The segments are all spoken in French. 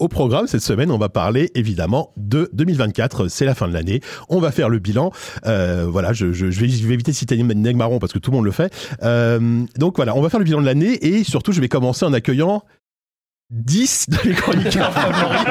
Au programme cette semaine, on va parler évidemment de 2024. C'est la fin de l'année. On va faire le bilan. Euh, voilà, je, je, je, vais, je, vais, éviter de citer Negmaron parce que tout le monde le fait. Euh, donc voilà, on va faire le bilan de l'année et surtout, je vais commencer en accueillant 10 de mes chroniqueurs favoris.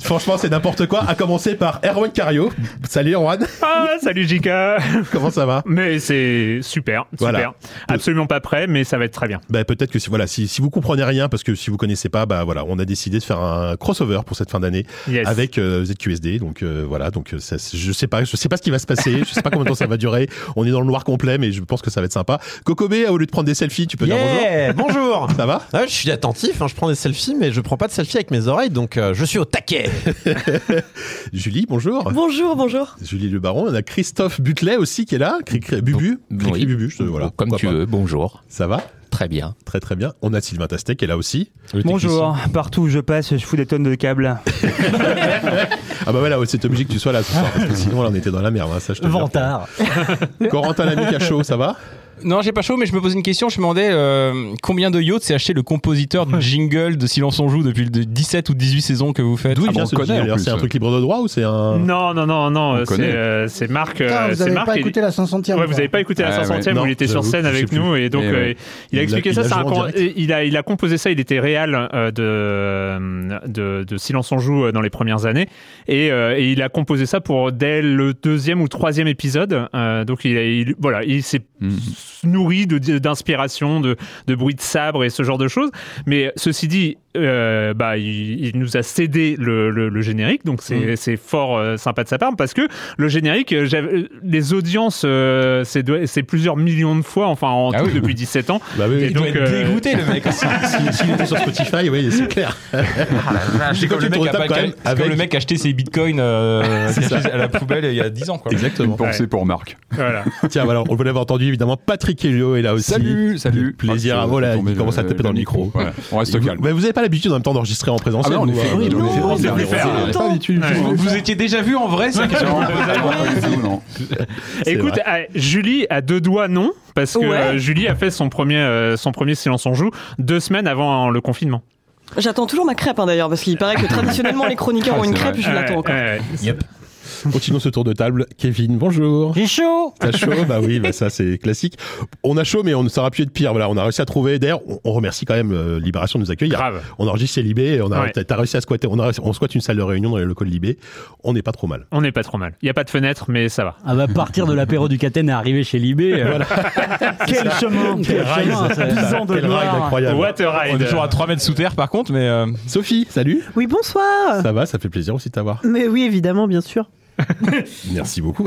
Franchement, c'est n'importe quoi. À commencer par Erwan Cario. Salut Erwan. Ah, salut Jika. Comment ça va Mais c'est super, super. Voilà. Absolument pas prêt, mais ça va être très bien. Bah, peut-être que si voilà, si, si vous comprenez rien, parce que si vous connaissez pas, bah voilà, on a décidé de faire un crossover pour cette fin d'année Yes. avec euh, ZQSD. Donc euh, voilà, donc ça, je sais pas, je sais pas ce qui va se passer, je sais pas combien de temps ça va durer. On est dans le noir complet, mais je pense que ça va être sympa. Kokobé, au lieu de prendre des selfies, tu peux Yeah, dire bonjour. bonjour. Ça va Ah, je suis attentif, hein, je prends des selfies, mais je prends pas de selfies avec mes oreilles, donc euh, je suis au taquet. Julie, bonjour. Bonjour, bonjour. Julie Le Baron, on a Christophe Butlet aussi qui est là, Cricri Bubu, Bon, Cricri oui. Bubu, je te- voilà. Comme pourquoi tu pas. veux, bonjour. Ça va Très bien. Très très bien. On a Sylvain Tastet qui est là aussi. Bonjour, partout où je passe, je fous des tonnes de câbles. Ah bah voilà, ouais, c'est obligé que tu sois là ce soir parce que sinon là on était dans la merde, hein, ça je te le dis. Corentin Lamy Cachot, ça va Non, j'ai pas chaud, mais je me posais une question. Je me demandais euh, combien de yachts s'est acheté le compositeur du jingle de Silence on Joue depuis le 17 ou 18 saisons que vous faites D'où il Ah vient bon, ce on connaît, jingle en D'ailleurs, plus, C'est un ouais. truc libre de droit ou c'est un Non, non, non, non, c'est connaît. euh, c'est Marc. Putain, euh, Ah, vous c'est n'avez Marc pas et- écouté la 500e. Ouais, vous n'avez pas écouté Ah la ouais, 500 e non, il était sur j'avoue, scène je avec sais nous et donc Eh ouais. euh, il a Il expliqué ça. l'a- il l'a c'est un joué en con- direct. Euh, il, a, il a composé ça, il était réel euh, de, de, de Silence on Joue euh, dans les premières années et, euh, et il a composé ça pour dès le deuxième ou troisième épisode. euh, donc il, a- il- voilà, il s'est Mhm. nourri de- d'inspiration, de, de bruit de sabre et ce genre de choses. Mais ceci dit, euh, bah, il, il nous a cédé le, le- le générique, donc Mhm. c'est c'est fort euh, sympa de sa part, parce que le générique, euh, j'avais- euh, les audiences, euh, c'est doit- c'est plusieurs millions de fois, enfin en Ah tout oui. depuis 17 ans. Bah oui, Et oui. donc, euh, le mec. S'il s'il était sur Spotify, oui, c'est clair. Ah, C'est comme, tu le te mec a retapes pas- quand même c'est comme avec- le mec a acheté ses bitcoins euh, à la poubelle il y a 10 ans. Quoi. Exactement. Une pensée pour Marc. voilà. Tiens, voilà, on vous l'avait entendu évidemment. Patrick Helio est là aussi. Salut, salut. Plaisir Ah, à c'est- voilà, c'est tombé euh, il commence à taper dans le micro. Voilà. On reste Et vous- calme. Mais vous n'avez pas l'habitude en même temps d'enregistrer en présence. Ah bah, on est vous, fait- euh, oui, on est non, fait- on on s'est est fait fait- faire. on est pas habitué du tout. Vous, vous étiez déjà vu en vrai, ça Non, pas du tout, non. C'est Écoute, vrai. euh, Julie a deux doigts non, parce que Ouais. euh, Julie a fait son premier, euh, son premier silence on joue deux semaines avant euh, le confinement. J'attends toujours ma crêpe hein, d'ailleurs, parce qu'il paraît que traditionnellement les chroniqueurs Ah, ont une c'est crêpe, vrai. je l'attends Ouais, encore. ouais, Continuons ce tour de table. Kevin, bonjour. J'ai chaud T'as chaud Bah oui, bah ça c'est classique. On a chaud, mais on ne s'est pu de pire. Voilà, on a réussi à trouver. D'ailleurs, on, on remercie quand même euh, Libération de nous accueillir. grave. On enregistre chez Libé. et On a, Ouais. t'as- T'as réussi à squatter. On, a, réussi- on squatte une salle de réunion dans les locaux de Libé. On n'est pas trop mal. On n'est pas trop mal. Il n'y a pas de fenêtre, mais ça va. Ah bah partir de l'apéro du Catène et arriver chez Libé. euh, Quel chemin quel chemin, ça- Quel ride incroyable. What a On ride. est toujours à 3 mètres sous terre par contre, mais euh, Sophie, salut. Oui, bonsoir. Ça va Ça fait plaisir aussi de t'avoir. Mais oui, évidemment, bien sûr. Merci beaucoup.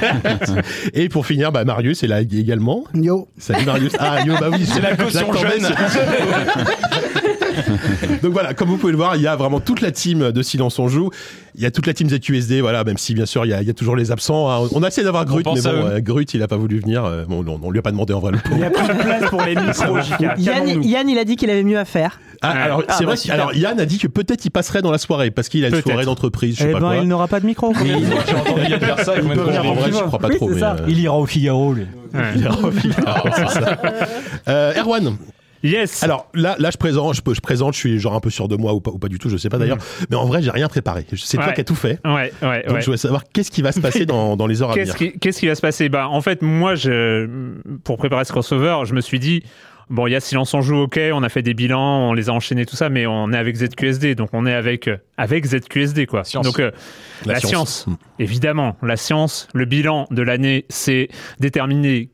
Et pour finir, bah, Marius est là également. Yo. Salut Marius. Ah, yo, bah oui, C'est la caution tendance. jeune. Donc voilà, comme vous pouvez le voir, il y a vraiment toute la team de Silence on Joue. Il y a toute la team ZQSD, voilà, même si bien sûr il y a, il y a toujours les absents. hein. On a essayé d'avoir On Grut, mais pense bon, à eux. euh, Grut, il a pas voulu venir. euh, Bon, non, on lui a pas demandé en vrai le pauvre. Il a pris une place pour les micros, Jika. Yann, Calmons-nous. Yann, il a dit qu'il avait mieux à faire. Ah, alors, Ah, c'est bah, vrai super. qu'alors Yann a dit que peut-être il passerait dans la soirée parce qu'il a une Peut-être. soirée d'entreprise, je sais Eh pas ben, quoi. il n'aura pas de micro. Combien de fois j'ai entendu Yann faire ça et combien de fois Bon, en j'ai vrai, vu je crois pas Oui, trop, c'est mais. ça. euh, Il ira au Figaro. lui. il a envie. Ah, C'est ça. Euh, Erwan, Yes. alors là, là, je présente, je, peux- je présente, je suis genre un peu sûr de moi ou pas, ou pas du tout, je sais pas d'ailleurs. Mais en vrai, j'ai rien préparé. C'est toi Mm. Ouais. qui as tout fait. Ouais, ouais, Donc ouais. je voulais savoir qu'est-ce qui va se passer dans, dans les heures à Qu'est-ce venir. qui, qu'est-ce qui va se passer bah, En fait, moi, je, pour préparer ce crossover, je me suis dit, bon, il y a Silence en Joue, ok, on a fait des bilans, on les a enchaînés, tout ça, mais on est avec ZQSD, donc on est avec, euh, avec ZQSD, quoi. Science. Donc, euh, la, science. évidemment, la science, le bilan de l'année, c'est déterminer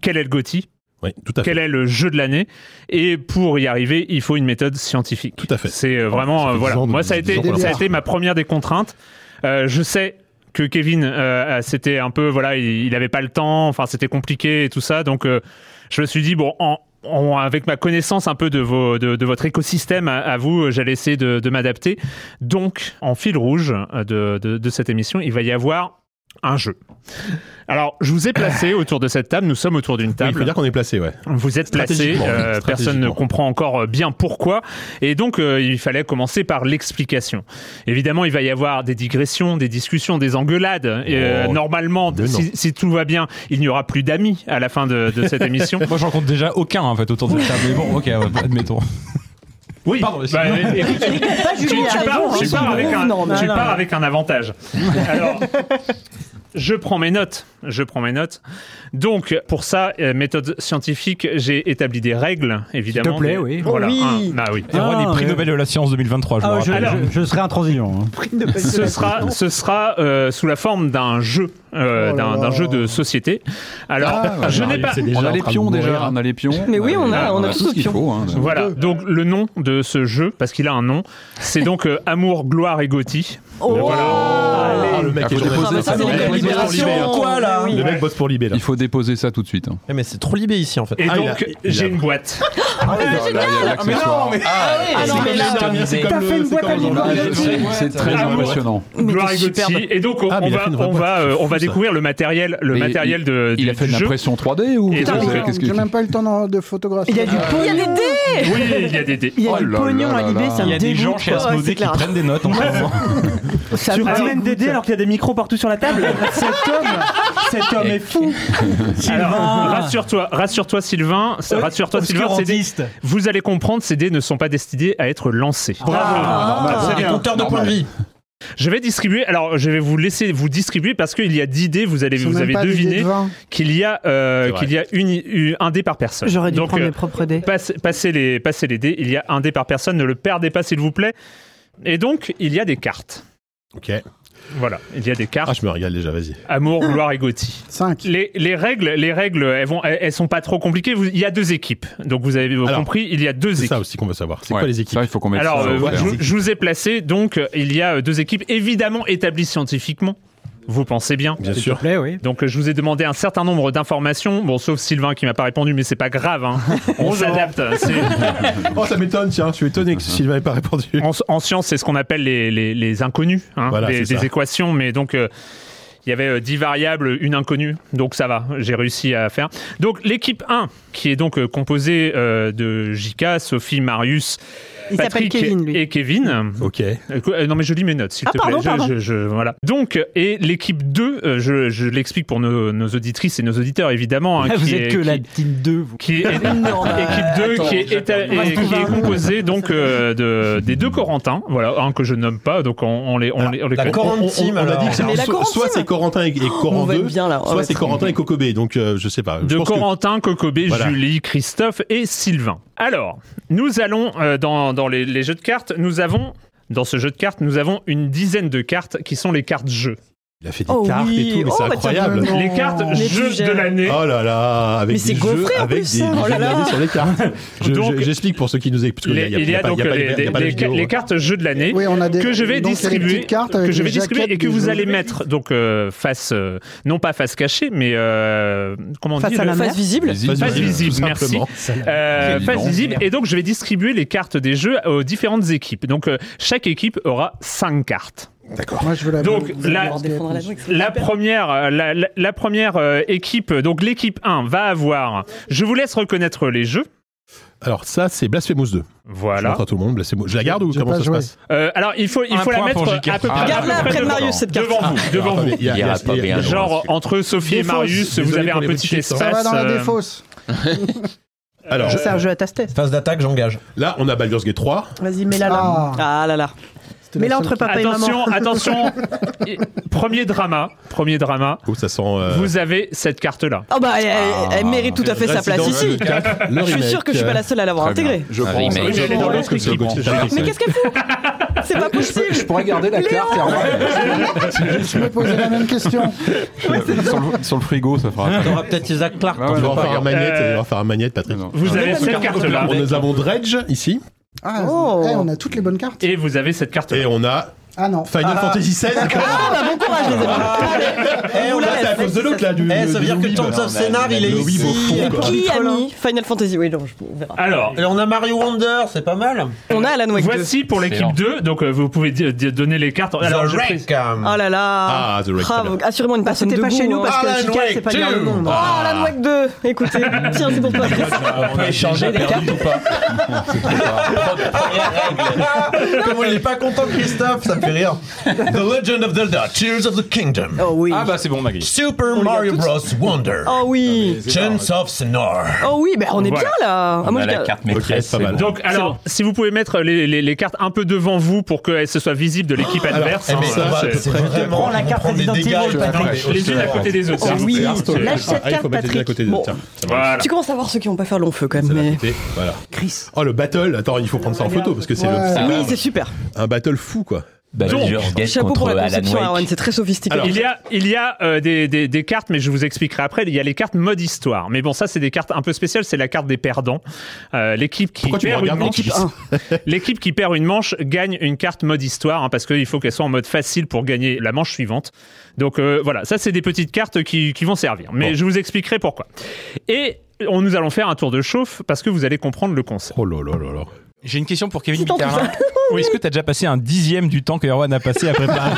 quel est le GOTY, Oui, tout à fait. quel est le jeu de l'année, et pour y arriver, il faut une méthode scientifique. Tout à fait. C'est euh, vraiment, Ça fait euh, dix voilà. ans de- Moi, ça a dix été, ans qu'on l'a ça a fait. été ma première des contraintes. Euh, je sais que Kevin, euh, c'était un peu, voilà, il n'avait pas le temps, enfin, c'était compliqué et tout ça, donc euh, je me suis dit, bon, en- en- avec ma connaissance un peu de, vos, de, de votre écosystème à, à vous, euh, j'allais essayer de, de m'adapter. Donc, en fil rouge euh, de, de- de cette émission, il va y avoir un jeu. Alors, je vous ai placé autour de cette table, nous sommes autour d'une Oui, il table. faut dire qu'on est placé, ouais. Vous êtes placé, Stratégiquement, euh, oui, personne ne stratégiquement. comprend encore euh, bien pourquoi, et donc euh, il fallait commencer par l'explication. Évidemment, il va y avoir des digressions, des discussions, des engueulades. Et, euh, Oh, normalement, mais non. si, si tout va bien, il n'y aura plus d'amis à la fin de, de cette émission. Moi, j'en compte déjà aucun en fait autour de cette table. Mais bon, ok, ouais, admettons. Oui, Pardon, bah, écoute, tu, tu- tu pars, tu pars avec, un, tu pars avec un avantage. Alors, je prends mes notes. Je prends mes notes. Donc, pour ça, euh, méthode scientifique, j'ai établi des règles, évidemment. plaît, des- oui. Voilà, Oh oui. un- ah oui. Erwan est Ah, prix ouais. Nobel de la science 2023, je me Ah, je, rappelle. Alors- je- je serai intransigeant. hein. ce sera, ce sera euh, sous la forme d'un jeu, euh, Oh là d'un là. d'un jeu de société. Alors, je n'ai pas. On a les pions déjà, on a les pions. Ah, Mais oui, on a- on a tout tous ce nos qu'il pions. faut. hein. Voilà, donc le nom de ce jeu, parce qu'il a un nom, c'est donc euh, Amour, Gloire et Gauthier. Oh. Ah, le mec Ah, est faut gentil. déposer ça, c'est dans les les boîtes gars de pour Libé, Libération, hein. quoi, là Le mec bosse pour Libé, là. Il faut déposer ça tout de suite. hein. Eh, Mais c'est trop libé ici en fait. Et Ah, il donc, a- il j'ai a- une boîte. Ah, Là, il y a l'accessoire. Ah non, mais là, t'as fait une boîte Dans à livres. la lettre, Gauthier. C'est très Ah, impressionnant. Mais Gloire t'es et Gauthier. superbe. Et donc, on, Ah, mais on il a va, fait une vraie on boîte, va, euh, c'est fou, on va ça. découvrir le matériel, le Mais matériel de, Il du a fait de jeu. l'impression 3D ou Et qu'est-ce donc, que c'est Qu'est-ce que J'ai même pas eu le temps d'en- de photographier. Euh, Il y a du Il y a des dés Oui, il y a des dés. Il y a Oh du là pognon là à là Libé, là. ça Il y me a des gens dégoûte. chez quoi. Ouais, Asmodée c'est qui clair. prennent des notes en ce moment. Ça Tu me ramènes des dégoûte. dés alors qu'il y a des micros partout sur la table. cet homme, cet homme est fou. Alors, rassure-toi, rassure-toi, Sylvain. ça- rassure-toi, Sylvain. c'est des- Obscurantiste. Vous allez comprendre, ces dés ne sont pas destinés à être lancés. Bravo. Ah, C'est compteur de points de vie. Je vais distribuer. Alors, je vais vous laisser vous distribuer parce qu'il y a 10 dés. Vous allez, C'est vous même avez pas des dés de deviné vin. qu'il y a, euh, C'est vrai. qu'il y a une- une- un dé par personne. J'aurais dû Donc, prendre euh, mes propres dés. passe- passez les, passez les dés. Il y a un dé par personne. Ne le perdez pas, s'il vous plaît. Et donc, il y a des cartes. Ok. Voilà, il y a des Ah, cartes. je me régale déjà, vas-y. Amour, gloire et Gauthier. 5. Les, les règles, les règles, elles vont, elles, elles sont pas trop compliquées. Vous- il y a deux équipes, donc vous avez Alors, compris, il y a deux C'est équipes. ça aussi qu'on veut savoir. C'est Ouais, quoi les équipes ça, il faut qu'on mette Alors, ça euh, au vert. je, je vous ai placé, donc, euh, il y a euh, deux équipes évidemment établies scientifiquement. Vous pensez bien. Bien sûr. Plaît, oui. Donc, euh, je vous ai demandé un certain nombre d'informations. Bon, sauf Sylvain qui m'a pas répondu, mais c'est pas grave. hein. On s'adapte. C'est- Oh, ça m'étonne, tiens, je suis étonné que Sylvain ait pas répondu. En, en science, c'est ce qu'on appelle les, les- les inconnus, hein, Voilà, des, c'est des ça. équations, mais donc. euh, il y avait euh, 10 variables, une inconnue, donc ça va, j'ai réussi à faire. Donc l'équipe 1, qui est donc euh, composée euh, de Jika, Sophie, Marius, Il s'appelle Patrick Kevin, lui. et Kevin. Ok. Euh, quoi, euh, non mais je lis mes notes, s'il Ah, te pardon, plaît. Je- pardon. je- je- voilà. Donc, euh, et l'équipe 2, euh, je, je l'explique pour nos, nos auditrices et nos auditeurs, évidemment. hein, Vous qui êtes est- que qui- la team 2, vous. qui est équipe 2 qui est, éta- on va et- se trouver qui est un nom. composée donc euh, de, des deux Corentins voilà un que je nomme pas donc on, on les on Ah, les, on les la connaît. Corentine, on, on a dit que c'est Mais un- la so- soit Corentine. c'est Corentin et, et On Coran va être 2, bien là. on va soit être c'est Corentin et Cocobé. Donc, euh, je sais pas. Je de pense que- Corentin, Cocobé, Voilà. Julie, Christophe et Sylvain. Alors, nous allons euh, dans, dans les, les jeux de cartes, nous avons dans ce jeu de cartes, nous avons une dizaine de cartes qui sont les cartes jeux. Il a fait des Oh cartes oui. et tout, mais Oh, c'est bah, incroyable. tiens, non. Les cartes Mais tu jeux de gères. l'année. Oh là là, avec Mais c'est des jeux, gaufré, en avec plus, des, ça. des Oh là jeux là. gardés sur les cartes. Je- Donc- je- J'explique pour ceux qui nous écoutent. parce que Les- y a- Il y a pas- donc y pas les les- y les- a pas la vidéo, les- les hein. cartes jeux de l'année Oui, on a des- que je donc, il y a vais des distribuer, petites cartes avec que je des vais distribuer jaquettes et que des vous jeux. allez mettre donc euh, face, euh, non pas face cachée, mais euh, comment on Face dit à le- la mer. visible. Face Vas-y, visible, tout merci. simplement. Euh, Très face vivant. visible. Et donc, je vais distribuer les cartes des jeux aux différentes équipes. Donc, euh, chaque équipe aura 5 cartes. Moi, je veux la Donc, vous allez la- voir des- Défendre la Drex. La première, euh, la, la- la première euh, équipe, donc l'équipe 1, va avoir. Je vous laisse reconnaître les jeux. Alors ça, c'est Blasphemous 2. Je Voilà. montre à tout le monde. Blasphemous. Je la garde ou J'ai comment pas ça se joué. passe Euh, alors, il faut, il Un faut la point mettre pour à JK. peu près, Ah, à peu Garde-la près après de devant- Mario, cette carte. devant vous. Devant vous. Ah, Il y a- il y a- ira pas il y a- bien, il y a- Genre, entre Sophie et Défausse. Marius, vous Désolé avez pour un les petit petits Ça chiffres. va espace. dans la euh, défausse. Alors C'est un jeu à tasse-tête. Phase d'attaque, j'engage. là, on a Baldur's Gate 3. Vas-y, mets-la là. Ah, Ah là là. c'était la Mets-la seule entre papa et Attention, maman. attention. Et- euh, Premier drama, premier drama. Oh, ça sent euh, Ah, Vous avez cette carte-là. Oh bah, elle, elle- elle mérite tout à fait sa place Resident ici. Evil 4, le Je suis remake, sûr que je suis pas la seule à l'avoir Très bien. intégrée. Je Ah, prends. remake. je Oui, elle est dans prends. Parce l'autre que équipe. Gauthier, j'ai Mais fait. qu'est-ce qu'elle fout C'est pas possible. Je pourrais garder la carte et revoir. Je me posais la même question. sur, le, sur le frigo, ça fera. Ah, T'auras peut-être Isaac Clark. Ah, Ouais, t'en ouais, Il fais va en pas, faire un regarde. magnète, Euh, il va en faire un magnète, Patrick. Non. Vous avez cette carte-là. On- Nous avons Dredge ici Ah, Oh. eh, on a toutes les bonnes cartes. Et vous avez cette carte-là. et on a Ah non. Final Fantasy XVI. Ah bah, bon courage, les amis. Eh, on Vous la l'a C'est à laisse. cause de l'autre là. Du, Eh, ça veut du dire que Louis, Tons bah. of Scénar, il est Le Louis, ici. au fond, quoi. Qui a mis Final Fantasy Oui, non, je- on verra. Alors, Et on a Mario Wonder, c'est pas mal. On a Alan Wake 2. voici pour l'équipe Excellent. 2. Donc, euh, vous pouvez di- di- donner les cartes. Alors, The je Wreck. précise- Oh là là Ah, The Wreck, Ah, très bien. Assurément une Ah, personne C'était de pas goût, chez nous hein. parce que Chica, c'est pas dire le hein. nom. Oh, Alan Wake 2 Écoutez, tiens, c'est pour toi. On peut échanger des cartes ou pas Comme il est pas content, Christophe, ça me fait rire. The Legend of Zelda, Tears of the Kingdom. Oh oui Ah bah c'est bon, Maggie. Super Mario Bros. Wonder. Oh oui Chance of Senor. Oh oui, bah on est bien là Ah, On moi, a je la garde- carte Ok, maîtresse. c'est pas c'est mal. bon. Donc, alors, si vous pouvez mettre les, les- les cartes un peu devant vous pour que ce soit visible de l'équipe eh adverse. ben, hein, voilà, c'est- Prends la Ah, carte Resident Evil, Patrick. les unes à côté des autres. Ah hein. s'il vous plaît. Lâche cette Ah, il carte, faut mettre les deux Patrick. à côté des Bon. autres. Tiens, ça va. Voilà. Tu commences à voir ceux qui vont pas faire long feu quand Ça même, va mais... péter. Voilà. Chris. Oh le battle, attends, il faut prendre ça en photo parce que c'est le- Ouais. c'est Oui, c'est super un battle fou quoi. Baldur's Gate Chapeau pour Bah, contre la Alan conception, Aaron, Wake. c'est très sophistiqué. euh, Il y a, il y a euh, des, des- des cartes, mais je vous expliquerai après. Il y a les cartes mode histoire. Mais bon, ça, c'est des cartes un peu spéciales. C'est la carte des perdants. Euh, l'équipe qui Pourquoi tu me perd une regardes manche, L'équipe un. l'équipe qui perd une manche gagne une carte mode histoire hein, parce qu'il faut qu'elle soit en mode facile pour gagner la manche suivante. Donc euh, voilà, ça, c'est des petites cartes qui, qui vont servir. Mais je vous expliquerai pourquoi. Et on, nous allons faire un tour de chauffe parce que vous allez comprendre le concept. Oh là là là là. J'ai une question pour Kevin tant que Mitterrand. Oui, est-ce que t'as déjà passé un dixième du temps que Erwan a passé à préparer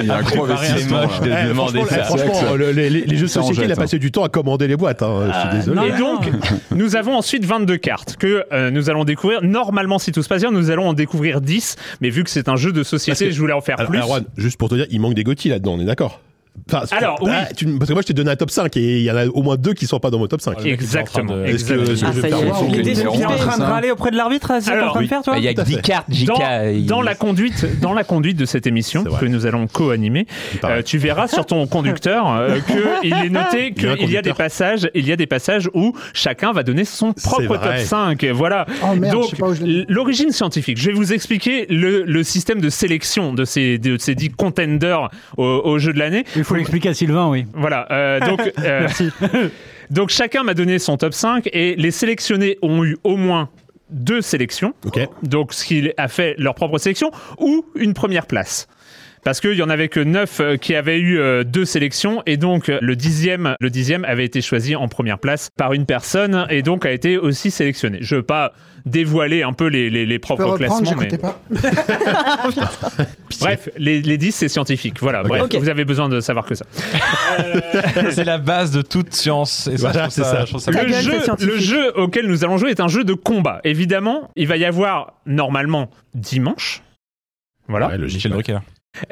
Il y a un gros préparer un investissement. moche là. Eh, franchement, eh, franchement, Sexe. le- les, les- les jeux de Ça en société, jette, il a hein. passé du temps à commander les boîtes. hein, je suis désolé. Et donc, nous avons ensuite 22 cartes que euh, nous allons découvrir. Normalement, si tout se passe bien, nous allons en découvrir 10. Mais vu que c'est un jeu de société, Parce que- je voulais en faire Alors, plus. Erwan, juste pour te dire, il manque des Gotti là-dedans, on est d'accord Enfin, c'est- Alors, oui. tu- parce que moi, je t'ai donné un top 5 et il y en a au moins deux qui sont pas dans mon top 5. Exactement. Est-ce que- exactement. est-ce que Ah, je vais ça y faire est, un son les qui dés est sont numéro T'es en pipés. un, train de ça râler auprès de l'arbitre, c'est ça que t'es en Alors, train oui. de faire, Bah, toi Il y a que Tout à 10 fait. cartes, JK. Dans, il- dans la conduite, dans la conduite de cette émission C'est vrai. que nous allons co-animer, paraît. euh, tu verras sur ton conducteur euh, que il est noté Il y a un qu'il y a des conducteur. passages, il y a des passages où chacun va donner son propre top vrai. 5. Voilà. Oh merde, je Donc sais pas où je l'ai mis. l'origine scientifique. Je vais vous expliquer le, le système de sélection de ces de ces dix contenders au, au jeu de l'année. Il faut l'expliquer à Sylvain, oui. Voilà. euh, donc, euh, donc chacun m'a donné son top 5 et les sélectionnés ont eu au moins deux sélections. Ok. Donc ce qu'il a fait leur propre sélection ou une première place. Parce qu'il y en avait que neuf euh, qui avaient eu euh, deux sélections et donc euh, le dixième, le dixième avait été choisi en première place par une personne et donc a été aussi sélectionné. Je veux pas dévoiler un peu les, les- les Je peux propres reprendre, classements, mais j'écoutais pas. bref, les, les dix c'est scientifique. Voilà, bref, Ok. vous avez besoin de savoir que ça. Euh, C'est la base de toute science. Et ça, Voilà, je trouve c'est ça. ça, je trouve ça Le gueule, c'est jeu, scientifique. le jeu auquel nous allons jouer est un jeu de combat. Évidemment, il va y avoir normalement 10 manches. Voilà. Ouais, logique. Michel Drucker.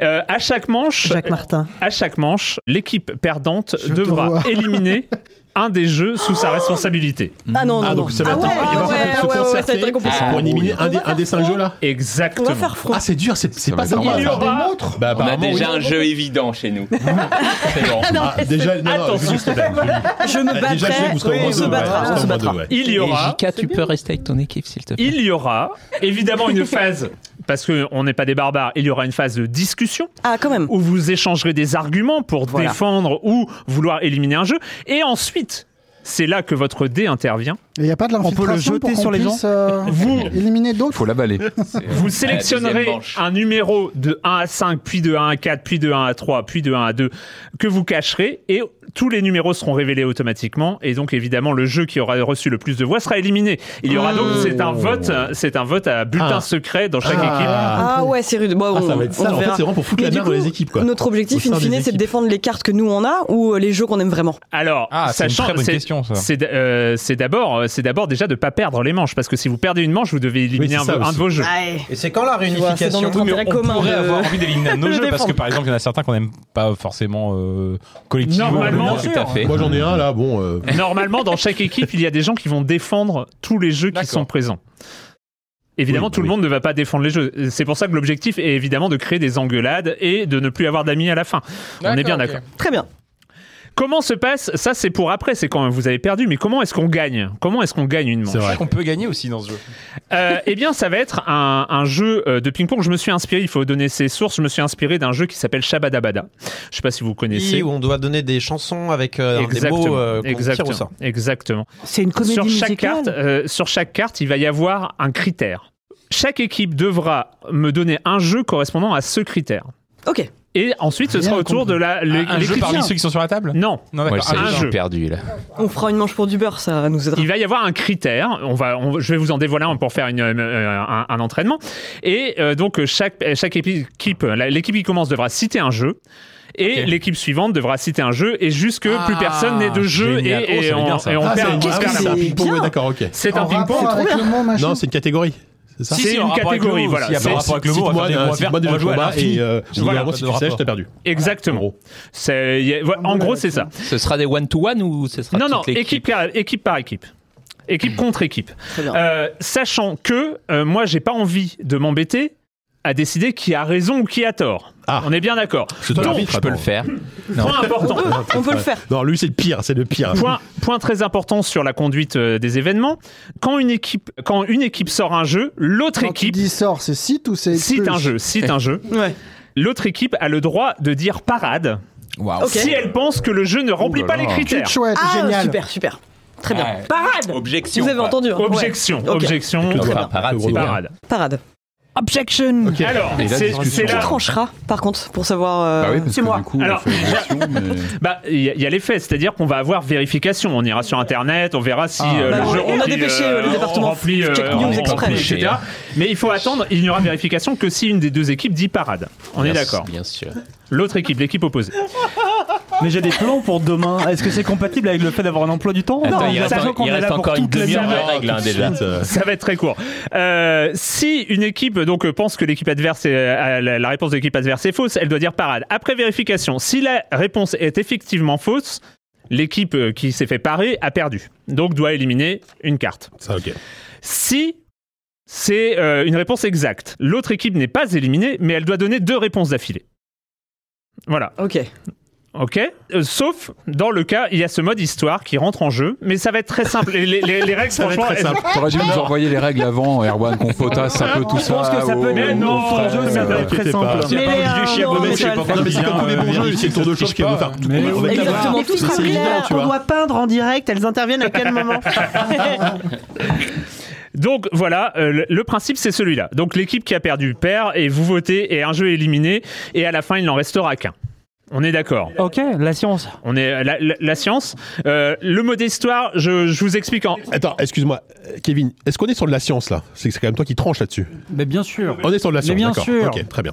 Euh, à chaque manche, Jacques Martin. à chaque manche, l'équipe perdante Je te devra vois. éliminer un des jeux sous sa responsabilité. Ah non, non, Ah, non. donc ça va Ah être ouais, il va ah falloir ouais, ouais, ouais, se ouais, ça va concerter être très compliqué. pour éliminer un des, un des cinq jeux là. On va Exactement. faire front. Ah, c'est dur, c'est c'est Ça pas va être sympa. Il y ça. aura- Bah, On a apparemment, déjà oui. un jeu évident chez nous. C'est bon. Ah, déjà, non, non, Attention. juste, bah, Je me déjà, déjà, je sais que battrai, vous serez au on moins se deux, ouais, battra, vous on se serez au moins battra. deux, ouais. Il y aura, JK, tu peux rester avec ton équipe, s'il te plaît. il y aura évidemment une phase parce qu'on n'est pas des barbares, il y aura une phase de discussion. Ah, quand même. Où vous échangerez des arguments pour Voilà. défendre ou vouloir éliminer un jeu. Et ensuite, c'est là que votre dé intervient. Il n'y a pas de l'infiltration pour qu'on puisse, euh, Vous- éliminer d'autres. Faut l'avaler. Vous la sélectionnerez deuxième un numéro de 1 à 5, puis de 1 à 4, puis de 1 à 3, puis de 1 à 2, que vous cacherez, et tous les numéros seront révélés automatiquement, et donc évidemment le jeu qui aura reçu le plus de voix sera éliminé. Il y aura donc, c'est un vote, c'est un vote à bulletin Ah. secret dans chaque équipe. Ah ouais, c'est rude. Bon, Ah, ça on- va être ça. on En fait, verra. c'est vraiment pour foutre Mais la du merde dans coup, les équipes, quoi. Notre objectif, Au sein in fine, des c'est de défendre les cartes que nous on a ou euh, les jeux qu'on aime vraiment. Alors, Ah, c'est une sachant- très bonne c'est- question, ça. C'est d- euh, c'est d'abord, euh, c'est d'abord déjà de pas perdre les manches, parce que si vous perdez une manche, vous devez éliminer un, un de vos jeux. Et c'est quand la réunification Oui, mais on pourrait avoir envie d'éliminer un de nos Le jeux parce que défendre. par exemple il y en a certains qu'on n'aime pas forcément euh, collectivement euh, Normalement, tout à fait Moi j'en ai un là, bon. euh, Normalement, dans chaque équipe, il y a des gens qui vont défendre tous les jeux qui sont présents. Évidemment, tout le monde ne va pas défendre les jeux. C'est pour ça que l'objectif est évidemment de créer des engueulades et de ne plus avoir d'amis à la fin. On est bien ok. d'accord. Très bien. Comment se passe Ça, c'est pour après, c'est quand vous avez perdu. Mais comment est-ce qu'on gagne Comment est-ce qu'on gagne une manche c'est vrai qu'on peut gagner aussi dans ce jeu Euh, eh bien, ça va être un, un jeu euh, de ping-pong. Je me suis inspiré, il faut donner ses sources. Je me suis inspiré d'un jeu qui s'appelle Shabadabada. Je sais pas si vous connaissez. où on doit donner des chansons avec euh, des mots euh, qu'on tire au exactement, sort. exactement. C'est une comédie sur chaque musicale carte, euh, sur chaque carte, il va y avoir un critère. Chaque équipe devra me donner un jeu correspondant à ce critère. Ok. Et ensuite, ce sera au tour de la. les- un les jeu critères. parmi ceux qui sont sur la table Non, non d'accord un jeu. perdu là On fera une manche pour du beurre, ça nous aidera. Il va y avoir un critère. On va, on- je vais vous en dévoiler un pour faire une, euh, euh, un, un entraînement. Et euh, donc chaque chaque équipe, la- l'équipe qui commence devra citer un jeu. Et l'équipe suivante devra citer un jeu et jusque Ah, plus personne n'ait de jeu et, génial. Oh, et c'est on, bien, ça. et on Ah, c'est perd, une on perd question, la c'est manche. un ping-pong, ouais, d'accord, ok. C'est un En ping-pong. rapport trop avec bien. le mot, machin Non, c'est une catégorie. C'est ça Si, c'est en rapport avec le mot, s'il y a C'est euh, pas rapport avec le mot, on va cite-moi faire des- un- on va faire- cite-moi des on va jeux jouer à de combat l'infini. et euh, je Voilà. dis, en gros, si Pas tu de sais, je rapport. t'ai perdu. Exactement. C'est- y a- voilà, en gros, c'est ça. Ce sera des one-to-one ou ce sera Non, non, toute l'équipe équipe, par- équipe par équipe. Équipe contre équipe. Euh, sachant que euh, moi, j'ai pas envie de m'embêter à décider qui a raison ou qui a tort. Ah. On est bien d'accord. Donc, je peux le faire. Point important. On peut le faire. Non, lui c'est le pire, c'est le pire. Point, point très important sur la conduite euh, des événements. Quand une équipe, quand une équipe sort un jeu, l'autre Quand tu équipe dis sort, c'est site ou c'est cite un jeu, cite un jeu. L'autre équipe a le droit de dire parade Ok. si elle pense que le jeu ne remplit Oh Ouh là pas les là. critères. Chouette, chouette, Ah, génial. Super, super. Très bien. Ouais. Parade Objection. Vous avez entendu hein Objection, Ouais. Ok. objection, Le objection. droit parade, c'est bien. parade. Parade. Objection Alors, Et là, c'est discussion. Bah c'est On là. tranchera, par contre, pour savoir. euh, c'est moi. Alors, Hmm. bah, il y, a- il y a les faits, c'est-à-dire qu'on va avoir vérification. On ira sur Internet, on verra Ah. si euh, Bah, le on- jeu on a remplit, dépêché, euh, euh, le département remplit, euh, Check News remplit, Express. etc. hein. Mais il faut attendre. Il n'y aura vérification que si une des deux équipes dit parade. On est Bien- d'accord. Bien sûr. L'autre équipe, l'équipe opposée. Mais j'ai des plans pour demain. Est-ce que c'est compatible avec le fait d'avoir un emploi du temps Attends, il reste- sachant qu'on il est reste là pour encore une toute la demi-heure de semaine. règles, hein, Tout de déjà. suite, euh, Ça va être très court. Euh, si une équipe donc euh, pense que l'équipe adverse, est- euh, la la réponse de l'équipe adverse est fausse, elle doit dire parade. Après vérification, si la réponse est effectivement fausse, l'équipe euh, qui s'est fait parer a perdu, donc doit éliminer une carte. Ça, ok. Si c'est euh, une réponse exacte, l'autre équipe n'est pas éliminée, mais elle doit donner deux réponses d'affilée. Voilà. Ok. Ok. Euh, sauf dans le cas, il y a ce mode histoire qui rentre en jeu, mais ça va être très simple. Les, les- les- les règles, Ça va être franchement, très simple. T'aurais dû nous Non. envoyer les règles avant, Erwan, qu'on potasse un peu tout ça. oh, Mais oh, non, frère, jeu, ça euh, va être très simple. Il y a pas Olivier Chiapone, Le mec, je sais c'est pas pas quand mais c'est il vient, comme tous les bons euh, jeux, c'est le tour de vérifier chose qui veut faire tout Mais oui. Exactement, tout sera C'est évident, clair. tu On vois. doit peindre en direct, elles interviennent à quel moment Donc voilà, euh, le, le principe c'est celui-là. Donc l'équipe qui a perdu perd et vous votez et un jeu est éliminé et à la fin il n'en restera qu'un. On est d'accord. Ok, la science. On est la, la- la science. Euh, le mot d'histoire, je, je vous explique en. Attends, excuse-moi, euh, Kevin, est-ce qu'on est sur de la science là C'est c'est quand même toi qui tranches là-dessus. Mais bien sûr. On est sur de la science, Mais bien d'accord. sûr. Ok, très bien.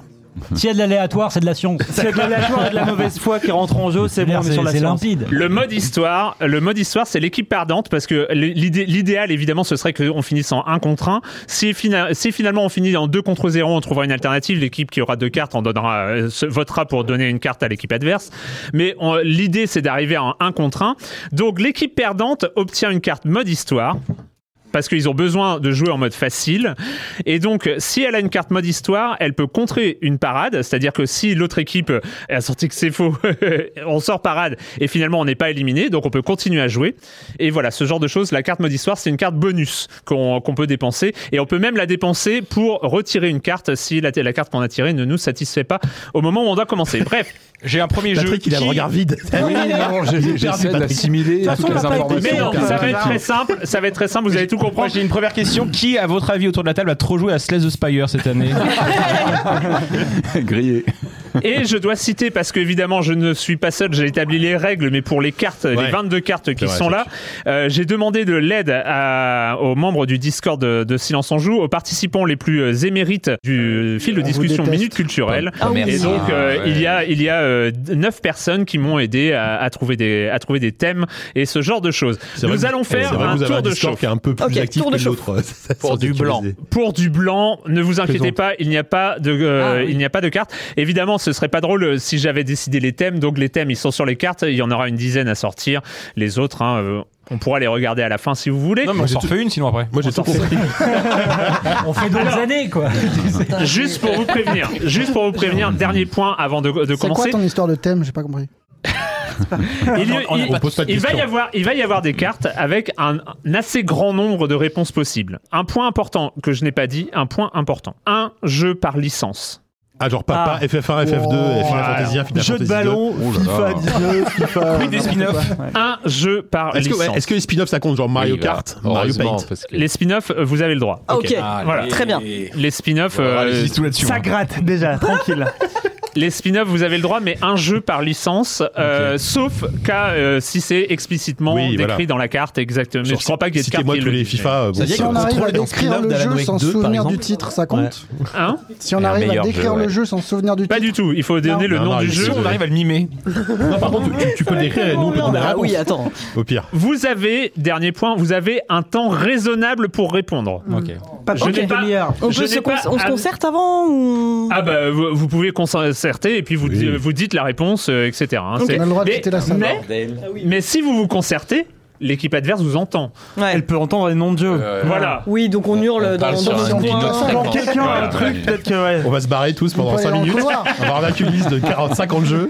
S'il y a de l'aléatoire, c'est de la science. S'il y a de l'aléatoire et de la mauvaise foi qui rentre en jeu, c'est bon, on est sur la C'est science. limpide. Le mode histoire, le mode histoire, c'est l'équipe perdante parce que l'idée- l'idéal, évidemment, ce serait qu'on finisse en 1 contre 1. Si, fina- si finalement on finit en 2 contre 0, on trouvera une alternative. L'équipe qui aura deux cartes en donnera, euh, se- votera pour donner une carte à l'équipe adverse. Mais on- l'idée, c'est d'arriver en 1 contre 1. Donc l'équipe perdante obtient une carte mode histoire. parce qu'ils ont besoin de jouer en mode facile. Et donc, si elle a une carte mode histoire, elle peut contrer une parade. C'est-à-dire que si l'autre équipe a sorti que c'est faux, on sort parade et finalement on n'est pas éliminé. Donc, on peut continuer à jouer. Et voilà, ce genre de choses. La carte mode histoire, c'est une carte bonus qu'on qu'on peut dépenser. Et on peut même la dépenser pour retirer une carte si la, la carte qu'on a tirée ne nous satisfait pas au moment où on doit commencer. Bref. J'ai un premier Patrick, il a le regard vide. Oui, non, j'ai- Il est j'essaie de perdu, Patrick. l'assimiler, De toute toutes façon, les on l'a pas informations. été. Mais non, ça va être très simple. Ça va être très simple. Vous allez tout comprendre. J'ai une première question. Qui, à votre avis, autour de la table, a trop joué à Slay the Spire cette année Grillé. Et je dois citer, parce qu'évidemment, je ne suis pas seul, j'ai établi les règles, mais pour les cartes, les 22 cartes qui vrai, sont c'est là, euh, j'ai demandé de l'aide à- aux membres du Discord de, de Silence en Joue, aux participants les plus euh, émérites du fil de discussion déteste. Minute Culturelle. Ah oui. Et donc, euh, Ah ouais. il y a, il y a 9 personnes qui m'ont aidé à, à trouver des, à trouver des thèmes et ce genre de choses. vrai Nous que- allons c'est faire vrai que un vous avez tour de Discord chauffe. qui est un peu plus actif que l'autre. Pour du blanc. Pour du blanc, ne vous inquiétez Plaisante. pas, il n'y a pas de, Ah euh, il n'y a pas de carte. Évidemment, ce serait pas drôle euh, si j'avais décidé les thèmes. Donc les thèmes, ils sont sur les cartes. Il y en aura une dizaine à sortir. Les autres, hein, euh, on pourra les regarder à la fin si vous voulez. Non, mais on s'en refait une sinon après. Moi j'ai tout compris. On fait d'autres années, quoi. Juste pour vous prévenir, juste pour vous prévenir, dernier point avant de, de C'est quoi commencer. ton histoire de thème J'ai pas compris. Il, y- On- on- il- on pose pas de il va y questions. avoir, il va y avoir des cartes avec un, un assez grand nombre de réponses possibles. Un point important que je n'ai pas dit, un point important. Un jeu par licence. Ah, genre papa, FF1, FF2, Final Fantasy 1, Final Fantasy 2. Oh là là. Oui, des spin-offs. Un jeu par Est-ce que, licence. ouais, est-ce que les spin-offs ça compte genre Mario Oui, bah, Kart, Mario heureusement, Paint parce que- Les spin-offs, euh, vous avez le droit. Ah, ok. Voilà. Très bien. Les spin-offs. euh, hein. Ça gratte déjà, tranquille. Les spin-offs, vous avez le droit, mais un jeu par licence, euh, sauf cas euh, si c'est explicitement Oui, décrit voilà. dans la carte, exactement. Mais je crois pas qu'il y ait de carte. citez-moi qui tous le les dise, FIFA, mais- euh, bon. C'est-à-dire Si on qu'on arrive contrôle à dans décrire spin-off le d'Alan jeu Wake sans 2, par souvenir du exemple. titre, ça compte Hein Si on arrive à décrire le jeu sans souvenir du titre. Pas du tout, il faut donner le Non, nom non, du il- jeu. on arrive à le mimer. Non, par contre, tu, tu peux l'écrire et nous on peut donner la réponse. attends. Au pire. Vous avez, dernier point, vous avez un temps raisonnable pour répondre. Pas Je n'ai pas- On, je peut se n'ai pas con- on se à- concerte avant ou... Ah bah vous, vous pouvez concerter et puis vous, di- vous dites la réponse, euh, etc. hein. Ok. C'est- On a le droit de mais, quitter la salle. mais- Ah mais si vous vous concertez, l'équipe adverse vous entend. Elle peut entendre les noms de jeux. Euh, Voilà. Oui, donc on hurle dans, parle dans sur notre un- coin. une autre Quand fréquence. quelqu'un a un Voilà, truc, ouais. peut-être que. ouais. On va se barrer tous pendant peut 5 aller dans le minutes. couloir. On va avoir une liste de 40, 50 jeux.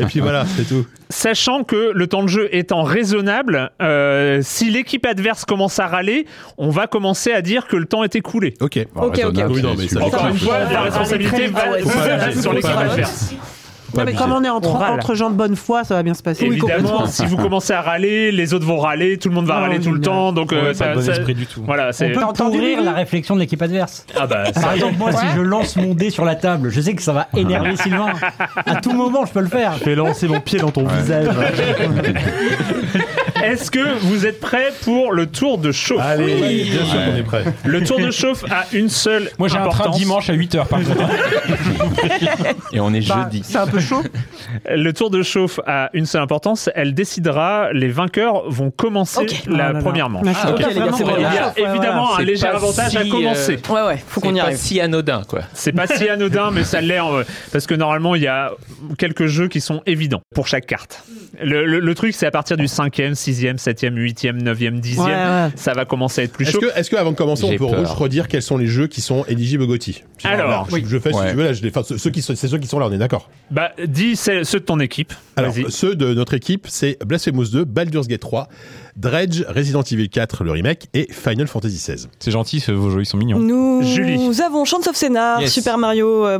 Et puis voilà, c'est tout. Sachant que le temps de jeu étant raisonnable, euh, si l'équipe adverse commence à râler, on va commencer à dire que le temps est écoulé. Ok. Ok, ok, ok. Oui, non, mais ça Encore dépend. une fois, la responsabilité va, Ouais, va- ouais, va ouais. sur l'équipe Ouais. adverse. Non, mais comme on est entre, On râle. entre gens de bonne foi, ça va bien se passer. Évidemment, si vous commencez à râler, les autres vont râler, tout le monde va Ah, râler tout le génial. temps, donc Ouais, euh, pas ça, de bon ça- esprit du tout. Voilà, On c'est peut pourrir la réflexion de l'équipe adverse. Ah bah, Par ça- exemple, moi, si je lance mon dé sur la table, je sais que ça va énerver Sylvain. À tout moment, je peux le faire. Je vais lancer mon pied dans ton visage. Est-ce que vous êtes prêts pour le tour de chauffe Allez, Oui. bien sûr qu'on est prêts. Le tour de chauffe a une seule Moi j'ai un train importance. dimanche à 8h par contre. Et on est Bah, jeudi. c'est un peu chaud. Le tour de chauffe a une seule importance. Elle décidera. Les vainqueurs vont commencer la première manche. Ah, ok, les gars, c'est Il y vraiment a chaud. évidemment C'est un léger pas avantage à si, commencer. euh, Ouais, ouais, faut qu'on y C'est pas arrive. si anodin, quoi. C'est pas si anodin, mais ça l'est en- parce que normalement il y a quelques jeux qui sont évidents pour chaque carte. Le, le- le truc, c'est à partir du 5e, 6e, 7e, 8e, 9e, 10e, Ouais, ouais. ça va commencer à être plus Est-ce chaud. que, est-ce que avant de commencer, on J'ai peut peur. re- redire quels sont les jeux qui sont éligibles au GOTY Si Alors, là, je, oui. je fais si Ouais. tu veux, là, je les- enfin, ceux, ceux qui sont, c'est ceux qui sont là, on est d'accord. Bah, dis ceux ceux de ton équipe. Alors, Vas-y. ceux de notre équipe, c'est Blasphemous 2, Baldur's Gate 3, Dredge, Resident Evil 4, le remake, et Final Fantasy 16. C'est gentil, ce- vos jeux ils sont Hein mignons. Nous avons Chant of Scénar, Yes. Super Mario... euh,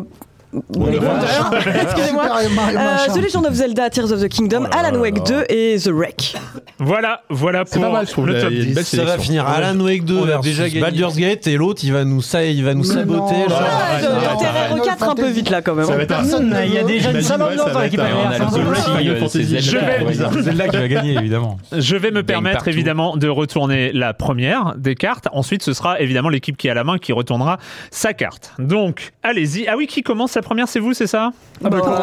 Wonder. Excusez-moi. Super Mario Euh, machin. The Legend of Zelda, Tears of the Oh Kingdom, Alan Wake 2 et The Wreck. Voilà, voilà pour pas mal, je trouve, le là, top il y a une 10. belle Ça va finir Alan Wake 2 On a versus déjà gagné. Baldur's Gate et l'autre il va nous ça il va nous saboter genre. Ah, arrête, arrête, arrête. Terre 4 un peu vite là quand même. hein. Ça va être un- Personne, il y a déjà Imagine, une sale ouais, ça ambiance dans va l'équipe être un- adverse. on a le hein. Zelda. Final Fantasy, Je Zelda qui vais... va gagner. Zelda qui va gagner évidemment. Je vais me permettre partout. évidemment de retourner la première des cartes. Ensuite, ce sera évidemment l'équipe qui a la main qui retournera sa carte. Donc, allez-y. Ah oui, qui commence la première C'est vous, c'est ça Ah, Ah bah, pourquoi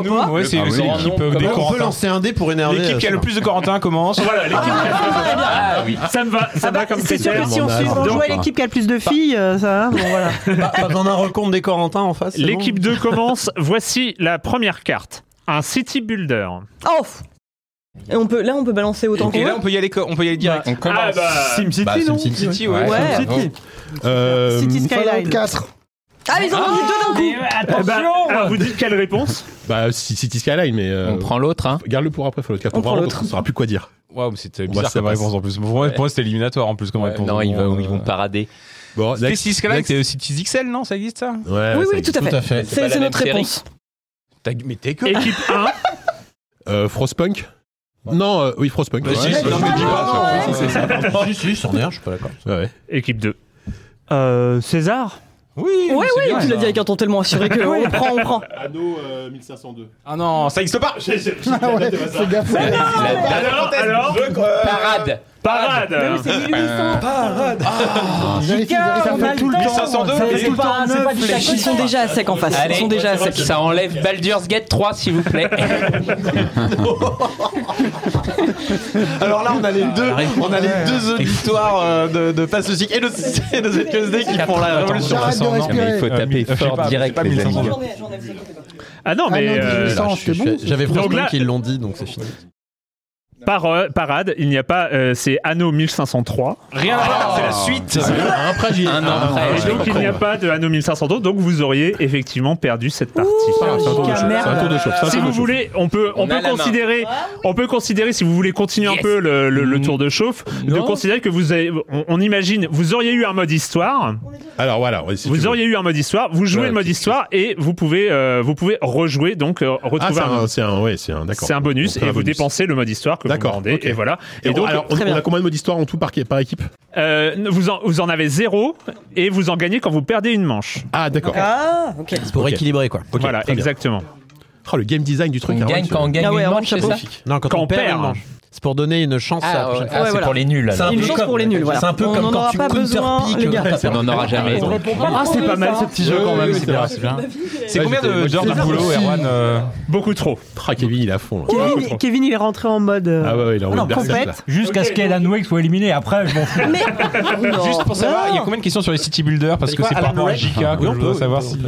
Voilà, nous, ouais, Ah, c'est c'est l'équipe euh, des On peut Corentins. lancer un dé pour énerver. L'équipe qui euh, a le plus de Corentin commence. Voilà, l'équipe qui a le plus de Corentin. Ah oui. Ça me va, ça me va comme bah, C'est sûr critère. que si on, bah, suit- on Donc, joue à l'équipe qui a le plus de filles, euh, ça va. Bon, voilà. Pas besoin d'un recompte des Corentins en face. c'est bon L'équipe 2 commence. Voici la première carte. Un city builder. Oh Et on peut, là, on peut balancer autant qu'on Et là, veut. on peut y aller, co- on peut y aller direct. Bah, on commence. ah bah, SimCity, Bah, non SimCity, ouais. Ouais. Ouais. SimCity. Euh, Fallout 4. Ah, mais ils ont vendu deux d'un coup Ah, Eh ben, Ah, alors, vous dites quelle réponse Bah, si- City Skyline, mais. on prend l'autre, hein. Garde-le pour après, Fallout 4. On prend vraiment, l'autre. parce qu'on saura plus quoi dire. Waouh, c'était Bon, bizarre ça comme passe. réponse en plus. Pour moi, pour moi, c'était éliminatoire en plus comme réponse. non, ils vont- ils vont parader. Euh, Bon, C'était next- Cities Skyline, next. c'était Cities XL, non Ça existe ça Ouais, Oui, ça oui, existe. tout à fait. C'est- pas la c'est même notre série. réponse. T'as- Mais t'es que. Équipe 1. Euh, Frostpunk Non, euh, oui, Frostpunk. Bah, si, Ouais, si, non, mais dis pas, ouais, ça, ouais, ça, ouais. ça. Si, si, c'en est un, je suis pas d'accord. Ouais, ouais. Équipe 2. Euh, César Oui, Ouais, c'est ouais, bien, tu l'as ça. dit avec un ton tellement assuré que on prend, on prend. Anno 1502. Ah non, ça existe pas Ah ouais, fais gaffe. Alors, alors Parade Parade Ah. Parade Ah, Ils vérifient- ils vérifient on a tout le le temps. temps. C'est tout le temps pas- c'est pas neuf, du les tacos, Ils sont déjà à sec en face. Ils Allez, sont déjà à sec. ça enlève Baldur's Gate 3, s'il vous plaît. Alors là, on a les deux, on a les deux auditoires euh, de, de Passe le Chic et de, et de ZQSD qui font la révolution. J'arrête de Non, respirer. Mais il faut euh, taper mille- je sais fort pas, direct, c'est pas les 1500. amis. Ah non, mais. euh, J'avais Donc Frostpunk là- qui l'ont dit, donc c'est fini. Par- euh, parade, il n'y a pas. euh, c'est Anno 1503. Rien à voir, Ah, c'est la suite. Ah, Un après, j'y ai- Un an après. Et Ah, donc il n'y a pas de Anno 1502, donc vous auriez effectivement perdu cette partie. Si vous voulez, on peut, on On a la peut main. considérer, on peut considérer, si vous voulez continuer un peu le, le- le tour de chauffe, de Non. considérer que vous avez, on, on imagine, vous auriez eu un mode histoire, Alors voilà, ouais, si tu vous veux. auriez eu un mode histoire, vous jouez Ouais, le mode histoire et vous pouvez, euh, vous pouvez rejouer donc euh, Ah, retrouver c'est un. un, c'est un, ouais, c'est un, d'accord. C'est un bonus On et fait un vous dépensez le mode histoire que vous D'accord, demandez ok. et voilà. Et donc, alors, on, on a combien de modes d'histoire en tout par, par équipe Euh, vous, en, vous en avez zéro et vous en gagnez quand vous perdez une manche. Ah, d'accord. Ah, ok. pour équilibrer, quoi. voilà, très bien. exactement. Oh, le game design du truc. On hein, gagne ouais, quand on gagne Ah ouais, une un manche, c'est chapeau. ça Non, quand, Quand on, on perd, perd. une manche. C'est pour donner une chance à la Ah, ouais, prochaine ah, c'est voilà. pour les nuls. C'est alors. un Une peu chance comme- pour les nuls, voilà. C'est un peu On comme n'en quand aura tu pas besoin, counterpiques, les gars. euh, On n'en aura jamais. Ah, c'est pas mal ce petit jeu quand même, Ah, c'est bien, c'est bien. C'est combien de- d'heures de boulot, Erwan euh, Beaucoup trop. Ah, Kevin, il est à fond. là. Kevin, Kevin, il est rentré en mode. euh, Ah ouais, ouais, il est en Ah non, mode berserk, là. compète. Jusqu'à ce qu'Elan Wake soit éliminé, après je m'en fous. Mais Non. Juste pour savoir, il y a combien de questions sur les city builders Parce que c'est par rapport à JK que je dois savoir si.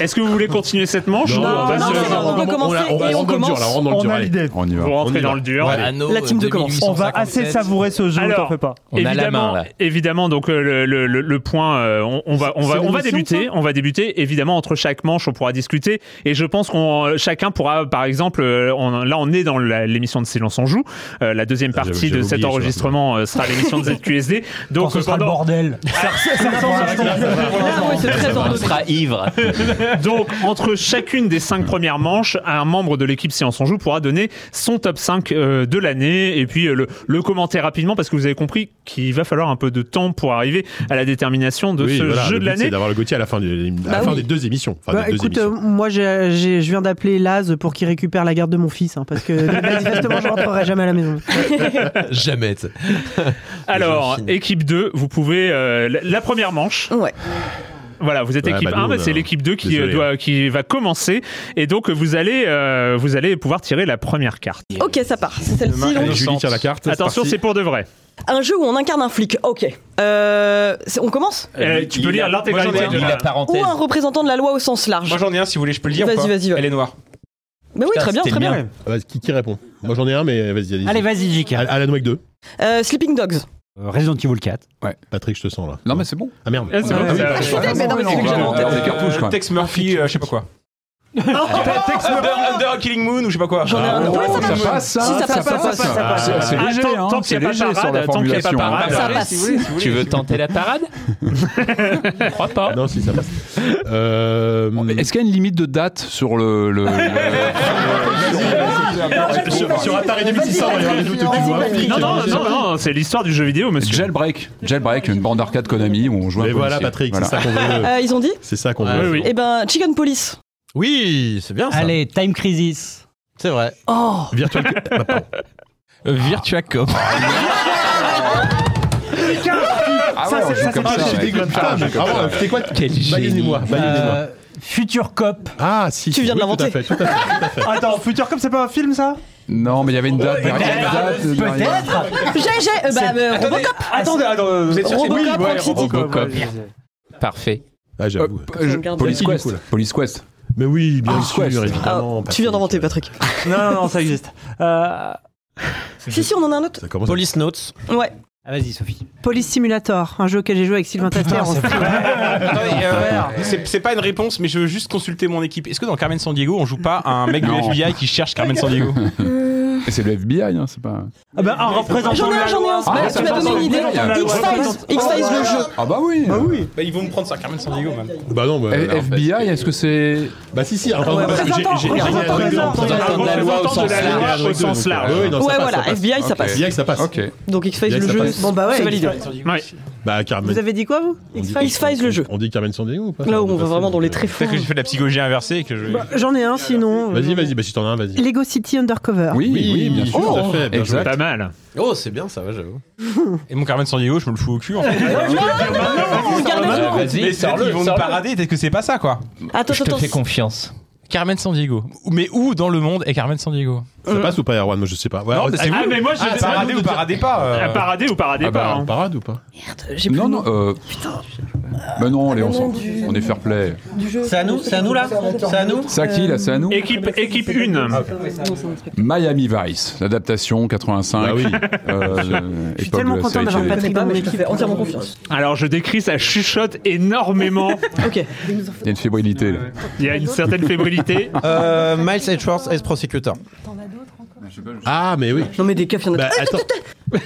Est-ce que vous voulez continuer cette manche ou on va non, se- non, non, on peut commencer on et on rentre dans le dur, commence. là, on rentre dans le dur. allez. On y va. Vous rentrez dans le dur. La team de commence. On va assez savourer ce jeu, Alors, t'en fais pas. On a la main, là. évidemment, donc euh, le, le- le- le point, euh, on, on va, on C'est va, on va l'émission, débuter, ça on va débuter. Évidemment, entre chaque manche, on pourra discuter, et je pense qu'on, euh, chacun pourra, par exemple, euh, on- là, on est dans la- l'émission de Silence on joue. Euh, la deuxième Ah, j'avais- partie de j'avais cet oublié, enregistrement euh, sera l'émission de ZQSD. Quand Donc ce sera le pendant- bordel. Ah, Ah ouais, c'est très On ordonné. sera ivre. Donc, entre chacune des cinq premières manches, un membre de l'équipe Séance en Joue pourra donner son top 5 euh, de l'année et puis euh, le, le commenter rapidement parce que vous avez compris qu'il va falloir un peu de temps pour arriver à la détermination de Oui, ce voilà, jeu le de but, C'est l'année. d'avoir le Gauthier à la fin, du- à la Bah fin oui. des deux émissions. Enfin, Bah, des deux écoute, émissions. euh, moi j'ai- j'ai- je viens d'appeler Laz pour qu'il récupère la garde de mon fils, hein, parce que manifestement je rentrerai jamais à la maison. Jamais. tu sais. Alors, jeu fini. équipe 2, vous pouvez. euh, la, la première manche. Ouais. Voilà, vous êtes Ouais, équipe bah, nous, 1, mais on a- c'est l'équipe 2 qui, Désolé. hein. euh, doit, qui va commencer. Et donc, vous allez, euh, vous allez pouvoir tirer la première carte. Ok, ça part. C'est celle-ci. Allez, donc. Julie tire la carte. Attention, parti. c'est pour de vrai. Un jeu où on incarne un flic. Ok. Euh, c'est- on commence Euh, tu peux lire Moi, l'intégralité j'en ai de un. la... La parenthèse. Ou un représentant de la loi au sens large. Moi j'en ai un si vous voulez, je peux le dire. ou Vas-y, pas vas-y, ouais. Elle est noire. Mais oui, Putain, très bien, c'était très le bien. mien. Ah, vas-y, qui, qui répond Moi j'en ai un, mais vas-y, allez. Allez, vas-y, JK. Alan Wake 2. Euh, Sleeping Dogs. Euh, Resident Evil 4. Patrick, je te sens là. Non, mais c'est bon. Ah merde. Ah, c'est bon, Ouais. c'est- Mais non, mais c'est celui que j'avais en tête. Euh, C'est cartouche, quoi. Tex Murphy, euh, je sais pas quoi. Under, Under a Killing Moon ou je sais pas quoi. Ah J'en ai un autre. Ouais, ça marche. Ah, ça, Si, ça passe, ça passe, ça passe. C'est- C'est Ah, léger, tant- hein, tant qu'il c'est n'y a léger pas sur la parade, tant qu'il n'y a pas formulation. parade, euh, Ça Allez, passe. si vous voulez, si vous voulez. Tu veux tenter la parade Je crois pas. Ah Non, si ça passe. Euh, Est-ce qu'il y a une limite de date sur le. le- le- sur, sur Atari 2600, il y aura des doutes que tu vois. Non, non, non, non, c'est l'histoire du jeu vidéo, monsieur. Jailbreak. Jailbreak, une bande d'arcade Konami où on joue un Mais voilà, policier. Patrick, Voilà. c'est ça qu'on veut. Euh, ils ont dit C'est ça qu'on Ah, veut. oui, oui. Eh ben, Chicken Police. Oui, c'est bien ça. Allez, Time Crisis. C'est vrai. Oh Virtual Bah, pardon. Euh, Virtua Cop. Ah ouais, on joue comme Ah, ça. je suis ouais. dégoûté. Ah, Putain, on joue mais comme ça, bravo, ouais. c'était quoi Quel Balayez-moi, balayez-moi. Euh, Future Cop. Ah, si. Tu viens de oui, l'inventer. Tout à fait, tout à fait. Attends, Future Cop, c'est pas un film ça Non, mais il y avait une date. derrière, une date, derrière. J'ai, j'ai. euh, bah, euh, Robocop. Ah, Attendez, attends, euh, vous êtes Robocop, Rock City. Robocop. Parfait. Ah, j'avoue. Euh, Regarde. Police Il est Quest. Police Quest. Mais oui, bien Ah, sûr, Quest. évidemment. Ah, tu viens d'inventer, Patrick. Non, non, non, ça existe. Euh, Si, si, on en a un autre. Police Notes. Ouais. Ah, vas-y, Sophie. Police Simulator, un jeu auquel j'ai joué avec Ah, Sylvain Tatier. en stream. Ah, bah, Attendez, euh, c'est c'est pas une réponse, mais je veux juste consulter mon équipe. Est-ce que dans Carmen Sandiego, on joue pas un mec du Non. FBI qui cherche Carmen Sandiego Euh. Et c'est le FBI, hein, c'est pas. Ah bah, un représentant. Ah, J'en ai un, j'en ai un. c'est pas- tu m'as donné une idée. X-Files, X-Files le jeu. Ah bah oui. Bah oui. Bah, ils vont me prendre ça, Carmen Sandiego même. Bah non, bah, Eh, alors, en fait, FBI, est-ce que c'est. Bah si, si, un Ah ouais, représentant- ouais. j'ai- j'ai- j'ai- Un j'ai- représentant de la j'ai- j'ai- j'ai- loi j'ai- au j'ai- sens j'ai- j'ai- large. j'ai- j'ai- Au sens j'ai- large. Oui, oui, non, ça Ouais, passe, voilà, passe. FBI, ça passe. FBI, ça passe. Ok. Donc X-Files Direct, le ça jeu, passe. bon bah ouais, c'est validé. Bah Carmen. Vous avez dit quoi vous on dit- X-Files X-Files le jeu. On dit Carmen Sandiego ou pas Là où on va vraiment dans les Bah, tréfonds. Peut-être que je fais de la psychologie inversée et que je. J'en ai un sinon. euh, Vas-y, vas-y, bah si t'en as un, vas-y. Lego City Undercover. tout Oh, à fait. bien joué. Pas mal. Oh, c'est bien ça, va, j'avoue. Et mon Carmen Sandiego, je me le fous au cul en fait. Vas-y, Mais sors-le, peut-être ils vont me sors-le. parader, peut-être que c'est pas ça quoi. Attends, Je te attends, fais confiance. Carmen Sandiego. Mais où dans le monde est Carmen Sandiego Euh. Ça passe ou pas, Erwan Moi, je sais pas. Ouais, Non, mais c'est ah, vous. mais moi, je Ah, sais pas paradez d'où ou tu- paradez pas. euh. Ah, paradé ou paradé Ah pas. bah, hein. Parade ou pas J'ai plus Non, le non, euh. Bah non, allez, on s'en fout. On est fair play. C'est à nous, c'est à nous là C'est à nous Euh, C'est à qui là C'est à nous Équipe, équipe Ah, 1. Ah, Miami Vice, l'adaptation 85. Bah oui. euh, Je suis époque tellement de la content série d'avoir télé. Patrick dans mon équipe. Entièrement confiance. Alors, je décris, ça chuchote énormément. Ok. Il y a une fébrilité. là. Il y a une certaine fébrilité. Euh, Miles Edgeworth, Ace Prosecutor. Ah, mais oui. Non mais des cafés, il y en a- Bah attends. Ah,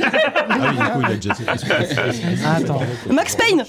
Ah oui, du coup, il a déjà dit. Attends. Max Payne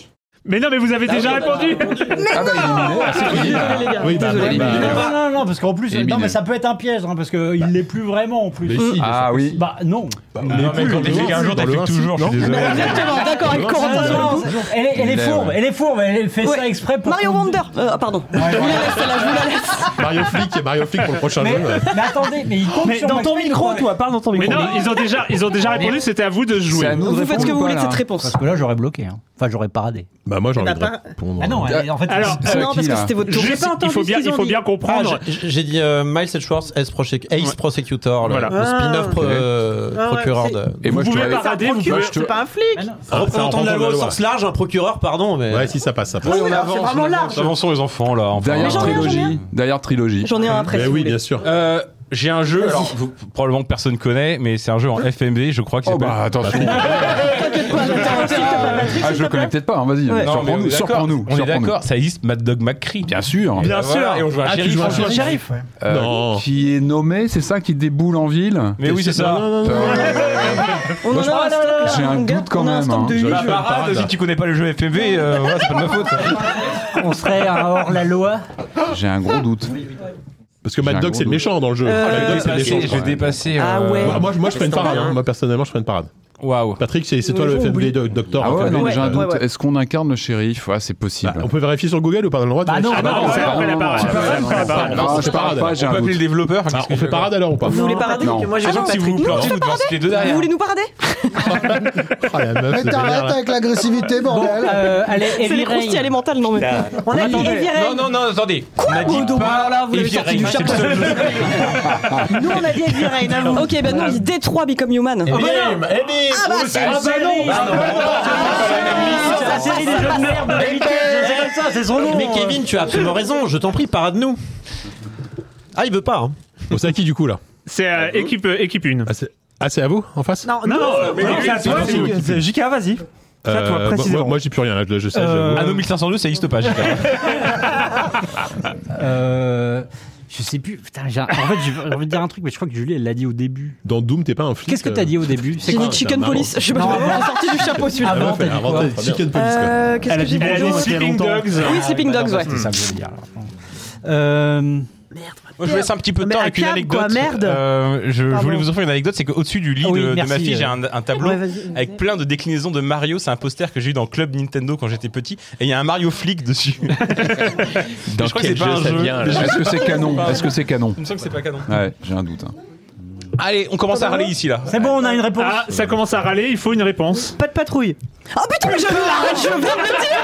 Mais non, mais vous avez déjà répondu. Ah bah éliminé. Ah, c'est fini, là. Oui, bah, Désolé. bah, Éliminé. Non, bah, non, non, parce qu'en plus, Éliminé. non, mais ça peut être un piège, hein, parce qu'il l'est plus vraiment en plus. Mais si, Ah oui. Bah non. Ah Non, mais quand t'es fait qu'un jour, t'as fait toujours, je suis désolé. Exactement, d'accord, avec Corentin Non, Laurent. non, Elle est, elle est Il est, fourbe, ouais. elle est fourbe, elle fait Ouais. ça exprès pour. Mario qu'on- Wonder Euh, Ah pardon. Je vous la laisse, celle-là, je vous la laisse. Mario Flick, Mario Flick pour le prochain Mais, jeu. euh, ouais. mais attendez, mais il compte Mais sur dans Max ton Payne, micro, quoi. toi, parle dans ton Mais non, ils ont déjà, ils ont Ah, déjà répondu. C'était à vous de C'est jouer. à nous de Vous faites répondre ce que ou vous pas, voulez de là, cette hein réponse. Parce que là, j'aurais bloqué. hein. Enfin, j'aurais paradé. Bah moi, j'ai envie de bah, répondre. Ah non, elle- en fait, Alors, C'est à Non, qui, parce que là c'était votre tour. juste, il faut bien, il faut bien comprendre. J'ai dit euh, Miles Edgeworth, Ace, Prosec- Ace Ouais. Prosecutor, le, Voilà. le spin-off pro- Ah, ok. euh, Ah ouais, procureur c'est- de. Et moi, vous je pouvez dois aller- parader, vous pouvez. je te- C'est pas un flic. Ah, Représentant de la loi au loi. sens large, un procureur, pardon, mais. Ouais, si ça passe, ça passe. Oui, on C'est vraiment large. Avançons les enfants là. enfin. Derrière j'en ai un, j'en ai trilogie. Derrière trilogie. J'en ai un après. Mais si vous oui, voulez. bien sûr. Euh, J'ai un jeu, alors vous- probablement personne connaît, mais c'est un jeu en FMD, je crois que c'est. Oh bah attention. T'inquiète pas, Valentin, s'il te plaît, Patrick, Ah, je s'il te le plaît. connais peut-être pas, hein, vas-y. Ouais. Non, mais on est Surprends-nous, d'accord. surprends-nous. On est surprends-nous. d'accord, ça existe Mad Dog McCree. Bien sûr. Bah, Et voilà, Et on joue un Ah, tu shérif. joues un on joue un shérif. shérif. hein. Euh, Non. Qui est nommé, c'est ça qui déboule en ville Mais oui, c'est ça. On en a un stock Euh, là. J'ai un mon gars. doute quand On a un même, stock hein. de Je- huit. Bah, parade, si tu connais pas le jeu FMV, euh, voilà, c'est pas de ma faute. On serait un hors la loi. J'ai un gros doute. Parce que J'ai Mad un Dog, gros c'est le doute. méchant dans le jeu. Mad Dog, c'est le méchant. Je vais dépasser. Euh, euh, Ah ouais. Moi, moi, je- moi, je ferai une parade. hein. Moi, personnellement, je ferai une parade. Waouh. Patrick, c'est c'est toi le FMD do- docteur. Ah ouais, FMD. non, mais j'ai un ouais, doute. ouais. Est-ce qu'on incarne le shérif Ouais, c'est possible. Bah, on peut vérifier sur Google ou pas dans le droit de Bah non, Ah non, vérifier bah non, non, c'est bah après non, la non, parade. non, C'est après la Ah, parade. Euh, non, je parle pas, j'ai Bah, On peut un appeler doute. le développeur. qu'est-ce Ah, que on je fait veux parade alors ou pas Vous voulez parader Non. Moi, j'ai- Sachant que Ah si vous vous plantez, vous devez les deux Vous derrière. voulez nous parader Ah, la meuf, Mais c'est vénère, t'arrêtes là. avec l'agressivité, bordel Euh, allez, C'est les Heavy Rain. croustilles élémentales, non mais. On a dit Attendez. Heavy Rain. Non, non, non, attendez. On a dit Oh, donc, pas voilà, vous l'avez Heavy sorti Rain, du c'est le chapeau. seul jeu. Nous on a dit Heavy Rain. Ah à vous. Ok, bah nous, il Détroit Become Human. Eh bim, eh bim Oh, Ah bah c'est Ah bah non, bah non, bah non, bah, c'est la série des jeux de merde de David Cage, c'est comme ça, c'est son nom. Mais Kevin, tu as absolument raison, je t'en prie, parade-nous. Ah, il veut pas. hein. Bon, c'est à qui du coup là C'est euh, équipe, euh, équipe 1. Ah, c'est- Ah, c'est à vous en face Non, Non, non. non, mais Non, c'est à c'est toi, pas c'est- c'est JK, vas-y. c'est à toi, Euh, précisément. moi- Moi, j'ai plus rien là, je, je sais. Euh, Ah j'avoue. Anno 1502, ça existe pas, j'ai pas. Euh, Je sais plus, putain, j'ai un- en fait, j'ai envie de dire un truc, mais je crois que Julie, elle l'a dit au début. Dans Doom, t'es pas un flic. Qu'est-ce que t'as euh, dit au début C'est J'ai quoi dit Chicken Non, Police. Je sais pas, non, je l'ai sorti du chapeau celui-là. Ah bon La meuf, elle t'as a dit quoi inventé Chicken Police quoi. Euh, Qu'est-ce que j'ai dit Elle a dit bonjour Sleeping Dogs. Oui, Sleeping Dogs, ouais. C'est ça que je voulais dire. alors. Euh, Moi, je vous laisse un petit peu de Mais temps un avec une câble, anecdote. quoi, merde. Euh, je, je Pardon. voulais vous offrir une anecdote, c'est qu'au-dessus du lit Ah oui, de, de merci, ma fille, euh. j'ai un, un tableau Ouais, vas-y. avec plein de déclinaisons de Mario. C'est un poster que j'ai eu dans le club Nintendo quand j'étais petit, et il y a un Mario flic dessus. Mais Dans je crois que quel c'est jeu pas un ça jeu. vient, là Mais je- Est-ce que c'est canon Est-ce que c'est canon Il me semble que c'est pas canon. Ah, Ouais, j'ai un doute. hein. Allez, on commence à râler ici là. C'est bon, on a une réponse. Ah, ça commence à râler, il faut une réponse. Pas de patrouille. Ah putain, mais j'avais l'arrêt, je viens de le dire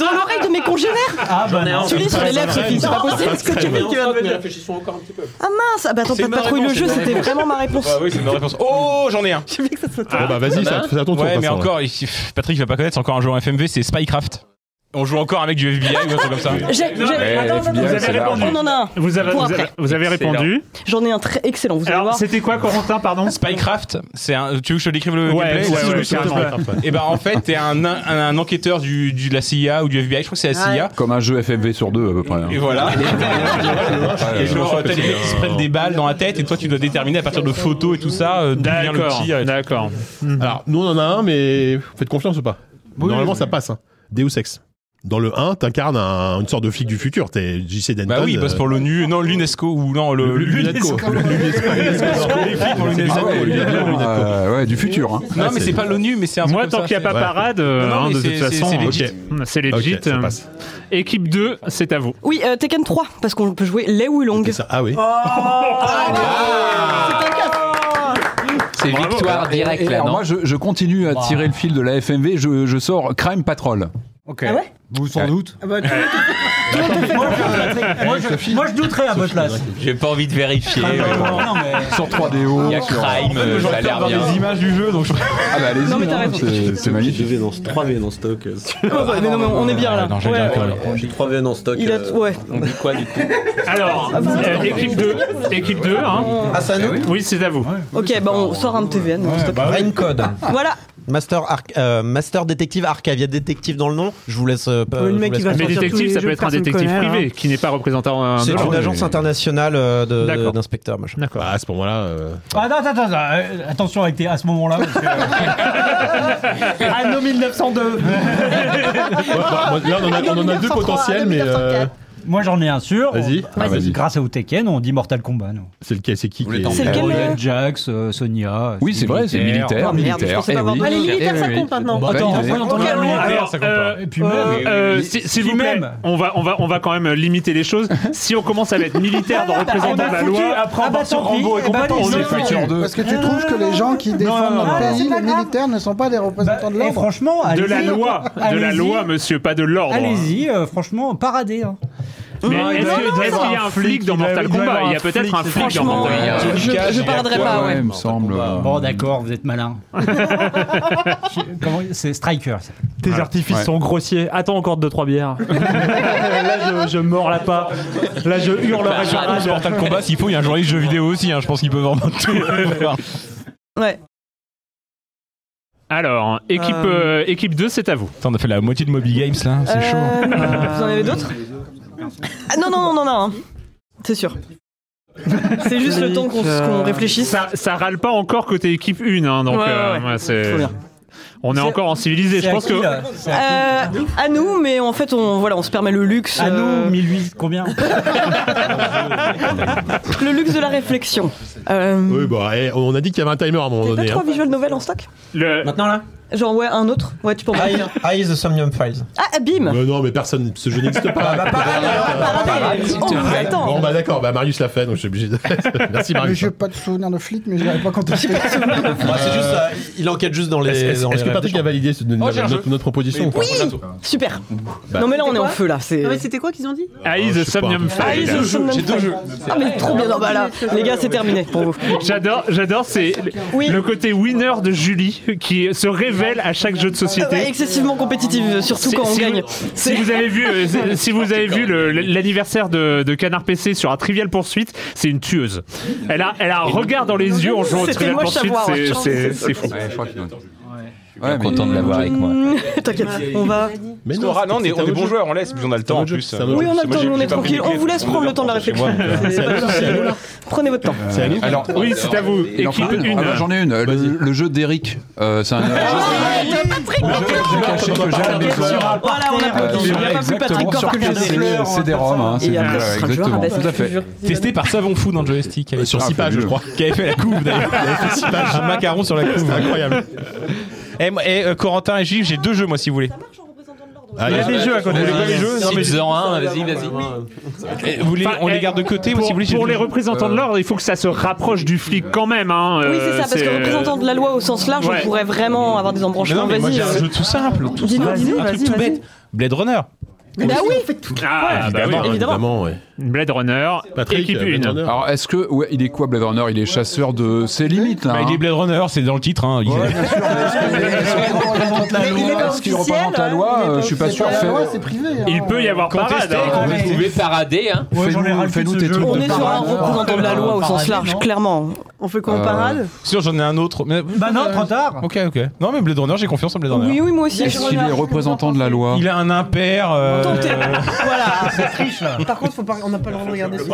Dans l'oreille de mes congénères Ah bah non. Tu lis sur les lèvres, Sophie, c'est pas possible ce que tu fais. réfléchissons encore un petit peu. Ah mince Ah bah attends, C'est pas de ma patrouille le réponse, jeu, c'est ma c'était réponse. vraiment ma réponse. Bah Ouais, oui, c'est une bonne réponse. Oh, j'en ai un. J'ai vu que Ah bah, ça soit toi. Ah, Bon, bah vas-y, c'est à c'est à ton tour. Ouais, de toute mais façon, encore, il- pff, Patrick va pas connaître, c'est encore un jeu en FMV, c'est Spycraft. On joue encore un mec du FBI ou un truc comme ça J'ai- j'ai- Eh, attends, attends, vous avez attends, répondu. On en a un. Vous avez, Pour vous avez, après. vous avez répondu. J'en ai un très excellent. Vous allez voir. C'était quoi, Corentin, pardon Spycraft, c'est un. Tu veux que je te décrive le Ouais, gameplay ouais, Si, ouais, je me carrément. souviens pas. Et ben en fait, t'es un, un, un enquêteur du, du- de la CIA ou du FBI, je crois que c'est la CIA. Comme un jeu FMV sur deux, à peu près. hein. Et voilà. Ouais, et genre, ouais. t'as des mecs qui se prennent des balles dans la tête et toi, tu dois déterminer à partir de photos et tout ça euh, d'où vient le tir. D'accord. Hmm. Alors, nous on en a un, mais vous faites confiance ou pas Oui, Normalement oui. ça passe. Hein. Deus Ex. Dans le 1, t'incarnes un- une sorte de flic du futur. T'es JC Denton. euh, Bah oui, il bosse pour l'ONU, non, l'UNESCO ou non, le. l'UNESCO. Les flics pour l'UNESCO. Euh, Ah, ouais, du futur. hein. Non, mais c'est pas l'ONU, mais c'est un Moi, truc tant comme qu'il n'y a ça, pas c'est- parade, Non, euh, non, hein, mais de toute c'est- c'est- façon, c'est euh, legit. ok. c'est legit. Ok, ça passe. Équipe 2, c'est à vous. Oui, euh, Tekken 3, parce qu'on peut jouer les ou long. Ah oui. Oh. C'est victoire directe, là, non Moi, je, je continue à tirer le fil de la FMV. Je, je sors Crime Patrol. Ok. Ah ouais Vous sans doute. Bah, Moi, je, moi, je douterais à votre place. J'ai pas envie de vérifier. Ah, mais bon. Sur 3DO. Il y a sur- crime, euh, ça a l'air bien. images du jeu, donc je. Ah bah allez-y, Non, mais t'as hein, raison. c'est- c'est magnifique. J'ai 2 VN en stock. 3 VN en stock. ouais, mais non, mais on est bien là. Ouais, ouais. Ah, J'ai 3 VN en stock. Il a- euh, ouais. On dit quoi du coup Ah, Alors, bah, euh, équipe 2, équipe 2, hein. Ah, c'est à nous Oui, c'est à vous. Ok, bah on sort un de TVN. on bah Bah stoppe. Raincode. Voilà. Master, Arc- euh, Master Détective Arca. Il y a détective dans le nom. Je vous laisse. euh, pas- Le je vous mec qui laisse va pas- Mais sortir tous détective, les ça jeux, peut être un personne détective connaît, privé hein. qui n'est pas représentant. un- C'est une agence internationale euh, de- D'accord. d'inspecteurs, machin. D'accord. Ah, à ce moment-là. euh, Ah, attends, attends, attends, euh, attention avec tes- à ce moment-là. parce que- euh, Anno 1902. ouais, bah, moi, là, on en a, on en a deux potentiels, mais. euh, Moi j'en ai un sûr. Vas-y. On- Ah, vas-y. Grâce au Tekken, on dit Mortal Kombat. nous. C'est lequel C'est qui qui est- C'est lequel, euh Jax, euh, Sonia. Oui, c'est vrai, c'est militaire. Ah, merde, je pensais pas avoir eh oui. Allez, Eh militaire, ça oui. compte maintenant. Attends, Validé. voyons, on a un militaire. Alors, euh, Et puis euh, même. euh, si- S'il vous plaît, même. on va, on, va, on va quand même limiter les choses. Si on commence à mettre militaire dans représentant de la loi, après avoir sur Rambo et compagnie, on est c'est foutu. futur Parce que tu trouves que les gens qui défendent non, notre non, pays, c'est pas les militaires, ne sont pas des représentants de Et l'ordre franchement, De la allez-y. loi, de la Allez-y. loi, monsieur, pas de l'ordre. Allez-y, euh, franchement, paradez. hein. Mais Non, est-ce il doit- il que- doit est-ce avoir qu'il y a un flic dans doit- Mortal il doit y Kombat avoir Il y a un peut-être flic, un c'est flic dans franchement, Mortal euh, Kombat. je- je parlerai pas, ouais. il me semble. Oh, Bon, d'accord, vous êtes malin. Comment C'est Striker. ça. Tes artifices Ouais. sont grossiers. Attends encore 2-3 bières. Là, je, je mords la pas. Là, je hurle Bah, à je raconte rage. Mortal Kombat, s'il faut, il y a un journaliste jeu vidéo aussi, hein, je pense qu'ils peuvent en tout. Ouais. Alors, équipe, euh, équipe 2, c'est à vous. Attends, on a fait la moitié de Moby Games là, c'est chaud. hein. Euh, Vous en avez d'autres Ah, Non, non, non, non, non. C'est sûr. C'est juste le temps qu'on qu'on réfléchisse. Ça, ça râle pas encore côté équipe 1, hein, donc Ouais, ouais, euh, ouais. ouais, c'est- Faut bien. On est, C'est- encore en civilisé, je C'est à pense qui, que. là C'est à Euh, à nous, mais en fait, on, voilà, on se permet le luxe. qui À euh, nous, 1008, combien le luxe de la réflexion. Euh, Oui, bah, eh, on a dit qu'il y avait un timer à un moment T'avais pas donné. trois hein. visual novels en stock Le... Maintenant là Genre, ouais, un autre Ouais, tu peux en Ah, prendre un. Eyes the Somnium Files. Ah, bah, Ah, bim Mais non, mais personne, ce jeu n'existe pas. On vous attend Bon, bah d'accord, bah Marius l'a fait, donc je suis obligé de. Merci Mais Marius. j'ai pas de souvenir de flic, mais je l'avais pas contesté. Bah, c'est juste, euh, il enquête juste dans les. Est-ce est-ce dans les que rêves Patrick des a gens. validé ce- Oh, j'ai un notre, jeu. Ah, notre proposition ou pas Oui Super Bah. Bah. Non, mais là, on est en feu, là. C'est... Non, mais Ah c'était quoi qu'ils ont dit Eyes the Somnium Ah, ils Files. se sont même J'ai pas- deux jeux. Ah, mais trop bien, non, bah là, les gars, c'est terminé pour vous. J'adore, j'adore, c'est le- Oui. le côté winner de Julie qui se révèle à chaque jeu de Ouais, société. excessivement compétitive, surtout Si- quand on si gagne. vous- C'est- Si vous avez vu, euh, si- si vous avez vu le- l'anniversaire de, de Canard PC sur un Trivial Poursuite, c'est une tueuse. Elle a, elle a un regard dans les yeux en jouant au C'était Trivial moche à Poursuite, voir, c'est- ouais. c'est c'est fou. Ouais, je crois qu'il doit- Ouais, content de l'avoir avec moi. T'inquiète, on va. Mais Non, non, on est, on est bons joueurs, on laisse, puis on a le temps en jeu, plus. c'est un autre Oui, on a Parce le que moi, temps, j'ai- nous, on j'ai est pas pris tranquille. les clés, On vous laisse donc prendre le temps de la chez moi, réflexion. donc, euh, C'est pas de souci. Prenez votre temps. C'est à nous Alors, Oui, c'est à vous. il en Équipe parle. Euh, Ah bah, une. J'en ai une. Le, le jeu d'Eric. Euh, c'est un jeu caché que j'ai à la maison. Voilà, on applaudit. Il n'y a pas plus Patrick Exactement, Corps sur que le PC, jeu. C'est des ROM. Hein, c'est Et du- après, ce voilà, sera le joueur à exactement. baisse, Tout à je te fait. jure. Testé par Savon Fou dans le joystick. avec- Sur Ah, 6 pages, je fabuleux. crois. Qui avait fait la couve d'ailleurs. Il avait fait six pages. Macaron sur la couve. C'est incroyable. Et, Corentin et Gilles, j'ai deux jeux moi si vous voulez. Ah, Il y a des il- jeux à côté. Vous voulez pas les jeux Non, mais Six en un, vas-y, vas-y. Eh, vous voulez- Enfin, on eh, les garde de côté ou Pour, si vous Euh. voulez j'ai pour deux les jeux. représentants de l'ordre, il faut que ça se rapproche du flic quand même. Hein. Oui, euh, c'est ça, parce que représentant de la loi au sens large, Ouais. on pourrait vraiment avoir des Mais non, embranchements. mais moi Vas-y. j'ai un euh, jeu tout simple, tout Dis-nous, simple, dis-nous, un truc vas-y, tout vas-y. bête. Blade Runner. Bah oui euh, euh, Ah, bah oui, Blade Runner, équipe 1. Alors, est-ce que. Ouais, il est quoi Blade Runner Il est chasseur de. C'est limite là. hein? Bah, il est Blade Runner, c'est dans le titre. Hein. Il- représente la loi, ce qui représente la loi, euh, je suis pas sûr. fait- c'est privé. Il peut y avoir parade. Contesté, hein. vous pouvez parader. Hein. Fais-nous fais-nous tes trucs On de est sur un parade. représentant de la loi au sens large, clairement. On fait quoi en Euh, parade Sûr, j'en ai un autre. Mais... Bah non, trop tard. Ok, ok. Non, mais Blade Runner, j'ai confiance en Blade Runner. Oui, oui, moi aussi. Est-ce qu'il est représentant de la loi Il a un impair. euh, Par contre, faut pas, on n'a pas le droit de regarder ce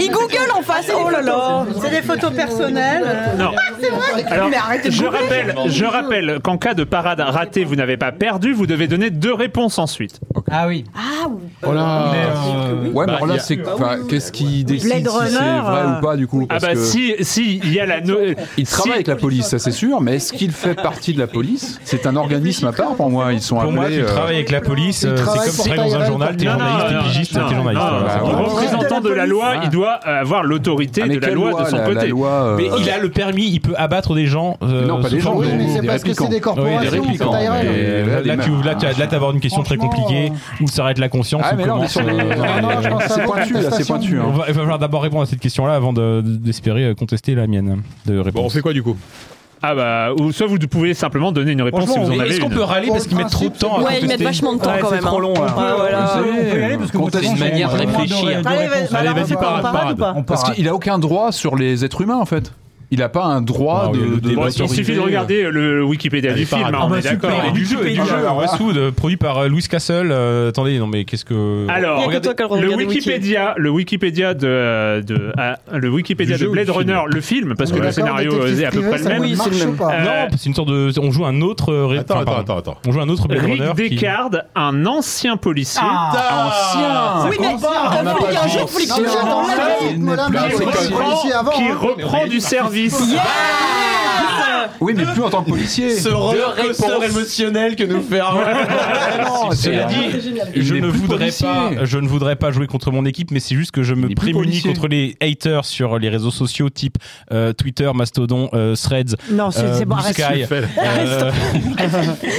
Il Google en Ah, face, oh là là C'est des photos personnelles. Euh, Non. c'est vrai Ah Alors, je rappelle, je rappelle qu'en cas de parade ratée, vous n'avez pas perdu, vous devez donner deux réponses ensuite. Ah oui. Ah Oh là. euh, Ouais, Bah, mais alors là, c'est. Bah enfin, Qu'est-ce qui décide si c'est Runner, vrai ou pas du euh, coup Ah parce bah que- si, si, il y a la. no- euh, Il travaille avec la police, ça c'est sûr, mais est-ce qu'il fait partie de la police C'est un organisme à part pour moi. Ils sont Pour appelés. euh, moi, tu travailles avec la police, euh, c'est comme si tu travailles dans un journal, t'es journaliste, t'es pigiste, t'es journaliste. non, Ah, Bah, non, ouais. représentant de la Ah, loi, il doit euh, avoir l'autorité de la quelle loi, loi, de son la- la côté. loi, euh, Mais il a le permis, il peut abattre des gens. euh, Non, pas sous des gens, forme mais de- c'est parce que réplicants. c'est des corporations, Oui, des c'est réplicants. pas IRL. mais euh, Là, Là, des tu mecs, là, tu as- là, t'as avoir une question très compliquée où s'arrête la conscience Ah, ou mais non, comment. mais sur le- Non, non, je pense à C'est la pointu, là, c'est contestation. pointu, hein. On va- Il va falloir d'abord répondre à cette question-là avant de- d'espérer euh, contester la mienne de réponse. Bon, on fait quoi du coup Ah bah, ou soit vous pouvez simplement donner une réponse si vous en avez Est-ce qu'on une. peut râler parce qu'ils mettent trop de temps à Ouais, ils mettent vachement de temps quand même. hein. Ouais, voilà. hein. hein. Allez, vas-y, Allez, alors, on vas-y, fait quoi, parade, on parade parade. ou pas On Parce parade. qu'il a aucun droit sur les êtres humains en fait. Il a pas un droit de. de- Bon, d'autorité. il suffit de regarder le Wikipédia du film, hein, on est d'accord. Et du jeu, et du jeu. Westwood, euh, produit par euh, Louis Castle. euh, attendez, non mais qu'est-ce que. Alors, Regardez- le Wikipédia, le Wikipédia de, de ah, le Wikipédia Du jeu de ou Blade du film Runner, le film, parce On que est le d'accord, scénario détective euh, est à peu privé, près le ça même. marche ou pas Euh, Non, c'est une sorte de. On joue un autre. euh, ré- enfin, pardon. On joue un autre Blade Runner. Rick qui- Descartes, un ancien policier. Ah, ancien Oui, mais on a pas dit ancien. Non, mais attends, qui Ah, il n'est plus ancien policier reprend- avant, qui hein. reprend du service. Ah, Oui, mais plus en tant que policier. Ce roller émotionnel que nous fait Arnaud. Non, cela C'est dit, génial. je Il n'est ne plus voudrais policier. pas, je ne voudrais pas jouer contre mon équipe, mais c'est juste que je me plus prémunis policier. contre les haters sur les réseaux sociaux type euh, Twitter, Mastodon, euh, Threads, Non, c'est euh, c'est bon, Blue arrête. Sky. Euh,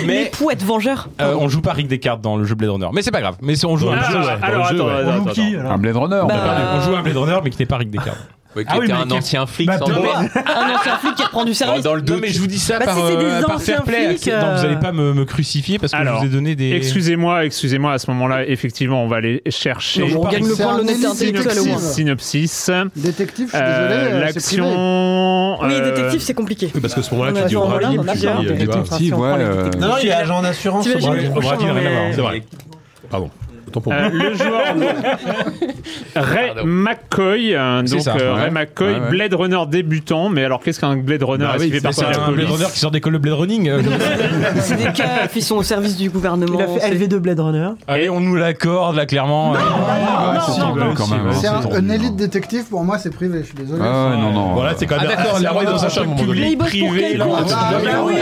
Mais pouette vengeur. euh, on joue pas Rick Descartes dans le jeu Blade Runner, mais c'est pas grave. Mais c'est- on joue Ah, un jeu. ouais. alors, Dans le jeu, attends, ouais. attends, attends, attends. Un Blade Runner. On joue- On joue un Blade Runner, mais qui n'est pas Rick Descartes. Ouais, qui Ah oui, était mais un qui- ancien flic. Bah, sans demain- doute. Un ancien flic qui reprend du service. Dans le Non, mais je vous dis ça Bah, par, si c'est euh, des par anciens fair play. flics, Non, vous euh, allez pas me, me crucifier parce que Alors, je vous ai donné des. Excusez-moi, excusez-moi, à ce moment-là, effectivement, on va aller chercher. Non, on gagne le C'est point de un l'honnêteté intellectuelle, au moins. Synopsis. Détective, je suis Euh, désolé. euh, c'est privé. L'action. Oui, euh, détective, c'est compliqué. Parce que ce moment-là, On a tu dis ce au moment-là, rallye, on a puis plusieurs. tu dis, ah, Détective, tu vois. ouais, euh, Non, non, il est agent en assurance. T'imagines au Brésil. au Brésil, Brésil, rien à voir. mais- C'est vrai. Pardon. Autant pour moi. euh, le joueur Ray McCoy, euh, C'est donc ça, euh, ouais. Ray McCoy, Ouais, ouais. Blade Runner débutant. Mais alors, qu'est-ce qu'un Blade Runner Ah Est-ce oui, qu'il fait c'est partie de la un Blade police Runner qui sort d'école de Blade Running. euh, C'est des keufs, ils sont au service du gouvernement. Il a fait LV2 Blade Runner. Allez, on nous l'accorde là, clairement. Euh, ouais, non, c'est non, tendu, non, hein. quand même. C'est un, tendu. un élite détective, pour moi, c'est privé. Je suis désolé. Ah ouais, non, non. Voilà, c'est quand même. Ah, d'accord, c'est la vraiment loi dans un truc public. Mais il bosse pour quel là, compte ah, bah oui,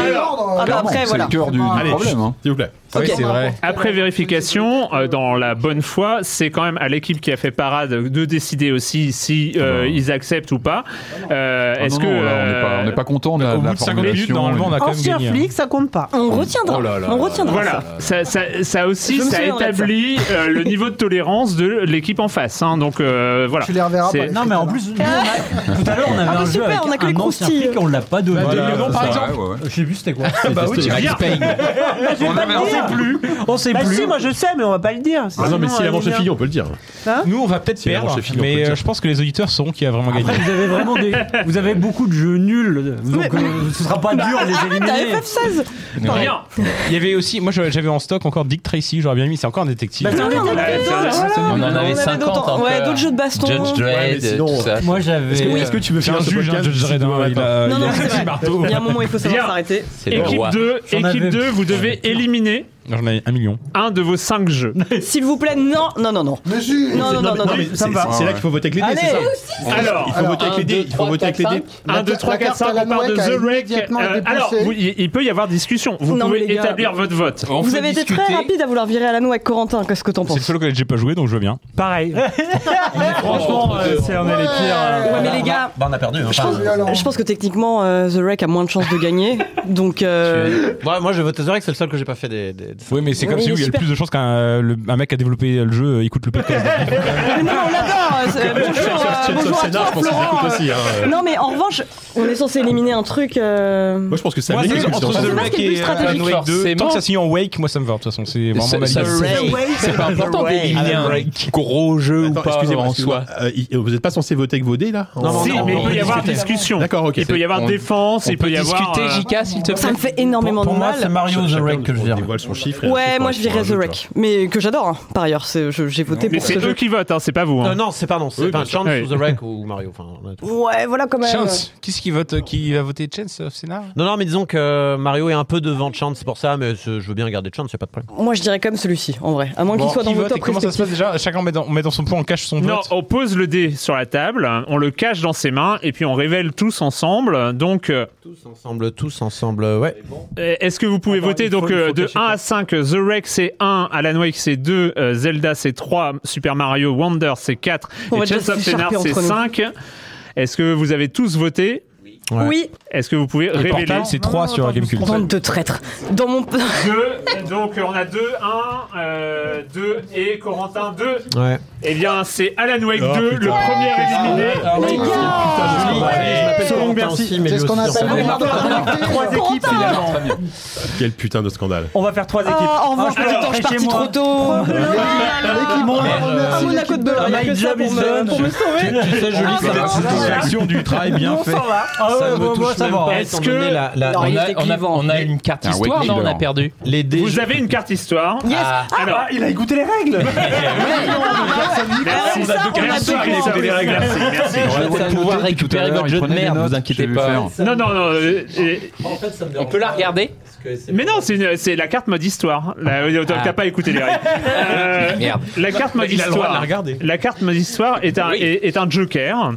Ah bah après, C'est voilà. le cœur du, du Allez, problème. hein. S'il vous plaît. Oui, c'est vrai. Après vérification, euh, dans la bonne foi, c'est quand même à l'équipe qui a fait parade de décider aussi si euh, ils acceptent ou pas. Euh, Ah Est-ce non, que euh, non, là, on n'est pas- on n'est pas content de la, Au de la bout de 50 minutes, formulation. normalement, on a quand même Ancien gagné. flic, ça compte pas. On retiendra. Oh là là on là retiendra. hein. Voilà, ça, ça- ça aussi, Je me ça souviens de ça. établit euh, le niveau de tolérance de l'équipe en face. hein. donc euh, voilà. Tu les reverras C'est- pas. les Non, mais en plus, nous, on a- tout à l'heure, on avait Ah, mais un jeu super, avec on a que les un ancien croustilles. flic et on l'a pas donné. Voilà, Le nom, par ça, exemple. ouais, ouais. Je sais plus c'était quoi. Bah oui, tu Regarde. On sait plus. On sait Bah plus. si, moi je sais, mais on va pas le dire. Ah non, mais s'il avance les filles, on peut le dire. Nous, on va peut-être Si, avant, perdre, chez Phil, on peut le mais euh, dire. je pense que les auditeurs sauront qui a vraiment gagné. Après, vous avez vraiment des. Vous avez beaucoup de jeux nuls. Donc euh, ce sera pas dur de Ah, les éliminer. T'as FF16 Non. Rien. Il y avait aussi, moi je- j'avais en stock encore Dick Tracy, j'aurais bien mis, c'est encore un détective. Bah, c'est un Oui, on en avait d'autres. On en On avait avait 50 d'autres. encore. Ouais, d'autres jeux de baston. Judge Ouais, mais Dredd, sinon, euh, tout ça. Moi Est-ce que, j'avais. est-ce que tu veux C'est faire un ce juge, hein, podcast Judge d'ici Dredd, hein, demain il matin a, euh, il Non, a non, un c'est petit vrai. marteau. Il y a un moment, il faut savoir Bien. s'arrêter. C'est le Équipe roi. 2, J'en équipe avais- 2, vous devez éliminer Non, J'en avais un million. un de vos cinq jeux. S'il vous plaît, non, non, non, non. Mais si. Non, non, non, non, non. mais c'est- C'est là qu'il faut voter avec les dés, c'est ça Allez, Alors, Il faut voter avec les dés. Il faut voter avec les dés. 1, 2, 3, 4, 5, on part de The Wreck. Euh, alors, vous- il il peut y avoir discussion. Vous Non, pouvez mais les gars, établir votre vote. On vous peut avez été discuter. très rapide à vouloir virer Alano avec Corentin. Qu'est-ce que t'en C'est le penses seul auquel j'ai pas joué, donc je veux bien. Pareil. Franchement, euh, c'est on est les pires. euh. Ouais, mais les gars, Bah, on a perdu. hein, je enfin, pense, je pense que techniquement, euh, The Wreck a moins de chances de gagner. Donc, euh, euh, Ouais, moi, je vote The Rex, c'est le seul que j'ai pas fait des. des- Oui, mais c'est comme Oui, si il est où il y a le super. plus de chances qu'un euh, le- un mec qui a développé le jeu euh, écoute le podcast. Mais non, on l'adore. c'est- Comme Bonjour, Christophe euh, Christophe bonjour à Sénard, toi, je pense qu'il Florent. écoute aussi, euh. hein. Non, mais en revanche, on est censé éliminer un truc. euh, Moi, je pense que Moi, c'est entre The Wake et euh, Alan Wake 2. Tant que ça signe en Wake, moi ça me va. De toute façon, c'est vraiment C'est- ma ça- limite. c'est- hein, C'est pas important d'éliminer un gros jeu ou pas, en soi. Euh, vous n'êtes pas censé voter avec vos dés là Non, non, Si, non, mais on il peut peut y avoir discuter. discussion. D'accord, ok. Il peut y avoir défense, il peut y avoir, euh, s'il te plaît. Ça me fait énormément de mal. The Wreck que je viens. dévoile son chiffre. et Ouais, ensuite, moi on je dirais rajoute, The Wreck, mais que j'adore. hein. Par ailleurs, c'est- je- j'ai voté Mais pour ce c'est eux jeu. qui votent, hein, c'est pas vous. hein. Non, Euh, non, c'est pardon, c'est Oui, pas bien sûr. Chance Oui. ou The Wreck ou Mario. Enfin, on a tout. Ouais, voilà quand même. Chance. euh, Qu'est-ce qui vote euh, Qui va voter Chance euh, au Sénat Non, non, mais disons que euh, Mario est un peu devant Chance pour ça, mais ce- je veux bien garder Chance, c'est pas de problème. Moi, je dirais quand même celui-ci, en vrai. À moins qu'il soit dans qui vos vote top et comment ça se passe respectifs. déjà Chacun met dans, met dans son pot, on cache son Non, vote. on pose le dé sur la table, hein, on le cache dans ses mains et puis on révèle tous ensemble. Donc, euh, Ensemble, tous ensemble, euh, ouais. est-ce que vous pouvez voter donc euh, de 1 à 5 The Wreck c'est 1, Alan Wake c'est 2, euh, Zelda c'est 3, Super Mario Wonder c'est 4 On va et déjà Chess of s'écharper Scénar c'est entre nous. 5. Est-ce que vous avez tous voté Ouais. Oui. Est-ce que vous pouvez Et révéler Portal, c'est 3 sur GameCube. Bande de traîtres. Dans mon. Deux, donc euh, on a 2, 1, 2 et Corentin 2. Ouais. Eh bien, c'est Alan Wake Ah, Oh, 2, le premier éliminé. Ah, Les gars Selon Bercy. C'est ce qu'on appelle les Trois équipes finalement. Quel putain de scandale. On va faire trois équipes. en revanche, Ah, je attends, je suis rentrerai chez parti moi. trop tôt. Ah, À Monaco de Beurre, il y a que ça pour me- pour me sauver. Tu sais, Julie, c'est la satisfaction du travail bien fait. Ah Ah Ça me touche même pas, étant donné la- la- On a- on a- on a une carte Un histoire, Wake non On a Leader. perdu. Les dés- Vous avez une carte histoire. Yes. Ah. Alors, il a écouté les règles. Merci, On a deux merci, cartes. Christophe. On a deux Merci, cartes. merci. Je vais peut-être pouvoir récupérer votre jeu de merde, vous inquiétez pas. Non, non, non. euh, euh, On peut la regarder mais non, c'est une- c'est la carte mode histoire. La- euh, T'as Ah. pas écouté les règles. Euh, Merde. La carte mode Il a le droit de la histoire. regarder. La carte mode histoire est un, est, est un joker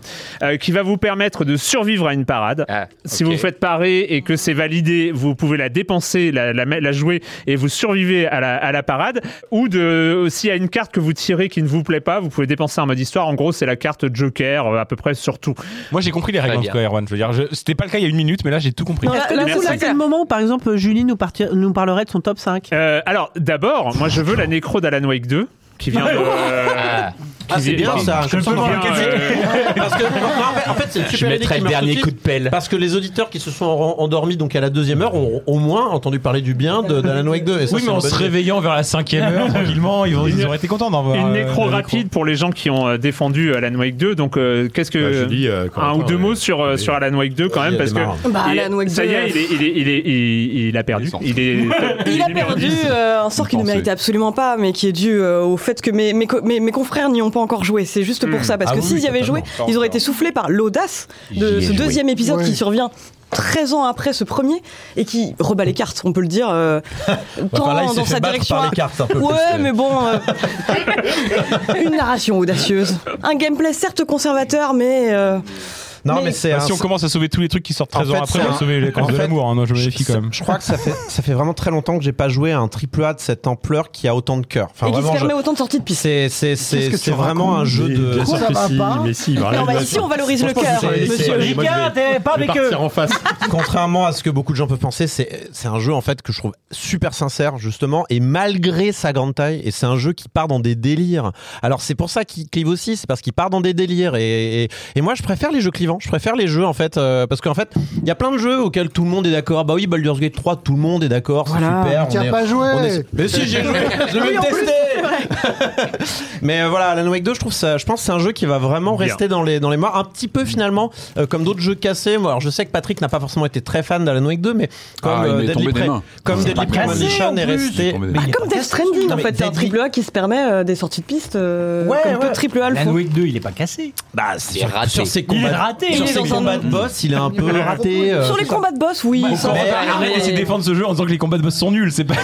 euh, qui va vous permettre de survivre à une parade. Ah, Si vous vous faites parer et que c'est validé, vous pouvez la dépenser, la, la, la jouer et vous survivez à la, à la parade. Ou de, s'il y a une carte que vous tirez qui ne vous plaît pas, vous pouvez dépenser un mode histoire. En gros, c'est la carte joker euh, à peu près sur tout. Moi j'ai compris les règles en Très tout bien. cas, Erwan. Je veux dire, je- c'était pas le cas il y a une minute, mais là j'ai tout compris. Non, Est-ce que du coup, là, c'est le moment où, par exemple, Julie nous, partir- nous parlerait de son top 5 Euh, alors, d'abord, moi je veux la nécro d'Alan Wake 2 qui vient de. Ah. qui Ah, c'est vient- bien ça. qui comme ça, on vient, en parle. euh, Parce que, non, en fait- en fait, c'est une Je super idée mettrai qui le meurt dernier tout de coup suite, Parce que les auditeurs qui se sont en- endormis donc à la deuxième heure ont au moins entendu parler du bien de- d'Alan Wake 2. Et ça, oui, c'est mais une en se bonne idée. réveillant vers la cinquième heure, tranquillement, ils, vont- ils auraient été contents d'en voir. Une euh, nécro la rapide pour les gens qui ont euh, défendu Alan Wake 2. Donc, euh, qu'est-ce que. Bah, je dis, euh, un Corentin, ou deux euh, mots sur, euh, sur Alan Wake 2 quand même, il parce démarre. que. Bah, il est- Alan Wake Ça 2, y est, il, est, il, est, il, est- il- il a perdu. Il, est. Il a perdu euh, un sort qu'il ne méritait absolument pas, mais qui est dû euh, au fait que mes, mes, co- mes, mes confrères n'y ont pas encore joué. C'est juste pour Hmm. ça, parce Ah que oui, s'ils y avaient joué, totalement. ils auraient été soufflés par l'audace J'y de ai ce joué. deuxième épisode qui survient 13 ans après ce premier et qui rebat les cartes, on peut le dire, euh, tant enfin, là, il s'est dans fait sa battre par direction. les cartes, un peu ouais, plus, euh. mais bon, euh, une narration audacieuse, un gameplay certes conservateur, mais euh, Non, mais, c'est. Bah, si on commence à sauver tous les trucs qui sortent 13 En ans fait, après, c'est on va un- sauver les en causes de fait, l'amour. hein. Non, je vérifie quand même. Je crois que ça fait, ça fait vraiment très longtemps que j'ai pas joué à un triple A de cette ampleur qui a autant de cœur. Enfin, et qui se vraiment, je- permet autant de sorties de piste. C'est, c'est, Qu'est-ce c'est, que c'est tu vraiment racontes un jeu de. Bien sûr que si, mais si. Mais on va- ici, on valorise le cœur, monsieur. Ricard, t'es pas avec eux. en face. Contrairement à ce que beaucoup de gens peuvent penser, c'est c'est un jeu en fait que je trouve super sincère justement et malgré sa grande taille et c'est un jeu qui part dans des délires. Alors c'est pour ça qu'il clive aussi, c'est parce qu'il part dans des délires et, et- et moi je préfère les jeux clivants, je préfère les jeux en fait euh, parce qu'en fait il y a plein de jeux auxquels tout le monde est d'accord. Bah oui, Baldur's Gate 3, tout le monde est d'accord, c'est Voilà. super. Tu on as est- pas joué. on est- Mais si j'ai joué, je Ah, l'ai Oui, même en plus, testé. c'est vrai. Mais euh, voilà, Alan Wake 2, je trouve ça, je pense que c'est un jeu qui va vraiment Bien. rester dans les dans les mémoires un petit peu finalement euh, comme d'autres jeux cassés. Moi, alors je sais que Patrick n'a pas forcément été très fan d'Alan Wake 2, mais comme Ah, il euh, m'est Deadly tombé des Pre- mains. Ah, comme C'est pas Deadly cassé, Premonition en est plus. resté. tombé des Mais mains. Ah, il est Bah, Comme pas Death cassé. Stranding, Non, en mais fait, c'est un Deadly- triple A qui se permet euh, des sorties de piste. euh, Ouais, comme peu ouais. de triple A le font. 2, il est pas cassé. Bah, c'est raté. Sur ses Il est combats, raté. sur Il est ses dans un- combats de boss, il est un peu raté. euh, Sur les tout ça. combats de boss, oui. Ou ça quand on va. va arrêter de défendre ce jeu en disant que les combats de boss sont nuls, c'est pas. Ouais,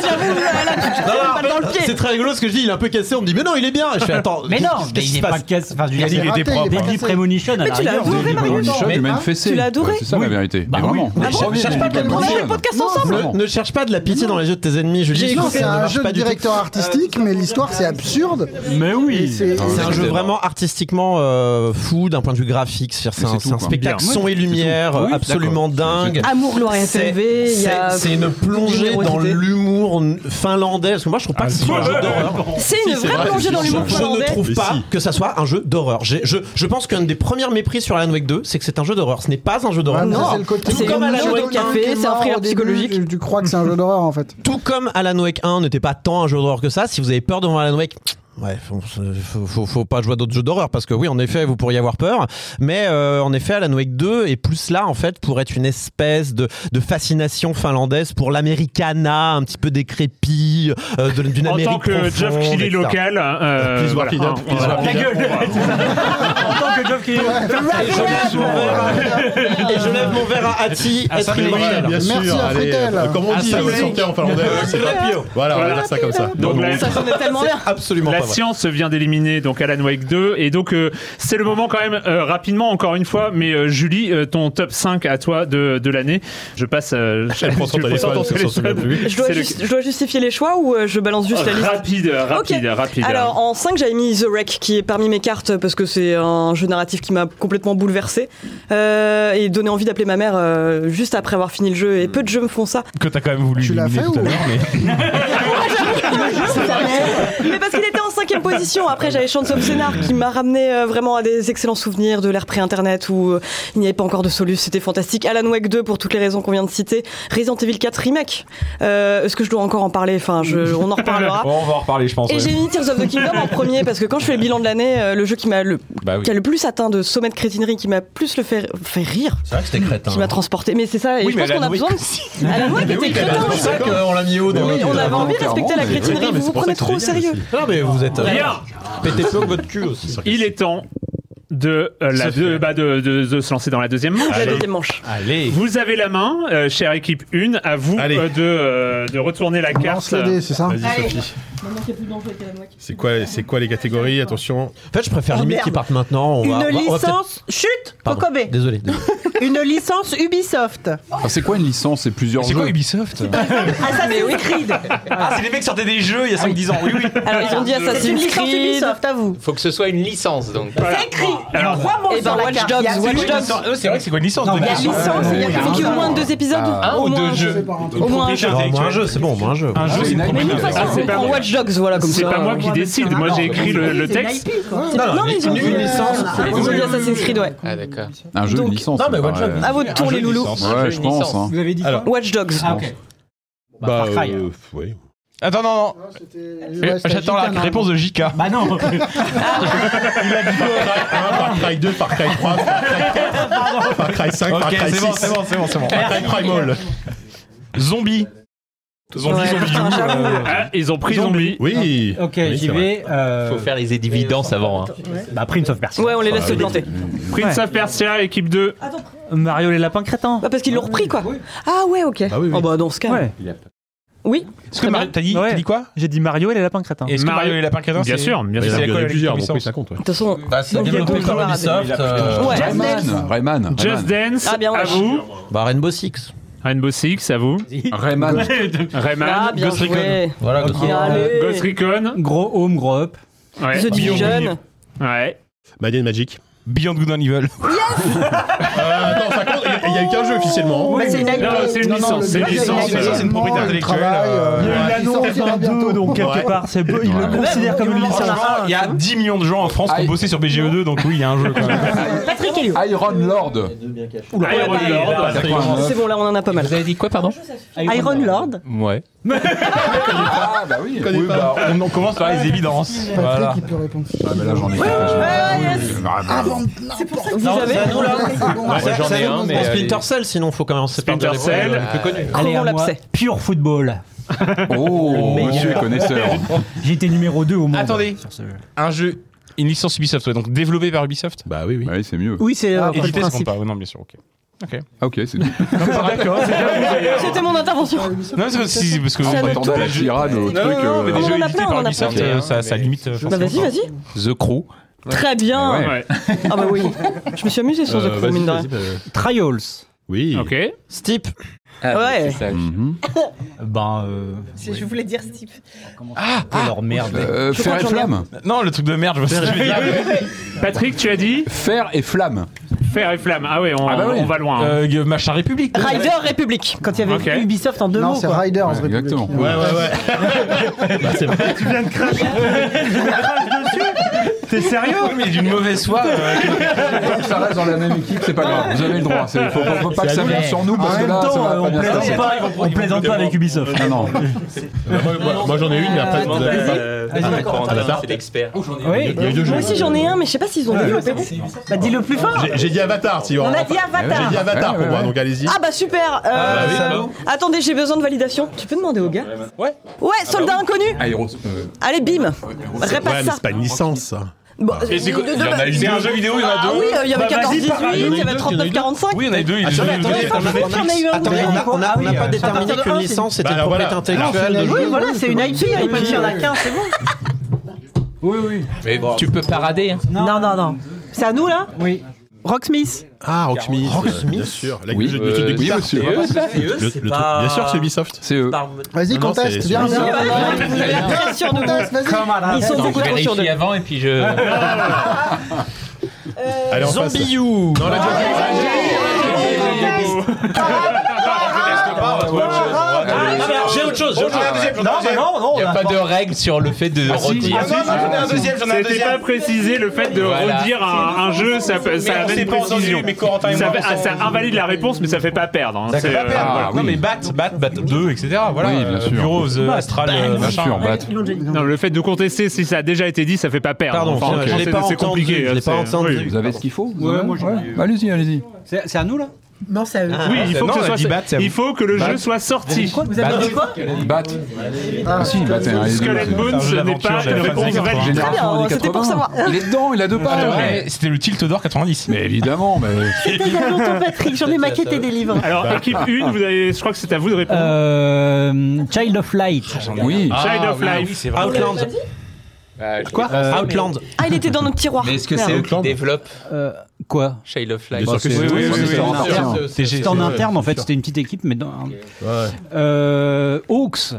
j'avoue, là, là, tu te Non, non, Ah, prends pas dans le C'est pied. très rigolo ce que je dis, il est un peu cassé. On me dit, mais non, il est bien. Et je fais, attends, Mais non, qu'est-ce mais qui il se est pas passe cassé. Enfin, je veux Il dire, est il est raté, propre. il est pas Deadly cassé. Premonition, à Mais la tu l'as rigueur. adoré, Deadly Marius. Premonition. Mais- du même Ah, fessé. tu l'as adoré. C'est ça Oui. la vérité. Bah mais oui. vraiment. Ah bon, Premier, cherche pas à Deadly comprendre. Premonition. On fait le podcast ensemble. Vraiment. Ne, ne cherche pas de la pitié dans les yeux de tes ennemis, je Non, c'est un jeu de directeur artistique, mais l'histoire c'est absurde. Mais Et oui, c'est- c'est c'est- un jeu vraiment artistiquement euh, fou d'un point de vue graphique. C'est-à-dire, C'est Mais un, c'est c'est tout, un quoi. spectacle Bien. son Oui, et c'est tout. lumière Oui, absolument d'accord. dingue. Amour, gloire et C'est- SLV, il y a- c'est- C'est une plongée dans générosité. l'humour n- finlandais. Parce que moi, je trouve Ah, pas que ce soit un jeu d'horreur. C'est une Si, vraie vrai. plongée dans Je- l'humour Je finlandais. ne trouve Mais pas si. que ça soit un jeu d'horreur. J'ai- Je, je pense qu'un des premiers mépris sur Alan Wake 2, c'est que c'est un jeu d'horreur. Ce n'est pas un jeu d'horreur. Ah non, c'est le côté. Tout comme un Alan jeu Wake de quelqu'un qui est mort au début, Tu, tu crois que c'est un jeu d'horreur en fait. tout comme Alan Wake 1 n'était pas tant un jeu d'horreur que ça, si vous avez peur devant Alan Wake, ouais, faut, faut, faut- faut pas jouer à d'autres jeux d'horreur parce que oui, en effet, vous pourriez avoir peur. Mais euh, en effet, Alan Wake 2 est plus là en fait pour être une espèce de, de fascination finlandaise pour l'Americana, un petit peu décrépit euh, de- d'une En Amérique tant que Jeff profonde, Kelly etc. local, euh, Please voilà, wrap it up, hein, please voilà. wrap it up. En tant que Jeff qui Et je lève mon verre- et je lève mon verre à Hati, Ah, être Samuel, immortel. bien sûr, Merci, allez, Afritel. euh, Ah, comme on dit, euh, sortez en finlandais, Euh, c'est vrai. Grappio. Voilà, on va dire ça comme ça. Donc, Non, la- non, ça sonnait tellement bien. Absolument La pas vrai. science vient d'éliminer donc Alan Wake 2 et donc euh, c'est le moment quand même euh, rapidement encore une fois mais euh, Julie euh, ton top 5 à toi de, de l'année je passe euh, je- Elle prend son tu le prends téléphone, ton elle s'en souvient téléphone. plus. Je dois, C'est le- juste- je dois justifier les choix ou euh, je balance juste la liste Rapide, rapide, Ok. rapide. hein. Alors en 5 j'avais mis The Wreck qui est parmi mes cartes parce que c'est un jeu narratif qui m'a complètement bouleversé euh, et donné envie d'appeler ma mère euh, juste après avoir fini le jeu et peu de jeux me font ça. Que t'as quand même voulu éliminer tout à l'heure, mais. Mais parce qu'il était en cinquième position. Après, j'avais Chance of Scénar qui m'a ramené euh, vraiment à des excellents souvenirs de l'ère pré-internet où euh, il n'y avait pas encore de solution. C'était fantastique. Alan Wake 2 pour toutes les raisons qu'on vient de citer. Resident Evil 4 Remake. Euh, Est-ce que je dois encore en parler Enfin, je- on en reparlera. Bon, on va en reparler, je pense. Et ouais. j'ai mis Tears of the Kingdom en premier parce que quand je fais le bilan de l'année, euh, le jeu qui m'a le, Bah oui. qui a le plus atteint de sommet de crétinerie, qui m'a plus le fait, fait rire, C'est vrai que c'était crétin. qui m'a transporté. Mais c'est ça, et Oui, je mais pense qu'on Alan a Wake besoin de. aussi. Alan Wake Mais oui, était mais crétin. Alan Wake, c'est pour ça qu'on l'a mis haut dans Oui, notre- on avait dans envie de notre respecter la clairement, mais- crétinerie. mais Vous c'est vous pour prenez ça que trop au c'est génial sérieux. aussi. Non, mais vous êtes. Bien. Pétez peu que votre cul aussi. il est temps de, euh, la, de, bah, de- de- de se lancer dans la deuxième manche. La deuxième manche. Allez. Vous avez la main, euh, chère équipe 1, à vous euh, de, euh, de retourner la Lance carte. le dé, c'est ça Vas-y, Sophie. Maintenant qu'il n'y a plus d'enjeu avec Alan Wake. C'est quoi, c'est quoi les catégories Attention. En fait, je préfère limite qu'ils partent maintenant. On Une va, on va- on va peut-être- licence- Chut, Pardon, Kokobé. Désolé. désolé. Une licence Ubisoft. Ah, c'est quoi une licence C'est plusieurs C'est jeux. quoi Ubisoft Ah, Assassin's Creed. Ah, c'est les mecs qui sortaient des jeux il y a 5-10 ans. Oui, oui. Alors, ils ont dit C'est une Assassin's licence Creed. Ubisoft, à vous. Faut que ce soit une licence donc. C'est écrit. Alors- Trois mots Eh ben, sur la Watch carte. Dogs, Il y a Watch celui- Dogs. Eux, c'est vrai que c'est quoi une licence mais déjà la licence, il y a Il faut qu'il y ait au moins deux épisodes. Un au ou moins deux jeux. Au moins un jeu. Ah, moi, un jeu, c'est bon, moi, un jeu. Un jeu, c'est une Mais nous, de propriété. toute façon, on prend Watch Dogs, voilà, comme ça. C'est pas moi qui décide, moi j'ai écrit le, le texte. Non, mais ils ont dit une licence. Ils ont dit Assassin's Creed, ouais. Ah d'accord. Un jeu, une Donc- licence. Non, mais ça Watch me paraît- Dogs. À votre tour, Un jeu, les une loulous. licence. Un jeu, Ouais, je une pense. licence. hein. Vous avez dit quoi Alors- Watch Dogs. Ah, ok. Bah, Far Cry, euh, ouais. Attends, non, non. Ouais, c'était J'attends la Jika, non. réponse de JK. Bah non. Euh, Far Cry 2, Far Cry 3, Far Cry 4, Far Cry 5, Far Ok, Cry 6. c'est bon, c'est bon, c'est bon, c'est bon. Far Cry Primal. Zombie. Zombie, Ouais. zombie. euh, Ah, ils ont pris zombie. Oui. Ah, Ok, Oui, j'y c'est vais. euh, Faut faire les évidences avant. hein. Bah, Prince of Persia. Ouais, on les laisse se planter. Prince of Persia, équipe 2. Mario les lapins crétins. Bah, parce qu'ils l'ont repris, quoi. Ah ouais, ok. Oh bah, dans ce cas. Ouais. Oui. Est-ce que Mario, t'as dit, t'as dit quoi J'ai dit Mario et les lapins crétins. Est-ce que Mario et les lapins crétins Bien c'est- sûr, bien c'est sûr. la Il y en a colle plusieurs, avec donc oui, puissance. ça compte, ouais. De toute façon, Bah, c'est Donc, il y a développé beaucoup par de joueurs à Ubisoft. euh, Ouais. Just Rayman. Dance. Rayman. Just Dance, Ah, bien, à ouais. vous. Bah, Rainbow Six. Rainbow Six, à vous. Rayman. Rayman, Ah, bien Ghost Recon. joué. Voilà, Ok. Allez. Ghost Recon. Gros home, gros up. Ouais. The Division. Ouais. Madden Magic. Beyond Good and Evil. Attends, ça compte. Il y a- il y a qu'un jeu officiellement. c'est une IP. Non, c'est une Non, non, licence. le C'est une gars, il a licence. une euh, licence. C'est une propriété Il intellectuelle. travaille, euh, Il y a eu Ouais. l'annonce Sortira d'un bientôt. 2, donc Ouais. quelque part, c'est beau. Il le considère comme une licence. Franchement, il y a 10 millions de gens en France qui ont bossé sur BGE2, donc oui, il y a un jeu quand même. Patrick Helio. Iron Lord. Iron Lord. C'est bon, là, on en a pas mal. Vous avez dit quoi pardon Iron Lord. Ouais. Ah bah oui. connais Oui, pas. bah, On en commence par les évidences. Voilà. Qui peut répondre Ah, mais là j'en ai. Vous avez Ouais, j'en ai un, mais, euh, Splinter Cell, sinon, faut quand même se Splinter euh, Cell. Allez, Crevons à moi, l'abcès. pure football. Oh, monsieur est connaisseur. J'étais numéro 2 au monde. Attendez. Sur ce- Un jeu, une licence Ubisoft, Ah, ouais, donc développé par Ubisoft Bah oui, oui. Bah oui, c'est mieux. euh, Oui, c'est Édité, le c'est principe. pas. Non, bien sûr, ok. Ok. Ah, ok, c'est bien. D'accord, c'est bien vous, d'ailleurs. C'était mon intervention. Non, c'est parce que- si, parce que On s'attendait à la tirade, au truc. euh, mais On des jeux en a édités plein, on en par a Ubisoft, plein. euh, ça, ça limite. euh, Bah, vas-y, forcément. vas-y. The Crew. Très bien. Ouais. Ouais. Ah bah oui. Je me suis amusée sur Euh, The Crew, vas-y, mine de vas-y, rien. bah, bah, Trials. Oui. Ok. Steep. Ah, Ouais. c'est ça. Mhm. Ben. Euh, Je voulais dire Steve. ah, leur merde. Euh, Je fer crois et que j'en ai flamme. Non, le truc de merde, je vois ce que je veux dire. Patrick, tu as dit Fer et flamme. Fer et flamme. Ah ouais, on, Ah bah oui. on va loin. hein. Euh, machin République. Rider République. Quand il y avait Ok. Ubisoft en deux Non, mots. c'est quoi. Rider en République. Exactement. Bah, Tu viens de cracher. tu me craches dessus. T'es sérieux mais d'une mauvaise foi. euh, Tant que ça reste dans la même équipe, c'est pas grave. Vous avez le droit. C'est- Faut, faut- faut pas que C'est ça à nous. vienne sur nous parce en que même là, ça va temps, on pas bien se plaisante passer. pas, on plaisante pas avec Ubisoft. Ah non. Moi, moi- moi, j'en ai une, mais après, vous avez pas. Ah, à la tarte. l'expert. Il y a eu deux Moi jeux. aussi j'en ai un, mais je sais pas s'ils ont développé. Bah dis le plus fort. J'ai- J'ai dit Avatar, si On a dit Avatar. J'ai dit Avatar pour moi, donc allez-y. Ah bah super. euh, Ah bah, salaud. attendez, j'ai besoin de validation. Tu peux demander au gars Ouais. Ouais, soldat Ah, inconnu. Aéros. Allez, bim. Répasse bah Ouais, mais ça. c'est pas une licence, ça. Bon, Et c'est quoi- de- de- il y en a de- une- c'est un jeu vidéo, il y en a Ah deux. oui, euh, il y avait Bah, vas-y, 14, 18, parle, il y en a il y avait eu deux, il y en a eu 39, deux. 45. Oui, on a eu Ah, deux. Attendez, attendez, attendez, Attendez, on a- on Ah a- on n'a pas déterminé que une licence était Bah, une voilà. propriété intellectuelle de Oui, jeu. voilà, c'est une IP. Il y a pas de- il y en a qu'un, c'est bon. Oui, oui. Mais tu peux parader. hein. Non, non, non. C'est à nous là Oui. Rocksmith. Ah, Rocksmith. Rocksmith. Bien sûr. La Oui, le euh, truc de oui, guitare. monsieur. Le- Et eux, le- et eux, bah, le c'est truc- pas- Bien sûr, c'est Ubisoft. C'est eux. Vas-y, Non, non, conteste, c'est- viens, c'est- viens. Vous avez l'air très sûr de Conteste, vous. vas-y. Ils sont Attends, je beaucoup trop sûrs vérifie d'eux. avant et puis je. Euh, Allez, on passe. Zombiou. Non, là, Ah. tu- J'ai autre chose. Non, mais non, non. Il n'y a pas de règles sur le fait de rôtir. J'en ai un deuxième, j'en ai un C'était deuxième. pas précisé le fait de Voilà. redire un, un jeu, ça, peut- ça Mais on amène s'est une pas entendu, précision. mais Corentin et ça, moi, fait- on ah, s'en- ça invalide la réponse, mais ça fait pas perdre. hein. C'est, euh, Ah, Non, oui. mais bat, bat, bat 2, etc. Voilà. Oui, bien euh, sûr. Bureaux, euh, Bah, Astral, euh, Bien machin. sûr, bat. non, le fait de contester si ça a déjà été dit, ça fait pas perdre. Pardon, Enfin, je- je c'est- l'ai pas c'est entendu, compliqué. je l'ai hein, pas c'est- entendu. oui. Vous avez ce qu'il faut vous avez moi, j'en ai Ouais. Allez-y, allez-y. C'est c'est à nous là Non, euh, c'est à Ah, eux. Oui, il faut, Non, que, ce on a soit- dit bat, c'est à il vous. faut que le Bat. jeu soit sorti. Quoi Vous avez dit quoi Bat. Ah, si, bat. c'est un- Skull and Bones, ce n'est pas une réponse valide. Très bien, Génération des c'était pour 80. savoir. Il est dedans, il a deux pages. Ouais, C'était le tilt d'or 90. Mais évidemment, mais. C'était il y a longtemps, Patrick. J'en ai maquetté des livres. Alors, Bah. équipe 1, vous avez- je crois que c'est à vous de répondre. Euh, Child of Light. Oui. Child of Life. Outland. Quoi Outland. Ah, il était dans notre tiroir. Mais est-ce que Merde. c'est eux qui développent Euh, quoi Shale of Light Bien sûr que c'est- oui, c'est- oui, c'est- oui. c'est- Tiens, C'était en interne en fait, c'était une petite équipe, mais dans. Euh, Hawks.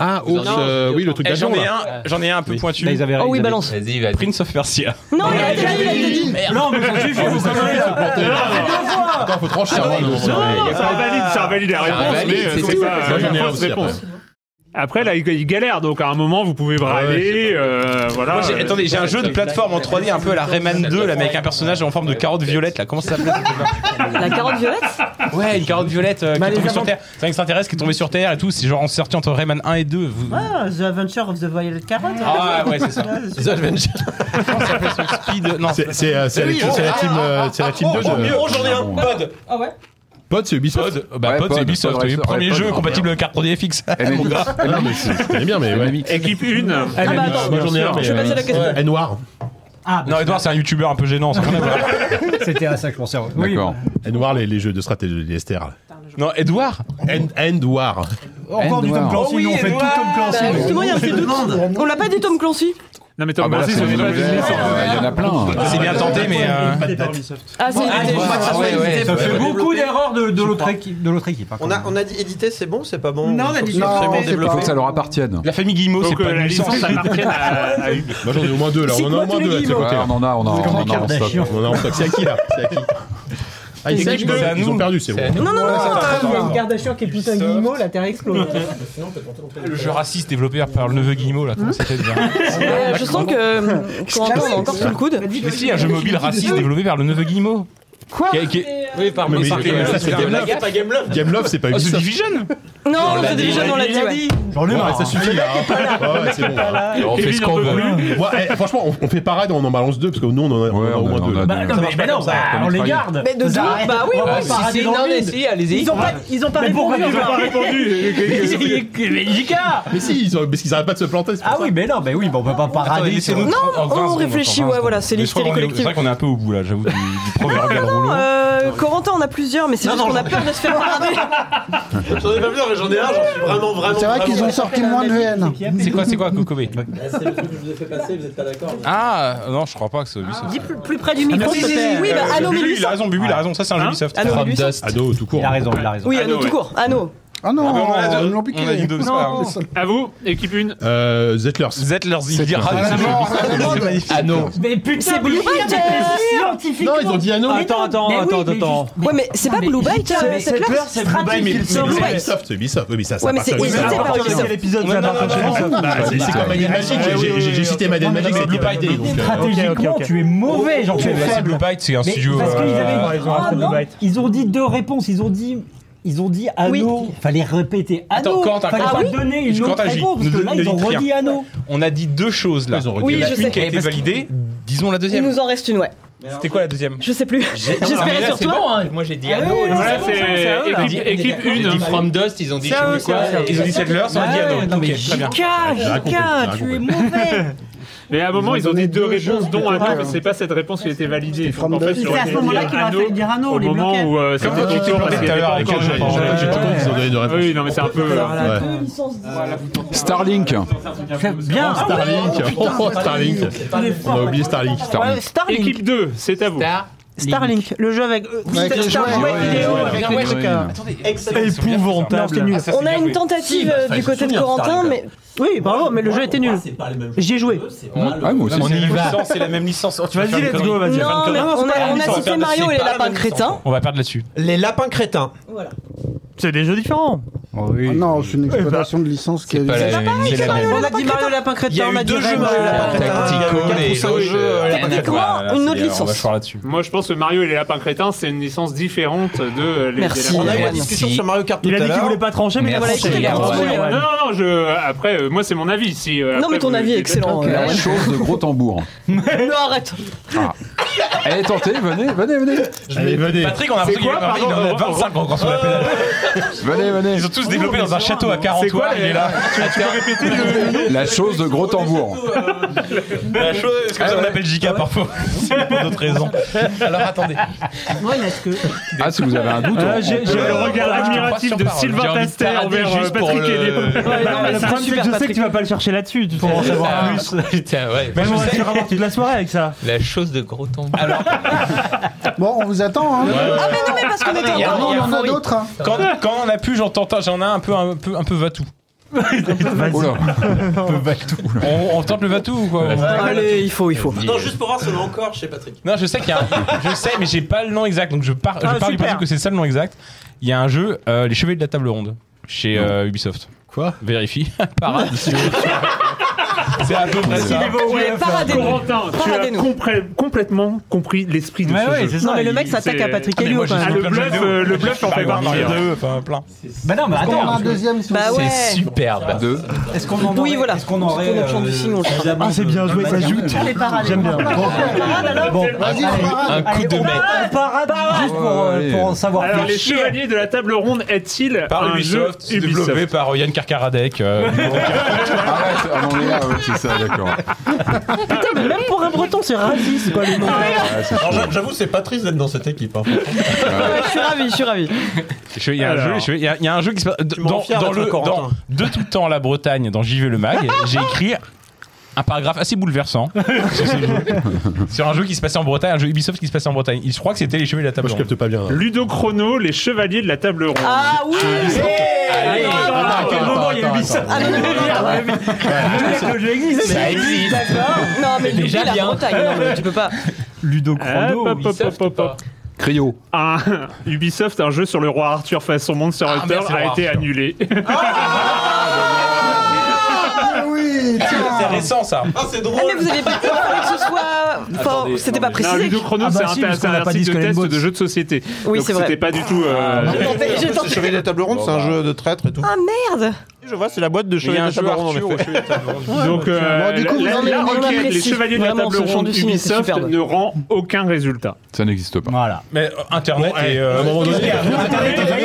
Ah, Ours, Non, euh, oui, le truc Eh, d'avion, J'en ai là. un, j'en ai un un peu pointu. Là, ils avaient- Oh oui, ils avaient- balance. Vas-y, vas-y. Prince of Persia. Non, il a été dit, il a été dit. Non, mais aujourd'hui, je vais vous connaître. Attends, faut trancher avant. non, non, non. Ça invalide, ça invalide la Ça réponse, invalide, mais euh, c'est c'est tout. pas Moi, j'en ai une un fausse aussi, après. réponse. Après, là, il il galère, donc à un moment, vous pouvez brailler. euh, voilà. Moi, j'ai- attendez, j'ai un jeu de plateforme en 3D un peu à la Rayman 2 là, mais avec un personnage en forme de carotte violette là. Comment ça s'appelle La carotte violette Ouais, une carotte violette euh, qui est tombée sur Terre. C'est un extraterrestre qui est tombé sur Terre et tout. C'est genre en sortie entre Rayman 1 et 2. Vous... Ah, The Adventure of the Violet Carrot. Ah ouais, c'est ça. The Adventure. Comment ça s'appelle ce Speed. Non, C'est- C'est euh, c'est la c'est la team euh, c'est la Ah, team oh, 2 de. j'en ai un. hein. Pod. Pod, c'est Ubisoft. Pod. Bah, Ouais, Pod, c'est Pod, Ubisoft. Pod, oui. ouais, Premier Pod, jeu ouais. compatible carte 3D FX. Mon gars. Non, mais c'est- je connais bien, mais ouais. Équipe 1. Ah bah attends, Moi, j'en ai un, mais. je vais passer la question. euh, est noir. Ah, Non, Edouard, c'est un youtubeur un peu gênant. ça. c'était à ça que je pensais. Oui, D'accord. Est noir, les les jeux de stratégie, les STR. Non, Edouard End War. Encore du Tom Edouard. Clancy, Oh oui, nous on fait tout Edouard. Tom Bah, Clancy. Justement, il y a un petit doute. On l'a pas dit, Tom Clancy. Non, mais Ah, Tom bah là, Clancy, c'est ce n'est une pas nouvelle, une licence. euh, Il y en a plein. C'est bien tenté, mais. euh, Ah, c'est Ah, ouais, ouais. Ça fait beaucoup d'erreurs de, de l'autre crois. équipe. De l'autre équipe hein, quand On a, même. on a dit édité, c'est bon, c'est pas bon. Non, on a dit Faut que ce soit édité. Non, vraiment c'est Il faut développé. que ça leur appartienne. La famille Guillemot, Faut c'est que euh, pas une la licence licence. appartienne à à Ubisoft. Moi, j'en ai au moins deux, là. On en a au moins deux, là, de ce Ouais, côté-là. Ah, on en a, on en a, on en a en stock. Kardashian. On en a en stock. C'est à qui, là C'est à qui Ah, ils, C'est à ils nous. ont- ils ont perdu, c'est bon. Non, non, non, non. Il y a une Kardashian qui est putain Guillemot, la terre explose. Le jeu raciste développé par le neveu Guillemot, là, comment ça s'appelle déjà Euh, Hein Je sens que euh, Corentin on a encore sous le coude. Mais si, un jeu mobile raciste développé par le neveu Guillemot. Quoi Qui- qui- Oui, par Mais- mais- par- mais- euh, mais- par- c'est par- Game la Love. gaffe. Game Love, c'est pas Oh, The Ubisoft. Division Non, c'est déjà on l'a dit. ouais. Oh, J'en ai marre, ça suffit, là. hein. Ouais, ouais, c'est bon. hein. On fait ce Kevin, qu'on un peu veut. plus. Moi, eh, franchement, on, on fait parade, on en balance deux, parce que nous, on en a, on en a Ouais, au on en moins a deux. là. deux. Bah non, mais, bah, non, bah, on les garde. Mais de Ça deux, arrête. bah oui, On va oui. pas Si, arrêter si, d'en non, mais vivre. si, allez-y. Ils ont pas, ils ont pas Mais pourquoi répondu. ils ont pas répondu Mais Jika Mais si, ils ont, parce qu'ils arrêtent pas de se planter. c'est pour Ah ça. oui, mais non, mais oui, bah, on peut pas parader. sur- Non, on réfléchit, ouais, voilà, c'est l'hystérie C'est collective. Ah vrai qu'on est un peu au bout, là, j'avoue, du, du proverbe Non, rouleau. euh, euh, Corentin, on a plusieurs, mais c'est Non, juste non, qu'on a j'en ai- peur de se faire parler. J'en ai pas plusieurs, mais j'en ai un, j'en suis vraiment, vraiment. C'est vrai qu'ils ont sorti moins de VN. C'est quoi, c'est quoi, Kokobé C'est le truc que je vous ai fait passer, vous n'êtes pas d'accord Ah, non, je crois pas que c'est Ah, lui. Dis plus, plus près Ah, du micro, s'il te plaît. Oui, bah, Hein Anno Bubu, il a 1800. raison, Bubu, il a raison. Ça, c'est un joli soft. From Ah, Dust. Ado, tout court. Il a raison, il a raison. Oui, Anno, tout court. Anno. Ah non, on a deux. ils l'ont On a dit piqué. deux, c'est pas grave. À vous, équipe 1. Euh, Zetlers. Ah, Zetlers, il Ah, dit Anno. Mais putain, C'est Blue mais qui a Biter été scientifiquement. Non, ils ont dit anneau. Attends, attends, Mais oui, attends, mais attends. juste- Ouais, mais c'est pas Blue Bite, euh, cette Zetlers, classe c'est Blue Bite, mais stratégique. c'est Blue C'est Bite. Ubisoft, Ubisoft. Oui, mais ça, Ah, ça Ouais, mais appartient c'est à hésité Ubisoft. par Ubisoft. épisode Non, non, non, non, non, bah, c'est- C'est comme Alien Magic. j'ai- j'ai- J'ai cité Madden Magic, c'était Blue Bite. donc, euh, Stratégiquement, tu es mauvais, genre tu es faible. Blue Byte, c'est un Mais studio. parce qu'ils avaient- euh, Ah, non, ils ont dit deux réponses. Ils ont dit. Ils ont dit anneau. Fallait répéter Attends, anneau. Quentin, Fallait Quentin. pas donner une autre Quentin, J, réponse. Parce ne- que là, ne ils ont dites redit rien. anneau. On a dit deux choses là. redit Oui, la- je une sais. qui a été Parce que- validée. Disons la Il deuxième. nous en reste une, ouais. C'était quoi la deuxième Je sais plus. J'espérais sur toi. hein. Moi j'ai dit Ah Anno. oui, et non, c'est bon, c'est bon, c'est c'est bon, eux, là. Ils ont dit- Équipe Ils ont une. dit From Dust, ils ont dit C'est je sais eux, plus quoi, c'est eux. ils ont dit Settlers, on a dit Ah ouais, Anno. non, Ok, mais très bien. Jika, J'ai rien compris, Jika, j'ai rien tu compris. es mauvais. Mais à un moment, ils ont dit deux réponses, dont un mais c'est pas cette réponse qui a été validée. Donc, en fait, C'est ils auraient à ce dû moment-là dire qu'il aurait anneau fallu dire anneau, Au les moment bloquer. où euh, c'était Comme tout toi, tu court, te parce qu'il y avait plantais pas tout à encore l'heure, le avec moment. quel jeu, par exemple. Ouais. Ils ont donné deux réponses. Oui, non, mais c'est un peu. Voilà. ouais. Starlink. Bien. Ah Starlink. Oh, Starlink. On a oublié Ah, Starlink. Ouais, Starlink. Équipe 2, c'est à vous. Starlink, le jeu avec. euh, Avec les Star jouets, Wars ouais, vidéo, ouais, avec ouais, les ouais, trucs. ouais. euh, Non, c'était nul. On a une tentative bah, euh, du côté de Corentin, mais. Oui, bravo, mais le jeu était nul. J'y ai joué. Ah, moi aussi. On y va. C'est la même licence. Tu Vas-y, let's go, vas-y. Non, mais on a, on a cité Mario et les lapins crétins. On va perdre là-dessus. Les lapins crétins. Oh, C'est des jeux différents. Ah Non, c'est une exploitation de licence qui pas est. la- c'est pas la- On a dit Mario Lapin Il y Crétin, a on a eu dit deux euh, jeux Rainbow Mario euh, Lapin Lapin crétin. Il y a eu quatre ou cinq jeux. euh, Lapin Crétin. une autre On va licence. choisir là-dessus. Moi, je pense que Mario et les lapins crétins, c'est une licence différente de euh, les. Merci. des On lapins. a eu la Merci. discussion sur Mario Kart tout Il a à dit qu'il l'heure. voulait pas trancher, mais Merci, voilà, il les a gars. tranché. Ouais, Non, non, non, je. Après, euh, moi, c'est mon avis. Si, euh, Non, après, mais ton vous- avis est excellent. euh, La chose de gros Ah. tambour. Non, arrête. Allez, tentez, venez, venez, venez. Allez, venez. Patrick, on a l'impression qu'il y en a- il en a 25 en grand Oh, Venez, venez. Ils ont tous développé dans un château à 40 C'est Ah, quoi, il est là. La chose de gros tambour. La chose, Ah est-ce que ça on appelle JK parfois C'est pour d'autres raisons. Alors attendez. Ouais, mais est-ce que. Ah, si vous avez un doute. Ah, J'ai j'ai le regard admiratif de Sylvain Pastel envers euh, Patrick Hélé. Le problème, c'est que je sais que tu vas pas le chercher là-dessus. Tu pourras en savoir plus. Putain, ouais. Même on va se faire avoir toute la soirée avec ça. La chose de gros temps. Bon, on vous attend. hein. Ah, mais non, mais parce qu'on était Il y a- Non, encore. il y dans en a l'euphorie. d'autres. hein. Quand, quand on a pu, j'en tente un- j'en ai un peu, un peu, un peu Vatou. Oula. Oh, On, on tente le Vatou ou quoi Allez, il faut, il faut. Non, juste pour voir si on a encore chez Patrick. Non, je sais qu'il y a un- Je sais, mais j'ai pas le nom exact, donc je, pars, je parle du principe que c'est ça le nom exact. Il y a un jeu, euh, Les Chevaliers de la Table Ronde, chez euh, Ubisoft. Quoi Vérifie. Parade. c'est à peu près ça. Paradez-nous. Corentin, tu as Paradez-nous. compré- complètement compris l'esprit de Mais ce ouais, jeu. c'est ça. Non, mais le mec il- s'attaque c'est- à Patrick Ah, mais Helio moi, quand j'ai- même. le bluff, euh, le bluff Bah, en fait partie. hein. Enfin, plein. Bah non, mais On a attends. un deuxième si vous Bah voulez. ouais. Superbe. Deux. Est-ce qu'on en Oui, aurait- voilà. Est-ce qu'on aurait. Tourne autour du signe, on le fera. Ah, c'est bien joué, ça joue. J'aime bien. Bon, Vas-y, on parade. Un coup de on maître. parade juste pour, euh, Allez. pour en savoir Alors, les plus. chevaliers de la table ronde est-il Par un Ubisoft, jeu c'est développé Ubisoft par Yann Karkaradec. euh, Arrête, ah, on est là, ouais, c'est ça, d'accord. Putain, mais même pour un breton, c'est raciste quoi le nom. Ah, c'est chaud. Alors, J'avoue, c'est pas triste d'être dans cette équipe. hein. Je suis ravi, je suis ravi. Je- Il y, a un Alors. jeu- je- il y a- il y a un jeu qui se passe m'en dans, fiers dans d'être le, Corentin. dans- de tout temps la Bretagne dans JV le mag. J'ai écrit un paragraphe assez bouleversant sur, ce jeu. Sur un jeu qui se passait en Bretagne, un jeu Ubisoft qui se passait en Bretagne. Je crois que c'était les cheveux de la table. Moi, je ronde. capte pas bien. Ludo Chrono, les chevaliers de la table ronde. Ah oui Allez, attends, à quel attends, moment attends, il y a Ubisoft Ah non, non, non, non, non. Le jeu existe. Ça existe. D'accord. Non, Ah, mais lui, déjà la bien. Bretagne, hein. non, mais tu peux pas. Ludo Hop, hop, hop, hop, Ubisoft ou hop, pas hop. Cryo. Un- Ah, Ubisoft, un jeu sur le roi Arthur façon Monster Hunter, merci, a le roi été Arthur. annulé. Ah oui, C'est tiens. récent ça. Ah, c'est Ah, mais drôle. vous avez pas dit qu'il fallait que ce soit. Enfin, c'était pas Non, précisé. Ludo Chrono, Ah bah c'est un, si, parce c'est qu'on un a pas dit site de Skull and test Bones. de jeux de société. Oui, Donc c'est vrai. Ah, c'était pas du tout. euh, Attendez, je C'est tentais. Chevalier de la table ronde, c'est un jeu de traître et tout. Ah merde Je vois, c'est la boîte de Il y Chevalier a de un la jeu table ronde, en Arthur effet. aux cheveux de la table ronde. Donc, euh, Bon, du coup, vous la, en la- la avez- on requête, les apprécie chevaliers de la vraiment table ce genre ronde de film, c'est Ubisoft superbe. ne rend aucun résultat. Ça n'existe pas. Voilà. eh, Mais euh, internet et. euh, À un moment donné, Internet,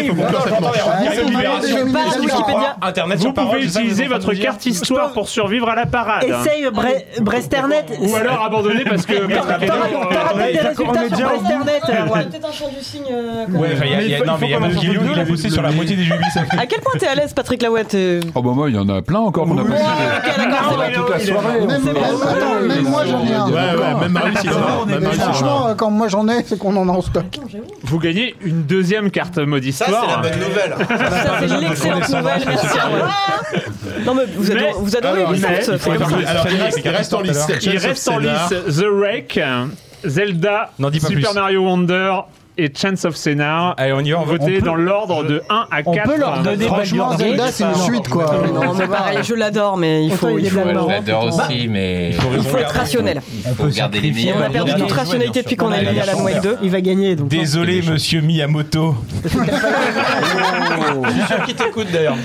il faut conclure cette manche. Ah, c'est Libération. Mario Pas Défini, Wikipédia, Wikipédia. Internet Vous sur parole, pouvez c'est ça que utiliser vous êtes en train votre de dire carte histoire pour survivre à la parade. hein. Essaye Bre- Bresternet. Ou alors abandonner parce que. parce que- T'auras des résultats sur Bresternet. Erwan. peut-être un tour du signe. euh, Ouais, enfin, il y a- il y a- non, mais il y a même Guillaume, il a bossé sur la moitié des jeux Ubisoft. À quel point t'es à l'aise, Patrick Laouette euh Oh bah moi, il y en a plein encore qu'on a pas d'accord. On a toute la soirée. on Même- peut- même- attends, même moi, j'en ai un. Ouais, ouais, même Marius, il en a. Même Marius, il en a. Franchement, euh, quand moi j'en ai, c'est qu'on en a en stock. Vous gagnez une deuxième carte mode histoire. c'est la bonne nouvelle. Ça, c'est l'excellente nouvelle, merci. Erwan. Non, mais vous adorez, vous adorez Alors, Ubisoft, mais- c'est comme ça. Alors, il reste- il reste en lice. Il Chains of reste en Scénar. lice The Wreck, Zelda, pas Super plus. Mario Wonder et Chance of Scénar. Allez, on y va. on va- Voté on peut- dans l'ordre de 1 à 4. peut leur donner Franchement, Zelda, c'est une suite, quoi. hein. Non, mais pareil, je l'adore, mais il faut, il faut, euh, Je l'adore aussi, mais. il Bah, faut être rationnel. Il faut garder les On a meilleurs. perdu toute rationalité depuis qu'on a Il y gagné a à la des Wake 2. Il va gagner. Donc, Désolé, monsieur Miyamoto. Bah, Je suis sûr qu'il t'écoute d'ailleurs.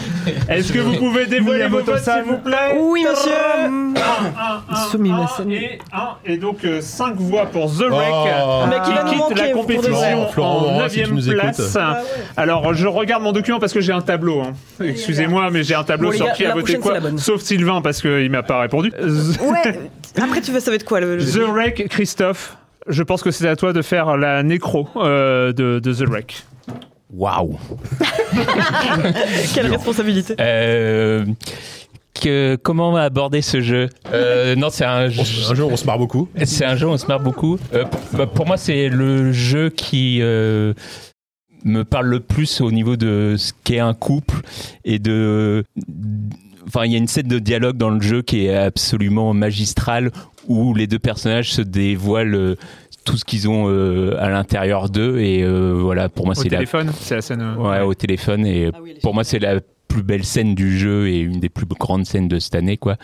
Est-ce que vous pouvez dévoiler vos votes, s'il vous plaît Oui, monsieur. 1, 1, 1 et 1. Et donc 5 voix pour The Wreck Oh. Mais qui va nous qui quitte la manquer, compétition Florent, Florent, en Florent, si tu 9ème nous écoutes. place. Ah Alors je regarde mon document parce que j'ai un tableau. hein. Excusez-moi, mais j'ai un tableau Bon, les sur gars, qui a la voté prochaine, quoi. c'est la bonne. Sauf Sylvain parce qu'il m'a pas répondu. Ouais. Après, tu veux, ça va être quoi le. The Wreck, Christophe, je pense que c'est à toi de faire la nécro euh, de, de The Wreck. Waouh. Quelle responsabilité. Euh, que, comment aborder ce jeu Euh, Non, c'est un jeu. Un jour, on se marre beaucoup. C'est un jeu, on se marre beaucoup. Euh, pour, bah, pour moi, c'est le jeu qui euh, me parle le plus au niveau de ce qu'est un couple et de. Enfin, il y a une scène de dialogue dans le jeu qui est absolument magistrale où les deux personnages se dévoilent euh, tout ce qu'ils ont euh, à l'intérieur d'eux et euh, voilà, pour moi, Au c'est la téléphone, c'est la scène. euh, Ouais, au téléphone. Et pour moi, c'est la plus belle scène du jeu et une des plus grandes scènes de cette année, quoi.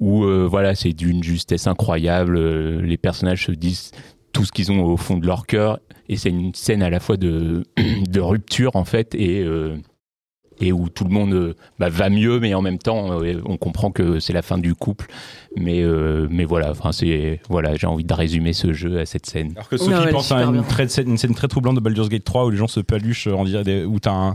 Où, euh, voilà, c'est d'une justesse incroyable. euh, les personnages se disent tout ce qu'ils ont au fond de leur cœur. Et c'est une scène à la fois de, de rupture, en fait, et, euh, et où tout le monde euh, bah, va mieux, mais en même temps, euh, on comprend que c'est la fin du couple. Mais, euh, mais voilà, enfin, c'est, voilà, j'ai envie de résumer ce jeu à cette scène. Alors que Sophie pense à une, très, scène- une scène très troublante de Baldur's Gate 3 où les gens se paluchent, euh, on dirait des, où t'as un,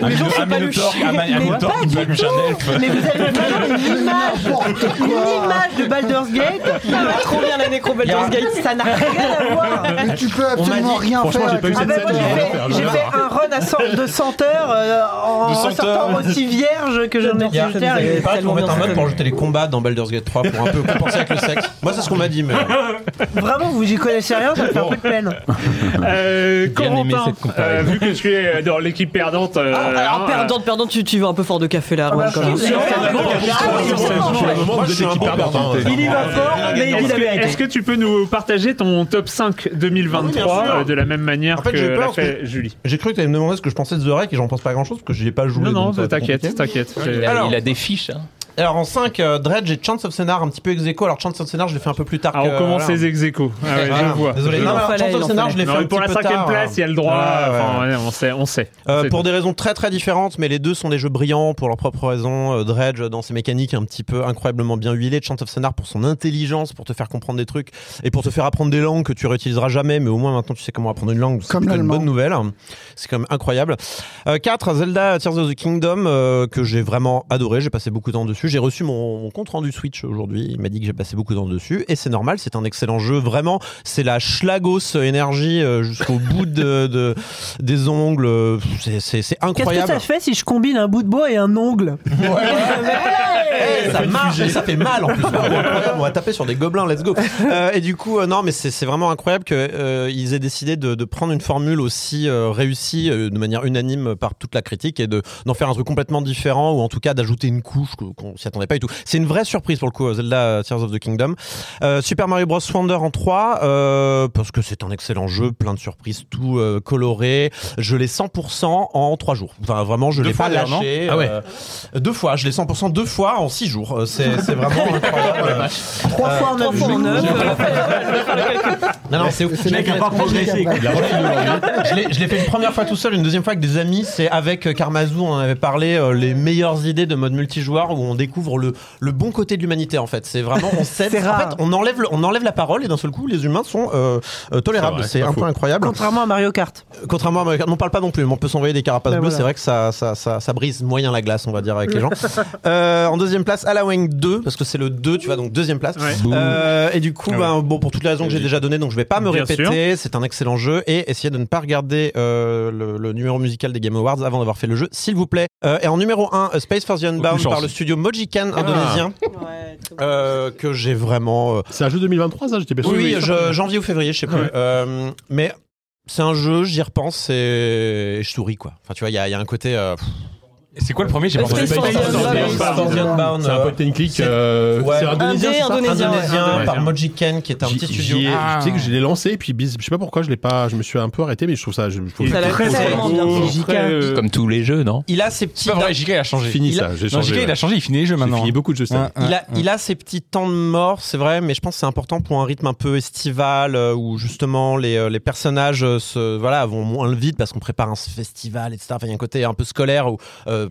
un, Les gens mino- se un minotaure, paluchent. un ma- un Mais minotaure pas qui du paluche un elfe. Mais vous avez vraiment une image, une image de Baldur's Gate. Trop bien la nécro Baldur's Gate. Ça n'a rien à voir. Mais tu peux absolument rien Franchement, faire. j'ai pas eu avec cette un- scène. Moi, j'ai fait- J'ai fait un run à 100 de 100 heures euh, en De 100 sortant heures. aussi vierge que j'en ai Il y a sorti hier. il paraît qu'on va mettre un mode pour jeter les combats dans Baldur's Gate 3 pour un peu compenser avec le sexe. Moi, c'est ce qu'on m'a dit, mais. Vraiment, vous y connaissez rien, ça me fait un peu de peine. Euh, bien aimé Corentin, cette comparaison. euh, vu que tu es euh, dans l'équipe perdante. euh, hein, Ah, Alors, euh, Ah, bah, perdante, perdante, tu, tu vas un peu fort de hein. café là, Erwan, Ah quand même. Il y va fort, mais il dit la Est-ce que, est-ce vérité. que tu peux nous partager ton top 5 2023 Oui, bien sûr. euh, de la même manière En fait, que j'ai l'a peur fait que- Julie J'ai cru que t'allais me demander ce que je pensais de The Wreck et j'en pense pas grand chose parce que j'y ai pas joué. Non, non, donc ça va être t'inquiète, compliqué. t'inquiète. Il a, Alors- il a des fiches. hein. Alors en 5, Dredge et Chance of Scénar, un petit peu ex aequo. Alors Chance of Scénar, je l'ai fait un peu plus tard. Ah, on que- commence voilà. les ex aequo. Ah ouais, Voilà. je vois. Désolé, Je non, vois. non, fallait, Chance of il en Scénar, je l'ai fait Non, mais un pour la petit peu cinquième tard. place, il y a le droit. Ah, ouais. enfin, ouais, on sait, on sait. Euh, C'est- pour des raisons très très différentes, mais les deux sont des jeux brillants pour leurs propres raisons. Euh, Dredge dans ses mécaniques un petit peu incroyablement bien huilées, Chant of Scénar pour son intelligence, pour te faire comprendre des trucs et pour te faire apprendre des langues que tu réutiliseras jamais, mais au moins maintenant tu sais comment apprendre une langue. C'est Comme plutôt une l'allemand. bonne nouvelle. C'est quand même incroyable. 4. Zelda Tears of the Kingdom euh, que j'ai vraiment adoré, j'ai passé beaucoup de temps dessus. J'ai reçu mon, mon compte rendu Switch aujourd'hui, il m'a dit que j'ai passé beaucoup de temps dessus et c'est normal, c'est un excellent jeu, vraiment c'est la schlagos énergie euh, jusqu'au bout de, de- des ongles, euh, c'est- c'est c'est Qu'est-ce que incroyable. ça fait si je combine un bout de bois et un ongle Eh, ça marche et ça fait mal en plus. C'est incroyable, On va taper sur des gobelins, let's go. Euh, et du coup, euh, non, mais c'est c'est vraiment incroyable qu'ils aient décidé de, de prendre une formule aussi euh, réussie euh, de manière unanime par toute la critique et de- d'en faire un truc complètement différent ou en tout cas d'ajouter une couche que- qu'on s'y attendait pas du tout. C'est une vraie surprise pour le coup, euh, Zelda euh, Tears of the Kingdom. Euh, Super Mario Bros. Wonder en 3, euh, parce que c'est un excellent jeu, plein de surprises, tout euh, coloré. Je l'ai 100% en 3 jours. Enfin, vraiment, je Deux l'ai fois pas d'ailleurs, non lâché. Ah ouais. Euh, deux fois, je l'ai 100% deux fois en 6 jours. Euh, C'est c'est vraiment incroyable. Euh, Trois fois en neuf Pour jours. neuf, euh, Non, non, c'est ouf. Le mec a pas progressé. quoi. Je l'ai- je l'ai fait une première fois tout seul, une deuxième fois avec des amis. C'est avec euh, Karmazou, on en avait parlé, euh, les meilleures idées de mode multijoueur où on découvre le, le bon côté de l'humanité en fait. C'est vraiment on cède. C'est en rare. fait, on enlève le- on enlève la parole et d'un seul coup les humains sont euh, euh, C'est tolérables. vrai, C'est c'est pas un faux. peu incroyable. Contrairement à Mario Kart. Contrairement à Mario Kart, on parle pas non plus, mais on peut s'envoyer des carapaces Ben bleues, voilà. c'est vrai que ça, ça, ça, ça brise moyen la glace, on va dire, avec les gens. Euh, en deuxième place, Halloween 2, parce que c'est le 2, tu vois, donc deuxième place. Euh, et du coup, Ah ben, ouais. bon, pour toutes les raisons que j'ai déjà données, donc je vais pas me Bien répéter, c'est un excellent jeu, et essayez de ne pas regarder euh, le, le numéro musical des Game Awards avant d'avoir fait le jeu, s'il vous plaît. Euh, et en numéro 1, Space for the Unbound chance. par le studio Ah, Mojican indonésien. Euh, que j'ai vraiment. C'est un jeu 2023, ça J'étais pas sûr. Oui, oui, je- janvier ou février, je sais plus. Ouais. Euh, mais c'est un jeu, j'y repense et je souris quoi. Enfin, tu vois, il y, a- il y a un côté. euh, pff. C'est quoi le premier J'ai pas entendu. Space Unbound. C'est un point and click, euh, Ouais. c'est indonésien, c'est ça Indonésien Ouais. par Mojiken, qui est un J'y- petit studio. j'y ai- Ah. Je sais que je l'ai lancé, puis bis- je sais pas pourquoi je l'ai pas, je me suis un peu arrêté, mais je trouve ça, je, je trouve Il est ça très, trop- très trop- bien. trop- JK. très, euh, Comme tous les jeux, non Il a ses petits. C'est pas vrai, JK il a changé. Fini il ça, a... j'ai Non, changé, JK il ouais. a changé, il finit les jeux maintenant. hein. fini beaucoup de jeux, cette Ouais, année. ouais, hein. Il a, ouais. il a ses petits temps de mort, c'est vrai, mais je pense que c'est important pour un rythme un peu estival euh, où justement les, euh, les personnages euh, se, voilà, vont moins le vide parce qu'on prépare un festival, etc. Enfin, il y a un côté un peu scolaire, ou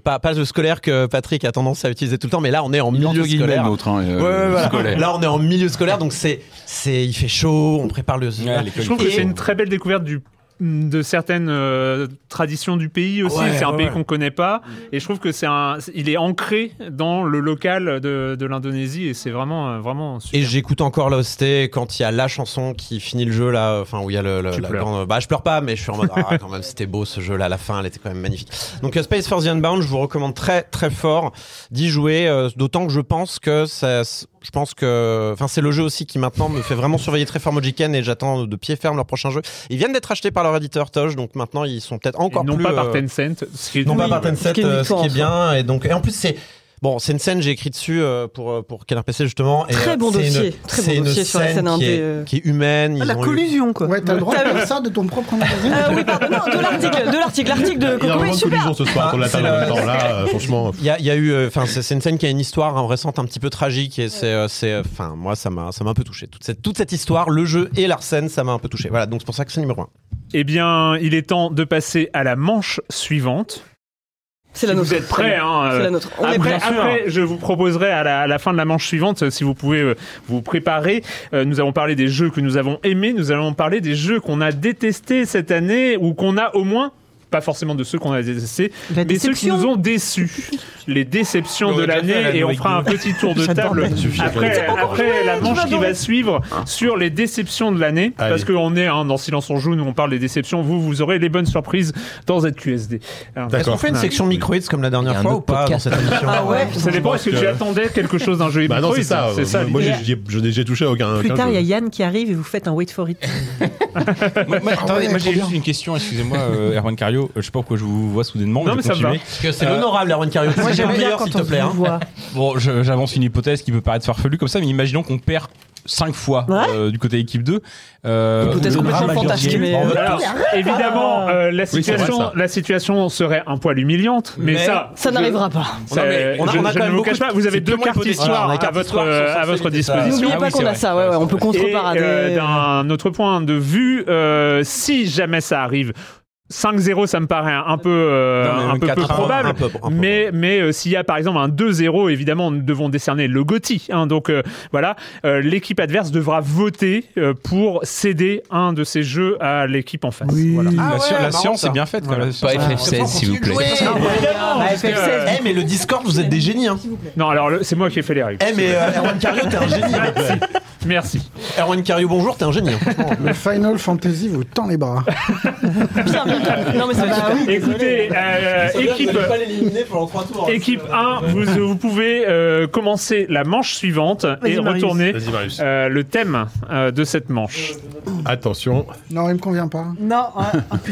pas, pas le scolaire que Patrick a tendance à utiliser tout le temps, mais là on est en milieu entre guillemets, scolaire. l'autre, hein, euh, Ouais, ouais, le voilà. scolaire. Là on est en milieu scolaire, donc c'est, c'est, il fait chaud, on prépare le. Je trouve que Et- c'est une très belle découverte du- de certaines euh, traditions du pays aussi. Ouais, c'est un ouais, pays ouais. qu'on connaît pas. Et je trouve que c'est un, il est ancré dans le local de, de l'Indonésie et c'est vraiment, euh, vraiment super. Et j'écoute encore l'OST quand il y a la chanson qui finit le jeu là, euh, enfin où il y a le, le- Tu la pleures. grande- bah je pleure pas mais je suis en mode ah quand même c'était beau ce jeu là la fin elle était quand même magnifique. Donc euh, Space for the Unbound, je vous recommande très très fort d'y jouer euh, d'autant que je pense que ça je pense que enfin c'est le jeu aussi qui maintenant me fait vraiment surveiller très fort Mojiken et j'attends de pied ferme leur prochain jeu. Ils viennent d'être achetés par leur éditeur Toge donc maintenant ils sont peut-être encore Et non plus pas par euh, Tencent. ce qui est- non pas Oui, par Tencent, ce qui est une euh, ce qui victoire en est soi. bien et donc et en plus c'est bon c'est une scène j'ai écrit dessus euh, pour euh, pour Canard PC justement et, Très euh, bon c'est une- dossier, très bon c'est une dossier sur la scène scène qui indé, est, euh. qui est humaine Ah, ils La ont eu- collusion, quoi. Ouais, t'as Euh, le droit de faire ça de ton propre magazine. oui, pardon, non, de l'article, de l'article, l'article de Il y a Euh, Coco est vraiment de super. collusion ce soir autour de la Ah, C'est table le- en même temps. Là, euh, franchement. il y a, il y a eu euh, enfin c'est c'est une scène qui a une histoire hein, récente un petit peu tragique et c'est euh, c'est euh, enfin moi ça m'a ça m'a un peu touché toute cette toute cette histoire le jeu et la scène ça m'a un peu touché voilà donc c'est pour ça que c'est numéro un Eh bien, il est temps de passer à la manche suivante. C'est la si nôtre. Vous êtes prêts hein, C'est euh, la nôtre. On est après, prêts. après, je vous proposerai à la, à la fin de la manche suivante, euh, si vous pouvez euh, vous préparer. Euh, nous avons parlé des jeux que nous avons aimés. Nous allons parler des jeux qu'on a détestés cette année ou qu'on a au moins. Pas forcément de ceux qu'on a détestés, La mais ceux qui déception. nous ont déçus. Les déceptions On de l'a déjà fait à l'année, la et on Noël fera un Gay. petit tour de J'adore table la Noël. après, après la manche qui va suivre Ah. sur les déceptions de l'année. Parce qu'on est hein, dans Silence on Joue, nous on parle des déceptions. Vous, vous aurez les bonnes surprises dans ZQSD. Alors, est-ce qu'on fait une section microïdes comme la dernière fois ou pas dans hein. cette émission ah ouais, ça dépend. Est-ce que Parce tu que- attendais quelque chose d'un jeu Bah non, c'est Metroid ça. euh, ça. Moi, l'idée. j'ai- j'ai- je n'ai j'ai touché à aucun. Plus aucun tard, il y a jeu. Yann qui arrive et vous faites un wait for it. Moi, moi, attendez, ouais, moi, trop j'ai juste une question, excusez-moi, euh, Erwan Cario. Euh, Je sais pas pourquoi je vous vois soudainement. Non, mais ça me va. Parce que c'est l'honorable, Erwan Cario. Moi, C'est j'aime le bien meilleur, quand s'il on te plaît, se hein. voit. euh, Bon, je- j'avance une hypothèse qui peut paraître farfelue comme ça, mais imaginons qu'on perd 5 fois euh, du côté équipe 2. Euh, Hypothèse le complètement drame fantastique, algérien. mais- euh, euh, On va Alors, tous- Évidemment, euh, la, Oui, c'est vrai, situation, ça. la situation serait un poil humiliante, mais, Mais ça. ça je- n'arrivera pas. ça, Non, mais on a- je- on a je quand ne même vous beaucoup cache de- pas, vous avez c'est deux purement cartes hypothétique. histoire Voilà, on a à carte votre, histoire, euh, à votre disposition. N'oubliez pas qu'on a ça, ouais, ouais, on peut Et, euh, contre-parader. D'un autre point de vue, euh, si jamais ça arrive. 5-0, ça me paraît un peu, euh, Non, mais un peu peu 4-1, probable. un peu- un peu. mais mais euh, s'il y a par exemple un 2-0, évidemment, nous devons décerner le GOTY. hein. donc euh, voilà, euh, l'équipe adverse devra voter euh, pour céder un de ces jeux à l'équipe en face. Voilà. La, sci- la Ah marrant, science ça. est bien faite. Voilà. Quoi, Pas FF16, s'il vous plaît. Bah, Non, mais évidemment, parce que- Eh, mais le Discord, vous êtes des génies. hein. Non, alors le- c'est moi qui ai fait les règles. Eh, mais euh, Erwan Cario, t'es un génie. hein. Merci. Erwan Cario, bonjour, t'es un génie. hein. Le Final Fantasy vous tend les bras. Non, mais c'est Ah pas bah oui. Écoutez, euh, Ça veut dire que équipe, vous n'allez pas l'éliminer pendant trois tours. hein. équipe 1, vous, vous pouvez euh, commencer la manche suivante Vas-y, et Marius. retourner Vas-y, Marius. euh, le thème euh, de cette manche. Attention. Non, il me convient pas. Non,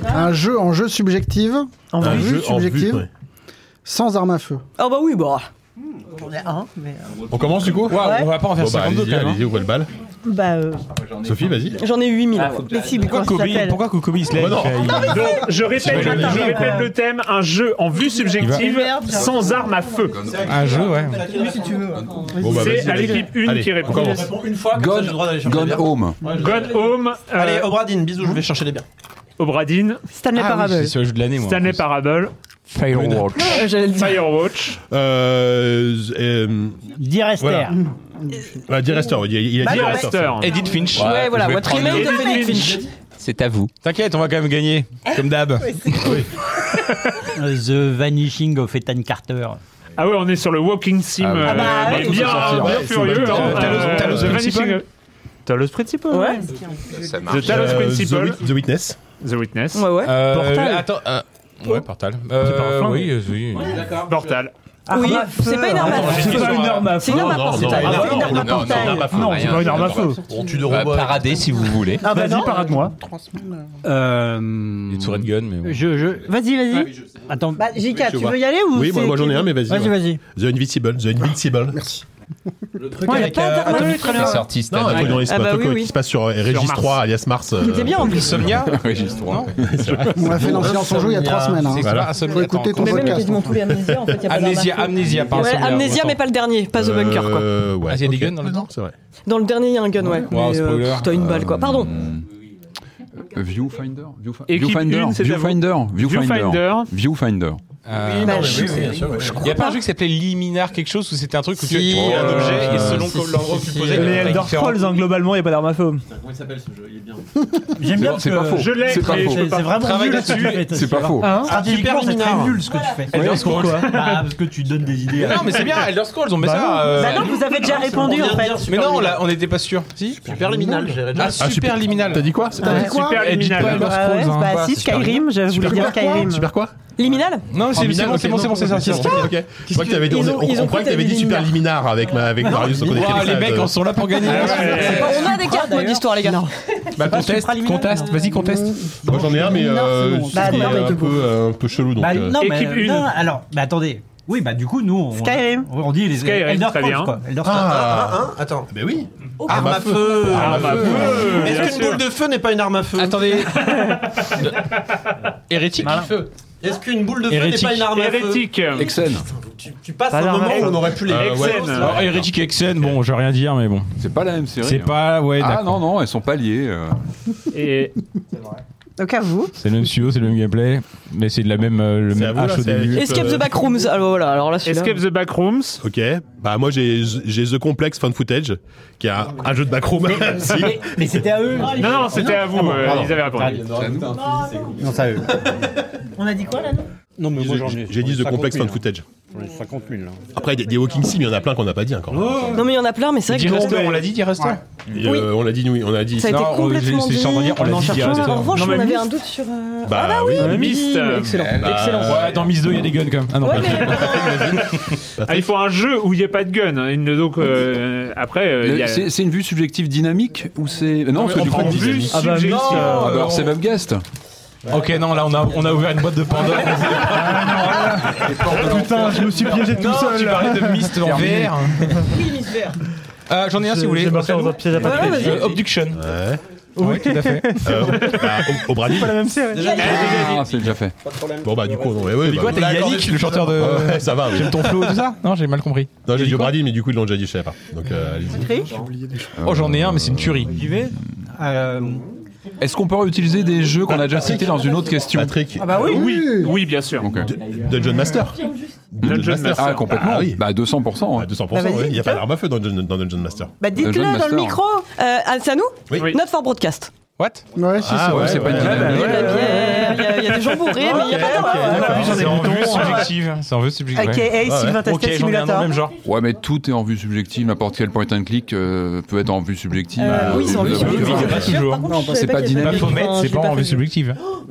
Ah, Un jeu en jeu subjective. En un vue. jeu Un jeu en vue, subjective. ouais. Sans arme à feu. Ah bah oui, bah. J'en ai un, mais. euh, On commence du coup Ouais. On va pas en faire Bon, bah, 52 allez-y, quand même. hein. Allez-y, ouvrez le bal. Bah. euh, Sophie, vas-y. J'en ai 8000. Ah, Mais si, mais Pourquoi comment ça Kobe, s'appelle pourquoi Kokobi il se lève Oh, non. il fait- il- Donc, je répète, C'est pas je joli. répète le thème un jeu en vue subjective sans arme à feu. Un jeu, ouais. si tu veux. Bon, bah, C'est vas-y, à vas-y. l'équipe 1 Allez, qui répond. on commence. Une fois, comme ça, j'ai le droit d'aller chercher des bières. Home. God Home, euh, Allez, Obradine, bisous, je vais chercher les biens. Obradine, Stanley Ah oui, Parable. C'est le jeu de l'année, moi. Stanley Parable. Firewatch. J'allais le dire. Firewatch. Euh, z- euh, voilà. Ouais, Dear Esther, il a- il a dit Dear Esther. Edith Finch. Ouais, voilà, what remains of Edith Finch. C'est à vous. T'inquiète, on va quand même gagner, comme d'hab. The Vanishing of Ethan Carter. Ah ouais, on est sur le Walking Sim. Ah ouais. euh, Ah bah bien, ouais. bien Ouais, c'est furieux. bon. hein, Talos- euh, Talos The Principle. Vanishing- Talos Principle. Ouais. Ça marche. The Talos Euh, The Principle. Wit- The Witness. The Witness. Ouais, ouais. Euh, Portal. attends, euh, ouais, Portal. C'est pas un Euh, flingue. oui, euh, oui. Portal. Oui, c'est pas une arme à Arme à feu. feu. C'est pas une arme à feu. C'est une arme à feu. C'est une arme à portail. Non, c'est pas une arme à feu. On tue de Bah, robots. Paradez si vous voulez. Ah, bah non. parade-moi. Euh. Une tourette gun, mais bon. Je, je... Vas-y, vas-y. Attends. Bah, JK, Je tu vois. veux y aller ou Oui, moi, c'est- moi, j'en ai un, mais vas-y. Vas-y, ouais. vas-y. The Invincible. The Invincible. Merci. Le truc Ouais, avec, y a pas euh, Internet. Atomic Atomic Très bien. Trailer. Trailer. Sorti cette Non, un année. truc dans l'espace, Ah bah un truc oui, qui oui. se passe sur euh, Régis Sur Mars. 3, alias Mars. euh, Il était bien, en plus. Insomnia Régis 3. On a fait l'ancien son jeu il y a trois semaines. hein. C'est pas Faut Insomnia. écouter ton Mais même podcast. ils m'ont trouvé Amnésia, en fait, y a pas Amnésia, d'arme à feu. Amnésia, pas Ouais, Insomnia, Amnésia, autant. mais pas le dernier, pas The Bunker, quoi. Ouais. Ah, il y a des guns dans le temps C'est vrai. Dans le dernier, il y a un gun, ouais. Wow, Mais, euh, spoiler. T'as une balle, quoi. Pardon. Viewfinder Viewfi- Équipe Viewfinder une, c'est à vous. Viewfinder Viewfinder Viewfinder. Viewfinder Euh, non, mais je- oui, oui, bien sûr, ouais. Il n'y a pas un jeu qui s'appelait Liminar quelque chose où c'était un truc où tu Si, tu prenais un euh, objet et selon si, si, l'endroit où si, tu si, posais, euh, il y Les avait un Elder différent. Scrolls, hein, globalement, il n'y a pas d'arme à feu. Comment il s'appelle ce jeu Il est bien. J'aime bien parce C'est que pas faux. je l'ai, C'est pas mais faux. je- c'est vraiment Travaille nul ce que tu là-dessus. fais, C'est pas toi. faux. Hein Stratégiquement, c'est très Minard. nul ce que tu fais. Elder Scrolls. Pourquoi Bah, Parce que tu donnes des idées. Mais à- non, mais c'est bien, Elder Scrolls, on met Bah ça. non. euh, Bah non, vous avez déjà répondu, en fait. Mais non, on l'a- on n'était pas sûr. Si Superliminal, j'ai Ah, Superliminal. T'as dit quoi T'as dit quoi Superliminal. Elder Bah Scrolls, ouais, hein. bah si, Super- Skyrim, j'avais Super voulu dire quoi Skyrim. Super quoi Liminal Euh, Non, c'est c'est bon, c'est bon, c'est bon, c'est ça. c'est bon. Ok. Je crois que t'avais dit- Ils on- ont- ils on- ont on croyait fait que t'avais des dit super liminar avec ma- avec Marius. on connaissait Ouah, ça les de- mecs en sont là pour gagner. On a des cartes, moi, d'histoire, les gars. Bah conteste, conteste, vas-y conteste. Moi j'en ai un, mais euh, c'est bon. c'est Bah, non, mais un du peu, euh, un peu chelou. Donc, Bah, euh, non, mais, non, alors, mais attendez. Oui, bah du coup, nous, on, Skyrim. on dit les Skyrim, Elder très Scrolls, bien. quoi. Elder Scrolls. Ah, Hein Attends. Ben oui. Arme à feu. Arme à feu. bien Est-ce qu'une sûr. boule de feu n'est pas une arme à feu Attendez. Hérétique feu. Est-ce qu'une boule de feu n'est Hérétique. pas une arme à feu Hérétique. Exen. Tu passes Pas un d'arme à moment feu. où on aurait pu les. Euh, Excellent. ouais. Alors, Hérétique et Exen, bon, je vais rien dire, mais bon. C'est pas la même série. C'est hein. pas, ouais, Ah d'accord. non, non, elles sont pas liées. euh. Et Donc à vous. C'est le même studio, c'est le même gameplay, mais c'est de la même, euh, le C'est à même vous, là, hache au c'est- début. Escape the Backrooms. Alors voilà, alors là, celui-là. Escape the Backrooms. Ok, bah moi j'ai j'ai The Complex Fun Footage, qui est un, un jeu de backroom. si. Mais, mais c'était à eux. Non, non, c'était à vous. Ah bon, euh, pardon. Ils avaient répondu. Non, c'est à eux. On a dit quoi là non Non, mais J'ai dit The Complex Fun Footage. 50 000. Après, des, des Walking Sim, il y en a plein qu'on n'a pas dit encore. Non, mais il y en a plein, mais c'est vrai que. Dire Rester, on l'a dit, dire Rester. Et, euh, on l'a dit, oui, on a dit. Ça a été Non, on- complètement j'ai- c'est sans dit. dire, on l'a En dit, dire cherchant- Rester. En revanche, Non, mais on avait Myst- un doute sur. euh, Bah, ah, bah oui, oui, Myst, euh, Excellent. bah, Excellent. Ouais, dans Miss 2, il y a des guns quand même. Ah non, Ouais, pas- mais Ah, il faut un jeu où il n'y a pas de gun. hein, une- Donc euh, après, euh, il y Le- a. C'est c'est une vue subjective dynamique ou c'est. Non, parce que du coup. en vue Ah bah subjective. non, bah alors c'est Webguest. Bah, Ok, non, là, on a, on a ouvert une boîte de Pandore. Ah, Putain, je me suis piégé tout non, seul. tu parlais de Mist en Terminé. VR. Euh, J'en ai un si vous voulez. J'ai marqué dans un piège à papier. Euh, Obduction. Ouais. Oui, tout à fait. Euh, bah, au, Euh, au Brady. Pas la même série. Ah, c'est déjà fait. Bon bah du coup, non, ouais, ouais, Mais bah, quoi, t'as Yannick, le chanteur de. ouais, ouais, ça va. oui. J'aime ton flow, tout ça Non, j'ai mal compris. Non, j'ai dit au Brady, mais du coup ils l'ont déjà dit, je savais pas. Donc euh, allez-y. Euh, Oh, j'en ai un, mais c'est une tuerie. J'y vais. Euh, Est-ce qu'on peut réutiliser des jeux qu'on a déjà cités dans une autre question Patrick, Ah bah oui. Oui, oui, bien sûr. Ok. Dungeon Master. Dungeon Master. Ah, complètement. Ah oui. Bah, 200%. À hein. 200%, Bah, vas-y, ouais, il n'y a pas dis-le. d'arme à feu dans, Dungeon- dans Dungeon Master. Bah Jeune dites-le dans master. le micro. Euh, ah, c'est à nous Oui. Not for broadcast. What Ouais, c'est Ah ça. ouais, ouais, c'est pas ouais, une ouais, dynamique. ouais. Il y a- il y a- il y a des gens bourrés, mais il n'y a pas d'arme. Ah, C'est en hein. vue subjective. C'est en vue subjective. Ok, ouais. Ace Ouais. Sylvain Ok, Testet j'en ai un dans Simulator. le même genre. Ouais, mais tout est en vue subjective. N'importe quel point and click euh, peut être en vue subjective. Euh, Euh, oui, c'est en euh, vue euh, subjective. euh, Pas toujours. Non, je c'est savais pas qu'il y avait Pas dynamique. Fomette, Enfin, c'est je pas l'ai en fait. vue subjective. Oh,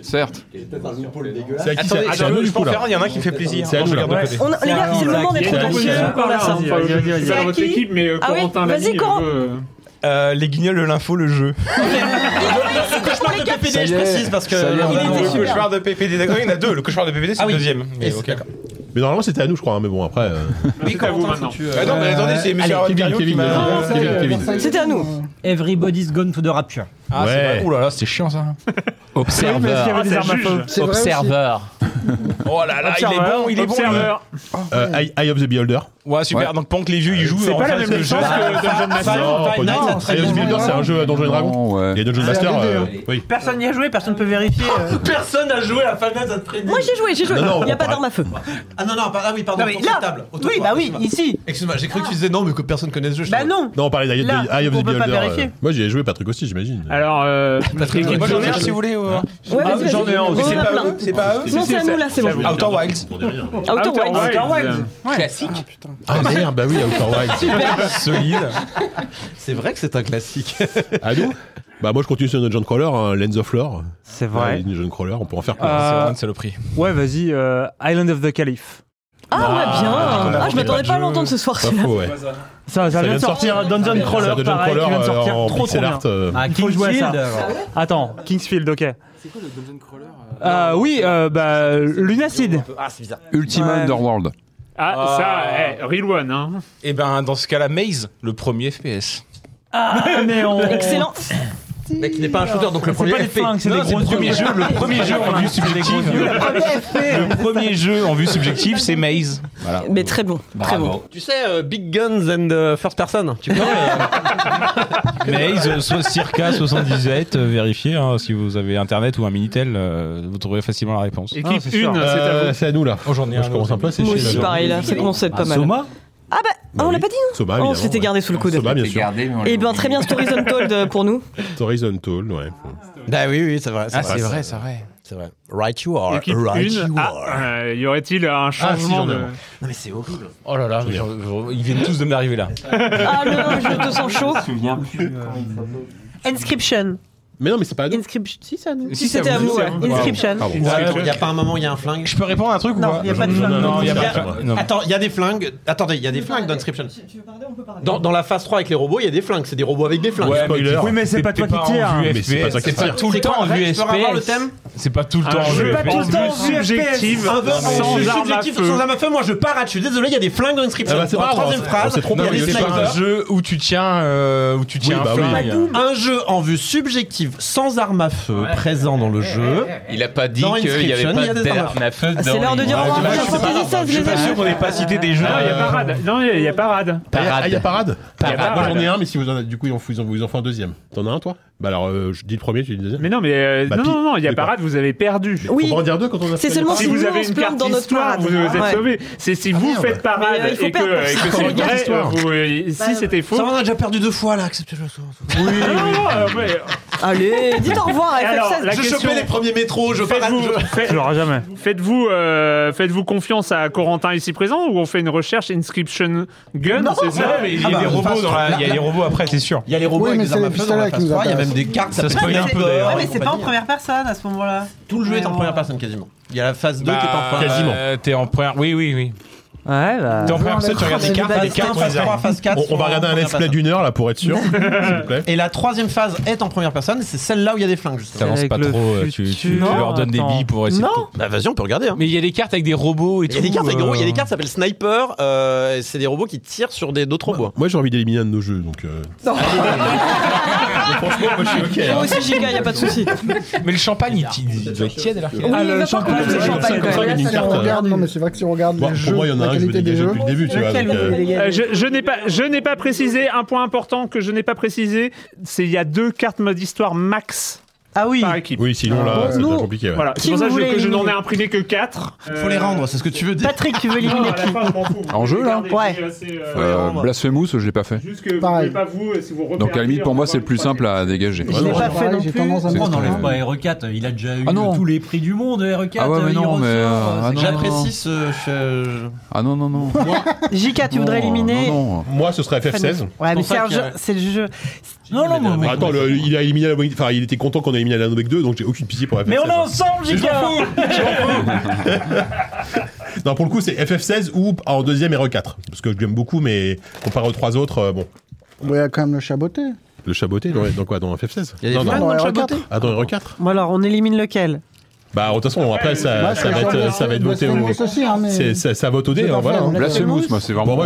Certes. C'est à qui Attendez, c'est à- je c'est à peux- nous je du peux coup en faire là un, il y en a un qui me fait plaisir. C'est à Non, je nous, là. regarde de côté. On- Les gars, c'est le moment d'être C'est à vous, audacieux. là. Voilà, ça. Enfin, je- je suis pas dans votre C'est à qui équipe, mais euh, Ah oui, Corentin l'a vas-y, dit, Corentin. je veux- Euh, Les guignols, le l'info, le jeu. Ah, C'est cauchemar de Ça y je est, précise parce que. ça y est, on il a- était Le super. cauchemar de PPD, d'accord, il y en a deux. Le cauchemar de PPD, c'est Ah oui. le deuxième. Mais Et ok, c'est- d'accord. Mais normalement, c'était à nous, je crois. hein, mais bon, après. euh, Oui, quand vous maintenant. euh, euh, Ah non, mais attendez, c'est Monsieur Arwan Cario qui m'a- Kevin, Kevin. C'était à nous. Everybody's gone to the rapture. Ah, c'est vrai. Ouh là là, c'était chiant ça. Oui, parce qu'il Ah, y avait des armes à feu. C'est vrai aussi. Observeur. Oh là là, il est bon, il est bon. Observeur. lui. euh, Eye- Eye of the Beholder. Ouais, super. Donc pendant que les vieux ils jouent, C'est on pas la fait même le jeu. chose que Dungeon Master. Non, pas du tout. Eye of the Beholder, c'est un jeu à Donjons et Dragons. Et Ah, Dungeon Master, euh, oui. Personne n'y a joué, personne ne peut vérifier. Personne n'a joué à Final Fantasy Freddy. Moi, j'ai joué, j'ai joué. Non, non, Il y a on pas parle- d'arme à feu. Ah non, non, par- ah oui, pardon, Non, mais autour là- de la table. Autour oui, de la bah table, oui, excuse-moi. ici. Excuse-moi, j'ai cru que tu disais non, mais que personne connaît ce jeu. Bah non. Non, on parlait d'Eye Là, of the- Eye of on the peut pas Beholder. euh, vérifier. Moi, j'y ai joué, Patrick aussi, j'imagine. Alors, euh, Patrick, hein. Moi j'en ai un Patrick. si vous voulez. euh. Ouais, vas-y, Ah, J'en ai vas-y, un vas-y, aussi. C'est on pas en a à eux plein. C'est pas à eux Non, c'est à nous, là, c'est bon. Outer Wilds. Outer Wilds. Wilds. Outer Wilds. Classique. Ah merde, bah oui, Outer Wilds. Super. Solide. C'est vrai que c'est un classique. À nous Bah, moi, je continue sur Dungeon Crawler, hein, Lens of Lore. C'est vrai. Ouais, Dungeon Crawler, on peut Ah, en faire plein. Euh, saloperie. Ouais, vas-y, euh, Island of the Caliph. Ah, ouais, bien. Ah, je m'attendais pas à l'entendre ce soir. celui-là. Ça, ça, vient de sortir, Dungeon Crawler, Dungeon pareil, qui Crawler, vient de euh, sortir, en trop trop pixel bien. art, euh. Ah, Il faut jouer à ça. Kingsfield, Attends, Kingsfield, ok. C'est quoi le Dungeon Crawler Euh, oui, euh, bah, Lunacid. Ah, c'est bizarre. Ultima Underworld. Ah, ça, eh, Real One. Hein. Et ben, dans ce cas-là, Maze, le premier FPS. Ah, mais on... Excellent. Mec, il n'est pas un shooter, donc le C'est premier pas des FP. flingues, c'est des Non, c'est le grosses premier gueules. jeu, le premier jeu en vue C'est des grosses subjective. gueules. Le premier Le premier jeu en vue subjective, c'est Maze. Voilà. Mais très bon, très Bravo. bon. Tu sais, euh, Big Guns and euh, First Person. Tu connais Maze, euh, soit circa 77, euh, vérifiez hein, si vous avez internet ou un Minitel, euh, vous trouverez facilement la réponse. Équipe Ah, c'est sûr. une, c'est à Euh, vous. c'est à nous là. Aujourd'hui, Moi, je commence un peu à sécher. Moi aussi, là. pareil, là, ça commence à être pas mal. Soma Ah, bah, ah, on l'a pas dit, nous Oh, Soma, On évidemment, se l'était gardé sous le coude. Soma, bien sûr. Et bien, très bien, Stories Untold euh, pour nous. Horizon Tall, ouais. Bah oui, oui, c'est vrai. Ah, c'est vrai, c'est vrai. C'est vrai. Right you are. Équipe right une. you Ah, are. euh, y aurait-il un changement j'en ai de. un. Non mais c'est horrible. Oh là là, j'en- j'en- ils viennent tous de m'arriver là. Ah, le je te sens chaud. souviens plus. euh, Inscription. Mais non, mais c'est pas à nous. Inscription. Si, ça nous. Si, c'était à vous, ouais. Inscription. Ah bon. Il n'y a pas un moment, il y a un flingue. Je peux répondre à un truc ou Non, il n'y a pas de flamme. Non, il y a pas de flingue. Non. Attends, il y a des flingues. Attendez, il y a des flingues dans Inscription. Dans, dans la phase 3 avec les robots, il y a des flingues. C'est des robots avec des flingues. Ouais, mais Spoiler. Oui, mais c'est pas toi qui tire. en vue Mais c'est pas FPS, ça qui c'est pas tire. tout le temps en vue Je peux avoir le FPS. thème C'est Ah, pas tout le temps en jeu vue pas tout le FPS. temps. subjective, Un peu- sans je suis arme à subjectif, feu. sans arme à feu. Moi, je parade. Je suis désolé, il y a des flingues dans Inscription. Ah bah, c'est Dans la pas grave, troisième c'est- phrase, c'est trop il y a Non, mais des c'est pas un snipers. jeu où tu tiens, euh, où tu tiens Oui, un bah oui. flingue. Un jeu en vue subjective, sans arme à feu, présent dans le jeu. Il a pas dit Dans qu'il y Inscription, avait il y a pas des armes d'arme à feu. Ah, C'est l'heure de dire au revoir à Final Fantasy XVI, les amis. qu'on n'ait pas cité des jeux. Non, il Ah, y a parade. Non, il y a parade. Ah, il y a parade Parade. Ah, Moi j'en ai un, mais si vous en avez- du coup, ils en font- ils en, vous en font un deuxième. T'en as un toi Bah alors, euh, je dis le premier, tu dis le deuxième. Mais non, mais euh, Bah, non, pi- non, non, il y a mais pas. parade, vous avez perdu. Faut pas en dire deux quand on a C'est fait seulement les si si vous nous, on avez se une plante carte dans notre histoire, parade. vous vous êtes Ouais. sauvé. C'est si Ah, vous merde. faites Mais, euh, parade il faut et que, perdre pour et ça. que Faut c'est regarder vrai, l'histoire. vous- et si c'était faux. Ça, on Bah, a déjà perdu deux fois là. Acceptez le soir. Non, non, non, euh, ouais. Allez, dites au revoir à Alors, FF16. la Je question- chopais les premiers métros. Je parade. Faites-vous je- faites- Je l'aurai jamais. faites-vous, euh, faites-vous confiance à Corentin ici présent ou on fait une recherche Inscription Gun C'est ça mais il y Ah a bah, des de robots façon, dans la- là, il y a là- des robots après, c'est sûr. Il y a les robots Oui, avec mais des c'est les armes à feu dans pistolets la qui phase nous 3, Il y a même intéressent. des cartes. Ça peut spoil être un peu des- d'ailleurs. ouais, mais on c'est peut pas en dire. première personne à ce moment-là. Tout le jeu est en Ouais, première ouais. personne quasiment. Il y a la phase 2 qui est en Bah, première. euh, T'es en première. Oui, oui, oui. Ouais, bah. T'es en première personne, tu regardes les cartes, les cartes, on les a. phase 4. On, on va regarder un let's play d'une heure là pour être sûr, s'il vous plaît. Et la troisième phase est en première personne, c'est celle-là où il y a des flingues justement. T'avances Avec pas le trop, euh, tu, tu- tu futur. leur donnes des Attends. billes pour essayer de- Non. Bah vas-y, on peut regarder. hein. Mais il y a des cartes avec des robots et Il tout. y a des cartes avec des robots, il y a des euh, cartes qui s'appellent Sniper, euh, et c'est des robots qui tirent sur des d'autres robots. Moi j'ai envie d'éliminer un de nos jeux, donc. euh, Mais franchement, moi je suis ok. Moi hein. aussi, Giga, y a pas de souci. Mais le champagne, il, il- il doit être tiède alors qu'il y a- Oui, Ah, le mais champagne, par contre, le le champagne, champagne, quand quand même. même. Il y a Si une on carte, regarde, Ah, non, mais c'est vrai que si on regarde Bon, les pour jeux, moi, il y en la a un que je vais qualité des dégager jeux. depuis le début, tu vois. Lequel donc, vous euh, voulez Euh, gagner je je n'ai pas, je n'ai pas précisé un point important que je n'ai pas précisé. C'est il y a deux cartes mode histoire max Ah oui. par équipe. Oui, sinon là, Ah, c'est nous- compliqué. ouais. Voilà, Qui c'est pour ça que vous je- voulez que je n'en ai éliminer imprimé que Ah, 4. Faut les rendre, c'est ce que tu veux dire. Patrick, tu veux éliminer qui En jeu, là Euh, Blasphemous, je l'ai pas fait. Juste que vous Pareil. pouvez pas vous, si vous Donc à la limite, pour moi, repérez, c'est plus encore une simple fois, à dégager. Ah Je l'ai pas fait non plus. C'est plus. ce Pourquoi on que- n'enlève pas R4 Il a déjà eu Ah non. tous les prix du monde, R4. Ah ouais, mais il non, ressort, mais, euh, c'est ah non. grave. J'apprécie ce. je- Ah non, non, non. Jika, tu voudrais Non, éliminer. non, non. Oh, Moi, ce serait FF16. Ouais, mais pour ça Serge, qu'il y a- c'est le jeu. Non, non, mais- mais. Bah, Attends, le- il a éliminé la Enfin, il était content qu'on ait éliminé la Nobec 2, donc j'ai aucune pitié pour FF16. Mais on est ensemble, Jika Non, pour le coup, c'est FF16 ou en deuxième RE4. Parce que je l'aime beaucoup, mais comparé aux trois autres, euh, bon. Il y a quand même le chaboté. Le chaboté, dans, dans quoi Dans FF16 Il y a des Non, flingues non. dans non. RE4. Ah, dans RE4 Bon, alors, on élimine lequel Bah, de toute façon, après, ça, Moi, ça va c'est être, Blasphemous ça va être voté au. aussi, hein, mais- Euh, c'est- ça, ça vote au dé, C'est hein, pas voilà. vrai, Blasphemous, moi, c'est vraiment.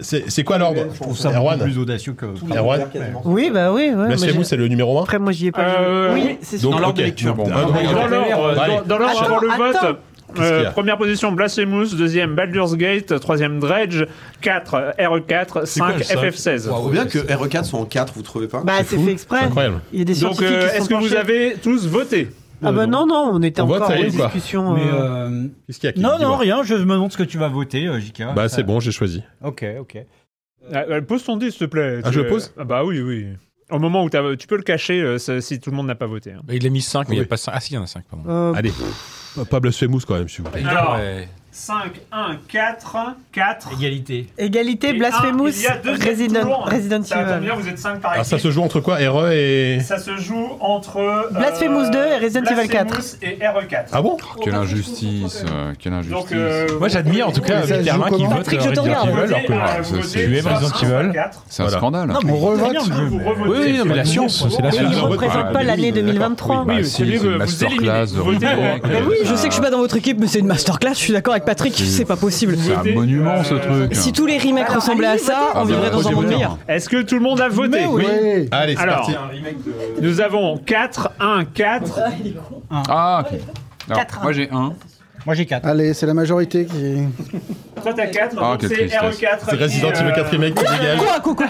c'est c'est quoi l'ordre Je trouve ça beaucoup plus audacieux que. Erwan Oui, bah oui. Ouais, Blasphemous, c'est le numéro 1 Après, moi, j'y ai pas Euh, joué. Oui, c'est sûr. Donc, ok. Bon, Donc, bah, donc, dans ok. l'ordre, Allez. dans- dans l'ordre avant le Attends, attends. vote. Qu'est-ce euh, qu'il y a première position Blasphemous, deuxième Baldur's Gate, troisième Dredge, E 4 RE4, C'est quoi, 5 ça FF16. Trop bien que E RE4 soit en 4, vous trouvez pas Bah, c'est fait exprès. Il y a des Donc scientifiques euh, qui est-ce se que sont vous penchés. avez tous voté Ah bah non, non, on était On vote, encore ça en y est, ou pas discussion. Mais, euh, Qu'est-ce qu'il y a Non, non, Dis-moi. rien, je me demande ce que tu vas voter, euh, JK. Bah, Ça- c'est bon, j'ai choisi. Ok, ok. Ah, euh, pose ton dé, s'il te plaît. Ah, Tu- je le pose Ah Bah oui, oui. Au moment où t'as- tu peux le cacher euh, ça- si tout le monde n'a pas voté. hein. Bah, Il a mis 5, mais il y a Oui. pas 5. Ah si, il y en a 5, pardon. Euh, Allez. Pas- Pas Blasphemous quand même, s'il vous plaît. Alors, Ouais. 5, 1, 4, 4. Égalité. Égalité, Blasphemous, Resident, Resident Ça tombe Evil. bien, vous êtes 5 par Alors, équipe. ça se joue entre quoi RE et. Ça se joue entre. euh, Blasphemous 2 et Resident Evil 4. Blasphemous et RE4. Ah bon Oh, Quelle injustice, euh, quelle injustice. Donc, euh, Moi j'admire en tout cas Mais ça Pierre se Hermin joue qui comment vote Patrick, euh, je te Resident regarde. Evil alors que Ah, euh, vous votez tu aimes Resident Evil. C'est un scandale. Non, mais on revote. Oui, oui, non, mais la science, c'est la Oui, science. on représente pas l'année 2023. Bah, Oui, si, oui, c'est une vous éliminez. masterclass euh, de hein, Votez. Renaud. Mais Oui, je sais que je suis pas dans votre équipe, mais c'est une masterclass, je suis d'accord avec Patrick, c'est pas possible. C'est un monument ce truc. Si tous les remakes Alors, ressemblaient à allez, ça, votez. on vivrait Ah, dans un monde meilleur. Est-ce que tout le monde a voté oui. Oui. Allez, c'est Alors, parti. nous avons 4, 1, 4. Ah, ok. Alors, Quatre. hein. moi j'ai 1. Moi j'ai 4. Allez, c'est la majorité qui. Toi, t'as 4. Ah, donc quelle c'est tristesse. RE4. C'est Resident qui, euh, Evil 4 remake qui dégage. Quoi, coucou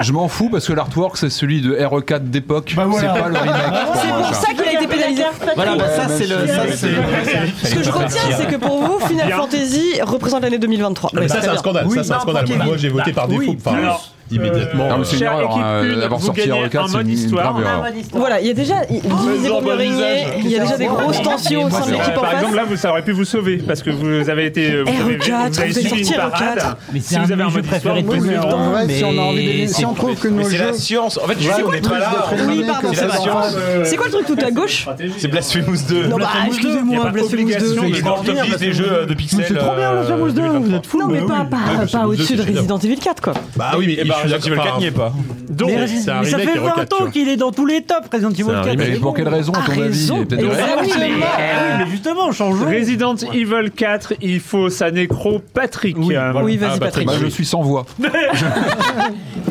Je m'en fous parce que l'artwork c'est celui de RE4 d'époque. voilà. C'est pas le remake. hein. C'est moi, pour ça qu'il a été pénalisé. Voilà, bah, ça, c'est le- ça, c'est- Ce que je retiens, c'est que pour vous, Final Bien. Fantasy représente l'année 2023. Ah, Mais Ouais, ça, très c'est un bien. scandale. ça, c'est un scandale. Moi, j'ai voté par défaut. Enfin, Alors, euh, immédiatement. Non, mais c'est une Chère erreur, équipe hein, une, d'avoir vous sorti gagnez RE4, un c'est mode une histoire. grave erreur. Voilà, il y a déjà il- divisé Faisons pour mieux bon régner, usage. il y a déjà des grosses tensions au sein de Euh, l'équipe en Par exemple, face. là, vous- ça aurait pu vous sauver parce que vous avez été. Vous avez, RE4, vous avez vous avez subi sorti une RE4. parade. Mais si vous avez un mode histoire, vous pouvez le En vrai, si on a envie Mais de... c'est Si on trouve que Mais nos c'est la jeux. science. En fait, je Ouais, suis on est pas là, là. on est Oui, que pardon, ça c'est Euh, soit- vrai. C'est quoi le truc tout à gauche C'est Blasphemous 2. Non, bah, excusez-moi, Blasphemous 2. Il est dans le top 10 des jeux euh, de pixels. C'est trop bien, Blasphemous 2, vous êtes fous. Non, mais pas, pas- pas au-dessus de c'est Resident Evil 4, quoi. Bah oui, mais Et je bah, Resident suis d'accord, Evil 4 n'y est pas. Donc, Mais c'est un mais ça remake fait et requête, 20 tu ans vois. qu'il est dans tous les tops, Resident Evil C'est un 4. Mais pour quelle raison, à ton avis Il y a peut-être des raisons. Exactement. Ah oui, mais justement, changeons. Resident Evil 4, il faut sa nécro Patrick. Euh, Oui, Ah, vas-y, Patrick. Bah, je suis sans voix.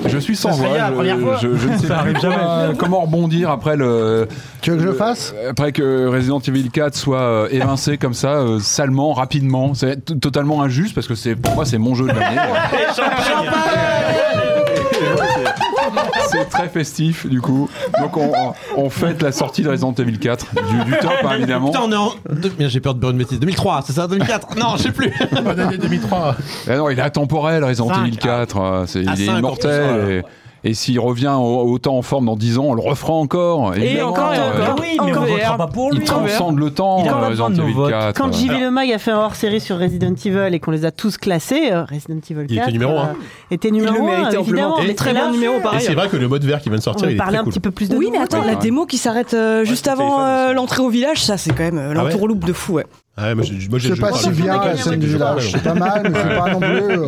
je suis sans Ce serait voix. bien la je- première fois. Je, je ne sais Ça plus arrive quoi- jamais. comment rebondir après le. Tu veux que je le fasse Après que Resident Evil 4 soit euh, évincé comme ça, euh, salement, rapidement. C'est t- totalement injuste parce que c'est pour moi, c'est mon jeu de l'année. C'est très festif du coup. Donc on, on- on fête la sortie de Resident Evil 4 du, du top hein, évidemment. Putain, on est en. deux- Merde, J'ai peur de dire une bêtise. 2003, c'est ça 2004 Non, je sais plus. Bonne année 2003. Ah non, il est intemporel, Resident Cinq. Evil 4. euh, c'est- Ah, il est cinq, en plus, immortel. ouais, et- Et, s'il revient au- autant en forme dans 10 ans, on le refera encore. évidemment. encore et Euh, encore. Oui, mais on Encore votera VR. pas pour Il lui. transcende le temps, Il est euh, en train de Resident prendre Evil 4. Quand euh. JV Le Mag a fait un hors-série sur Resident Evil et qu'on les a tous classés, euh, Resident Evil 4 Il était numéro euh, un. était numéro le 1, méritait évidemment. amplement. Et- Mais très là, bon numéro, par Et c'est ailleurs. vrai que le mode vert qui vient de On sortir, va il est parler très un cool. petit peu plus de Oui, nous. mais attends, la démo qui s'arrête euh, juste avant euh, l'entrée au village, ça, c'est quand même euh, Ah ouais l'entour loupe de fou, ouais. Ouais, moi, j'ai- moi, j'ai Je sais joué pas par si le jeu bien de la Capcom, scène du j'ai joué par le village. jeu. C'est pas mal, mais c'est pas non plus. euh,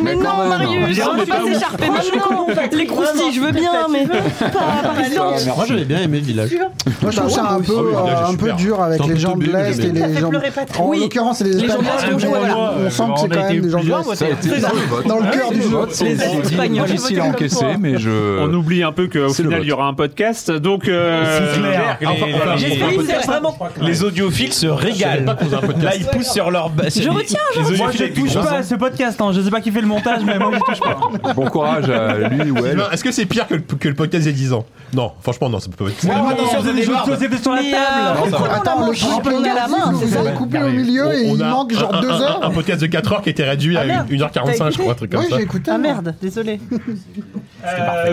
Mais non, quand même. Marius, on ne pas s'écharper maintenant. Les croustilles, je veux bien, mais pas par exemple. Moi j'avais bien aimé le village. Moi, je trouve ça un peu, oui, euh, c'est un peu super. dur avec C'est un les peu gens de teubé, mais l'Est c'est et bien. les gens. En Oui. l'occurrence, c'est les Les gens de Espagnols. l'Est, mais oui, voilà. On sent que c'est quand même des gens de l'Est. Ça a été C'est le ça. vote. Dans le cœur du jeu. vote, c'est Les Espagnols. difficile à encaisser, mais On je. oublie un peu qu'au C'est le final, vote. il y aura un podcast. Donc, euh, C'est clair. euh, enfin, enfin, J'espère que vous êtes vraiment. Les audiophiles se régalent. Là, ils poussent sur leur. Bah, Je retiens, je Moi, je touche Ah pas bah à ce podcast. hein. Je sais pas qui fait le montage, mais moi, je touche pas. Bon courage à lui ou elle. Non, Est-ce que c'est pire que le, que le podcast des 10 ans Non, franchement, non, ça peut pas être. Moi, on faisait des barbes. sur la Mais, euh, table. Attends, le chiffre on la main, c'est vous avez coupé au milieu et On- on il a manque genre un- un- 2 un- Un heures. podcast de 4 heures qui était réduit Ah, à merde. 1h45, je crois, un truc comme Oui, ça. j'ai écouté. Ah merde, désolé. Euh,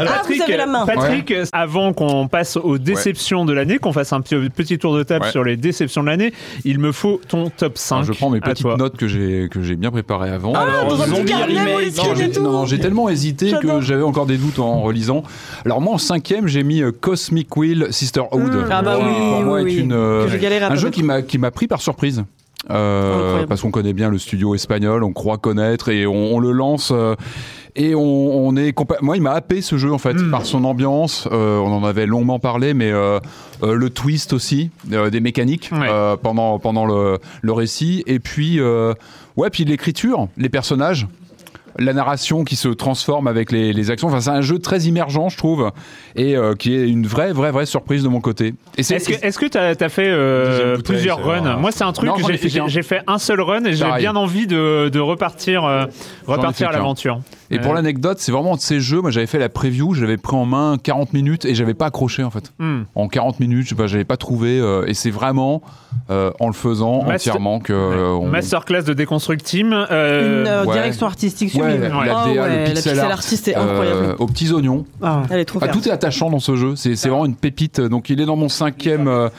Ah, vous avez la main. Patrick, avant qu'on passe aux déceptions de l'année, qu'on fasse un petit, petit tour de table Ouais. sur les déceptions de l'année, il me faut ton top 5. Alors, je prends mes à petites toi. notes que j'ai que j'ai bien préparées avant. Ah, Alors, euh, dans un petit zombie carnet, remake. moi, les Non, trucs j'ai- et tout. non, non, j'ai tellement hésité que J'adore. j'avais encore des doutes en relisant. Alors moi en cinquième j'ai mis euh, Cosmic Wheel Sisterhood. Ah bah Qui, oui, pour moi oui, est oui. une, euh, Que je galère à un jeu connaître. qui m'a qui m'a pris par surprise. euh, parce qu'on connaît bien le studio espagnol, on croit connaître et on, on le lance. euh, et on, on est compa- moi il m'a happé ce jeu en fait Hmm. par son ambiance. Euh, on en avait longuement parlé, mais euh, euh, le twist aussi euh, des mécaniques euh, pendant pendant le, le récit et puis euh, ouais puis l'écriture, les personnages la narration qui se transforme avec les, les actions. Enfin, c'est un jeu très immergent, je trouve, et euh, qui est une vraie, vraie, vraie surprise de mon côté. Et c'est- Est-ce que est-ce que t'as as fait euh, plusieurs bouteille, ça runs va. Moi, c'est un truc, Non, j'en ai j'ai- fait j'ai qu'un. j'ai fait un seul run et j'ai Pareil. bien envie de, de repartir, euh, J'en ai fait repartir à qu'un. l'aventure. hein. Et pour Euh, l'anecdote, c'est vraiment un de ces jeux. Moi, j'avais fait la preview, j'avais pris en main 40 minutes et j'avais pas accroché en fait. Hmm. En 40 minutes, je sais pas, j'avais pas trouvé. euh, et c'est vraiment euh, en le faisant Master- entièrement que euh, on- Masterclass de Deconstruct Team. Une, euh, Ouais. direction Oh, artistique Ouais, la Ah DA, le art, est euh, incroyable. aux petits oignons. Elle est trop Ah, ferme. tout est attachant dans ce jeu. C'est c'est vraiment une pépite. Donc il est dans mon cinquième. euh,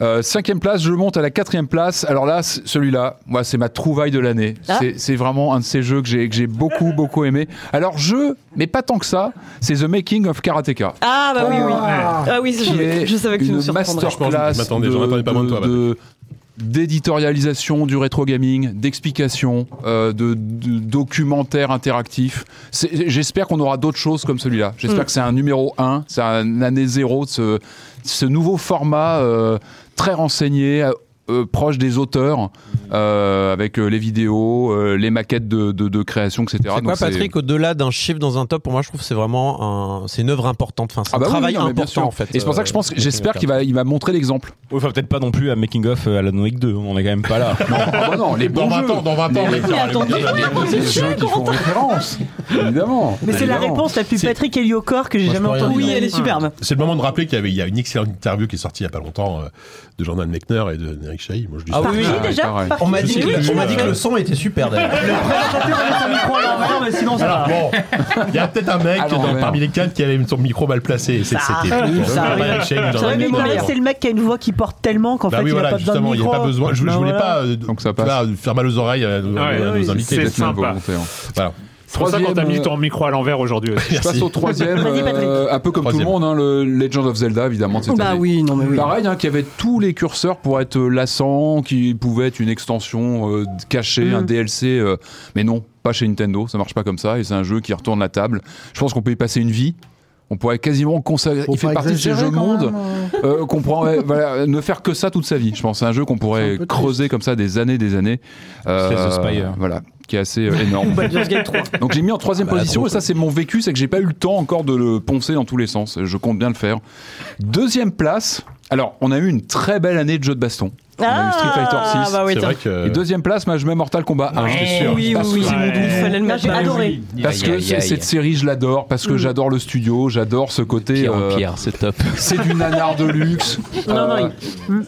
euh, cinquième place, je monte à la quatrième place. Alors là, c- celui-là, moi, c'est ma trouvaille de l'année. Ah. C'est- C'est vraiment un de ces jeux que j'ai que j'ai beaucoup, beaucoup aimé. Alors jeu, mais pas tant que ça. C'est The Making of Karateka. Ah bah oui, oui. Ah oui, Qui je, est je savais que tu une me surprendrais. masterclass Je m'attendais, de- j'en attendais pas moins de toi, Matt. de- d'éditorialisation du rétro gaming, d'explication, euh, de, de documentaire interactif. C'est- J'espère qu'on aura d'autres choses comme celui-là. J'espère Mm. que c'est un numéro 1, c'est un année zéro de ce, ce nouveau format euh, très renseigné. euh, proche des auteurs, euh, avec euh, les vidéos, euh, les maquettes de, de- de création, etc. C'est quoi, Ah, Donc, Patrick, au-delà d'un chiffre dans un top, pour moi, je trouve que c'est vraiment un, c'est une œuvre importante. Enfin, c'est Ah bah un oui, travail non, mais bien important, sûr. en fait. Et c'est pour ça que je pense, euh, j'espère qu'il va, il va montrer l'exemple. Ouais, enfin, peut-être pas non plus à Making of euh, Alan Wake 2. On est quand même pas là. non, ah bah non, les bons Dans 20 jeux. ans, dans 20 ans, Les- on va faire les- les bons les- jeux. les- les jeux qui font référence. Évidemment. Mais c'est la réponse la plus Patrick Heliocor que j'ai jamais entendue. Ah. C'est le moment de rappeler qu'il y, avait- il y a une excellente interview qui est sortie il y a pas longtemps euh, de Jordan Mechner et de Eric Chahi. Moi, je dis Ah ça. oui, oui, Parti, déjà pareil. Parti. On m'a dit, Je sais que- plus, on m'a dit que euh, le son était super d'ailleurs. Alors, bon, il y a peut-être un mec Alors, dans- merde. parmi les quatre qui avait son micro mal placé. et c'est- Ça C'était arrive, ça Jordan arrive. Mechner, Jordan Ça arrive, mais Mechner. pareil, C'est le mec qui a une voix qui porte tellement qu'en Bah fait oui, il a voilà, pas besoin de justement, il n'y micro. a pas besoin. Je, je Bah voulais voilà. pas euh, tu vois, faire mal aux oreilles euh, nos- Ouais, nos, Ah oui, nos invités. c'est parce que- sympa. Voilà. C'est pour ça qu'on t'a mis ton micro à l'envers aujourd'hui. aussi. euh, Je passe au troisième, euh, un peu comme tout le monde, hein, le Legend of Zelda, évidemment. de cette Bah année. oui, non mais oui. Pareil, hein, qui avait tous les curseurs pour être lassant, qui pouvait être une extension euh, cachée, un DLC, euh, mais non, pas chez Nintendo, ça marche pas comme ça, et c'est un jeu qui retourne la table. Je pense qu'on peut y passer une vie. On pourrait quasiment consacrer. Faut Il fait pas partie de ces exagérer jeux quand monde même, euh, qu'on pourrait voilà, ne faire que ça toute sa vie. Je pense c'est un jeu qu'on pourrait creuser comme ça des années, des années. Euh, Slay the Spire. Voilà, qui est assez euh, énorme. Baldur's Gate 3. Donc j'ai mis en troisième Ah Bah, la position trop, et ça c'est mon vécu, c'est que j'ai pas eu le temps encore de le poncer dans tous les sens. Je compte bien le faire. Deuxième place. Alors on a eu une très belle année de jeux de baston. On a eu Street Fighter 6. bah oui, C'est tiens. vrai que- Et deuxième place, moi je mets Mortal Kombat 1. Oui, oui, oui, oui, il fallait le mettre. J'ai adoré. Bah Mm. Parce Aïe, que aïe, c'est- aïe. cette série, je l'adore, parce que j'adore le studio, j'adore ce côté. Pire en euh, pire, c'est top. c'est du nanar de luxe. Non, non, Euh,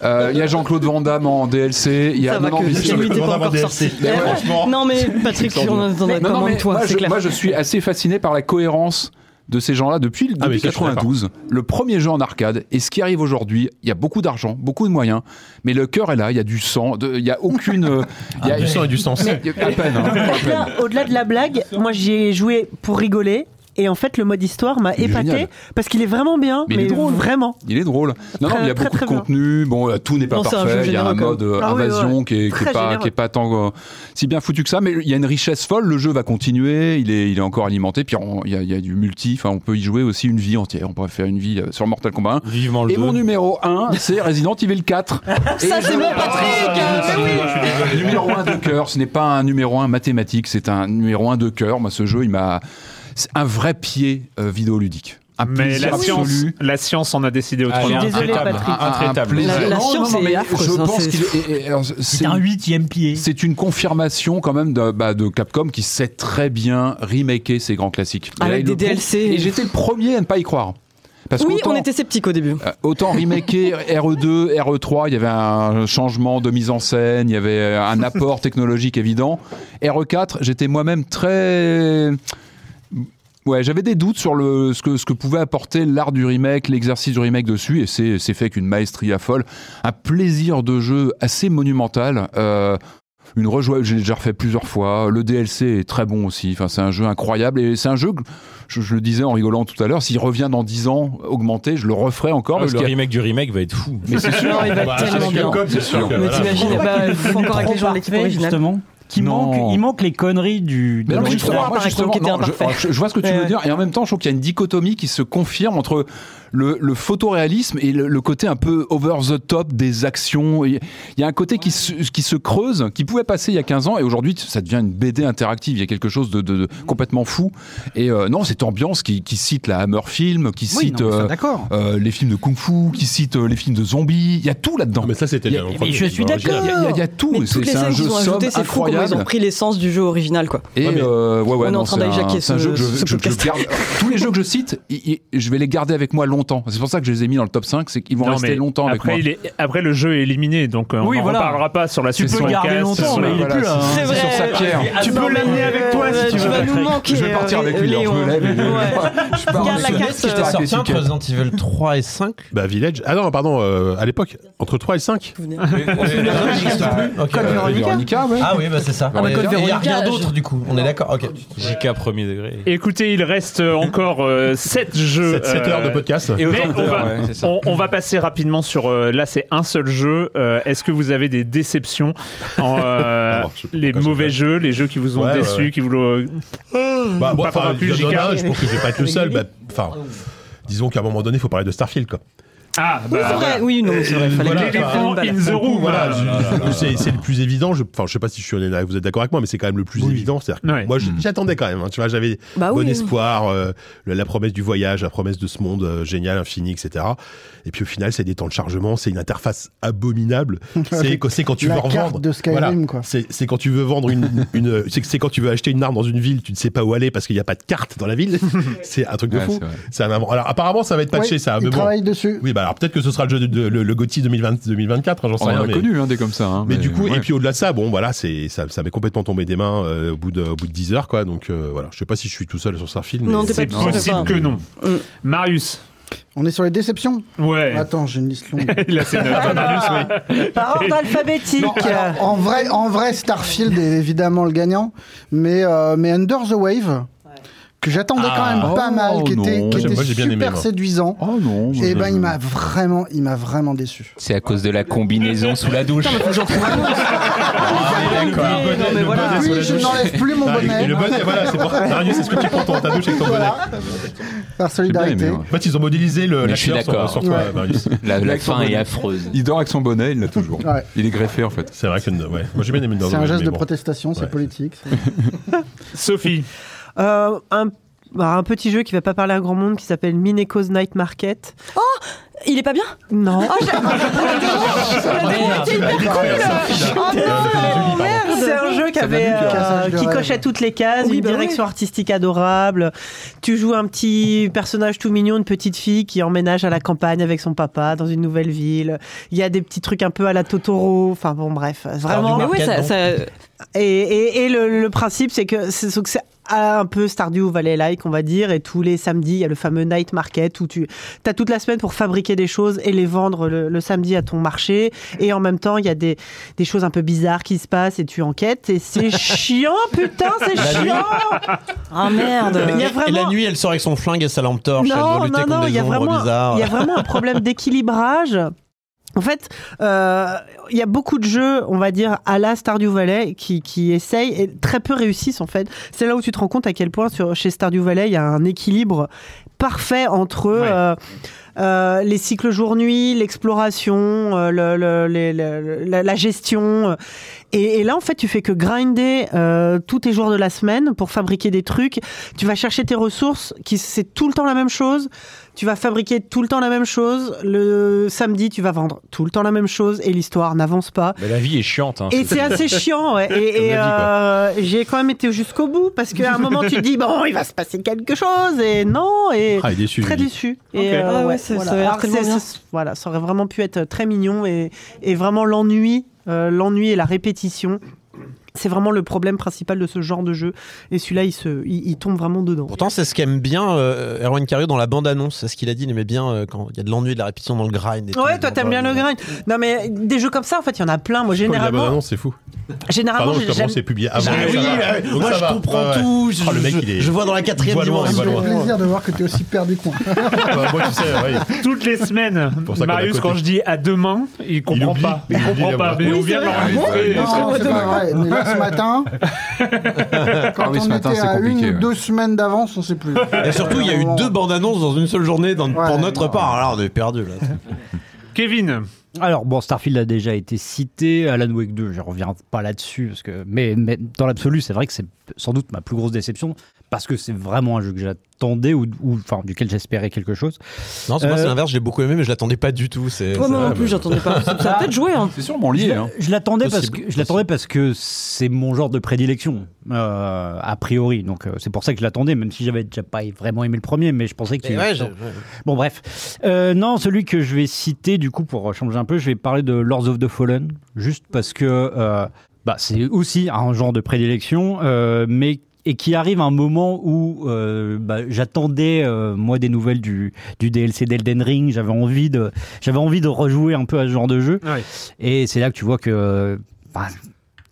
euh, il y a Jean-Claude Van Damme en DLC. Il y a Ça va non, que non, mais Jean-Claude Jean-Claude Van Damme Damme en en DLC. sorti. Mais ouais, Eh, franchement. non, mais Patrick, C'est on en attendait Mais- pas non, moins mais de toi, moi, c'est je- clair. Moi, je suis assez fasciné par la cohérence de ces gens-là depuis, depuis Ah, ça, je suis 92. Le premier jeu en arcade et ce qui arrive aujourd'hui, il y a beaucoup d'argent, beaucoup de moyens, mais le cœur est là, il y a du sang, de- il y a aucune... euh, il y a, Ah, Du sang et du sens. il y a- À peine. hein, à peine. Au-delà- Au-delà de la blague, moi j'y ai joué pour rigoler. Et en fait, le mode histoire m'a Il est épaté génial. parce qu'il est vraiment bien, hein, mais, il est drôle. vraiment. Il est drôle. Non, non, Très, il y a très, beaucoup très de bien. contenu. Bon, euh, tout n'est pas Non, c'est un jeu parfait. Il y a un généreux, mode quand même. euh, Ah oui, invasion ouais. qui est, qui est Très pas, généreux. qui est pas tant euh, si bien foutu que ça. Mais il y a une richesse folle. Le jeu va continuer. Il est, il est encore alimenté. Puis on- il y, a, il y a du multi. Enfin, on peut y jouer aussi une vie entière. On pourrait faire une vie euh, sur Mortal Kombat 1. Vivement le Et mon numéro 1, c'est Resident Evil 4. Ça, c'est mon Patrick Ah, Mais oui numéro 1 de cœur. Ce n'est pas un numéro 1 mathématique. C'est un numéro 1 de cœur. Moi, ce jeu, il m'a. C'est un vrai pied euh, vidéoludique. Un Mais plaisir la science, absolu. la science en a décidé autrement. Ah, Allez, intraitable. Un- un- un plaisir. La- la Non, science non, non, est mais affreuse, Je hein, pense c'est- qu'il est- et- et- alors, c'est un huitième pied. C'est une confirmation quand même de, bah, de Capcom qui sait très bien remaker ses grands classiques. Et là, Avec il des le prouve. DLC. Et j'étais le premier à ne pas y croire. Parce oui, qu'autant- on était sceptiques au début. euh, autant remaker RE2, RE3, E il y avait un changement de mise en scène, il y avait un apport technologique évident. RE4, j'étais moi-même très. Ouais, j'avais des doutes sur le, ce, que, ce que pouvait apporter l'art du remake, l'exercice du remake dessus, et c'est c'est fait avec une maestria folle. Un plaisir de jeu assez monumental. euh, une rejouable, j'ai déjà refait plusieurs fois. Le DLC est très bon aussi. Enfin, c'est un jeu incroyable et c'est un jeu que je, je le disais en rigolant tout à l'heure. S'il revient dans 10 ans augmenté, je le referai encore. Ah, parce le qu'il y a- remake du remake va être fou. Bah, Mais c'est sûr. Non, il va être tellement bien. Mais t'imagines, bah, Pourquoi faut encore avec les gens de l'équipe parfait, originale. justement qui Non. manque, il manque les conneries du. Mais de non, mais l'original. justement, moi, justement, non, je, oh, alors, je- je vois ce que tu Ouais, veux ouais. dire, et en même temps, je trouve qu'il y a une dichotomie qui se confirme entre le, le photoréalisme et le, le côté un peu over the top des actions. Il y a un côté qui se, qui se creuse, qui pouvait passer il y a 15 ans, et aujourd'hui, ça devient une BD interactive. Il y a quelque chose de, de- de complètement fou. Et euh, non, cette ambiance qui, qui cite la Hammer Film, qui Oui, cite non, mais ça, euh, d'accord. euh, les films de Kung Fu, qui cite euh, les films de zombies. Il y a tout là-dedans. Ah, Mais ça, c'était je suis d'accord. Il y a- il y, a tout. Mais toutes les C'est c'est un scènes jeu qu'ils ont somme ajoutées, c'est fou comment ils ont incroyable. pris l'essence du jeu original, quoi. Et euh, ouais, ouais, On est non, en train c'est un- d'hijacker c'est un ce- jeu que je, ce je- je podcast. garde. Tous les jeux que je cite, i- i- je vais les garder avec moi longtemps. C'est pour ça que je les ai mis dans le top 5, c'est qu'ils vont Non, mais rester longtemps avec après, moi. il est- après, le jeu est éliminé, donc euh, on Oui, en voilà. reparlera pas sur la Tu suite. peux le sur le garder cast, longtemps, sur- mais il est voilà, plus là, hein. c'est- C'est vrai. sur sa pierre. Ah, Tu non, peux mais, l'amener avec toi euh, si tu tu veux. vas nous Patrick. manquer, Je vais partir euh, avec lui, Léon. alors, je me lève et- Ah, Je pars Regarde en la semaine, carte, si je t'ai euh, raté, sorti un Ticket. Resident Evil 3 et 5 Bah, Village. Ah non, pardon, euh, à l'époque, entre 3 et 5. Code Veronica, ouais. Ah oui, bah c'est ça. Ah, bah, Et Code Il n'y a Veronica, rien je- d'autre du coup. On est d'accord. Ok. JK premier degré. Écoutez, il reste euh, encore 7 jeux. Sept- sept euh, heures de podcast. Et mais autant on, d'heures, va, ouais, c'est ça. on- on va passer rapidement sur. euh, là, c'est un seul jeu. Euh, Est-ce que vous avez des déceptions en, euh, Les mauvais jeux, les jeux qui vous ont Ouais, ouais, déçu, ouais. qui vous. l'ont- euh, Bah, moi, Pas enfin, convaincu, je donne JK. un, je pense que je vais pas être le seul. bah, Enfin, disons qu'à un moment donné, il faut parler de Starfield, quoi. Ah, bah, Oui, c'est vrai. Oui, non, euh, c'est vrai. Fallait Voilà, que- L'éléphant Fallait- in the room, Voilà, voilà. je- je- c'est c'est le plus évident. Je, enfin, je sais pas si je suis honnête, vous êtes d'accord avec moi, mais c'est quand même le plus évident. C'est-à-dire que moi, Mm. je- j'attendais quand même. hein, tu vois, j'avais Bah bon oui. espoir, euh, le- la promesse du voyage, la promesse de ce monde euh, génial, infini, etc. Et puis au final, c'est des temps de chargement, c'est une interface abominable. C'est c'est quand tu La veux carte revendre. de Skyrim, quoi. C'est c'est quand tu veux vendre une, une- c'est c'est quand tu veux acheter une arme dans une ville, tu ne sais pas où aller parce qu'il n'y a pas de carte dans la ville. c'est un truc de Ouais, fou. c'est vrai. C'est un avant- Alors apparemment, ça va être patché, Ouais, ça. ils mais bon. travaillent dessus. Oui, bah alors peut-être que ce sera le jeu de, de- le, le GOTY 2020 2024, hein, j'en sais On en rien. a mais- connu hein, des comme ça. hein, mais, du coup, ouais. et puis au-delà de ça, bon, voilà, c'est ça, ça m'est complètement tombé des mains euh, au bout de au bout de 10 heures, quoi. Donc euh, voilà, je sais pas si je suis tout seul sur ce film. Non, mais- t'es pas c'est tout seul, possible enfin. que non. Marius. On est sur les déceptions Ouais. Attends, j'ai une liste longue. Ah, Là, c'est notre Marius, oui. Par ordre alphabétique. Alors, en vrai, en vrai, Starfield est évidemment le gagnant, mais euh, mais Under the Wave que j'attendais quand Ah. même pas Oh mal, qui était, non. qui Moi, était j'ai bien super aimé, moi. séduisant. Oh non. Et je- ben il m'a vraiment, il m'a vraiment déçu. C'est à cause de la combinaison sous la douche. Ah, Ah, Oui, je n'enlève plus mon Ah, et- bonnet. et le bonnet, voilà, c'est pour Marius, est-ce que tu prends ton, ta douche avec ton bonnet Par solidarité. En fait, ils ont modélisé le Mais je suis l'acteur d'accord. sur, sur toi, Ouais. Marius. La, la Avec son fin est bonnet. affreuse. Il dort avec son bonnet, il l'a toujours. Ouais. Il est greffé en fait. C'est vrai que ouais. Moi j'ai bien aimé C'est un geste de protection. protestation, c'est politique. Sophie. Euh, un, bah, un petit jeu qui va pas parler à grand monde qui s'appelle Mineco's Night Market. Oh Il est pas bien Ah, Non. Ah, Oh, C'est un jeu qui, avait, euh, Cassage de qui rêve. cochait toutes les cases, Oui, une bah direction artistique adorable. Tu joues un petit personnage tout mignon, une petite fille qui emménage à la campagne avec son papa dans une nouvelle ville. Il y a des petits trucs un peu à la Totoro. Enfin bon, bref, vraiment. Mais ouais, ça- ça- Et, et- et le, le principe, c'est que c'est sauf que c'est un peu Stardew Valley-like, on va dire, et tous les samedis, il y a le fameux night market où tu as toute la semaine pour fabriquer des choses et les vendre le, le samedi à ton marché, et en même temps, il y a des, des choses un peu bizarres qui se passent et tu enquêtes, et c'est chiant, putain, c'est La nuit. chiant Ah merde Il y a vraiment- Et la nuit, elle sort avec son flingue et sa lampe torche. elle doit non, lutter non, contre non, des il y a ombres vraiment, bizarres. il y a vraiment un problème d'équilibrage. En fait, euh, il y a beaucoup de jeux, on va dire, à la Stardew Valley qui, qui essayent et très peu réussissent en fait. C'est là où tu te rends compte à quel point sur, chez Stardew Valley, il y a un équilibre parfait entre euh, euh, les cycles jour-nuit, l'exploration, euh, le- le- les- le- la, la gestion. euh, Et, et là, en fait, tu fais que grinder euh, tous tes jours de la semaine pour fabriquer des trucs. Tu vas chercher tes ressources, qui c'est tout le temps la même chose. Tu vas fabriquer tout le temps la même chose. Le samedi, tu vas vendre tout le temps la même chose et l'histoire n'avance pas. Mais la vie est chiante. hein. Et c'est assez chiant. ouais. Et, Comme et, la vie, quoi. euh, j'ai quand même été jusqu'au bout parce qu'à un moment, tu te dis bon, il va se passer quelque chose et non et Ah, il est déçu, très lui. déçu. Et euh, Ok. Ah ouais, ça- ça a l'air Alors, tellement c'est- bien. c'est- voilà, ça aurait vraiment pu être très mignon et, et vraiment l'ennui, euh, l'ennui et la répétition C'est vraiment le problème principal de ce genre de jeu. Et celui-là, il, se, il, il tombe vraiment dedans. Pourtant, c'est ce qu'aime bien euh, Erwan Cario dans la bande-annonce. C'est ce qu'il a dit, il aimait bien euh, quand il y a de l'ennui et de la répétition dans le grind. et tout. Ouais, toi t'aimes bien le grind. Non mais des jeux comme ça, en fait, il y en a plein. Moi, Comme la bonne généralement, annonce, c'est fou. généralement, Pardon, j'ai- justement, j'aime- c'est publié avant. Ah oui, Donc ça va. ah oui. Donc Moi, ça je va. comprends Ouais, ouais. tout. Je- Oh, le mec, je- il est- je vois dans la quatrième Il va loin, il va C'est loin. un plaisir de voir que t'es aussi perdu que moi. moi, tu sais, ouais. Toutes les semaines, Pour ça qu'on est à Marius, côté. quand je dis à demain, il comprend oublie. pas. Il Il oublie comprend pas, d'abord. mais Oui, on vient de c'est vrai. l'enregistrer. Non, c'est pas vrai. Mais là, ce matin, quand Ah oui, on ce matin, était c'est à une compliqué, ou ouais. deux semaines d'avance, on sait plus. Euh, Et surtout, il y a eu deux bandes-annonces dans une seule journée dans- pour notre part. Alors, on est perdu là. Kevin Alors bon, Starfield a déjà été cité, Alan Wake 2, je reviens pas là-dessus parce que mais, mais dans l'absolu, c'est vrai que c'est sans doute ma plus grosse déception parce que c'est vraiment un jeu que j'attendais ou, ou- enfin duquel j'espérais quelque chose. Non, c'est moi, Euh, c'est l'inverse. J'ai beaucoup aimé, mais je l'attendais pas du tout. C'est. Ouais, moi non c'est- plus, j'attendais pas. Ça a peut-être joué, hein. C'est sûrement lié. hein. Je l'attendais parce Possible, que je l'attendais parce que c'est mon genre de prédilection euh, a priori. Donc euh, c'est pour ça que je l'attendais, même si j'avais déjà pas vraiment aimé le premier, mais je pensais qu'il. Mais ouais, je- ouais. Bon bref, Euh, non celui que je vais citer du coup pour changer un peu, je vais parler de Lords of the Fallen, juste parce que euh, bah, c'est aussi un genre de prédilection, euh, mais et qui arrive un moment où euh, bah, j'attendais euh, moi des nouvelles du, du DLC d'Elden Ring, j'avais envie de j'avais envie de rejouer un peu à ce genre de jeu. Et c'est là que tu vois que bah,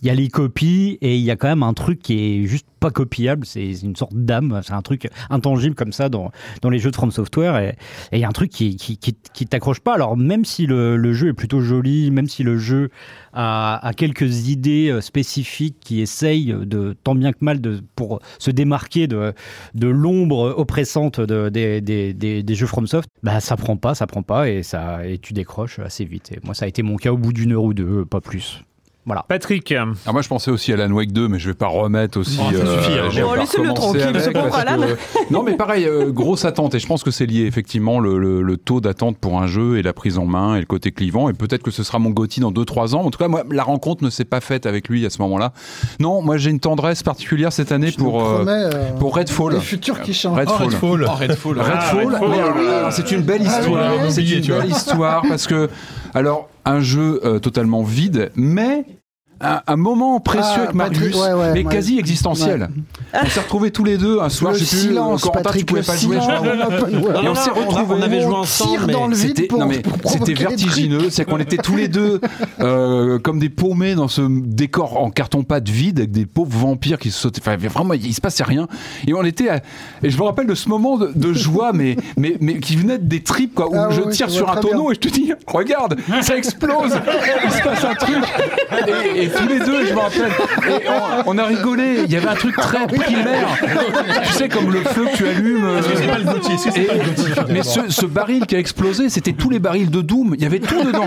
il y a les copies et il y a quand même un truc qui est juste pas copiable, c'est c'est une sorte d'âme, c'est un truc intangible comme ça dans, dans les jeux de From Software et et il y a un truc qui, qui, qui- qui t'accroche pas. Alors même si le, le jeu est plutôt joli, même si le jeu a, a quelques idées euh, spécifiques qui essayent de, tant bien que mal de, pour se démarquer de, de l'ombre oppressante de- des, des, des- des jeux FromSoft, bah ça prend pas, ça prend pas et, ça, et tu décroches assez vite. Et moi ça a été mon cas au bout d'une heure ou deux, pas plus. Voilà. Patrick. Ah, moi, je pensais aussi à Alan Wake 2, mais je vais pas remettre aussi. Oh, ça suffit, hein. j'ai Bon, pas laissez-le recommencé tranquille, avec ce pauvre parce que- Alan. non, mais pareil, euh, grosse attente. Et je pense que c'est lié, effectivement, le, le- le taux d'attente pour un jeu et la prise en main et le côté clivant. Et peut-être que ce sera mon Gotti dans 2-3 ans. En tout cas, moi, la rencontre ne s'est pas faite avec lui à ce moment-là. Non, moi, j'ai une tendresse particulière cette année pour, euh, promets, euh, pour Redfall. le futur qui change. Redfall. Oh, Redfall. Oh, Redfall. Redfall, alors, C'est une belle histoire. Ah, oui. C'est une belle histoire parce que, alors, un jeu euh, totalement vide, mais un, un moment précieux Ah, avec Marius, Patrick, ouais, ouais, mais ouais. quasi existentiel. On s'est retrouvés tous les deux un soir, Le je sais plus, silence, Corentin, tu Patrick, pouvais le pas jouer, je crois. silence, on a pas joué. Et Non, on s'est non, on a- retrouvés. on avait joué On ensemble, tire mais- dans le vide C'était- pour- non, mais pour provoquer c'était des vertigineux, trucs. c'est qu'on était tous les deux euh, comme des paumés dans ce décor en carton-pâte vide avec des pauvres vampires qui se sautaient. Enfin, vraiment, il se passait rien. Et on était. à- Et je me rappelle de ce moment de, de joie, mais, mais, mais qui venait des tripes, quoi, où Ah je ouais, tire je sur vois un très tonneau bien. et je te dis, regarde, ça explose, il se passe un truc. Et, et tous les deux, je me rappelle, et on, on a rigolé, il y avait un truc très primaire. Tu sais, comme le feu que tu allumes. euh, Est-ce que c'est pas le Gauthier Est-ce que c'est et- pas le Gauthier, Mais finalement ce, ce baril qui a explosé, c'était tous les barils de Doom, il y avait tout dedans.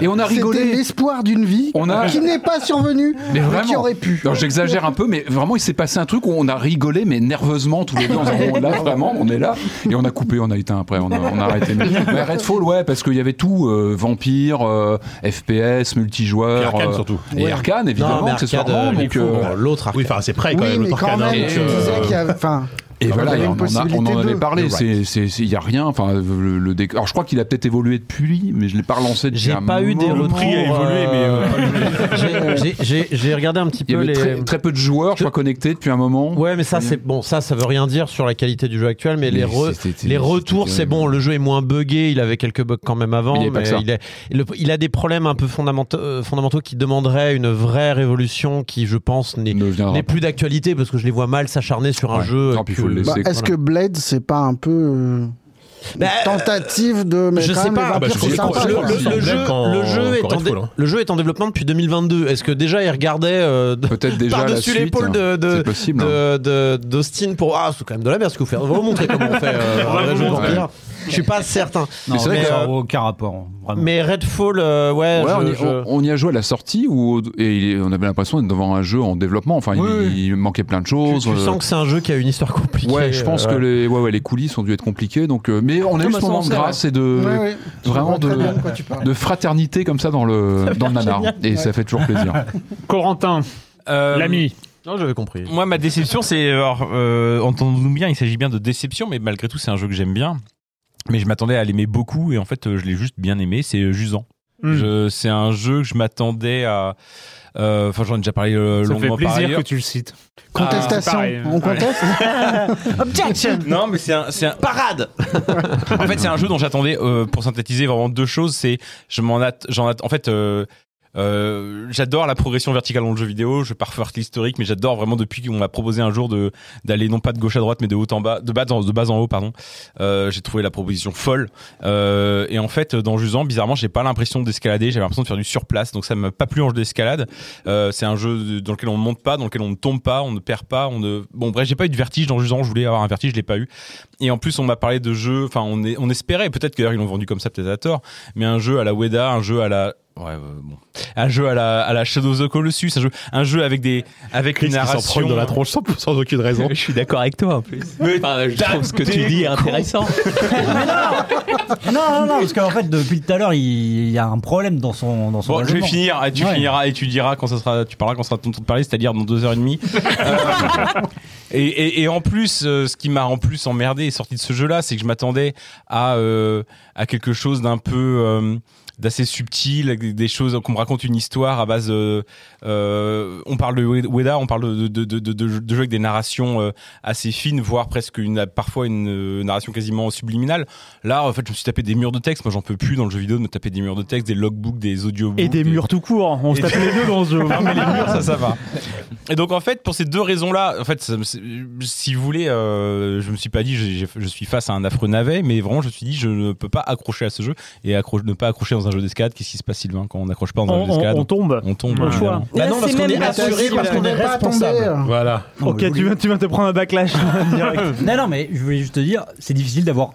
Et on a C'était rigolé. l'espoir d'une vie On a- qui n'est pas survenue, Mais vraiment, qui aurait pu. Non, j'exagère un peu, mais vraiment, il s'est passé un truc où on a rigolé, mais nerveusement tous les deux. en se disant, là, vraiment, on est là, et on a coupé, on a éteint après, on a, on a arrêté. Mais Redfall, ouais, parce qu'il y avait tout euh, vampire, euh, FPS, multijoueur, Et Arkane, euh, surtout. et Ouais. Arkane évidemment, Non, mais accessoirement, Arkane, euh, donc, il faut, euh, L'autre Oui, enfin, c'est près quand Oui, même, mais l'autre quand arcade. hein, même, donc, tu euh, disais qu'il y avait. Enfin, Et Ah, Alors, voilà, il y a on, une en a- on possibilité en avait de- parlé. You're right. Il n'y a rien. Enfin, le, le déc- Alors, je crois qu'il a peut-être évolué depuis, mais je l'ai pas relancé. J'ai pas eu des retours, euh, euh, J'ai- j'ai- J'ai regardé un petit Il y peu avait les. très, très peu de joueurs, je crois, connectés depuis un moment. Ouais, mais ça, c'est bon. Ça, ça veut rien dire sur la qualité du jeu actuel. Mais, les, Mais re- c'était- les retours, c'était c'est bon. Le jeu est moins buggé. Il avait quelques bugs quand même avant. Mais il y Mais avait pas que ça. il, est- le- il a des problèmes un peu fondamentaux, euh, fondamentaux qui demanderaient une vraie révolution qui, je pense, n'est n'est plus d'actualité parce que je les vois mal s'acharner sur un Ouais. jeu. Non, puis il faut que- le bah, laisser, est-ce que Blade, c'est pas un peu. euh, une tentative de. Mais je quand sais même, les Ah, pas. bah, vampires sont sympas, le, quoi. le- le jeu, le jeu est en dé- le jeu est en développement depuis 2022. Est-ce que déjà il regardait euh, de- Peut-être déjà la par-dessus suite, hein. l'épaule de, de- c'est possible, hein. de- de- d'Austin pour ah c'est quand même de la merde ce que vous faites. On va vous montrer comment on fait. euh, On va un vrai vous jeu de montrer. vampire. Je suis pas certain. Non, mais, mais ça euh, n'a aucun rapport. hein, vraiment. mais Redfall, euh, ouais, Ouais, je- on, y, je- on- on y a joué à la sortie où au- et il- on avait l'impression d'être devant un jeu en développement. Enfin, il- il, manquait plein de choses. tu euh, sens que c'est un jeu qui a une histoire compliquée. Ouais, je pense euh, que les, ouais, ouais, les coulisses ont dû être compliquées. Donc, euh, mais on a Ah, eu bah, ce ça, moment de c'est grâce vrai. et de Ouais, ouais. Je vraiment vois de, très bien de quoi tu parles. de fraternité comme ça dans le, Euh, dans le nanar. génial. Et ça fait toujours plaisir. Corentin, l'ami. Euh, Non, j'avais compris. Moi, ma déception, c'est. alors, euh, Entendons-nous bien, il s'agit bien de déception, mais malgré tout, c'est un jeu que j'aime bien. Mais je m'attendais à l'aimer beaucoup, et en fait, euh, je l'ai juste bien aimé. C'est euh, Jusant. Hmm. Je- C'est un jeu que je m'attendais à. euh, Enfin, j'en ai déjà parlé euh, Ça fait longuement par plaisir ailleurs. que tu le cites. Contestation. Ah, pareil, On pareil. conteste Objection Non, mais c'est un, c'est un... Parade En fait, c'est un jeu dont j'attendais, euh, pour synthétiser vraiment deux choses, c'est... Je m'en att- j'en att- En fait... euh, euh, j'adore la progression verticale dans le jeu vidéo. Je pars faire l'historique, mais j'adore vraiment depuis qu'on m'a proposé un jour de d'aller non pas de gauche à droite, mais de haut en bas, de bas en, de bas en haut, pardon. Euh, j'ai trouvé la proposition folle. Euh, et en fait, dans Jusant, bizarrement, j'ai pas l'impression d'escalader. J'avais l'impression de faire du surplace, donc ça m'a pas plu en jeu d'escalade. Euh, c'est un jeu dans lequel on ne monte pas, dans lequel on ne tombe pas, on ne perd pas, on ne. Bon bref, j'ai pas eu de vertige dans Jusant. Je voulais avoir un vertige, je l'ai pas eu. Et en plus, on m'a parlé de jeux. Enfin, on, est, on espérait. Peut-être que d'ailleurs ils l'ont vendu comme ça, peut-être à tort. Mais un jeu à la Weda, un jeu à la Ouais, euh, bon. Un jeu à la, à la Shadow of the Colossus, un jeu, un jeu avec des, avec une Chris qui s'en narration. prend dans la tronche sans, sans aucune raison. Je suis d'accord avec toi en plus. Enfin, je t'as trouve ce que tu des dis intéressant. Non, non, non, parce qu'en fait, depuis tout à l'heure, il il y a un problème dans son. Dans son Bon, je vais raisonnement. finir, et tu Ouais. finiras, et tu diras quand ça sera, tu parleras quand ça sera ton tour de parler, c'est-à-dire dans deux heures et demie. Euh, et, et- et en plus, euh, ce qui m'a en plus emmerdé et sorti de ce jeu-là, c'est que je m'attendais à, euh, à quelque chose d'un peu, euh, d'assez subtil, avec des- des choses qu'on me raconte une histoire à base. euh, euh, on parle de Weda, on parle de, de, de, de, de- de jeux avec des narrations euh, assez fines, voire presque une, parfois une euh, narration quasiment subliminale. Là, en fait, je me suis tapé des murs de texte. Moi, j'en peux plus dans le jeu vidéo de me taper des murs de texte, des logbooks, des audiobooks. Et des murs tout court. On se Et tape des- les deux dans ce jeu. Non, mais les murs, ça, ça va. Et donc, en fait, pour ces deux raisons-là, en fait, ça me- c'est- si vous voulez, euh, je me suis pas dit, j'ai- j'ai- je suis face à un affreux navet, mais vraiment, je me suis dit, je ne peux pas accrocher à ce jeu et accro- ne pas accrocher dans un jeu d'escalade. Qu'est-ce qui se passe, Sylvain, quand on n'accroche pas dans un On- jeu d'escalade on- on tombe. On tombe. Au évidemment. choix. Bah non, parce qu'on est assuré, parce qu'on est pas tombé. hein. Voilà. Ok, tu viens, tu viens te prendre un backlash hein, direct. Non, non, mais je voulais juste te dire, c'est difficile d'avoir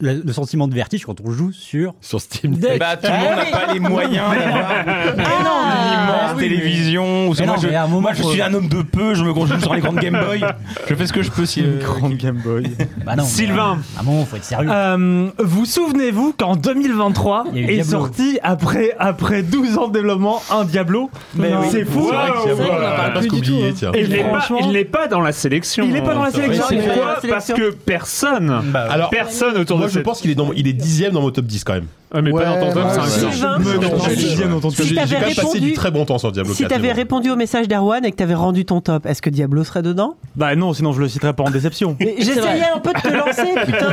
le, le sentiment de vertige quand on joue sur. Ah Sur Steam Eh bah, tout le monde n'a pas les moyens d'avoir une immense télévision. ou c'est- Mais moi, non, je, mais à un moment, moi, je faut- suis un homme de peu, je me concentre sur les grandes Game Boy. Je fais ce que je peux si. euh, Grande Game Boy. Bah non, mais Sylvain. À un moment, faut être sérieux. Euh, vous souvenez-vous qu'en 2023 Il y a eu est Diablo. sorti après après 12 ans de développement un Diablo. Mais oui. c'est fou. C'est vrai qu'il y a- C'est vrai qu'on en parle plus du tout, hein. Il n'est pas- il n'est pas dans la sélection. Il n'est pas dans la sélection. C'est il est vrai. pas dans la Parce sélection. que personne, Alors, personne autour moi, de je cette- pense qu'il est, dans- il est dixième dans mon top 10 quand même. mais pas dans ton top ouais, 5. ouais. Sylvain. Mais non, Si dixième dans ton top t'avais 10. J'ai quand même passé répondu- du très bon temps sur Diablo Si 4, t'avais mais bon. répondu au message d'Erwan et que t'avais rendu ton top, est-ce que Diablo serait dedans Bah non, sinon je le citerai pas en déception. Mais J'essayais un peu de te lancer, putain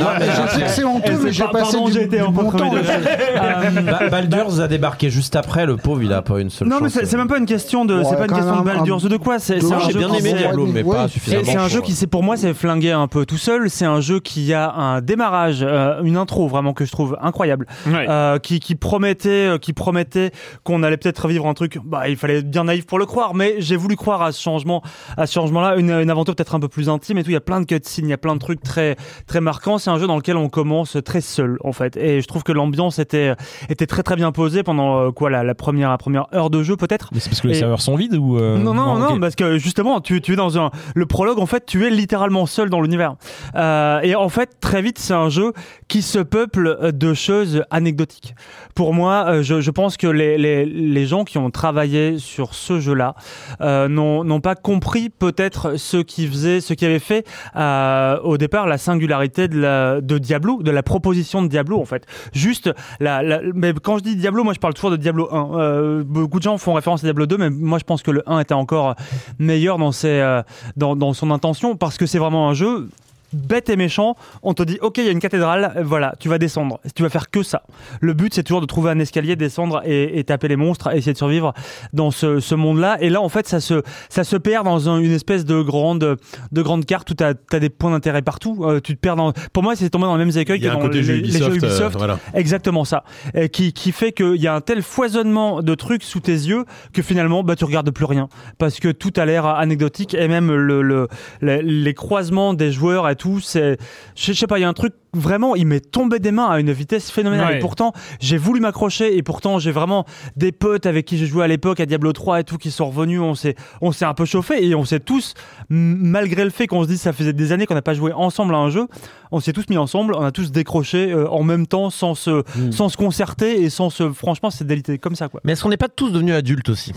Non, mais je sais que c'est honteux, mais j'ai passé pardon, du, j'ai été du en bon premier temps. degré. Euh, Ba- Baldur's a débarqué juste après, le pauvre il a pas une seule Non mais chance. c'est c'est même pas une question de Ouais, c'est pas une quand question de même un- Baldur's un- de quoi c'est Dommage, c'est un j'ai jeu bien qui aimé s'est- Diablo, mais pas suffisamment, C'est un je jeu crois. qui c'est pour moi c'est flingué un peu tout seul, c'est un jeu qui a un démarrage, euh, une intro vraiment que je trouve incroyable. Ouais. Euh, qui, qui promettait euh, qui promettait qu'on allait peut-être vivre un truc bah il fallait être bien naïf pour le croire mais j'ai voulu croire à ce changement à ce changement là une, une aventure peut-être un peu plus intime et tout il y a plein de cutscenes il y a plein de trucs très très marquants c'est un jeu dans lequel on commence très seul en fait et je trouve que l'ambiance était était très très bien posée pendant euh, quoi la, la première la première heure de jeu peut-être Mais c'est parce que les Et- serveurs sont vides ou. euh, non, non, non, ok. parce que justement, tu, tu es dans un. Le prologue, en fait, tu es littéralement seul dans l'univers. Euh, et en fait, très vite, c'est un jeu qui se peuple euh, de choses anecdotiques. Pour moi, euh, je, je pense que les, les, les gens qui ont travaillé sur ce jeu-là euh, n'ont n'ont pas compris peut-être ce qui faisait, ce qui avait fait euh, au départ la singularité de, la- de Diablo, de la proposition de Diablo, en fait. Juste, la, la- mais quand je dis Diablo, moi je parle toujours de Diablo 1. Euh, beaucoup de gens font référence à Diablo 2, mais moi je pense que le 1 était encore meilleur dans, ses, euh, dans, dans son intention parce que c'est vraiment un jeu bête et méchant, on te dit ok il y a une cathédrale, euh, voilà tu vas descendre, tu vas faire que ça. Le but c'est toujours de trouver un escalier, descendre et, et taper les monstres, et essayer de survivre dans ce, ce monde-là. Et là en fait ça se ça se perd dans un- une espèce de grande de grande carte où t'as as des points d'intérêt partout. Euh, tu te perds dans. Pour moi c'est tombé dans les mêmes écueils Il y a que un dans côté les, jeu les jeux Ubisoft, euh, Ubisoft. voilà. Exactement ça. Euh, qui, qui fait qu'il y a un tel foisonnement de trucs sous tes yeux que finalement, bah, tu regardes plus rien. Parce que tout a l'air anecdotique et même le, le- le- les croisements des joueurs et tout, c'est. Je je sais pas, il y a un truc vraiment, il m'est tombé des mains à une vitesse phénoménale. Ouais. Et pourtant, j'ai voulu m'accrocher et pourtant, j'ai vraiment des potes avec qui j'ai joué à l'époque à Diablo 3 et tout qui sont revenus. On s'est, on s'est un peu chauffé et on s'est tous, m- malgré le fait qu'on se dise ça faisait des années qu'on n'a pas joué ensemble à un jeu, on s'est tous mis ensemble, on a tous décroché euh, en même temps sans se, sans se concerter et sans se. Franchement, c'est délité comme ça, quoi. Mais est-ce qu'on n'est pas tous devenus adultes aussi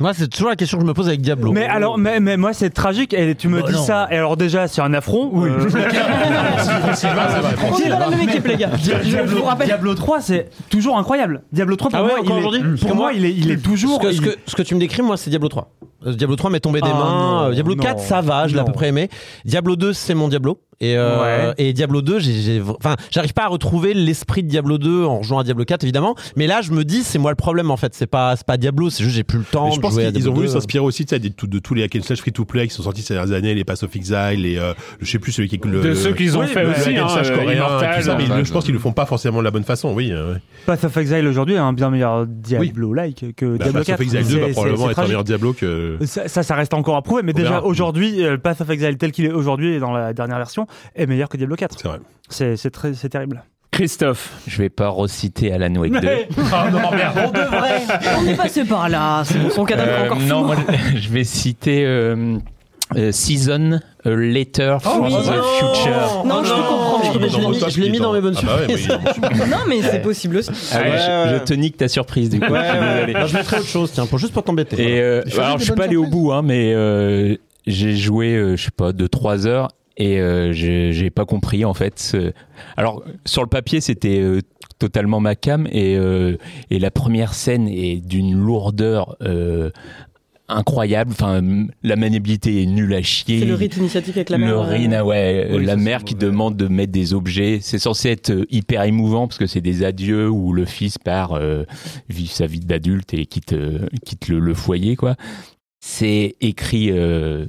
Moi, c'est toujours la question que je me pose avec Diablo. Mais alors, mais, mais moi, c'est tragique. Et tu Bah me dis ça. Et alors, déjà, c'est un affront. Euh, Oui. Tranquille, la même équipe, les gars. Je vous rappelle. Diablo 3, c'est toujours incroyable. Diablo 3, pour Ah ouais, moi, il encore est- aujourd'hui Parce pour que moi, il est, il est toujours. Ce que, ce il- que- ce que tu me décris, moi, c'est Diablo 3. Euh, Diablo 3 m'est tombé des Ah, mains. non, Euh, Diablo non, 4, ça va, je l'ai à peu près aimé. Diablo 2, c'est mon Diablo. Et, euh, Ouais. et Diablo 2, j'ai- j'ai- enfin, j'arrive pas à retrouver l'esprit de Diablo 2 en rejoignant à Diablo 4, évidemment. Mais là, je me dis, c'est moi le problème, en fait. C'est pas, c'est pas Diablo, c'est juste j'ai plus le temps. Mais je de pense jouer à qu'ils Diablo ont voulu 2. s'inspirer aussi tu sais, des- de, de tous les hack and slash free to play qui sont sortis ces dernières années, les Pass of Exile, les, euh, je sais plus celui qui est le, De ceux qu'ils ont le- fait le aussi, hack and hein, slash euh, coréen, Immortal. tout ça, mais Immortal. je pense qu'ils le font pas forcément de la bonne façon, oui. euh, ouais. Path of Exile aujourd'hui est un bien meilleur Diablo-like que Bah, Diablo Pass 4. of Exile 2 C'est- va c'est- c'est probablement être un tragique. meilleur Diablo que. Ça, ça, ça reste encore à prouver, mais On déjà verra. aujourd'hui, euh, le Path of Exile tel qu'il est aujourd'hui et dans la dernière version est meilleur que Diablo 4. C'est vrai. C'est très- c'est terrible. Christophe. Je vais pas reciter Alan Wake 2. On devrait. On est passé par là. C'est bon, son cadavre est Euh, encore non, flou. moi, je- je vais citer euh, euh, Season euh, Later from Oh, oui. the Non. Future. Non, je peux comprendre. Il est Je l'ai dans mis- mon top, je l'ai il est mis dans mes bonnes Ah bah ouais, mais il est surprises. dans mon Non, mais c'est possible aussi. Ah ouais, je, je te nique ta surprise du coup. Ouais, je suis ouais, désolé. ouais. Bah, je mettrai autre chose, tiens, pour, juste pour t'embêter. Et euh, Il faisait alors, des je suis bonnes pas allé au bout, hein, mais euh, j'ai joué, euh, je sais pas, 2-3 heures et euh, j'ai j'ai pas compris en fait. ce- Alors, sur le papier, c'était euh, totalement ma cam et, euh, et la première scène est d'une lourdeur. euh, incroyable, enfin m- la maniabilité est nulle à chier. C'est le rite initiatique avec la mère. Le euh, rite, ah ouais, euh, la mère qui demande de mettre des objets. C'est censé être euh, hyper émouvant parce que c'est des adieux où le fils part euh, vivre sa vie d'adulte et quitte, euh, quitte le, le foyer, quoi. C'est écrit euh,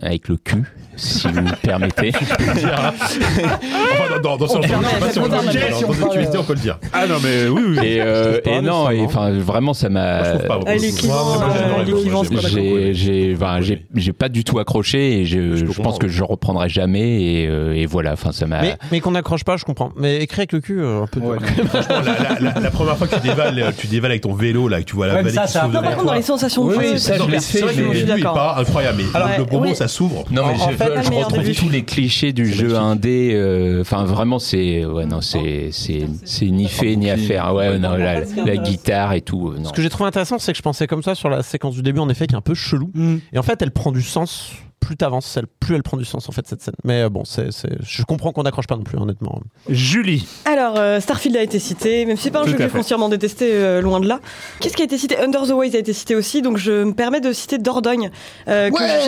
avec le cul, si vous me permettez. Enfin, dans, dans, dans, On dans- permet, je sais ça pas si on peut peut le permettre, dire, mais dans on une parle, actualité, euh, on peut le dire. Ah non, mais oui, oui. Et, euh, et non, et enfin, vraiment, ça m'a. Elle est clivante, elle est clivante, c'est pas d'accord. J'ai, j'ai, enfin, j'ai, j'ai pas du tout accroché et je, je pense que je reprendrai jamais et, euh, et voilà, enfin, ça m'a. Mais, mais qu'on n'accroche pas, je comprends. Mais écrit avec le cul, euh, un peu dur. La, la- la première fois que tu dévales, euh, tu dévales avec ton vélo, là, que tu vois la Même vallée ça, qui ça- s'ouvre Non, par devant contre, toi. dans les sensations de Oui, jeu, c'est oui, ça, je super. l'ai C'est fait, vrai que mais je suis lui est d'accord. pas incroyable. Mais Alors, le bonbon, oui. ça s'ouvre. Non, mais En- en je, fait, je mais en retrouve début- tous les clichés du jeu indé. euh, Enfin, vraiment, c'est ouais, non, c'est c'est c'est ni fait ni à faire. Oh. Ouais, non, la, la guitare et tout. euh, non. Ce que j'ai trouvé intéressant, c'est que je pensais comme ça sur la séquence du début, en effet, qui est un peu chelou. Et en fait, elle prend du sens. Plus t'avances, elle- plus elle prend du sens, en fait, cette scène. Mais euh, bon, c'est, c'est- je comprends qu'on n'accroche pas non plus, hein, honnêtement. Julie. Alors, euh, Starfield a été cité, même si c'est pas un Tout jeu que à j'ai fait. foncièrement détesté, euh, loin de là. Qu'est-ce qui a été cité Under the Waves a été cité aussi, donc je me permets de citer Dordogne, euh, que Ouais, merci.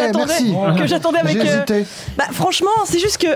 j'attendais que j'attendais avec. J'ai euh, hésité. bah, franchement, c'est juste que.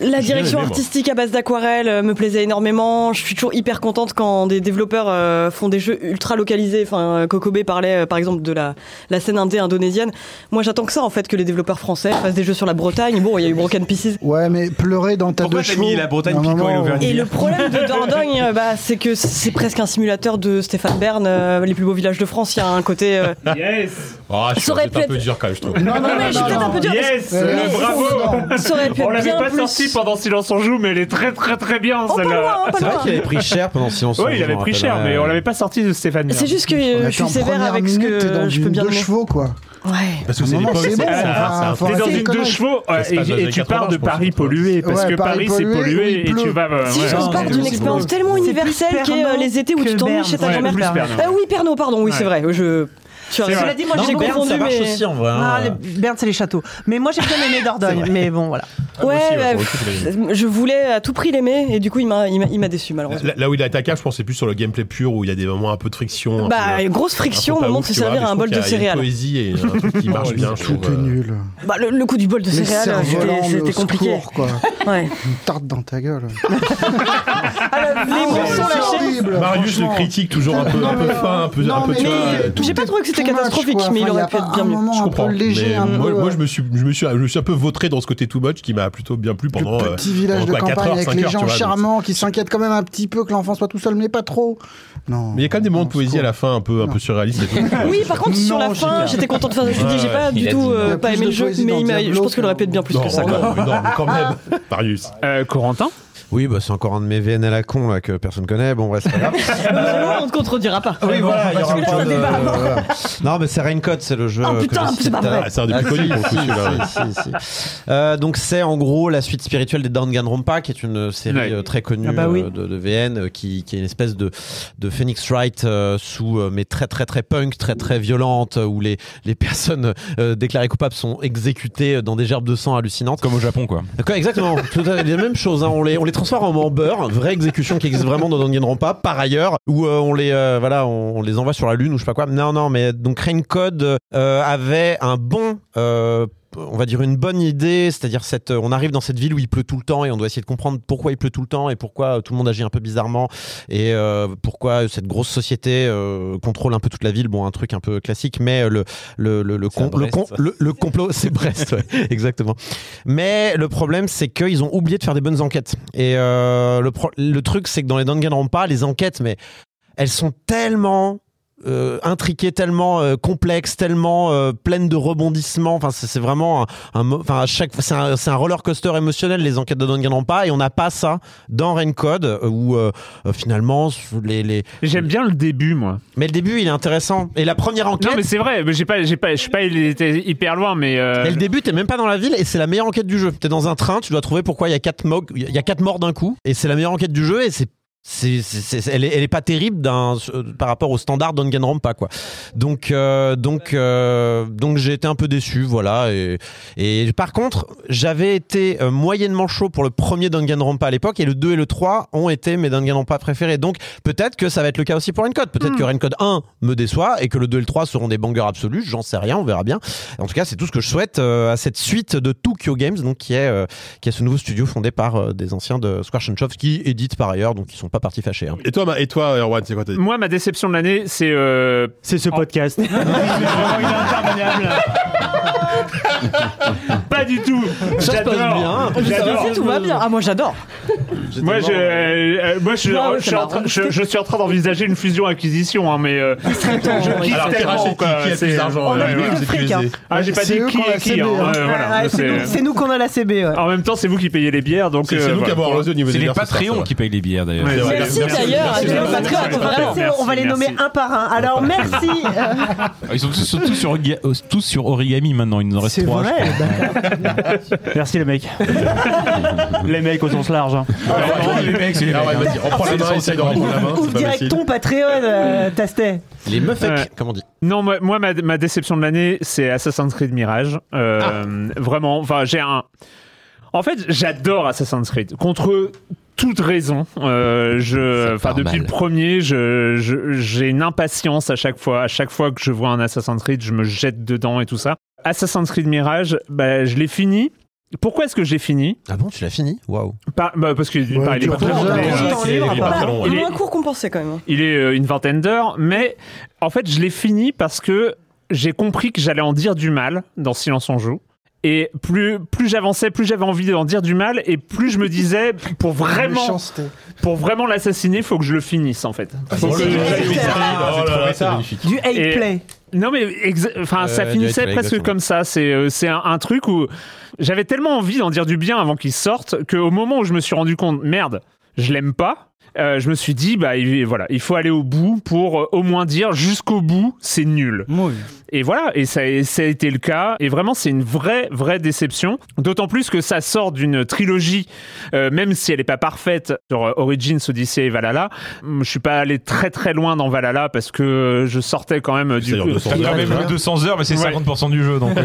La J'ai bien direction aimé, moi. artistique à base d'aquarelle euh, me plaisait énormément. Je suis toujours hyper contente quand des développeurs euh, font des jeux ultra localisés. Enfin, euh, Kokobé parlait euh, par exemple de la, la scène indé indonésienne. Moi, j'attends que ça en fait que les développeurs français fassent des jeux sur la Bretagne. Bon, il y a eu Broken Pieces. Ouais, mais pleurer dans ta Pourquoi deux t'as chevaux. mis la Bretagne à un piquant et moment, Et le problème de Dordogne, euh, bah, c'est que c'est presque un simulateur de Stéphane Bern, euh, les plus beaux villages de France. Il y a un côté. euh, Yes Ah, je suis Ça aurait peut-être un pu peu être- dur quand même, je trouve. Ah Non, non, mais je suis peut-être un peu dur. Yes parce- euh, mais- Bravo Ça aurait pu On être l'avait bien pas plus. sorti pendant Silence on joue, mais elle est très très très bien loin, celle-là. hein, pas C'est vrai loin. qu'il avait pris cher pendant Silence on Oui, joue, il je avait me pris rappelle. cher, mais on l'avait pas sorti de Stéphane. C'est juste que euh, Attends, je suis en sévère première avec ce minute, t'es dans que je une peux bien deux aimer. chevaux, quoi. Ouais. Parce que À un c'est moment, l'époque, c'est c'est- bon, ah, enfin, c'est un- T'es dans c'est une deux économique. chevaux euh, Ça se passe dans les et, et tu 80, pars de je pense, Paris ouais. pollué parce Ouais, que Paris Paris c'est pollué, pollué il et tu pleut. vas. Si ouais, je ouais. parle d'une expérience tellement universelle qu'est euh, les étés où tu t'ennuies chez ta Ouais, grand-mère. plus Pernod. Ah oui, Pernod, pardon, oui, Ouais. c'est vrai. Je. Tu as Cela raison. dit, moi j'ai Berne, confondu, ça marche mais aussi, en vrai, hein. Ah, les- Berne, c'est les châteaux. Mais moi j'ai bien aimé Dordogne. mais bon, voilà. Ouais, aussi, ouais, bah, pour le coup, pff, je je voulais à tout prix l'aimer et du coup il m'a il m'a- il m'a déçu malheureusement. Là, là où il est attaquable, je pense, c'est plus sur le gameplay pur où il y a des moments un peu de friction. un Bah, peu- grosse un friction peu au pas moment de ouf, se tu vois, servir mais à je un bol trouve de qu'il y a céréales. une poésie et un truc qui marche bien. je Tout trouve, est euh. nul. Bah, le, le coup du bol de Les céréales, cerfs-volants, c'était- mais au c'était compliqué. secours, quoi. Ouais. Une tarte dans ta gueule. Les mots sont lâchés. Marius le critique toujours un peu, un peu fin, un peu, un peu tu vois, euh, tout- J'ai pas trouvé que c'était too much, catastrophique, quoi. mais il Enfin, aurait y a pu être pas bien un mieux. moment un peu léger, mais un moi, peu, moi, euh, je me suis, je me suis, je me suis un peu vautré dans ce côté too much qui m'a plutôt bien plu pendant euh, petit village de pendant quoi, quatre campagne heures, avec cinq les heures, tu gens vois, donc- charmants qui s'inquiètent quand même un petit peu que l'enfant soit tout seul, mais pas trop. Mais il y a quand même des moments de poésie à la fin un peu, un peu surréaliste. et tout. Oui, par contre, sur la Non, fin, génial. j'étais contente de faire cette idée. J'ai Ouais, pas ouais, il du a tout dit euh, non. Il y a pas plus aimé de le jeu, poésie mais dans il m'a- je Diablo pense qu'il aurait pu être bien plus Non, que ça. non, mais non, mais quand même, Marius. Corentin Oui, bah, c'est encore un de mes VN à la con là, que personne connaît. Bon, ouais, c'est pas grave. Normalement, on ne te contredira pas. Oui, voilà, il y Parce aura que là, pas ça de- débat. voilà. Non, mais c'est Raincode, c'est le jeu. Oh, que putain, je cite c'est pas tout à vrai. l'heure. C'est un des plus Ah, connus, si, pour le coup, si, celui-là, si, si, si. Euh, Donc, c'est en gros la suite spirituelle des Danganronpa, qui est une série Ouais. euh, très connue Ah bah oui. euh, de, de VN, euh, qui, qui est une espèce de, de Phoenix Wright euh, sous, euh, mais très, très, très punk, très, très violente, euh, où les, les personnes euh, déclarées coupables sont exécutées euh, dans des gerbes de sang hallucinantes. Comme au Japon, quoi. D'accord, exactement. Tout à fait, les mêmes choses. hein. On, les, on les transforme en beurre. Vraie exécution qui existe vraiment dans Danganronpa. Par ailleurs, où euh, on les euh, voilà, on, on les envoie sur la lune ou je sais pas quoi. Non, non, mais donc Rain Code euh, avait un bon. euh, on va dire une bonne idée, c'est-à-dire cette, euh, on arrive dans cette ville où il pleut tout le temps et on doit essayer de comprendre pourquoi il pleut tout le temps et pourquoi euh, tout le monde agit un peu bizarrement et euh, pourquoi cette grosse société euh, contrôle un peu toute la ville. Bon, un truc un peu classique, mais euh, le le le, le, com- à le, Brest, com- ça. le- le complot, c'est Brest, ouais, exactement. Mais le problème, c'est qu'ils ont oublié de faire des bonnes enquêtes. Et euh, le, pro- le truc, c'est que dans les Danganronpa, les enquêtes, mais elles sont tellement euh, intriquées, tellement euh, complexes, tellement euh, pleines de rebondissements. Enfin, c'est c'est vraiment un, un mo- enfin à chaque, c'est un, c'est un roller coaster émotionnel les enquêtes de Danganronpa, et on n'a pas ça dans Raincode euh, où euh, euh, finalement les, les... J'aime bien le début, moi. Mais le début, il est intéressant. Et la première enquête. Non, mais c'est vrai, mais j'ai pas, j'ai pas, je sais pas, il était hyper loin, mais. euh, Et le début, t'es même pas dans la ville et c'est la meilleure enquête du jeu. T'es dans un train, tu dois trouver pourquoi il y a quatre mo- il y a quatre morts d'un coup et c'est la meilleure enquête du jeu et c'est c'est- c'est- c'est- elle, est, elle est pas terrible d'un- euh, par rapport au standard Danganronpa quoi. Donc euh, donc euh, donc j'ai été un peu déçu voilà et, et par contre j'avais été euh, moyennement chaud pour le premier Danganronpa à l'époque et le 2 et le 3 ont été mes Danganronpa préférés donc peut-être que ça va être le cas aussi pour Rencode Hmm. peut-être que Rencode 1 me déçoit et que le 2 et le 3 seront des bangers absolus j'en sais rien on verra bien en tout cas c'est tout ce que je souhaite euh, à cette suite de Tokyo Games donc qui est euh, qui est ce nouveau studio fondé par euh, des anciens de Square Shunsoft qui éditent par ailleurs donc ils sont pas partis fâchés hein. Et toi, Ma- et toi, Erwan, c'est quoi ta Moi, ma déception de l'année, c'est. euh, C'est ce podcast. pas du tout. Ça se passe J'adore. bien. En plus, ça va, J'adore. Tout va bien. Ah, moi, j'adore. Moi, je, euh, moi, je, Ah ouais, je ça suis en m'a train- je- je suis en train d'envisager une fusion-acquisition, hein, mais euh, je kiffe Alors, qui tellement, rachète qui quoi, Qui a c'est- plus d'argent Ouais, euh, ouais. vous utilisez Ah, j'ai pas C'est dit eux qui qu'on a est la qui. CB, hein, hein. euh, voilà. Ouais, ouais, c'est C'est- nous- c'est nous qu'on a la CB. ouais. En même temps, c'est vous qui payez les bières, donc. C'est- c'est euh, nous qui voilà. avons arrosé au niveau C'est des les bières, ça, Patreons ça. qui payent les bières d'ailleurs. Ouais, ouais, Merci d'ailleurs à tous les patriotes. Vraiment. Vraiment, on va les nommer un par un. Alors merci. euh, Ils sont tous, sont tous sur, orga- euh, tous sur origami maintenant, il nous en reste trois. je crois. Merci les mecs. les mecs au sens large. hein. les mecs, c'est les Ah ouais, mecs, hein. vas-y, reprends la main, essaye de reprendre la main. Ouvre c'est pas direct facile. ton Patreon, euh, Tastet. les meufs Ouais. comme on dit Non, moi, moi, ma, ma déception de l'année, c'est Assassin's Creed Mirage. Euh, Ah. Vraiment, enfin, j'ai un. En fait, j'adore Assassin's Creed. Contre toute raison, euh, je, enfin, depuis le premier, je, je- j'ai une impatience à chaque fois. À chaque fois que je vois un Assassin's Creed, je me jette dedans et tout ça. Assassin's Creed Mirage, bah, je l'ai fini. Pourquoi est-ce que j'ai fini ah bon tu l'as fini waouh Par- bah, Parce que d'une part, il est tu pas très vois, long, on mais, est euh, dans les il est pas bras. très long, ouais. Il est- Moins court qu'on pensait, quand même. il est euh, une vingtaine d'heures, mais en fait, je l'ai fini parce que j'ai compris que j'allais en dire du mal dans Silence on joue. Et plus, plus j'avançais, plus j'avais envie d'en dire du mal, et plus je me disais, pour vraiment, Méchanceté. pour vraiment l'assassiner, faut que je le finisse en fait. Faut que j'aille vite. Oh là là, c'est magnifique. Du hate Et- play. Non mais exa- enfin Euh, ça du finissait hate play, presque exactement. comme ça. C'est euh, c'est un, un truc où j'avais tellement envie d'en dire du bien avant qu'il sorte qu'au moment où je me suis rendu compte merde, je l'aime pas. euh, je me suis dit bah il- voilà il faut aller au bout pour euh, au moins dire jusqu'au bout c'est nul. Et voilà, et ça, et ça a été le cas. Et vraiment, c'est une vraie, vraie déception. D'autant plus que ça sort d'une trilogie, euh, même si elle n'est pas parfaite, sur euh, Origins, Odyssey et Valhalla. Hum, Je suis pas allé très, très loin dans Valhalla parce que euh, je sortais quand même euh, du. C'est-à-dire 200 T'as quand même eu 200 heures, mais c'est Ouais. 50% du jeu. Donc, euh,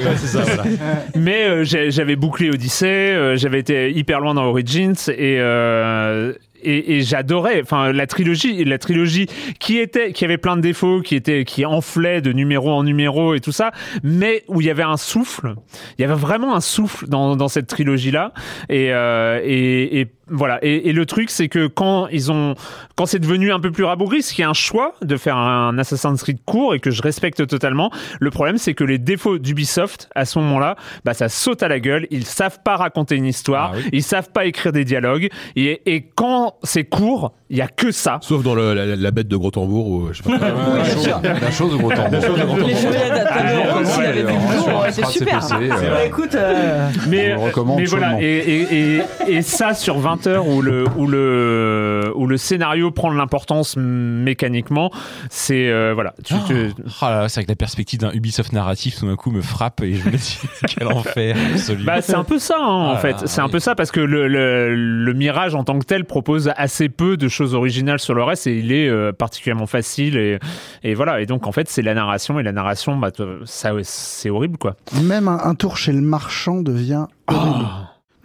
Mais euh, j'ai- j'avais bouclé Odyssey, euh, j'avais été hyper loin dans Origins et euh, et, et j'adorais. Enfin, la trilogie, la trilogie qui était, qui avait plein de défauts, qui était, qui enflait de numéro en numéro et tout ça, mais où il y avait un souffle. Il y avait vraiment un souffle dans, dans cette trilogie là. Et, euh, et, et voilà. Et, et le truc, c'est que quand ils ont, quand c'est devenu un peu plus rabougri, ce qui est un choix de faire un Assassin's Creed court et que je respecte totalement. Le problème, c'est que les défauts d'Ubisoft à ce moment-là, bah, ça saute à la gueule. Ils savent pas raconter une Ah histoire, ils savent pas écrire des dialogues. Et, et quand c'est court, il y a que ça. Sauf dans le- la, la- la bête de gros tambour ou euh, je sais pas. La chose au gros temps. La chose de gros tambour. Les jeux à date, Ah, euh, ouais, aussi, il y avait des ouais, jours, c'était super. C'est Bah, écoute, euh, Mais, On le recommande mais voilà, chaudement. et, et, et, et ça sur 20 20h où le, où le, où le scénario prend de l'importance mécaniquement. C'est. euh, voilà. Tu, Oh. Oh là là, c'est vrai que la perspective d'un Ubisoft narratif tout d'un coup me frappe et je me dis quel enfer absolu. Bah, c'est un peu ça, hein, en Ah fait. là, C'est un peu ça parce que le, le- le Mirage en tant que tel propose assez peu de choses originales sur le reste et il est euh, particulièrement facile et, et voilà. Et donc, en fait, c'est la narration et la narration, bah, te- ça, c'est horrible, quoi. Même un, un tour chez le marchand devient Ah. horrible.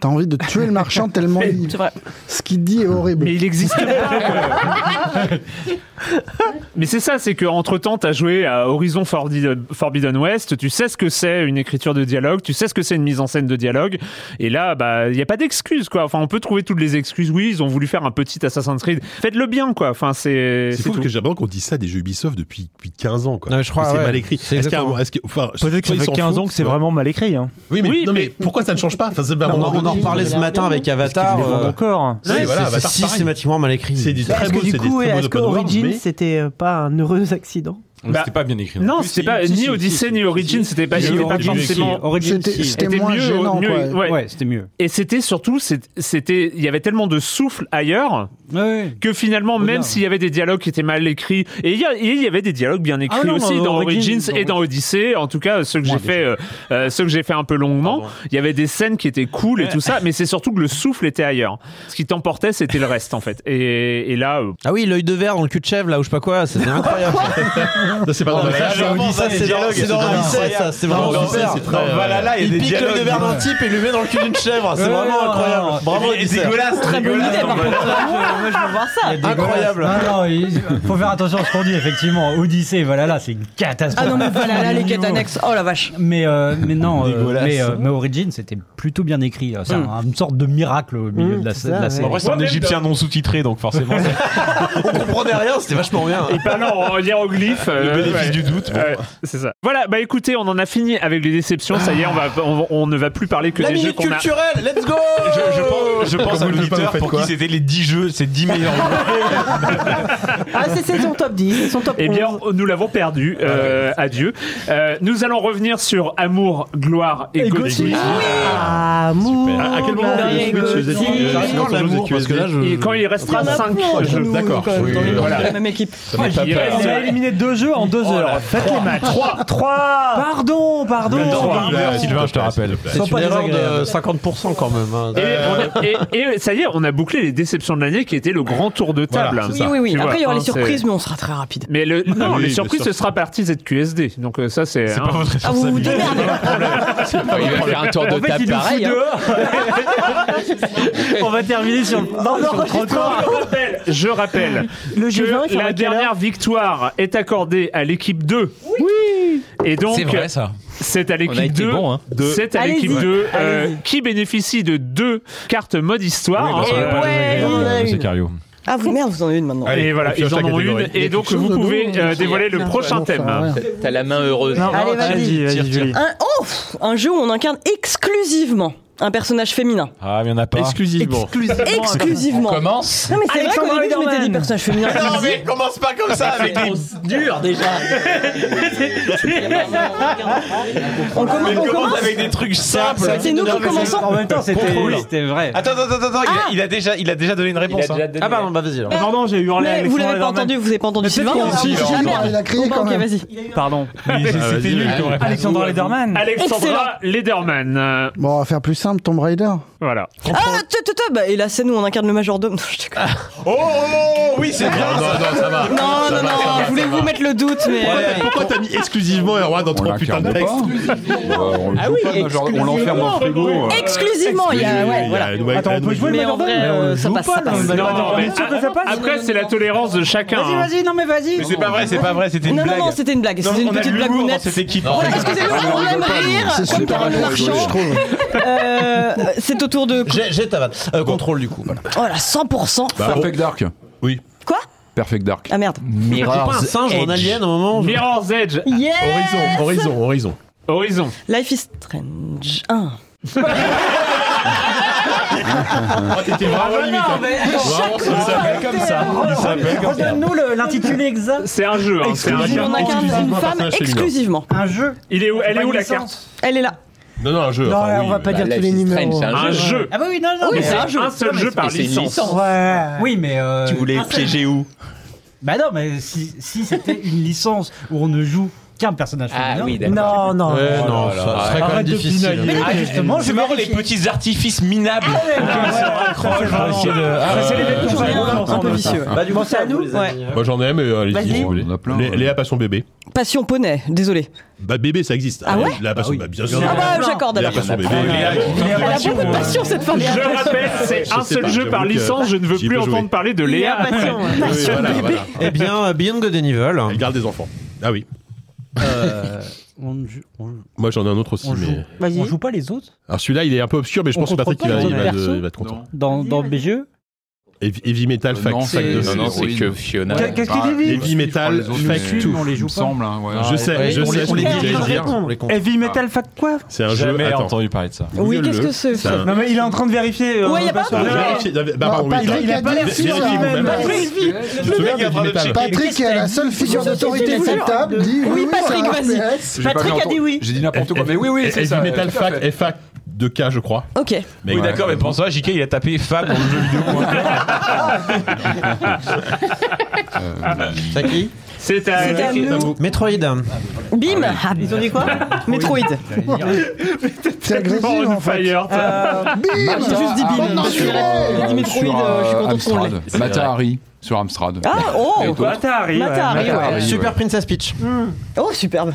T'as envie de tuer le marchand tellement il- ce qu'il dit est horrible. Mais il existe Mais c'est ça, c'est que entre temps, t'as joué à Horizon Forbidden, Forbidden West, tu sais ce que c'est une écriture de dialogue, tu sais ce que c'est une mise en scène de dialogue, et là, bah, il n'y a pas d'excuses, quoi. Enfin, on peut trouver toutes les excuses. Oui, ils ont voulu faire un petit Assassin's Creed. Faites-le bien, quoi. Enfin, c'est. C'est fou parce que j'ai l'impression qu'on dit ça des jeux Ubisoft depuis, depuis 15 ans. Quoi. Ouais, je crois, Et C'est ouais. mal écrit. C'est Est-ce qu'il y a exactement. un moment- est-ce que- enfin, Peut-être que soit ça ils fait s'en 15 ans foutent, que c'est soit- vraiment mal écrit. Hein. Oui, mais, non, mais pourquoi ça ne change pas Enfin, c'est- bah, Non, à un mais moment on en donné, reparlait ce matin avec Avatar. Parce qu'ils les vendent euh, encore. c'est- Ouais, voilà, c'est- Avatar, c'est pareil. systématiquement mal écrit. C'est des très Parce beaux, que du c'est des coup, très beaux est-ce que open world, Origins, mais- c'était euh, pas un heureux accident Bah, c'était pas bien écrit. Non, c'était pas ni Odyssey ni Origin, c'était pas, Si, c'était pas Origin, forcément. si. Origin, c'était si. C'était c'était moins mieux, gênant, mieux, quoi. ouais. Ouais, c'était mieux. Et c'était surtout, c'est- c'était, il y avait tellement de souffle ailleurs que finalement, même s'il y avait des dialogues qui étaient mal écrits, et il y, a- et il y avait des dialogues bien écrits Ah non, aussi dans dans Origins, Origins dans et dans Odyssey, en tout cas ceux que j'ai fait, euh, euh, ceux que j'ai fait un peu longuement. Il y avait des scènes qui étaient cool et tout ça, mais c'est surtout que le souffle était ailleurs. Ce qui t'emportait, c'était le reste en fait. Et, et là, euh, Ah oui, l'œil de verre dans le cul de chèvre, là, ou je sais pas quoi, c'était incroyable. Non, c'est pas Non, dans mais Valhalla, ça, c'est dans ça, Odyssey, c'est les dans- dialogues, c'est dans c'est dans Odyssey, Odyssey, ça, c'est vraiment dans Odyssey, super. c'est très- Dans Valhalla, il y a Il des pique l'œil dialogues de verre d'un type et lui met dans le cul d'une chèvre, c'est vraiment incroyable. Bravo, Odyssey. Très bonne idée, par contre. Ah, Moi, je veux voir ça. Incroyable. Non, non, il faut faire attention à ce qu'on dit, effectivement. Odyssey, voilà là, c'est une catastrophe. Ah non, mais voilà, là, les quêtes annexes. Oh la vache. Mais, euh, mais non, euh, Dégueulasse. mais, euh, mais Origin, c'était plutôt bien écrit. euh, C'est Hmm. Mm. un- une sorte de miracle au milieu Mmh, Mm, de la, c'est de ça, la ouais. série. En vrai, c'est un Ouais, même Égyptien non sous-titré, donc forcément. On comprenait rien, c'était vachement bien. Et pas non, en hiéroglyphe. euh, bénéfice ouais. du doute, bon. Ouais, c'est ça. Voilà, bah écoutez, on en a fini avec les déceptions. Ça y est, on, va, on, on ne va plus parler que La des jeux minute qu'on a. culturelle, let's go Je, je pense, je pense à Vous ne l'auditeur faites pour quoi qui c'était les 10 jeux, ces 10 meilleurs jeux. Ah, c'est- c'est son top 10, son top Eh bien, nous l'avons perdu. euh, Ah Adieu. Euh, nous allons revenir sur Amour, Gloire et, Gothic. Ah Amour. Ah, À quel moment Gloire et Gothic. Euh, Et quand il restera 5 jeux. D'accord. Voilà. même équipe. Ça m'a pas Il peur. euh, a éliminé deux jeux en deux heures. Faites les matchs. 3 Pardon, pardon. Sylvain, je te rappelle. C'est Sois une pas erreur de désagréable. 50% quand même. hein. Et, on a- et- et ça y est, on a bouclé les déceptions de l'année qui était le grand tour de table. Oui, oui, oui. Tu vois, Après, il y aura hein, les c'est- surprises, mais on sera très rapide. Mais Ah le, non, oui, les bien surprises, sûr. ce sera partie ZQSD. Donc euh, ça, c'est. hein. Ah, vous vous démerdez. Il va faire un tour de En fait, table il nous fout pareil. hein. On va terminer sur le Non, non, trottoir. Je rappelle, je rappelle Le G20, il que faudra la quelle dernière victoire est accordée à l'équipe 2. Oui. Et donc C'est vrai, ça. C'est On à a l'équipe été 2. bon, hein. Deux. C'est à Allez-y. l'équipe 2 euh, Allez-y. qui bénéficie de deux cartes mode histoire. parce qu'on hein, est bah, pas euh, désagréable, monsieur Cario. Ah, vous merde, vous en avez une maintenant. Et voilà, ils en ont une. Et donc, vous pouvez euh, dévoiler le prochain thème. T'as la main heureuse. Allez, vas-y. Un, oh, pff, un jeu où on incarne exclusivement un personnage féminin. Ah, mais il y en a pas. Exclusivement. Exclusivement. On commence Non, mais c'est vrai Alexandre qu'au début, je m'étais Widerman. dit personnage féminin. Mais non, mais commence pas comme ça avec les. Dur déjà. On commence, Il on commence commence. avec des trucs simples. C'est- c'est nous qui Non, mais commençons. c'est- En même temps, c'était Contrôle. c'était vrai. Attends, attends, attends, attends, il a- Ah il, a déjà, il a déjà donné une réponse. déjà hein. donné. Ah, pardon, bah vas-y. alors. Ah, Pardon, j'ai hurlé à Mais vous l'avez pas Alexandre entendu, vous avez pas entendu Mais Sylvain peut-être qu'on- si, Ah, si, merde. si, il a crié Bon, bah, quand ok, même. vas-y. Lederman. Pardon. Ah, C'était nul comme réponse. Alexandre Lederman. Alexandra Lederman. euh, Bon, on va faire plus simple, Tomb Raider. Voilà. Ah, tu, tu, tu, bah, et la scène où on incarne le majordome. Non, je déconne. Oh, oh, oui, c'est bien. Non, ça. non, non, ça va. Non, Ça non, va, non, ça va, je voulais ça vous va. mettre le doute, mais. Pourquoi- Pourquoi t'as mis exclusivement Erwan dans trois putains de textes Bah, Ah oui, on l'enferme dans le frigo. euh. Exclusivement, Oh, il y a. Ouais, Il y a voilà. une web- Attends, on peut jouer le Mais en Madame vrai, Belle euh, On ça joue passe, pas ça dans le passe. Madame Non, Belle. non, mais Bien sûr que ça passe. Après, c'est la tolérance de chacun. Vas-y, hein. vas-y, non, mais vas-y. Mais c'est pas vrai, c'est pas vrai, c'était une Non, non, blague. non, c'était une blague, c'était une on a petite de l'humour blagounette. dans cette équipe. en Voilà, fait. excusez-moi, on aime rire comme Karl Marchand. Euh, C'est au tour de. J'ai j'ai ta vanne. Euh, Contrôle du coup. voilà. Voilà, 100%. Bah, Perfect Dark. Oui. Quoi Perfect Dark. Ah merde. J'ai pas un singe ou un alien à un moment. je- Mirror's Edge. Yes Horizon, horizon, horizon. Horizon. Life is Strange 1. Ah, t'étais vraiment limite. hein. Vraiment, ça s'appelle comme ça. Il s'appelle comme ça. Redonne-nous le- l'intitulé exact. C'est un jeu. hein, c'est un On jeu. incarne une femme exclusivement. Un jeu. Il est où, elle est où la Pas une carte licence. Elle est là. Non, non, un jeu. Non, on va pas dire tous les numéros. Un jeu. Ah bah oui, non, euh, non, Oui, mais c'est c'est un un jeu. seul Non, jeu mais par c'est- c'est une licence. licence. Ouais. Oui, mais. euh, Tu voulais un seul. piéger où Bah non, mais si, si c'était une licence où on ne joue qu'un personnage féminin. oui, d'accord. Non, non. Eh Oh non, là ça là. serait quand même Arrête de difficile. pinailler. Mais Ah, non, mais justement, je c'est marrant les petits artifices minables auxquels se raccrochent pour essayer de- Bah, Ah, c'est les mecs qui Euh, jouent à Lego ensemble, ça. Bah, du coup, c'est à nous. Ouais. Moi j'en ai, mais euh, allez-y, Vas-y. si vous voulez. Lé- Léa Passion Bébé. Passion poney, désolé. Bah, bébé, ça existe. Ah ouais Léa Passion, bah, bien sûr. Ah bah, j'accorde Léa alors. Passion Bébé. Elle a beaucoup de passion cette femme. Ah Je rappelle, c'est un seul jeu par licence. Je ne veux plus entendre parler de Léa. Oui, voilà, voilà. Eh bien, euh, Beyond Good and Evil. Elle garde des enfants. Ah oui. Moi j'en ai un autre aussi. Euh, On joue. mais... On joue pas les autres Alors celui-là, il est un peu obscur, mais je On pense que contrôle Patrick il pas va, les il va, autres de- persos il va être content. dans, dans BGE Heavy Heavy Metal Euh, Fact non, Fact c'est- de- non, non, c'est que Fiona. Qu'est- qu'est-ce qu'il dit, Vivi Heavy Metal Fact 2. on les joue pas. hein, Je sais, je sais ce que vous allez dire. Heavy Metal Fact quoi C'est un jeu. Jamais attends. entendu parler de ça. Oui, Google-le. qu'est-ce que c'est un- Non mais il est en train de vérifier. euh, Ouais, y a on va pas sur- de- Non, non, Vérifier, non. bah, pardon, oui, il a- Patrick il a a pas dit vérifié sur ça. un- Même. Patrick, Vérifier. hein. Je me souviens qu'il y a pas de checker. Patrick est la seule figure d'autorité de cette table. Dit oui, oui, c'est un FPS. J'ai pas bien entendu. Heavy Metal Fact et Fact de K, je crois. Ok. oui, d'accord, mais pour ça, JK, il a tapé Fab dans le jeu vidéo. C'est à qui C'est à- C'est à nous. Metroid. Bim Ah, Ils ont dit quoi Metroid. C'est agressif en fait. Euh, Euh, bah, Bim J'ai juste dit bim. Maintenant, Parce tu que là, l'es. j'ai dit Metroid, sur, euh, je suis euh, contente qu'on l'ait. Amstrad. Matahari sur Amstrad. Ah, oh, Et d'autres. Matahari, ouais. Matahari, ouais. Matahari, Super Princess Peach. Oh, superbe.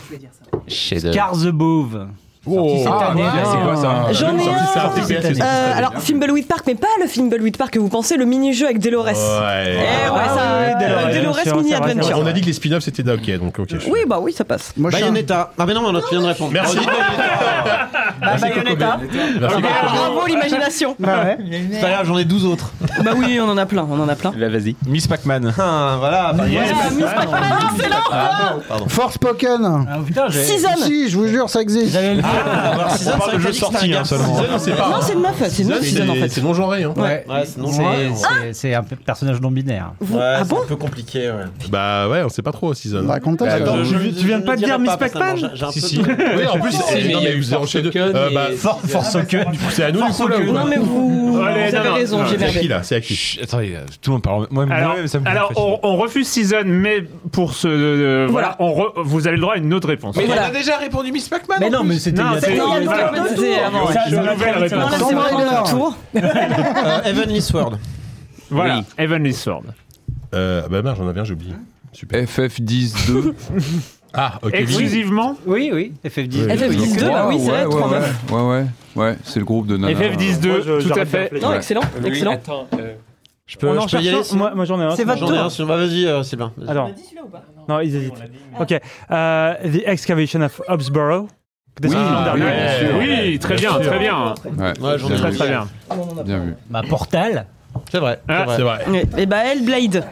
Car the Bove. Oh, Ah, ouais, c'est quoi ça J'en ai Sorti ça, un. sorti ça, sorti ça, Euh, sorti Alors, Thimbleweed Park, mais pas le Thimbleweed Park que vous pensez, le mini-jeu avec Delores. Eh Ah, Ah ouais, ça. euh, Delores Mini Adventure. On a dit que les spin-offs c'était da- ok, donc ok. Oui, bah oui, ça passe. Moi, Bayonetta. Ah, mais non, on a fini de répondre. Merci. Oh, dites Bayonetta. Ah, Merci, Coco. Bravo l'imagination. C'est pas grave, j'en ai 12 autres. Bah oui, on en a plein, on en a plein. vas-y. Miss Pac-Man. Ah, voilà. bah, yes. Ah, pardon. Force Pokémon. Ah, oh, j'ai- Season. Si, je vous jure, ça existe. Alors, Season, parle ça de veut jeux dire que sortis, c'est un hein, gars. seulement. Season, c'est pas- Non, c'est une meuf, c'est une meuf, Season, en fait. Ah C'est non genré, hein. Ouais. Ouais, c'est non Ouais. genré. C'est- C'est un personnage non binaire. Ouais, c'est un peu compliqué, ouais. Bah ouais, on sait pas trop Season. Euh, Raconte-toi, Bah, Attends, je- tu viens de pas dire Miss Pac-Man Si, si. Oui, en plus, Si, eh, mais il y non, a mais eu vous avez Force enchaîné. Awakens Euh, et- bah, For- Force Awakens, du coup, c'est à nous, du coup, là. ou- Non, mais vous. Allez, vous avez non, non, raison, non, j'ai c'est merdé. qui, là C'est à qui Attendez, euh, tout le monde parle. Moi, Alors, moi-même, ça me alors, fait chier. on, on refuse Season, mais pour ce. euh, voilà, on re- vous avez le droit à une autre réponse. Mais Voilà. on a déjà répondu Miss Pac-Man Mais non, mais c'était Non, il y a c'est- deux non, ans. il y a Voilà. deux ans. C'est C'est une avant, ouais. Ça va nouvelle trop vite. réponse. Non, là, c'est vraiment Tomb Raider. tour. Euh, Heavenly Sword. Voilà, Heavenly Sword. Euh, bah merde, j'en avais un, j'ai oublié. Super. FF10-2. Ah, ok. Exclusivement Oui, oui, FF10. FF10-2, bah oui, c'est ouais, vrai, ouais, 3-9. ouais, ouais, ouais, ouais, c'est le groupe de nanas. FF10-2, Ouais, je- tout j'arrête à fait. de l'appeler. Non, excellent, Oui, excellent. attends, euh, Je peux- peux, On je en peux cherche y aller un- si- Moi, moi, j'en ai un. C'est votre J'en ai tour. un, Sylvain. Vas-y, euh, Sylvain. Vas-y. Attends. Non, ils hésitent. Ok. Euh, The Excavation of Hobbsborough. Des Oui, sorties l'an oui, dernier. bien sûr. Oui, très bien, très bien. Ouais, j'en ai Très, vu. très bien. Bien vu. Bah, Portal. C'est vrai. Ah, C'est vrai. Et bah, Hellblade.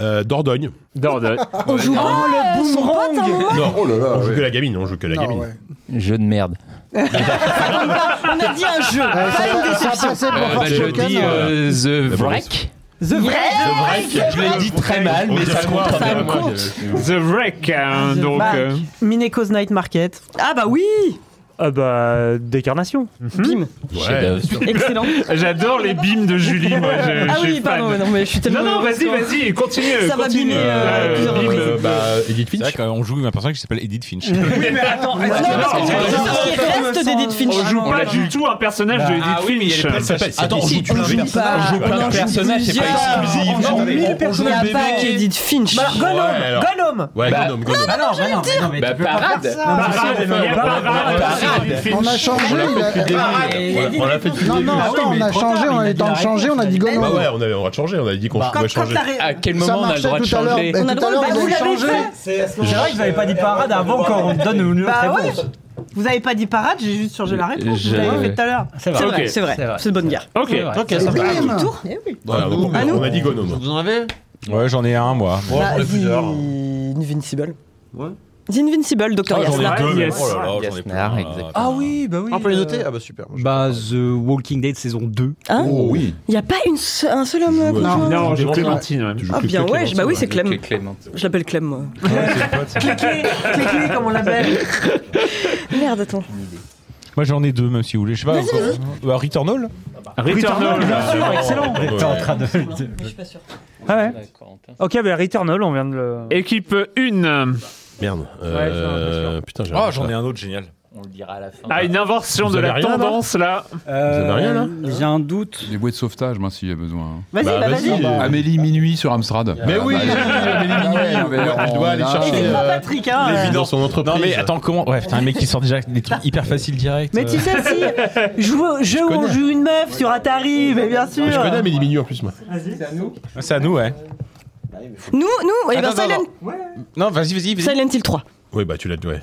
Euh, Dordogne. Dordogne. On joue pas le boomerang. Non, Oh on joue que la gamine, on joue que la gamine. Jeu de merde. On a dit un jeu. Pas une déception. Euh, bah, je dis euh, The Wreck. The Wreck. Je l'ai dit très mal, mais ça compte. quand même. The Wreck, hein, donc. Bah, euh, Mineco's Night Market. Ah bah oui Ah bah, Décarnation. Mhm. Bim. Ouais. Excellent. J'adore les bims de Julie, moi. Je, Ah je oui, suis pardon, fan. mais non, mais je suis tellement Non, non, heureuse vas-y, quand- vas-y, continue. Ça va continue. bimer, euh, à plusieurs bim, reprises. euh, bah, Edith Finch. C'est vrai qu'on joue un personnage qui s'appelle Edith Finch. Non, mais parce que c'est ça qui reste d'Edith Finch. On joue pas du tout un Bah, personnage de Edith Ah oui, mais il y a les Finch. personnages. C'est Attends, on joue ici, plein on joue de personnages. pas. On joue plein On de joue personnages, c'est pas plusieurs. exclusif. On joue Non, mais mille on- on joue Il n'y a bébé. pas qu'Edith Finch. Bah, Gollum Ouais, alors. Gollum Ouais, Bah, Gollum, Gollum. bah non, bah non, bah non, mais tu peux pas faire ça. Parade, il y a parade, Edith Finch. On a changé. On l'a fait depuis Parade. le début. On l'a fait depuis le Non, début. Ah non, Ah attends, on a changé, on a eu le temps de changer, on a dit Bah Gollum. Ah ouais, on avait le droit de changer, on a dit qu'on pouvait changer. Bah, À quel Ça moment on a le marchait droit de tout à l'heure. changer Bah, On a le Tout à droit- l'heure, bah, ils vous ont l'avez changé. fait. C'est vrai que vous avez pas dit parade avant qu'on donne une autre Bah ouais. réponse. Vous avez pas dit parade, j'ai juste changé Euh, la réponse. Je- Vous l'avez fait tout à l'heure. C'est C'est vrai. vrai, Ok. c'est vrai. C'est de bonne guerre. Ok. Ok, ça va. Bim. Voilà, donc on- À nous. On a dit Gnome. Vous en avez Ouais, j'en ai un, moi. Bon, Bah, j'en ai plusieurs. The Invincible. The Invincible, Dr. J'en ai Yasna. deux, mais yes. oh là là, j'en ai plein, là. Ah oui, bah oui. On peut les noter Ah bah super. Bah, The Walking Dead saison 2. Ah. Hein Oh oui. Il n'y a pas une se- un seul homme euh, qu'on joue Non, je Ouais. Clémentine, ouais. Ah bien ouais, bah oui c'est Clem. Clément. Je l'appelle Clem moi. Cliquez, cliquez, comme on l'appelle. Merde attends. Moi j'en ai deux, même si vous voulez. Je sais pas. Vas-y, quoi. vas-y. Bah, Returnal Returnal, bien sûr, excellent. Ah ouais Ok, bah Returnal, on vient de le. Équipe 1. Merde. Euh, putain, Ah, j'en ai un autre génial. On le dira à la fin. Ah, une inversion de la tendance là. avez rien, là Euh, J'ai un doute. Les bouées de sauvetage, moi, s'il y a besoin. Vas-y, Bah, bah, vas-y. vas-y. Euh, Amélie Minuit sur Amstrad. Mais oui, Ah Amélie Minuit. je dois aller chercher, C'est pas Patrick, hein l'évidence dans son entreprise. Non mais attends, comment Ouais, putain, un mec qui sort déjà des trucs hyper faciles direct. Mais tu euh. sais, si je joue, au jeu où on joue une meuf sur Atari, mais bien sûr. Je connais Amélie Minuit en plus, moi. C'est à nous. Ah, C'est à nous, ouais. Nous, nous, eh ben, Attends, Silent... Non, vas-y, vas-y, vas-y. Silent Hill 3. Oui, bah tu l'as dit, ouais.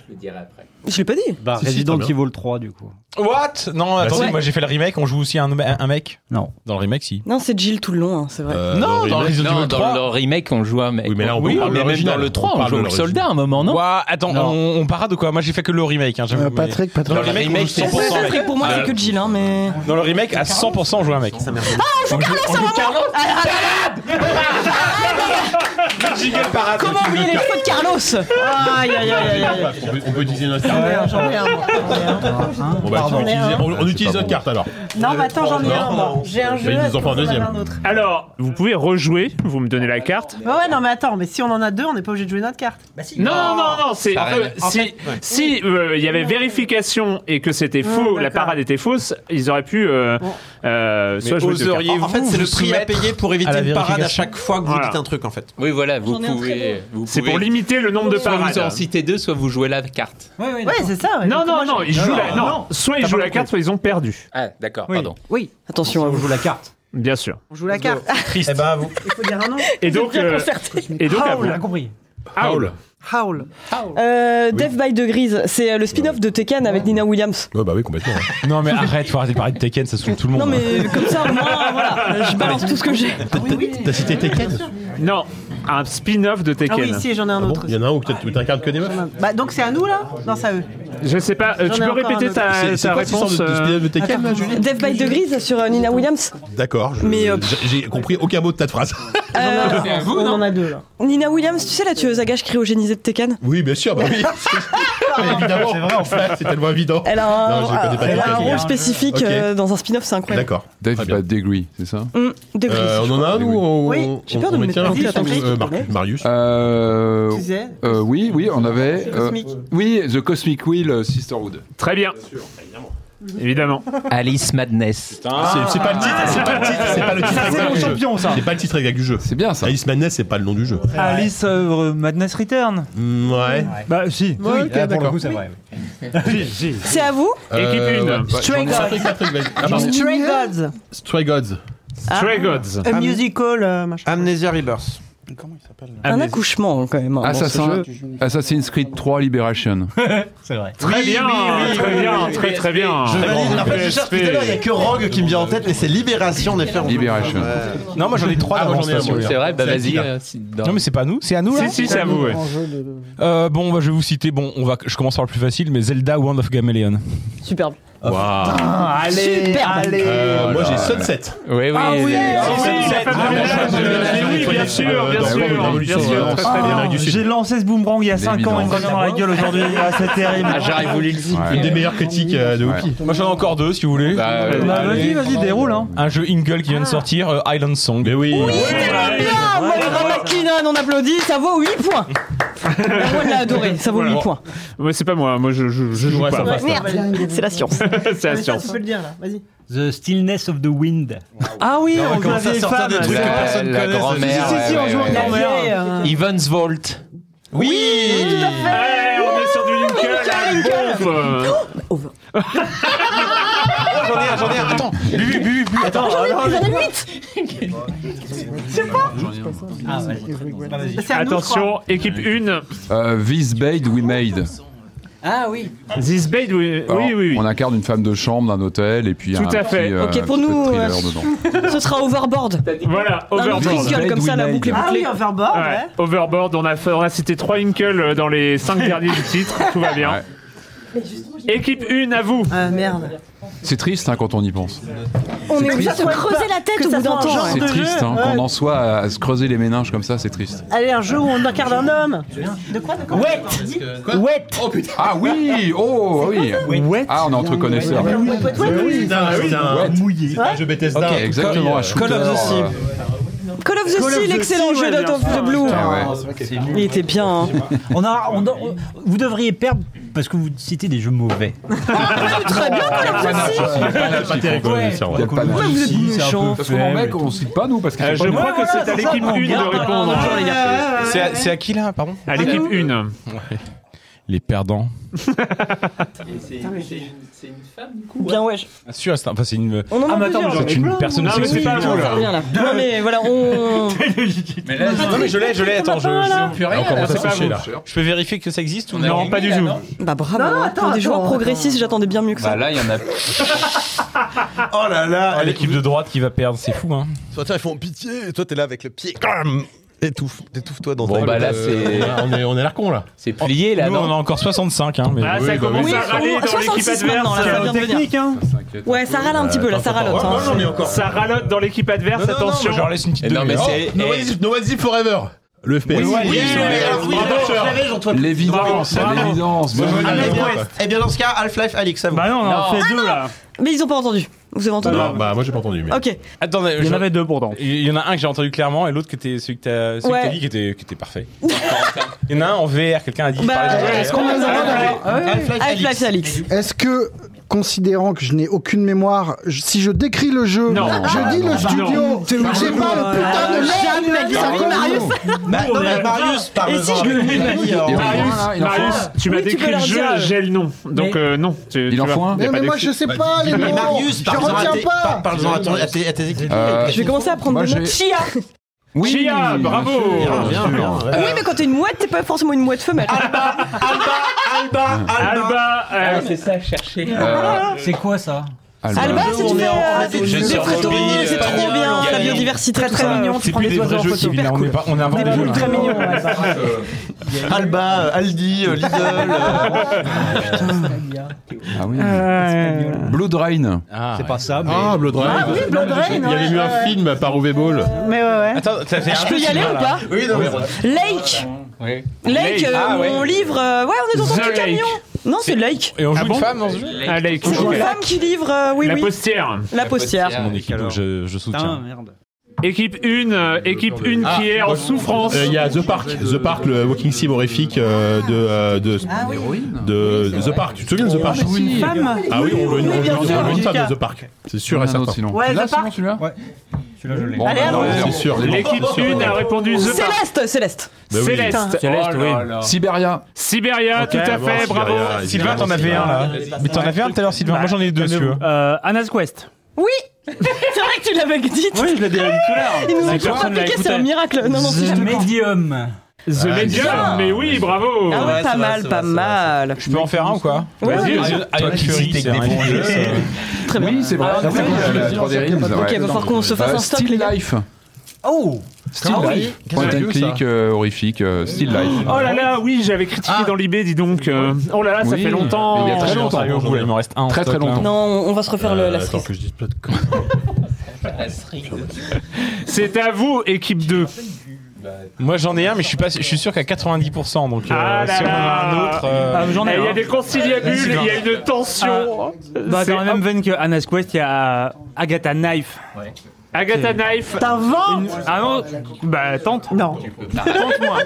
Je l'ai pas dit. Bah, Si, si, Resident très bien. Evil 3, du coup. What Non, Bah, attendez, si. Bah, moi j'ai fait le remake, on joue aussi un, un mec Non. Dans le remake, si. Non, c'est Jill tout le long, hein, c'est vrai. non, dans Resident Non, Evil dans 3. le remake, on joue un mec. Oui, mais là, on parle de mais même l'original. dans le 3, On on, parle joue de le l'original. soldat à un moment, non Ouah, attends, on, on parade de quoi Moi j'ai fait que le remake, hein, j'avoue, Euh, mais- Patrick, Patrick. Dans le remake, on joue C'est 100%. ça, Patrick, pour moi, Euh, c'est que Jill, hein, mais. Ah. Dans le remake, à 100% on joue un mec. Ah, on joue Carlos à un moment Ah, Arrête Comment oublier les cheveux de Carlos Aïe, aïe, aïe, aïe, aïe. On peut- On peut utiliser notre carte. Bon, bah, tu Pardon. utilises- on- On utilise pas notre bon. carte alors. Non, mais attends, j'en ai Non, un, moi. J'ai un Bah, jeu. ils nous en font attends, j'en un avais deuxième. un autre. Alors, vous pouvez rejouer, vous me donnez la carte. Ouais, ouais, non, mais attends, mais si on en a deux, on n'est pas obligé de jouer notre carte. Bah si. Non, non, non, non, c'est. Ça euh, règle. si En fait, ouais. si, euh, il y avait vérification et que Ah, c'était faux, la parade était fausse, ils auraient pu. Euh, euh, soit jouer deux cartes. En fait, c'est le prix à payer pour éviter la une parade à vérification. chaque fois que vous Voilà. dites un truc, en fait. Oui, voilà, vous J'en ai un très pouvez. vous C'est pouvez- pour limiter le nombre de soit parades. Vous en citez deux, soit vous jouez la carte. Ouais, ouais, c'est ça. ouais. Non, Donc, non, moi, non, j'ai- Ah, ils jouent non, la. Non, non. soit ils T'as jouent pas la carte, soit ils ont perdu. Ah, d'accord, Oui. pardon. Oui, attention. On joue la carte. Bien sûr. On joue la carte. Triste. Eh ben, Il faut dire un nom. Et donc, euh, et donc, à vous. Howl, on a compris. Howl. Howl. Euh, Death by Degrees, c'est euh, le spin-off de Tekken avec Nina Williams. Ouais, bah oui, complètement. Non mais arrête, faut arrêter de parler de Tekken, ça saoule tout le monde. hein. Non, mais comme ça, au moins, voilà, je balance tout ce que j'ai. T'as cité Tekken Non, un spin-off de Tekken. Ah oui, si, j'en ai un autre. Il y en a un où peut-être tu t'incarnes que des meufs Bah, donc c'est à nous là Non, c'est à eux. Je sais pas, euh, J'en tu ai peux encore un répéter autre. ta, C'est- c'est ta quoi cette réponse sorte de- de euh, spin-off de Tekken Attends, là, Julie Death by Degrees sur euh, Nina Williams. D'accord, je- Mais, euh, j'ai- j'ai compris aucun mot de ta phrase. Euh, on en a deux là. Nina Williams, tu sais la tueuse à gages cryogénisée de Tekken Oui, bien sûr, bah oui. Mais évidemment, c'est vrai, en fait, c'est tellement évident. Elle a un, Non, je connais pas Ah, elle a Tekken. un rôle spécifique Ok. euh, dans un spin-off, c'est incroyable. D'accord. Bah, Dave by Degree, c'est ça Hum, Degrees. Euh, on en a un ou on, Oui, on- j'ai peur on de me met- tiens, mettre Marcus, dans le euh, truc. Marcus, Marius. Euh, Tu disais euh, oui, oui, on avait. The euh, Cosmic. oui, The Cosmic Wheel euh, Sisterhood. Très bien. Mhm. Évidemment. Alice Madness. C'est- c'est pas le Ah, Ah. titre, c'est pas le titre, c'est pas le titre Ça, c'est exact mon du jeu. champion, ça. C'est pas le titre exact du jeu. C'est bien ça. Alice Madness, c'est pas le nom du jeu. Alice euh, Madness Return. Mm, ouais. Bah si. là, pour Ouais, ok, le d'accord. coup, c'est vrai. oui. C'est à vous Euh, ouais, ouais, Stray j'en ai Gods. cinq, Patrick, vas-y. Ah, pardon. Stray Gods. Ah. Stray Gods. Stray Gods. A musical, euh, machin. Amnesia Rebirth. Un accouchement quand même. hein, dans Assassin- ce jeu. Assassin's Creed 3 Liberation. C'est vrai. Très bien, très bien, très très bien. Je valide. En fait, je cherche tout à l'heure, il n'y a que Rogue qui me vient en tête, mais c'est Libération des Fermes. Libération. Non, moi j'en ai trois Ah, d'avance, j'en ai un, de toute façon. moi. C'est vrai, bah C'est vas-y. Attila. hein, euh, si- dans- Non mais c'est pas à nous, c'est à nous là Si, si, c'est à vous. ouais. Euh, bon, bah, je vais vous citer. Bon, on va, je commence par le plus facile, mais Zelda Wand of Gameleon. Superbe. Ah, allez, Superbe. Ah allez. Ah. bah, Euh, Oh moi j'ai Sunset. Oui, oui. Oui, bien sûr, bien sûr, bien sûr, euh, très très bien. Ah, J'ai lancé ce boomerang il y a 5 ans, il me revient dans la gueule aujourd'hui. Ah, c'est terrible. Ah, j'arrive vous lire. Une des meilleures critiques euh, de Whoopi. Moi j'en ai encore deux si vous voulez. Ah, Bah, vas-y, vas-y, déroule. Hein. Un jeu Ingle qui vient de sortir, euh, Island Song. Mais oui. Ah, moi, Ramakinan, on applaudit, ça vaut 8 points. Moi, Ah, l'a adoré, ça vaut 8 Voilà. points. Ouais, c'est pas moi, hein. moi je, je, je joue Ouais, pas. ça passe. Merde, c'est la science. c'est la Mais ça, tu science. peux le dire là, vas-y. The Stillness of the Wind. Ah oui, Non, on joue comment à ça des sortir femmes. des trucs que là. personne La connaît, ça grand-mère. Si, si, si, ouais, on joue ouais, en ouais. La vieille, euh, Evans Vault. Oui Ouais, on est sur du Lincoln, la bombe euh. Ah, J'en ai un, j'en ai un, attends Bu, bu, bu. Attends, j'en ai- j'en ai 8 C'est à nous, je crois. Attention, équipe 1. Euh, This Bade We Made. Ah oui. This Bade, oui, Alors, oui, oui. On incarne une femme de chambre d'un hôtel et puis Tout un à fait. petit, euh, Ok, pour petit nous, thriller euh, dedans. Ce sera Overboard. Voilà, Un Overboard. Lincoln, Ah, comme ça, la boucle est Ah bouclée. oui, Overboard, Ouais, ouais. Overboard, on a, fait- on a cité 3 Inkle dans les 5 derniers du titre, tout va bien. Ouais. Équipe 1, à vous. Ah merde. C'est triste hein, quand on y pense. On est obligé de creuser la tête que au ça bout d'un soit un temps. genre C'est de triste jeu. hein, Ouais. qu'on en soit à, à se creuser les méninges comme ça, c'est triste. Allez, un jeu où on incarne un homme. De quoi De quoi Wet Wet Oh putain Ah oui Oh oui Ah, on est entre connaisseurs. Ouais, ouais, ouais, ouais, ouais. C'est un- c'est un mouillé. C'est un jeu Bethesda. Ok, exactement. un shooter, euh, Call of the Call of Sea, the l'excellent Sea, jeu ouais, d'Out bien of the sûr. Blue. Ah ouais. Il était bien. hein. On a, on a- on- vous devriez perdre parce que vous citez des jeux mauvais. Ah, Très bien, Call of the Sea. Pourquoi vous êtes méchants Parce qu'en mec, on cite pas nous parce que. Euh, je crois que Ah, c'est à l'équipe 1 de répondre. C'est à, c'est à qui là, pardon À l'équipe 1. Ah, Les perdants. C'est une femme du coup Bien, ouais. Ah, sûr, c'est un- enfin, c'est une. On en a Ah, mais attends, plusieurs. c'est une personne Non, mais c'est sexuelle. pas vous, là. Bien, là. Non, mais voilà, on. Mais là, non, mais je l'ai, je l'ai, attends, je. je- Plus rien, on commence là, à c'est pas sécher, vous. là. Je peux vérifier que ça existe ou On a non gagné, là, non Bah bravo. Non, hein. attends, Pour des joueurs attends. progressistes, j'attendais bien mieux que ça. Bah là, il y en a. oh là là L'équipe de droite qui va perdre, c'est fou, hein. Soit ils font pitié, et toi t'es là avec le pied. Étouffe, étouffe-toi dans Oh, Bon, ta bah là, Euh, c'est- Ah, On est, on est l'air con là. C'est plié là, Nous, on non a encore 65, hein. Mais... Ah, ça commence oui. à râler Oui, dans l'équipe 66 maintenant, là, adverse. ça vient de venir. technique, hein Ouais, ça râle un petit peu là, ça râlote. hein. Ça ralote dans l'équipe adverse, non, non, attention. mais Je leur laisse une petite. Non, mais demi-heure. c'est. No eh, One's If- No One's If Forever. Le FPS. Oui, oui, oui, euh, oui, L'évidence, Bravo, bravo. l'évidence. bonne Ah, idée. mais bien. Eh bien, dans ce cas, Half-Life Alix, à vous. Bah non, on Ah, en a fait deux là. Mais ils ont pas entendu. Vous avez entendu Non, bah moi j'ai pas entendu. Mais... Ok. Attendez, Il y en je- avait deux pourtant. Il y en a un que j'ai entendu clairement et l'autre que t'es, celui que t'as celui que Ouais. t'as dit qui était, qui était parfait. Il y en a un en VR, quelqu'un a dit qu'il Bah, parlait de- Ah est-ce qu'on Ah a le droit d'avoir Half-Life Half-Life Alix. Alix Est-ce que, considérant que je n'ai aucune mémoire, je- si je décris le jeu, Non. je dis Ah, le non. studio, j'ai pas le putain de Jamais de la vie, Marius. Bah, non, mais Marius, parle Et si je le Ah, Marius, Marius, tu m'as Oui, tu peux décrit le leur jeu, dire. j'ai le nom. Donc Mais- euh, non. tu- Il tu en vas- faut un t'es Mais, pas mais moi décrit. je sais pas les Mais noms. Marius, je parle-en à tes- retiens par- pas. parle-en à ton- à tes à tes équipes. Euh, Je vais commencer à prendre Moi, des notes. j'ai- Chia Oui, Chia, bien bravo. sûr, Bien, bien sûr. Oui, mais quand t'es une mouette, t'es pas forcément une mouette femelle. Alba, Ah, Ah, Alba, ah, Alba, euh, C'est ça, chercher. Euh, C'est quoi ça Alba. Alba, si tu on est fais en euh, fait, des je des sors photos, Bobby, c'est euh, trop bien, Yannick. la biodiversité, tout Ah, Très ça. mignon, tu prends les oiseaux en photo. Là, on est pas- on a inventé Des le jeu. jeux très mignons. ouais. Ah, Alba, euh, Aldi, euh, Lidl. euh, Ah oui. Blood Rain. Ah, C'est ouais. pas ça, mais. Ah, Blood Rain. Ah oui, Blood Rain, Il y avait eu un film par Uwe Ball. Mais ouais, ouais. Attends, ça Ah, fait un Je peux y aller ou pas Oui, non, mais Lake Oui. Lake, euh, Ah, ouais. mon livre. euh, Ouais, on est dans un The petit camion. Non, c'est Lake. Et on joue Ah bon une femme dans ce jeu Ah, Lake. C'est une ok. femme qui livre, euh, oui, La oui. postière. La postière. Ah, Mon équipe, donc je, je Putain, soutiens. merde. Équipe 1, équipe 1 qui est en souffrance. Euh, Il y a The Park, The Park, le Walking Sim horrifique euh, de, euh, de, Ah, Ah de, de The Park. Tu te souviens de The Park Oh, Femme. Ah oui, on veut une, on Oui, veut bien une- sûr, on veut une Jessica. femme de The Park. C'est sûr et Un certain. autre, sinon. Ouais, Tu l'as, The Park. sinon, celui-là Ouais. Celui-là, je l'ai. Bon, Allez, bah, allons. ouais. C'est sûr. L'équipe 1 a répondu The Park. Céleste, Céleste. Bah oui. Céleste. Céleste, oui. Sibéria. Sibéria, tout à d'abord, fait, Sibéria, bravo. évidemment, Sylvain, t'en avais un là. Mais t'en avais un tout à l'heure, Sylvain. Moi j'en ai deux, si tu veux. Euh, Anna's Quest. Oui C'est vrai que tu l'avais dit. Oui, je l'ai dit tout à Ils nous ont l'heure. toujours appliqué, c'est un miracle. Non, non, c'est The jamais Medium. Ah, The Medium, mais oui, bravo. Ah ouais, pas mal, pas mal. Je peux en faire un ou quoi Ouais, Vas-y, ouais. vas-y. Iron Fury, c'est un jeu, ça. Très bien. Oui, c'est vrai. Ah, La oui, première, je la l'ai 3D Realms, Ok, ouais. il va falloir qu'on se fasse Euh, un stock, les Still gars. Life. Oh Still Life. Point and click, euh, horrifique, euh, Still Life. Oh là là, oui, j'avais critiqué dans l'IB, dis donc. euh, Oh là là, ça Oui, fait longtemps. mais il y a très Je longtemps. pense à- Au bout, là, Il m'en reste un. en Très, stock, très là. longtemps. Non, on va se refaire le- Euh, la Attends cerise. que je dise pas de con- C'est à vous, équipe 2. Moi j'en ai un, mais je suis pas, je suis sûr qu'à 90%. Donc euh, Ah là si on en a un là. autre, euh, Ah, j'en ai Eh, Il y a un. des conciliabules, il y a une tension. Bah, C'est dans la même veine que Anna's Quest, il y a euh, Agatha Knife. Agatha Knife. T'inventes Ah non, bah tente. Non. Tente-moi.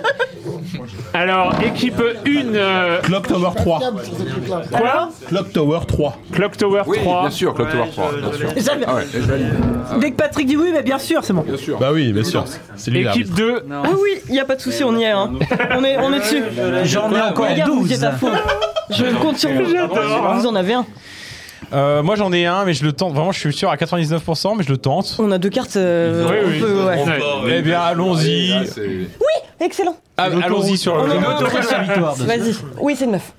Alors, équipe euh, 1, Clock Tower 3. quoi Clock Tower 3. Clock Tower Oui, 3. bien sûr, Clock Tower 3. Bien sûr. Jamais. Ah ouais, je valide. Ah ouais, Dès que Patrick dit oui, mais bien sûr, c'est bon. bien sûr. Bah oui, bien sûr. C'est lui Équipe 2, Oui, Ah oui, il n'y a pas de souci, on y est. hein. On est, on est dessus. Euh, J'en ai encore Euh, Regarde, vous y êtes 12. à fond. Je compte sur vous. Ah, Vous en avez un. euh, moi j'en ai un, mais je le tente. Vraiment, je suis sûr à 99%, mais je le tente. On a deux cartes. euh, Oui, on oui. peut, ouais. Eh bien, allons-y. Excellent. Ah, Allons-y sur le. On en a un L'autoroute, très la cher. victoire, dessus. Vas-y. Oui, c'est une meuf.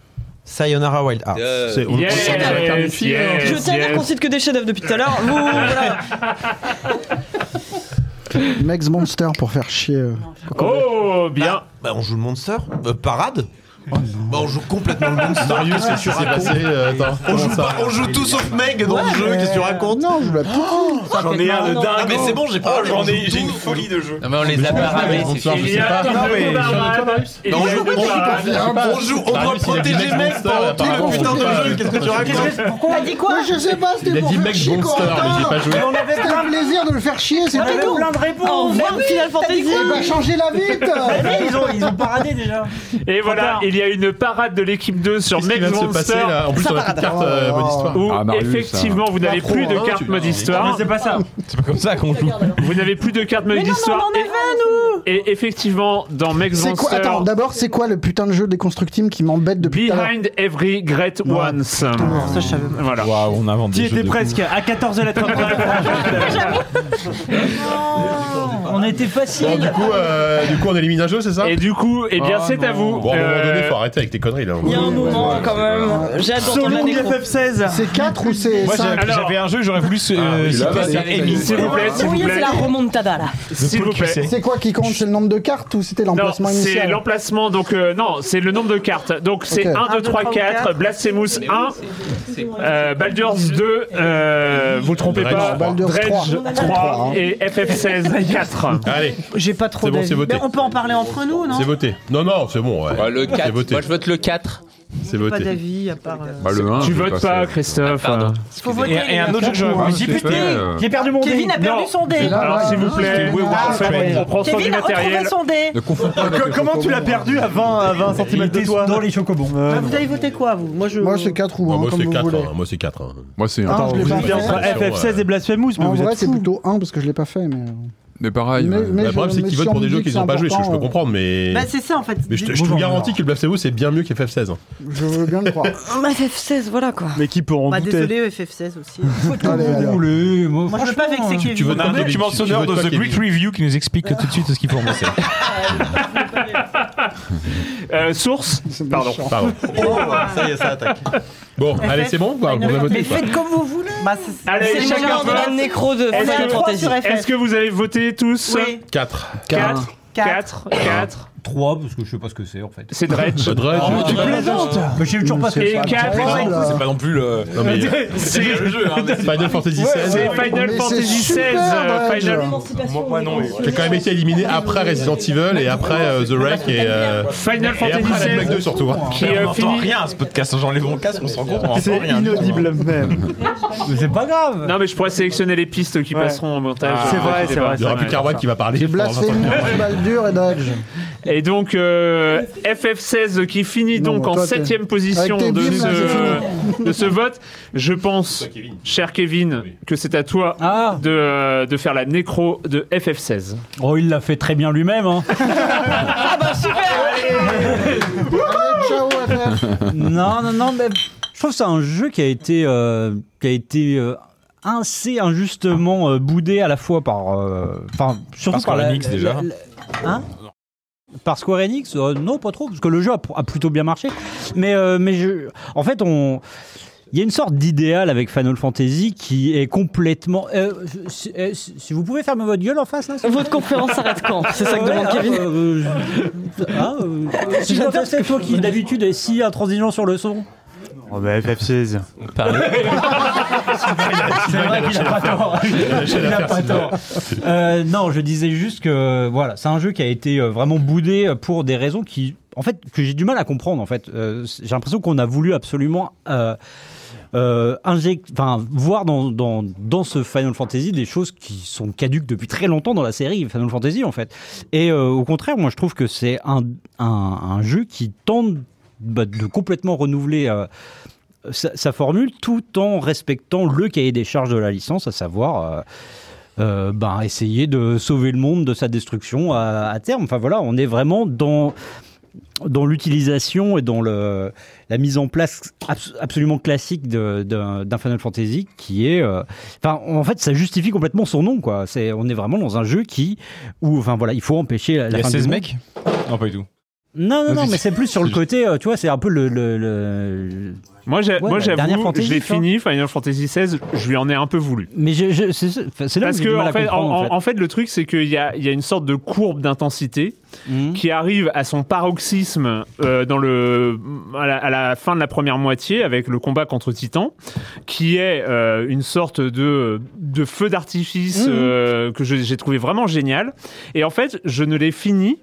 Sayonara Wild Hearts. Euh, C'est on- Yes, on sort de la carte yes, du film, hein. yes. Je tiens à dire qu'on cite que des chefs-d'œuvre depuis tout à l'heure. Vous, voilà. Megs Monster pour faire chier. euh. Oh, bien. Bah, on joue le Monster Euh, Parade Bah, on joue complètement le bon scénario. Qu'est-ce Marius, que qu'est-ce tu qui s'est racontes passé, euh, attends, on, joue comment ça pas- on joue tout sauf Meg dans Ouais, le jeu. mais- Qu'est-ce que tu racontes Non, je joue à tout. Ça J'en fait ai un marrant. de dingue. Ah, mais c'est bon, j'ai Oh, pas- j'en ai- j'ai une folie de jeu. Non, mais on les a pas ramés, c'est sûr, je sais pas. Non, mais- Non, on joue- on joue- on joue- on doit protéger Meg pendant tout le putain de jeu. Qu'est-ce que tu racontes T'as dit quoi Je sais pas, Il c'était a pour dit faire mec chier Monster, Corentin. mais j'ai pas joué. On avait C'était un plaisir de le faire chier, c'est On avait plein de réponses. Au revoir, Mais oui, Final t'as Fantasy. dit quoi Eh ben, changez-la vite. Mais ils ont- ils ont paradé déjà. Et voilà, il y a une parade de l'équipe 2 sur Qu'est-ce qui Meg va se Monster. passer, là En plus, Ça on a plus de parade. cartes, euh, Oh. mode histoire. Où, Ah, Marius, effectivement, ça. vous n'avez Pas plus trop, de hein, cartes tu- mode non, histoire. mais c'est pas ça. C'est pas comme ça qu'on joue. Vous n'avez plus de cartes mode Mais non, mais histoire. on en Et- Et effectivement, dans Meg C'est quoi Monster, Attends, d'abord, c'est quoi le putain de jeu déconstructible qui m'embête depuis tout à l'heure Behind Every Great Ones. Voilà. on invente des jeux de fou. à 14 de la table. On a été facile. Bon, du coup, euh, du coup, on élimine un jeu, c'est ça Et du coup, eh bien, c'est à vous. Bon, à un moment Euh, donné, faut arrêter avec tes conneries, là. Il y a un moment, quand même. J'ai hâte d'entendre la déco. C'est 4 ou c'est Moi, 5 j'avais j'avais un jeu, j'aurais voulu ce- euh, oui, là, citer là, ça. là, Amy. S'il vous plaît, Oui, c'est la remontada là. S'il vous plaît. C'est quoi qui compte C'est le nombre de cartes ou c'était Non, l'emplacement c'est initial l'emplacement, donc euh, non, c'est le nombre de cartes. Donc c'est Ok. 1, 2, 3, 4, Blasphemous 1, euh, Baldur's 2, euh, vous trompez Dredge. pas, Baldur's Dredge 3. 3 et FF16 4. Allez. J'ai pas trop C'est bon, d'avis. c'est voté. Mais on peut en parler entre nous, non C'est voté. Non, non, c'est bon. ouais. Bah, le C'est 4. voté. Moi, je vote le 4. C'est Pas voté. Bah, d'avis, à part. euh, Bah, le tu votes pas, Christophe. Faut voter. Et- et un autre jeu que j'aurais voulu J'ai citer. pété. euh, J'ai perdu mon dé. Kevin a perdu Non. son dé. Alors s'il vous plaît, C'était Wayward Ah, on fait- Train. on prend son du Kevin a retrouvé matériel. son dé. Euh, Comment tu l'as perdu à 20, à 20 cm de toi Dans les chocobons. Euh, Ah, vous avez voté quoi, vous Moi, je. Moi, c'est 4 ou Bah, 1, Moi, comme c'est vous 4. voulez. hein. Moi, c'est 4. hein. Moi, c'est Ah, un. je l'ai pas Vous fait. étiez entre FF16 et Blasphemous, mais En vous vrai, êtes c'est fous. plutôt 1 parce que je l'ai pas fait. Mais... euh, euh, Mais pareil. Mais- ouais. mais- Le problème, c'est mais qu'ils si votent on pour des me jeux dit que qu'ils n'ont c'est pas joué. Je je peux important, comprendre, mais. Bah, c'est ça en fait. Mais je te, je te garantis que le Blasphemous c'est bien mieux qu'FF16. hein. Je veux bien le croire. Oh, FF16, voilà quoi. Mais qui peut en Bah, douter désolé, FF16 aussi. Allez, alors. Moi, je veux pas vexer Kevin. votes On a un Kevin, document tu- tu sonore votes de pas The Kevin. Great Review qui nous explique tout de suite ce qu'il faut rembourser. Euh, source Pardon. Pardon. Ça y est, ça attaque. Bon, allez, c'est bon bah, On a voté Mais quoi faites comme vous voulez. Bah, c'est- Allez, c'est chacun le genre de vote. la Nécro de Est-ce Final que- Fantasy. Sur FF. Est-ce que vous avez voté tous Oui. 4. 4 Quatre. 4 4 3, parce que je sais pas ce que c'est en fait. C'est Dredge. Dredge. Ah, Mais je sais toujours pas ce que Et c'est. quatre. C'est pas non plus le. Non, mais euh, C'est hein, Final Fantasy XVI. c'est Final Mais c'est Fantasy XVI. euh, super, Dredge. Final Moi non. mais- J'ai quand même été éliminé après Resident Evil et après euh, The Wreck et, euh, Final et après Fantasy la Black 2 XVI. surtout. hein. Qui On euh, n'entend finit. rien à ce podcast. J'enlève mon casque, on se rend compte. on n'entend C'est rien. inaudible même. Mais c'est pas grave. Non mais je pourrais sélectionner les pistes qui Ouais. passeront en montage. C'est vrai, c'est vrai. Il n'y aura plus qu'Arwan qui va parler. J'ai pendant 25 blasphémé minutes. Baldur et Dredge. Et donc euh, FF16 qui finit Non, donc en toi, t'es- septième position Avec tes de bimes, là, ce, de ce vote. Je pense, cher Kevin, que c'est à toi Ah. de, euh, de faire la nécro de FF16. Oh, il l'a fait très bien lui-même. Hein. Ah bah, Allez, ciao, FF. non, non, non, mais je trouve que c'est un jeu qui a été, euh, qui a été euh, assez injustement euh, boudé à la fois par. euh, Enfin, surtout Par Square par la- Enix, la- déjà. la- la- hein par Square Enix Euh, Non, pas trop, parce que le jeu a, a plutôt bien marché. Mais, euh, mais je, en fait, on. Il y a une sorte d'idéal avec Final Fantasy qui est complètement. euh, si, euh, si vous pouvez fermer votre gueule en face, là s'il vous Votre conférence s'arrête quand C'est ça que Ouais, demande ah, Kevin. euh, euh, ah, euh, si je dois passer, toi qui d'habitude est si intransigeant sur le son. Oh bah FF16. C'est vrai qu'il a pas tort. Il a pas tort. Euh, non, je disais juste que voilà, c'est un jeu qui a été euh, vraiment boudé pour des raisons qui, en fait, que j'ai du mal à comprendre. En fait, Euh, c'est- j'ai l'impression qu'on a voulu absolument. euh, euh, inject- enfin, voir dans, dans, dans ce Final Fantasy des choses qui sont caduques depuis très longtemps dans la série Final Fantasy en fait. Et euh, au contraire, moi je trouve que c'est un, un, un jeu qui tente bah, de complètement renouveler euh, sa, sa formule tout en respectant le cahier des charges de la licence, à savoir euh, euh, ben, essayer de sauver le monde de sa destruction à, à terme. Enfin voilà, on est vraiment dans dans l'utilisation et dans le, la mise en place abs- absolument classique de- d'un d'un Final Fantasy qui est euh, enfin en fait ça justifie complètement son nom quoi c'est on est vraiment dans un jeu qui où enfin voilà il faut empêcher la, la Il y a fin du 16 monde. mecs Non, pas du tout. Non, non, Non, non, c'est- mais c'est plus sur le côté, euh, tu vois, c'est un peu le, le, le- Moi, j'ai- Ouais, moi la dernière j'avoue, Fantasy, je l'ai tu vois. fini, Final Fantasy XVI, je lui en ai un peu voulu. Mais je, je- c'est c'est là Parce où j'ai du que, mal en à fait, en, comprendre, en fait. en- en fait, le truc, c'est qu'il y a, il y a une sorte de courbe d'intensité Hmm. qui arrive à son paroxysme euh, dans le, à, la, à la fin de la première moitié avec le combat contre Titan, qui est euh, une sorte de, de feu d'artifice Hmm. Mhm. euh, que je- j'ai trouvé vraiment génial. Et en fait, je ne l'ai fini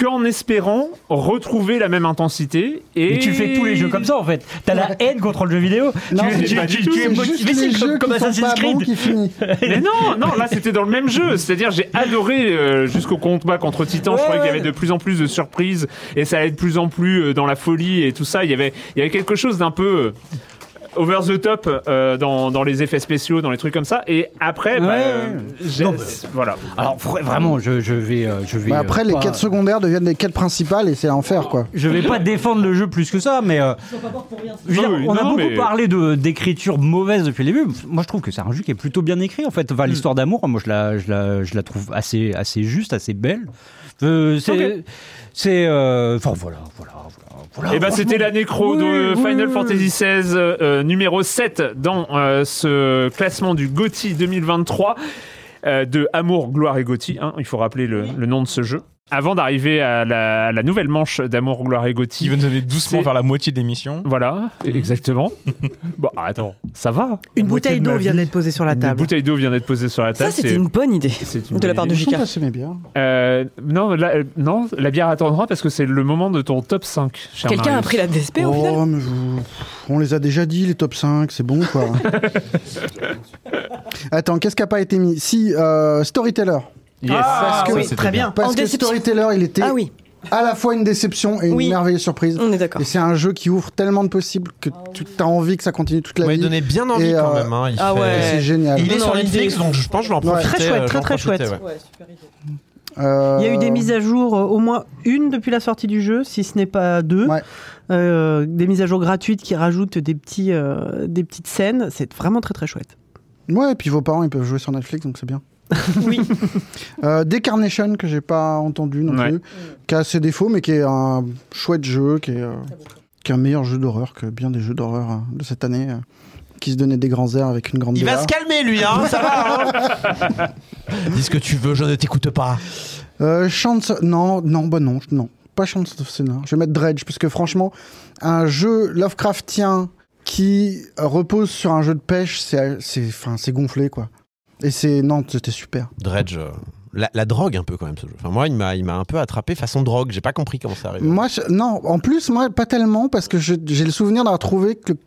qu'en espérant retrouver la même intensité. Et Mais tu fais tous les jeux comme ça en fait. T'as la haine contre le jeu vidéo. Non, tu, c'est tu- pas tu- du tout, tu es c'est motivé juste c'est les comme, jeux comme qui sont Assassin's pas Creed. bons qui Mais non, non, là c'était dans le même jeu. C'est-à-dire j'ai adoré euh, jusqu'au combat contre Titan. je croyais qu'il y avait de plus en plus de surprises et ça allait de plus en plus euh, dans la folie et tout ça. Il y avait, il y avait quelque chose d'un peu euh, over the top euh, dans, dans les effets spéciaux, dans les trucs comme ça. Et après, bah, euh, j'ai- voilà. Alors fr- Bah, vraiment, je, je vais, euh, je vais. Bah après, euh, les pas- quêtes secondaires deviennent des quêtes principales et c'est l'enfer, quoi. Je vais pas défendre le jeu plus que ça, mais euh, je veux dire, Oui, oui, on a non, beaucoup mais- parlé de d'écriture mauvaise depuis le début. Moi, je trouve que c'est un jeu qui est plutôt bien écrit en fait. Hmm. Enfin, l'histoire d'amour, moi, je la, je la, je la trouve assez, assez juste, assez belle. Euh, c'est, c'est, euh, enfin voilà, voilà. et bah c'était la nécro de Final Fantasy XVI euh, numéro 7 dans euh, ce classement du GOTY 2023 euh, de Amour, Gloire et GOTY. hein, il faut rappeler le, le nom de ce jeu. Avant d'arriver à la, à la nouvelle manche d'Amour, Gloire et GOTY. Qui va nous aller doucement vers la moitié de l'émission. Voilà, exactement. bon, attends, ça va. Une La moitié bouteille de ma d'eau vient vie. d'être posée sur la Une table. bouteille d'eau vient d'être posée sur la table. c'était c'est- une bonne idée c'est une de la part de bonne idée. Jika. Ça, c'est mes biens. Euh, non, la, euh, non, la bière attendra parce que c'est le moment de ton top 5. cher Marius. oh, mais vous- On les a déjà dit, les top 5, c'est bon, quoi. Attends, qu'est-ce qui n'a pas été mis Si, euh, Storyteller. Yes. Ah, parce que, oui, très bien. Parce En que déception. Storyteller, il était à la fois une déception et une merveilleuse surprise. On est d'accord. Et c'est un jeu qui ouvre tellement de possibles que tu as envie que ça continue toute la vie. Il donnait bien envie Et, quand euh, même. hein. Il et fait- C'est génial. Il est sur Netflix, donc je pense que je vais en profiter. Très chouette, euh, très j'en très profiterai, chouette. ouais. Il y a eu des mises à jour, euh, au moins une depuis la sortie du jeu, si ce n'est pas deux. Euh, des mises à jour gratuites qui rajoutent des, petits, euh, des petites scènes. C'est vraiment très très chouette. Ouais, et puis vos parents, ils peuvent jouer sur Netflix, donc c'est bien. oui. Euh, Decarnation, que j'ai pas entendu non plus, qui a ses défauts, mais qui est un chouette jeu, qui est, euh, qui est un meilleur jeu d'horreur que bien des jeux d'horreur euh, de cette année, euh, qui se donnait des grands airs avec une grande Il va DA. se calmer lui, hein, ça va. hein. Dis ce que tu veux, je ne t'écoute pas. Euh, Chance, non, non, bah non, non, pas Chance of Senna. Je vais mettre Dredge parce que franchement, un jeu Lovecraftien qui repose sur un jeu de pêche, c'est, c'est, enfin, c'est gonflé quoi. Et c'est non, c'était super. Dredge. euh, La, la drogue un peu quand même ce jeu. Enfin, moi il m'a il m'a un peu attrapé façon drogue, j'ai pas compris comment ça arrive. Moi, je- non, en plus, moi, pas tellement, parce que je- j'ai le souvenir d'avoir trouvé que le,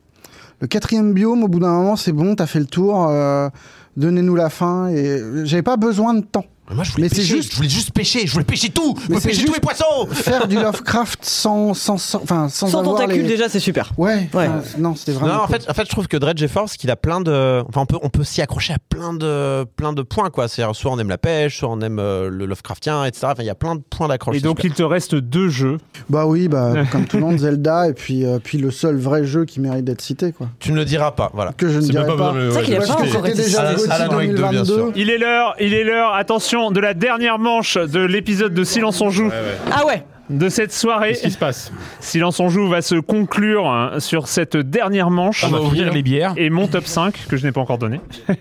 le quatrième biome, au bout d'un moment, c'est bon, t'as fait le tour, euh, donnez-nous la fin, et j'avais pas besoin de temps. Moi je voulais c'est pêcher, juste- je voulais juste pêcher, je voulais pêcher tout, je voulais c'est pêcher tous les juste poissons. Faire du Lovecraft sans, sans, sans, enfin, sans, Sans avoir tentacules, les- déjà, c'est super. Ouais, enfin, non, c'était vraiment. Non, en cool. fait, en fait, je trouve que Dredge est fort parce qu'il a plein de. Enfin, on peut, on peut s'y accrocher à plein de, plein de points, quoi. C'est-à-dire, soit on aime la pêche, soit on aime euh, le Lovecraftien, etc. Enfin, il y a plein de points d'accroche. Et donc il te reste deux jeux. Bah oui, bah, comme tout le monde, Zelda, et puis, euh, puis le seul vrai jeu qui mérite d'être cité, quoi. Tu ne le diras pas, voilà. Que je ne C'est dirais même pas pas. besoin de le- C'est vrai qu'il a Parce pas que encore c'était été déjà cité. le À la- à la Gotti Noël deux, bien 2022. sûr. Il est l'heure, il est l'heure, attention, de la dernière manche de l'épisode de Silence on joue. Ah ouais De cette soirée. Qu'est-ce qui se passe Silence on joue va se conclure hein, sur cette dernière manche. On va ouvrir les bières. Et mon top 5, que je n'ai pas encore donné.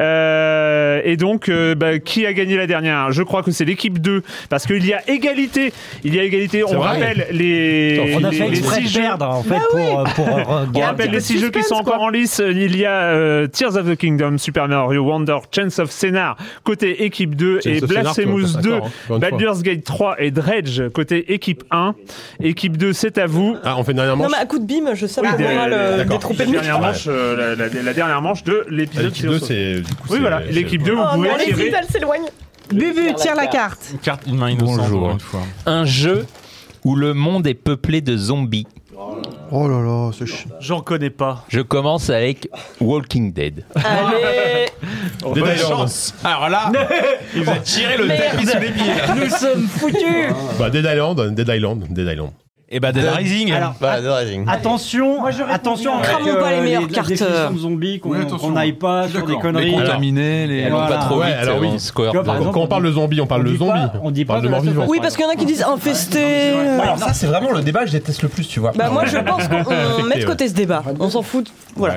Euh, et donc, euh, bah, qui a gagné la dernière Je crois que c'est l'équipe 2, parce qu'il y a égalité. Il y a égalité, C'est on vrai. rappelle les, On a les- fait les exprès six de jeux. perdre en Bah fait pour, euh, pour, euh, On regarder. rappelle les six jeux qui sont encore en lice. Il y a euh, Tears of the Kingdom, Super Mario Wonder, Chance of Scénar côté équipe 2 Chance et of Scénar, Blasphemous toi, 2, d'accord, hein, encore une fois. Baldur's Gate 3 et Dredge côté équipe 1. Équipe 2, c'est à vous. Ah, on fait une dernière Non, manche mais à coup de bim, je sais Oui, pas des- comment le d'accord. détromper La de dernière manche, euh, la, la- la dernière manche de l'épisode. L'équipe deux, sur- c'est- du coup, Oui, c'est- voilà. c'est- L'équipe 2, Oh, Oh, vous pouvez tirer. elle s'éloigne. Bubu, tire la carte. Une carte, une main innocente. Bonjour. encore une fois. Un jeu où le monde est peuplé de zombies. Oh là là, c'est ch... J'en connais pas. Je commence avec Walking Dead. Allez Dead Bonne Island. chance. Alors là, il vous a tiré le Merde. tapis sous les pieds. Nous sommes foutus Bah, Dead Island, Dead Island, Dead Island. Et bah, Euh, Dead Rising. Alors, ah, Bah, Dead Rising. Attention, attention, Cramons avec, euh, pas les meilleures la cartes. définition de zombies, qu'on Oui, qu'on attention. n'aille pas sur des D'accord. conneries. Les contaminés, les- Voilà. Pas trop vite, alors euh, oui. Tu vois, par exemple, Quand on parle de zombie, on parle de zombie. on dit parle de mort vivant. Oui, parce qu'il y en a qui disent infesté. Alors ça, c'est vraiment le débat que je déteste le plus, tu vois. Bah moi je pense qu'on Affecté, met de ouais. côté ce débat. On s'en fout. de- euh, Voilà.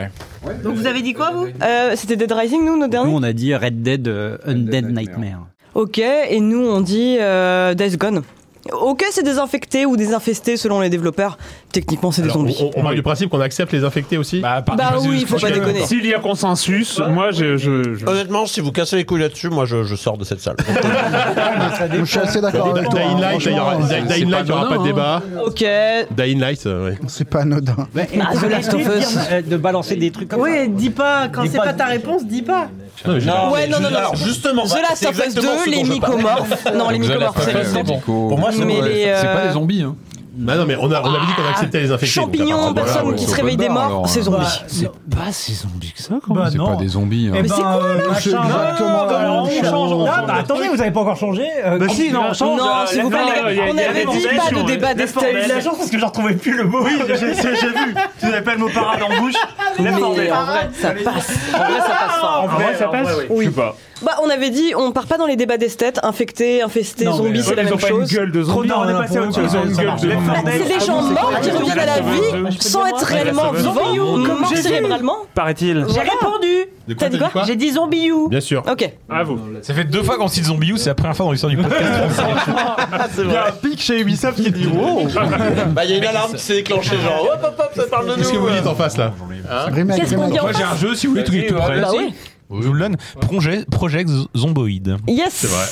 Donc vous avez dit quoi vous Euh, C'était Dead Rising nous nos derniers. Nous, on a dit Red Dead euh, Undead Nightmare. Ok et nous on dit euh, Death Gone. Ok c'est désinfecté ou désinfesté selon les développeurs. Techniquement c'est des Alors, zombies. on, on part du principe qu'on accepte les infectés aussi Bah, Bah oui, faut pas déconner. S'il y a consensus, moi je. je, je- Honnêtement, si vous cassez les couilles là-dessus, moi je, je sors de cette salle. Je suis assez d'accord avec toi. Dying Light, franchement, d'ailleurs, euh, Dying Light, il n'y aura pas de Eh ben. hein. débat. Ok. Dying Light, euh, ouais. C'est pas anodin. Bah, Ah, The Last of Us. euh, De balancer des trucs comme Oui, dis pas, quand Dis c'est pas- pas ta réponse, dis pas. Non, ouais, mais non, ju- non, non. alors, justement, The bah, Last c'est of Us 2, exactement ce les dont je parle. mycomorphes. non, les The Last mycomorphes, of c'est Us, les zombies. Pour moi, c'est Mais ouais. les, C'est pas euh, des zombies. Hein. Bah non, mais on, a, on avait dit qu'on acceptait les infectés. donc à Ah, Champignons, partir de là, personnes ouais, qui on se peut réveillent pas, des morts, alors, c'est euh, zombies. C'est pas si zombie que ça, quand Bah, c'est pas des zombies. hein. Eh ben, euh, machin, c'est bah, exactement bah, la on même change. chose. Ah, bah, attendez, vous avez pas encore changé euh, Bah, si, oh, non, putain, on change. non, Euh, s'il vous la- plaît, non, les il y gars, a- on il y a avait des dit formes pas sur- de débat la des forme T'as eu belle. la chance parce que je retrouvais plus le mot. oui, J'ai j'ai- j'ai vu. Tu n'avais pas le mot parade en bouche. Mais La en forme vrai, belle. ça passe. En vrai, ça passe fort. En vrai, ça passe Je sais pas. Bah, on avait dit, on part pas dans les débats d'esthètes, infectés, infestés, Non, mais, zombies, euh, c'est la ils ont même pas une chose. gueule de Trop zombies, tard, on on est a passé à pas autre chose. Ils ont une Ça gueule marche. de Les zombies. Fortnite. C'est des gens Ah, morts qui c'est reviennent à la vie sans être réellement Zombies, vivants ou comme morts j'ai vu. cérébralement. Paraît-il. J'ai répondu. De quoi t'as dit quoi J'ai dit zombie you. Bien sûr. Ok. À vous. Ça fait deux fois qu'on cite Zombie You, c'est la première fois dans l'histoire du podcast. Il y a un pic chez Ubisoft qui dit wow. Bah, il y a une alarme qui s'est déclenchée, genre hop hop hop, ça parle de nous. Qu'est-ce que vous dites en face là Remake, Qu'est-ce qu'on remake. dit en Moi j'ai un face jeu, si vous voulez, tout est tout prêt. Bah oui. Je vous le donne. Project, Project Zomboid. Yes. C'est vrai.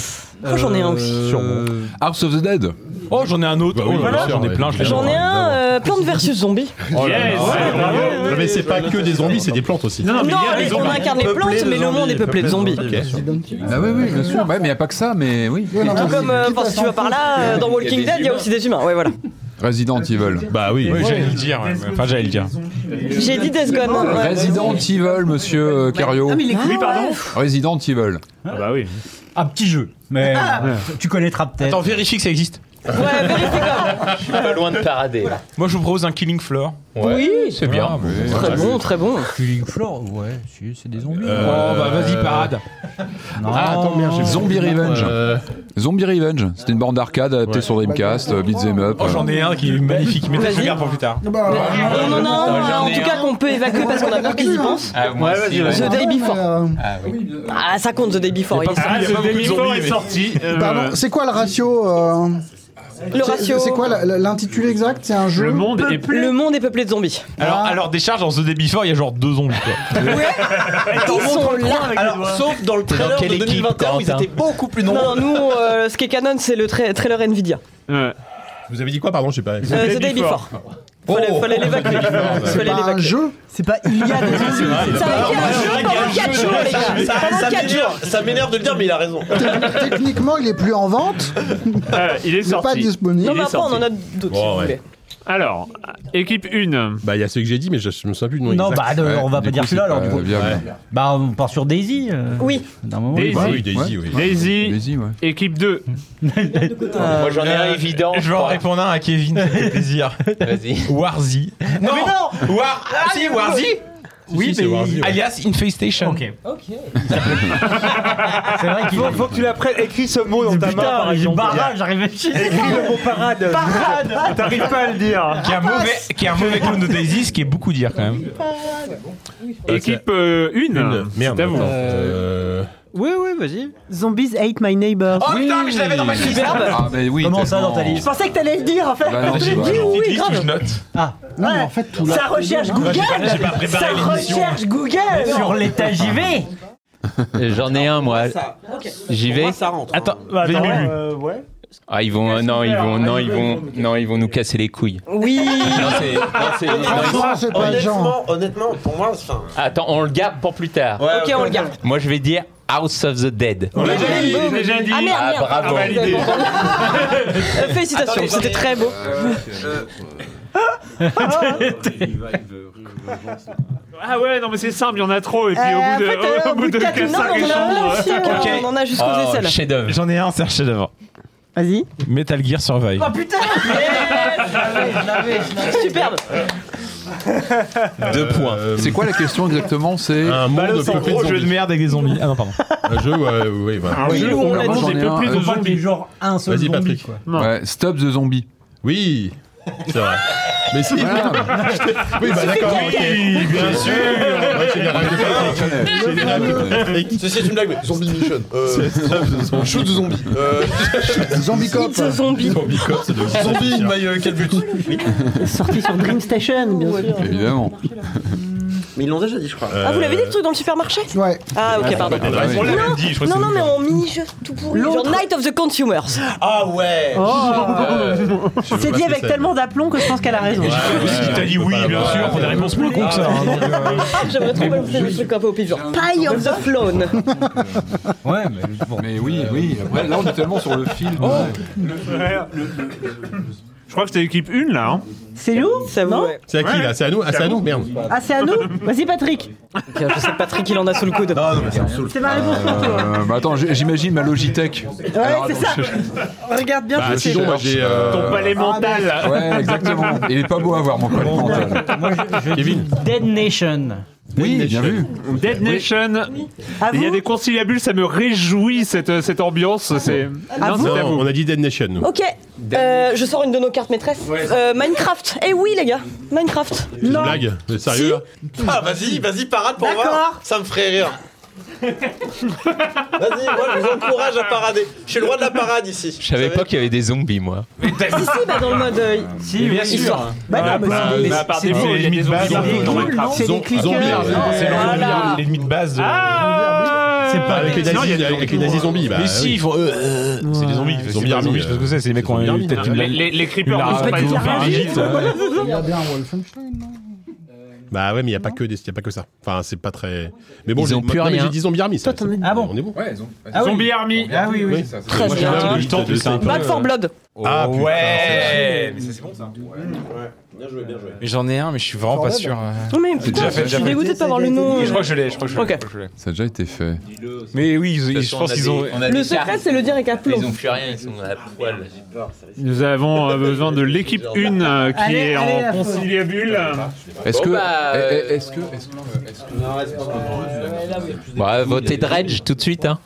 Moi, j'en ai un aussi. Euh, House of the Dead. Oh, j'en ai un Bah autre. oui, Oh là bien là, sûr, j'en ai ouais. plein. je l'ai- J'en ai un, euh, Plante versus Zombie. Oh là là. Yes, Ouais, bravo. bravo. Non, mais c'est pas que des zombies, c'est des plantes aussi. Non, mais on incarne les plantes, mais le monde est peuplé de zombies. Ah oui, oui, bien sûr. Ouais, mais il n'y a pas que ça, mais oui. Ouais, non, mais Tout comme, euh, quitte à enfin, si tu vas par là, euh, dans Walking Dead, il y a aussi des humains. Ouais, voilà. Resident Evil. Bah oui. Oui, j'allais le dire. ouais, mais- Enfin, j'allais le dire. J'ai dit Death Gone. hein, ouais. Resident Evil, monsieur euh, Bah, Cario. Oui, pardon. Resident Evil. Ah, bah oui. Un petit jeu. Mais tu connaîtras Attends, peut-être. vérifie que ça existe. Ouais, vérifie quand Je suis pas loin de parader. Moi, je vous propose un Killing Floor. même. Oui. C'est bien. Très bon, très bon. Killing Floor, ouais, si, c'est des zombies. Oh, Euh, bah vas-y, parade. Non. Ah, attends, merde, j'ai- Zombie Revenge. Euh, Zombie Revenge, c'était une bande d'arcade adaptée sur Dreamcast, euh, Beat'em Up. Oh, j'en ai un qui est magnifique, mais je le garde pour plus tard. Ah bah, On en a Ah, un, hein. en tout cas, qu'on peut évacuer parce qu'on a peur qu'ils y pensent. The Day Before. Ah, ça compte The Day Before. il est sorti. Ah, Il y a pas ce beaucoup de demi zombies, est mais- sorti. euh, Pardon, c'est quoi le ratio euh, Le c'est- ratio. C'est quoi la- la- l'intitulé exact C'est un jeu Le monde est. Le monde est peuplé de zombies. Alors, alors des charges dans The Day Before, il y a genre deux zombies. Quoi. Ils sont là. Alors, sauf dans le trailer quelle de équipe, 2021 où ils Quentin étaient beaucoup plus nombreux. Non, nous, euh, ce qui est canon, c'est le tra- trailer Nvidia. Ouais. Vous avez dit quoi, pardon, je sais pas. Oh. Euh, The Day Before. Fallait, fallait l'évacuer. C'est fallait pas un l'évacuer. jeu C'est pas il y a des zombies. Ça a été un jeu pendant 4 jours, les gars. Ça- Pendant ça 4 jours. m'énerve- Ça m'énerve de le dire, mais il a raison. Techniquement, il est plus en vente, Euh, il est il n'est sorti. pas disponible. Non, Il mais est Bah, après, on sorti. en a d'autres, Bon, si vous ouais. voulez. Alors, équipe 1. Bah il y a celui que j'ai dit, mais je, je me souviens plus du nom. Non, exact. bah non, on va pas dire celui-là alors du coup. Bah on part sur Daisy. euh, Oui. D'un moment. Daisy. Bah oui, Daisy, oui. Daisy, Vas-y, ouais. équipe 2. Moi j'en ai un évident. Euh, Je vais en répondre un à Kevin, ça fait plaisir. Vas-y. Warzy. Non, mais non War... Ah, si, Warzy Oui, c'est Warzy, ouais. Alias Infestation. C'est vrai qu'il faut, faut que tu l'apprennes. Écris ce mot dans ta main. par Putain, j'ai exemple. barrage, j'arrive à chier. Écris le mot parade. Parade T'arrives pas à le dire. Qui est un mauvais, qui est un mauvais clone de Daisy, ce qui est beaucoup dire quand même. Équipe 1. Euh, Une. Merde. C'est à vous. attends, euh, Oui, oui, vas-y. Zombies hate my neighbor. Oh putain, mais je l'avais dans ma liste Ah, mais oui. Comment ça tellement. dans ta Je liste pensais que t'allais le dire en fait. Bah non, J'ai c'est dit vrai. oui, Petite liste où je grave. note. Non, mais en fait, tout là. Ça recherche Google. j'ai pas préparé Ça l'émission. recherche Google. Sur l'état JV J'en ai un, moi. J'y vais. Ça rentre. Attends, Bah, Attends, Lulu. euh, ouais. Ah, ils vont, non, ils vont, non, ils vont, non, ils vont nous casser les couilles. Oui. Non, c'est, non, c'est- non, ils- Franchement, c'est pas le genre. Honnêtement, honnêtement, pour moi, enfin. attends, on le garde pour plus tard. Ok, on le garde. Moi, je vais dire House of the Dead. On l'a déjà dit, on l'a déjà dit. Ah merde, merde. bravo. Ah, Validé. bon. Euh, Félicitations, c'était très beau. Ah ouais, non mais c'est simple, il y en a trop. Et puis Euh, au bout de, en fait, euh, au bout de quatre- quatre, non, cinq Ah, on en a échanges, plein aussi, euh, euh, On en a jusqu'aux Oh, aisselles. chef-d'œuvre. J'en ai un, c'est un chef-d'œuvre. Vas-y. Metal Gear Survive. Oh putain Superbe Deux points. C'est quoi la question exactement C'est un monde Euh, Balance en peuplé de gros jeu de zombies. merde avec des zombies. Ah non, pardon. Un jeu, ouais, oui, voilà. Ah Un jeu où on a dit j'en ai des un. peuplés de On parle zombies. des genres un seul Vas-y, zombie, Patrick. quoi. Ouais, Stop the Zombie. Oui, c'est vrai. Mais si, Voilà. oui, bah d'accord, ok. bien sûr. Ouais, c'est les règles de Patrick. C'est les règles. Et qui- Ceci est une blague, mais Zombie Mission. Euh, C'est ça, ce sont- shoot the zombie. Euh, Zombie Cop. Zombie. Zombie Cop, ça doit zombie in my euh, quel but Sorti sur Dream Station, bien sûr. Évidemment. Mais ils l'ont déjà dit, je crois. Euh, Ah, vous l'avez dit le truc dans le supermarché Ouais. Ah, ok, pardon. On l'a même dit, je crois que Non, non, c'est nous. mais en mini-jeu tout pourri. L'autre. Genre Night of the Consumers. Ah ouais Euh, Euh, C'est dit avec tellement d'aplomb que je pense qu'elle a raison. T'as dit Ah, oui, bah, bien sûr, pour des réponses plus con que hein, ça. euh. J'aimerais trop balancer le truc un peu au pif, genre Pie of the Flown. Ouais, mais, oui, oui. Après, là, on est tellement Oh, sur le film. Je crois que c'était l'équipe 1 là. Hein. C'est nous Ça Non C'est à qui là C'est à nous Ah, c'est à nous Merde. Ah, c'est à nous Vas-y, Patrick. Je sais que Patrick, il en a sous le coude. Non, non, mais ça me C'est ma réponse pour toi. Euh, bah attends, j'ai- j'imagine ma Logitech. Ouais, c'est ça. Regarde bien Bah, ce que sinon, c'est. moi, j'ai, euh, Ton palais mental. là. Ah, Ouais, exactement. Il est pas beau à voir, mon palais mental. Kevin. Dead Nation. Oui, bien vu. Dead Nation. Il y a des conciliabules, ça me réjouit cette, cette ambiance. C'est. À Non, vous c'est à vous. on a dit Dead Nation. nous. Ok, euh, je sors une de nos cartes maîtresses. Euh, Minecraft. Eh oui, les gars, Minecraft. C'est une blague Mais Sérieux là Ah, vas-y, vas-y, parade pour voir. Ça me ferait rire. Vas-y, moi je vous encourage à parader. Je suis le roi de la parade ici. Je savais Vous savez pas qu'il y avait des zombies, moi. Si, si, bah dans le mode. euh, Si, bien sûr. Bah, Ah, non, Bah, mais bah, c'est des- bah, c'est par des- défaut, c'est il y a des des zombies zombies dans hein. partout le dans monde. Minecraft. C'est des hein. clickers. Ah, C'est Voilà. l'ennemi de base de. C'est pas avec les nazis, avec les nazis zombies. bah, mais si, oui. ils font. euh, euh, c'est des zombies. C'est Zombies euh. des army, zombies, Ah je sais pas ce que c'est. C'est les mecs qui ont zombies eu army. peut-être une. Les- les- les creepers, une on arme fait pas de des zombies zombies. rigides. Il y a bien Wolfenstein, non Bah ouais, mais il n'y a, pas que des- y a pas que ça. Enfin, c'est pas très. Mais bon, Ils j'ai- ont plus non, mais rien. J'ai dit Zombie Army. Ça, c'est- Ah bon On est bon. Ouais, ils ont. Zombie Army. Ah oui, oui. Très Moi, j'ai bien. même le temps de Back sniper. Back hein. for Blood. Ah putain, Ouais Mais Oh, ça, c'est bon ça. Bien joué, bien joué. Mais j'en ai un, mais je suis vraiment pas sûr. euh. Non, mais C'est putain, déjà fait, je déjà suis fait. dégoûté de pas avoir le nom. euh. Je crois que je l'ai, je crois que je l'ai, Ok. je crois que je l'ai. Ça a déjà été fait. Mais oui, ils- De toute je façon, pense on a qu'ils des- ont. on a Le des secret, cartes. c'est le dire avec un plomb. Ils ont plus rien, ils sont à poil. Nous avons euh, besoin de l'équipe 1 euh, qui Allez, est allez, la en conciliabule. Est-ce que. Bon, bah, euh, est- est-ce que. Est-ce que. Est-ce que. Bah, votez Dredge tout de suite, hein.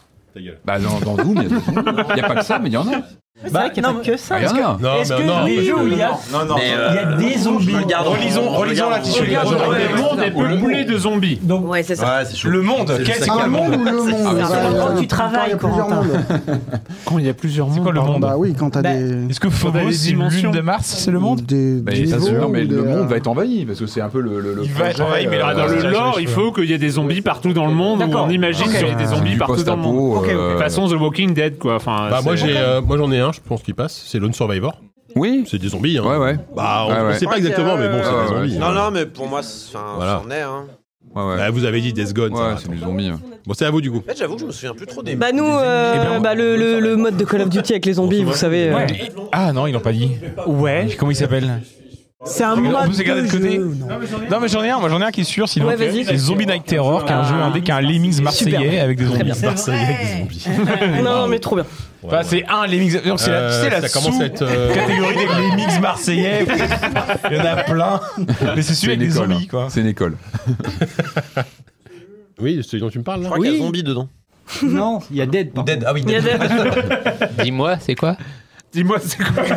Bah, dans, dans Doom, il y a des zombies. il y a pas que ça, mais il y en a. C'est vrai qu'il n'y a pas que ça. Ah, il y en a. Non, Est-ce mais que non. dans les parce jeux que- où il y a, Mais, euh, il y a des zombies Relisons, relisons la regarde, tissue. Le monde est peuplé de zombies. Ouais, c'est ça. Ah, Ouais, c'est chaud. Le monde, Ah, qu'est-ce Un que monde ou le monde ça. Bah, Quand quand tu travailles, il y a plusieurs Corentin. mondes. Quand il y a plusieurs mondes. quoi le pardon. monde Bah oui, quand t'as Bah, des. Est-ce que Dans Phobos, les c'est une dimensions. lune de Mars, c'est le monde Des, Bah, des ça, c'est niveaux sûr, mais ou le des, euh, monde va être envahi, parce que c'est un peu le. le, euh, le Il va être envahi, mais il Ah, aura dans le lore, il faut qu'il y ait des zombies partout dans le monde où D'accord. on imagine Ok. qu'il y a des zombies partout dans le monde. post-apo. euh, De toute façon, The Walking Dead, quoi. Enfin, Bah moi c'est- j'ai euh, moi j'en ai un, je pense qu'il passe, c'est Lone Survivor. Oui. C'est des zombies hein. Ouais, ouais. Ah, Bah on, Ouais, on ouais. sait pas exactement mais bon, c'est Ouais, des ouais. zombies. Non, hein. non, mais pour moi, c'est- enfin, Voilà. c'en est. Hein. Ouais, ouais. Bah, vous avez dit Death Gone. Ouais, ça. c'est des zombies. hein. Bon, c'est à vous du coup. En fait, j'avoue que je me souviens plus trop des. Bah nous, euh, Eh Eh ben, ben, bah, le, le, le mode de Call of Duty avec les zombies, vous savez. euh, Ouais. Ah non, ils l'ont pas dit. Ouais. Comment il s'appelle C'est un On mode peut se garder de côté Non, mais j'en ai un, moi j'en ai un qui est sûr, sinon. Ouais, vas-y. Ah, C'est Zombie Night Terror, qui est un jeu indé, qui est un Lemmings marseillais avec des zombies. Marseille avec des zombies. Non, non, mais trop bien. Enfin, c'est un Lemmings. non, C'est la, Euh, c'est la ça commence à être, euh, catégorie des Lemmings marseillais. Il y en a plein. Mais c'est celui C'est avec une des école. hein. zombies, quoi. C'est une école. Oui, celui dont tu me parles Je là. crois qu'il y a zombie dedans. Non, il y a Dead. par Dead, ah oui, Il y a Dead. des- Dis-moi, c'est quoi Dis-moi, c'est quoi contre.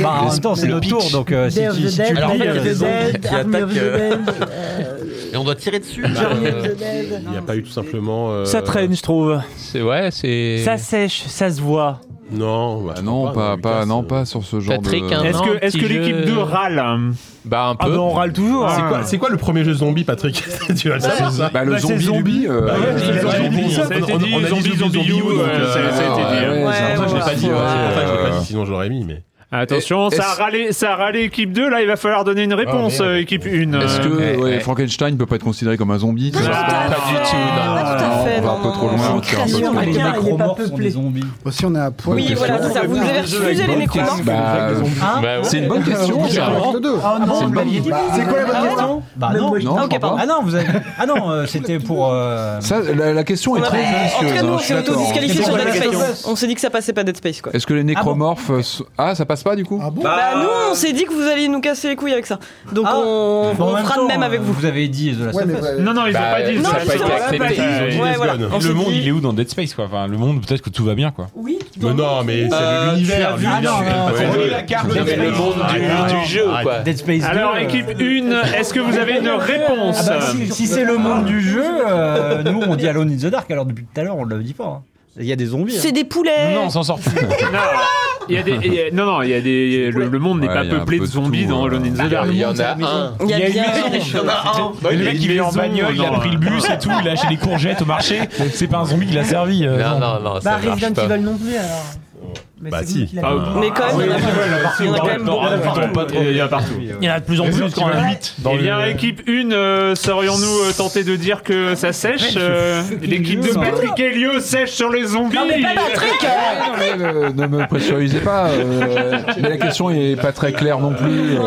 Bah, en même temps, c'est le notre pitch. tour, donc euh, si, Day of tu- the si tu Dead, Alors, en fait, Day il y a of des the zombies Dead, qui Army of the attaquent, Dead, euh, Et on doit tirer dessus. Journey Euh, of the Dead. Il n'y a pas eu tout simplement euh, Ça traîne, je trouve. C'est ouais, c'est. Ça sèche, ça se voit. Non, bah, Ah non, pas, pas, non, pas sur ce genre Patrick, de. un Est-ce an, que, est-ce que petit l'équipe jeu. 2 râle hein Bah, un peu. Ah bah on râle toujours. C'est hein. quoi, c'est quoi le premier jeu zombie Patrick Tu vas le savoir ça. Bah, le Bah, c'est zombie zombie. lubie. euh, Bah ouais, euh, Ça c'est a été zombie, dit, ça a on- été on- dit, on a dit zombie, zombie, zombie, zombie, you, donc, euh, ça- euh, ça a été dit, hein. ouais, C'est pour ça que je l'ai pas dit, ouais, ouais. c'est pour ça que je l'ai pas dit, sinon j'aurais mis mais. Attention, Et- ça a, est-ce- râlé, ça a râlé équipe 2, là il va falloir donner une Ah, réponse, euh, équipe 1. Est-ce que euh, eh, ouais, Frankenstein peut pas être considéré comme un zombie tu vois On va un peu trop loin. c'est un peu trop loin. Aussi, Bah, on est à poil. Oui, voilà, c'est ça. Vous avez refusé les nécromorphes. Bah, Hein bah, C'est une bonne question. Vous avez Charles. avec le Ah, deux. Ah bon, c'est une bonne- vous m'aviez dit- Bah, C'est quoi la bonne Ah ouais, question Bah Le non, mot- non, Ah, je ok, crois pas. pardon. Ah non, vous avez... ah non, euh, c'était pour. euh, Ça, la, la question est Ouais, très en tout cas, judicieuse. nous, hein, on je s'est suis d'accord. auto-disqualifié sur Dead Est-ce Space. On s'est dit que ça passait pas Dead Space, quoi. que les nécromorphes. sont- Ah, ça passe pas du coup Bah, nous, on s'est dit que vous alliez nous casser les couilles avec ça. Donc, on, bon, en on fera temps, de même avec euh, vous. Vous avez dit The Last Ouais, of mais Us. ouais. Non, non, ils ont Bah, pas dit non, ça a pas été accepté. Ils ont dit Ouais, Let's voilà. Go. On s'est Le monde, dit- il est où dans Dead Space quoi Enfin, le monde, peut-être que tout va bien quoi. Oui. Mais non, mais Euh, l'univers, tu as vu- l'univers. Ah non, Ouais, non, ouais. non, la carte Non, mais Dead le Space. monde du- Arrête. du jeu, Arrête. quoi. Dead Space Alors, 2, euh, équipe 1, est-ce que vous avez une réponse Ah bah, si si c'est le monde du jeu, euh, nous on dit Alone in the Dark, alors depuis tout à l'heure on le dit pas. hein. Il y a des zombies. hein. C'est des poulets. Non, on s'en sort plus. Non, il y a des- il y a- non, non, il y a des. Le, le monde n'est Ouais, pas il y a un peuplé peu de de zombies tout, dans euh. Alone in the Ah, Dark. il y en a un. Il y a une bien- maison. Il y en a un. Bah, Le mec, il est en bagnole, il a pris le bus et tout, il a acheté des courgettes au marché. C'est pas un zombie qui l'a servi. euh, Non, non, non, ça Bah, marche Resident pas. Evil non plus, alors. Bah si. Ah, Mais quand même, il y en a partout. Il y en a quand même beaucoup. Il y en a partout. Il y en a de plus en plus quand même. Eh bien, équipe 1, euh, serions-nous euh, tentés de dire que ça sèche euh, L'équipe de Patrick Helio sèche sur les zombies Non, mais, euh, ne me pressurisez pas. euh, mais la question est pas très claire non plus. euh,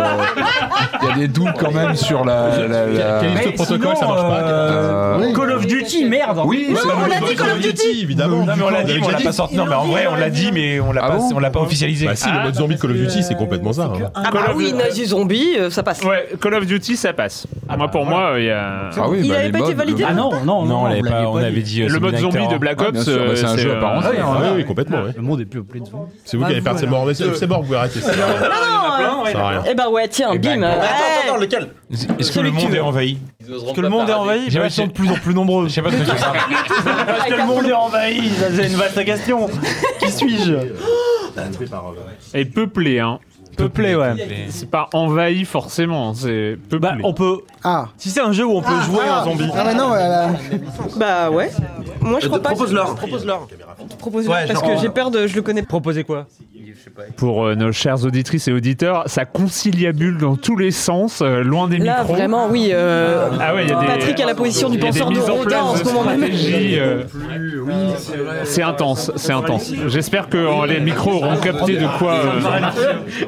Il y a des doutes quand même sur la. Euh, la, la- Mais sinon, euh, Euh, Call of Duty, merde. Oui, Ouais, c'est- on l'a Call dit, of Duty, évidemment. Non, mais on l'a dit, mais on l'a pas sorti. Non, mais en vrai, on l'a dit, mais on l'a pas, on l'a pas officialisé. Ah Bah si, le mode zombie Call of Duty, c'est complètement ça. hein. Ah bah oui, nazi zombie, euh, ça passe. Ouais, Call of Duty, ça passe. moi, pour moi, il y a. Ah oui, Il bah, avait les pas été modes, validé, euh, Ah non, non, non, on l'avait pas- on avait dit, euh, Le mode Zombie zombie Night de Black Terror. Ouais, Ops, bien sûr, bah, euh, c'est un jeu à part euh, entière. ouais, Ah ouais. oui, complètement. ouais. Le monde est plus au plein de zombies. C'est vous qui avez parti mort, mais c'est euh, c'est mort, vous arrêtez. ça sert à rien. Ça sert à rien. Eh bah ouais, tiens, bim. ouais. lequel Est-ce que le monde est envahi Parce que le monde est envahi, J'ai bah, pas- ils sont de plus en plus nombreux. Je sais pas ce que tu parles. Parce que le monde est envahi, ça, c'est une vaste question. Qui suis-je Bah, Et peuplé, hein. Peuplé, ouais. C'est pas envahi forcément, c'est peuplé. Bah, on peut. Ah. Si c'est un jeu où on peut jouer en zombie. Ah bah non, elle a- Bah ouais. Moi je Euh, crois de- pas. propose-leur. Propose-leur. Ouais, Propose-leur parce genre, que euh, j'ai peur de. Je le connais. Proposer quoi Pour euh, nos chères auditrices et auditeurs, ça conciliabule dans tous les sens, euh, loin des Là micros. vraiment, oui. euh, Ah ouais, il y a des- Patrick a la position du il y a des penseur de mises en Rodin en place ce de moment même. stratégie, euh, C'est intense, c'est intense. J'espère que euh, les micros auront capté de quoi. euh,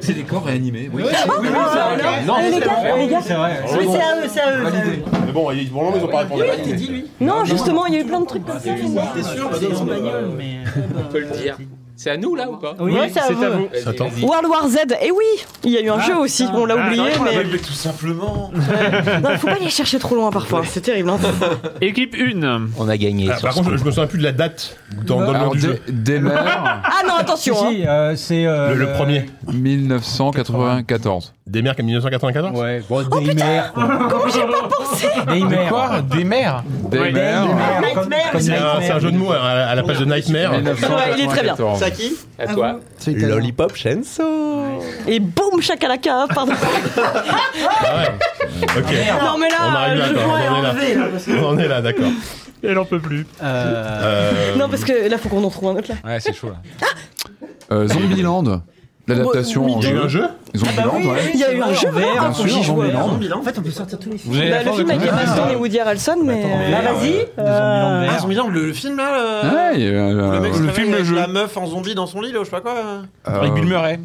C'est des corps réanimés. Oui, oui, Ah, c'est vrai. Non, oh, les gars, les gars. Mais c'est à eux, c'est à eux. c'est à eux. Mais bon, ils pour l'an, ils ont pas répondu. Non, justement, il y a eu plein de trucs comme ça. On peut le dire. C'est à nous là ou pas euh, Oui, Ouais, c'est à c'est à vous. vous. Vas-y, Attends. vas-y. World War Z, eh oui, il y a eu un jeu aussi, on l'a Ah, oublié, non, mais tout simplement. non, faut pas aller chercher trop loin parfois, c'est terrible. hein. Équipe 1. On a gagné. Ah, sur par ce contre, je, coup. je me souviens plus de la date dans, dans le nom Alors, du des- jeu. des mères. Ah non, attention. Si, si, euh, c'est. euh, Le, le premier. 1994. Des mères qui 1994 Ouais, gros, des mères. Comment j'ai pas pensé Des mères. Quoi Des mères Des Ouais, mères. Des mères, Nightmare, comme- comme C'est un, c'est un jeu de mots hein, à, la- à la page de Nightmare. Ouais, il est très bien. Ah C'est à qui À toi. Lollipop Euh, Shenso. Et boum, chakalaka, hein, pardon. Ah ouais. Ok. Non mais on là, euh, arrive là, le quoi. joueur est on en est enlevé. là, là. parce On en est là, d'accord. Elle en peut plus. Euh, que- Non parce que là faut qu'on en trouve un autre là. Ouais, c'est chaud là. Euh, Zombieland. L'adaptation en Il y a eu un jeu Ah bah Zombieland, ouais. Il y a eu un jeu hein, Bien VR, faut sûr, y jouer. Zombieland. En fait, on peut sortir tous les films. Vous avez Bah, la le forme film de avec tout Emma ça. Stone et Woody Harrelson, mais. euh, Bah, vas-y. euh, Ah, Zombieland, le le film là euh, Ouais, il y a eu un- Le mec se le réveille film, le avec jeu. La meuf en zombie dans son lit, là, ou je sais pas quoi. Euh, Avec Bill Murray.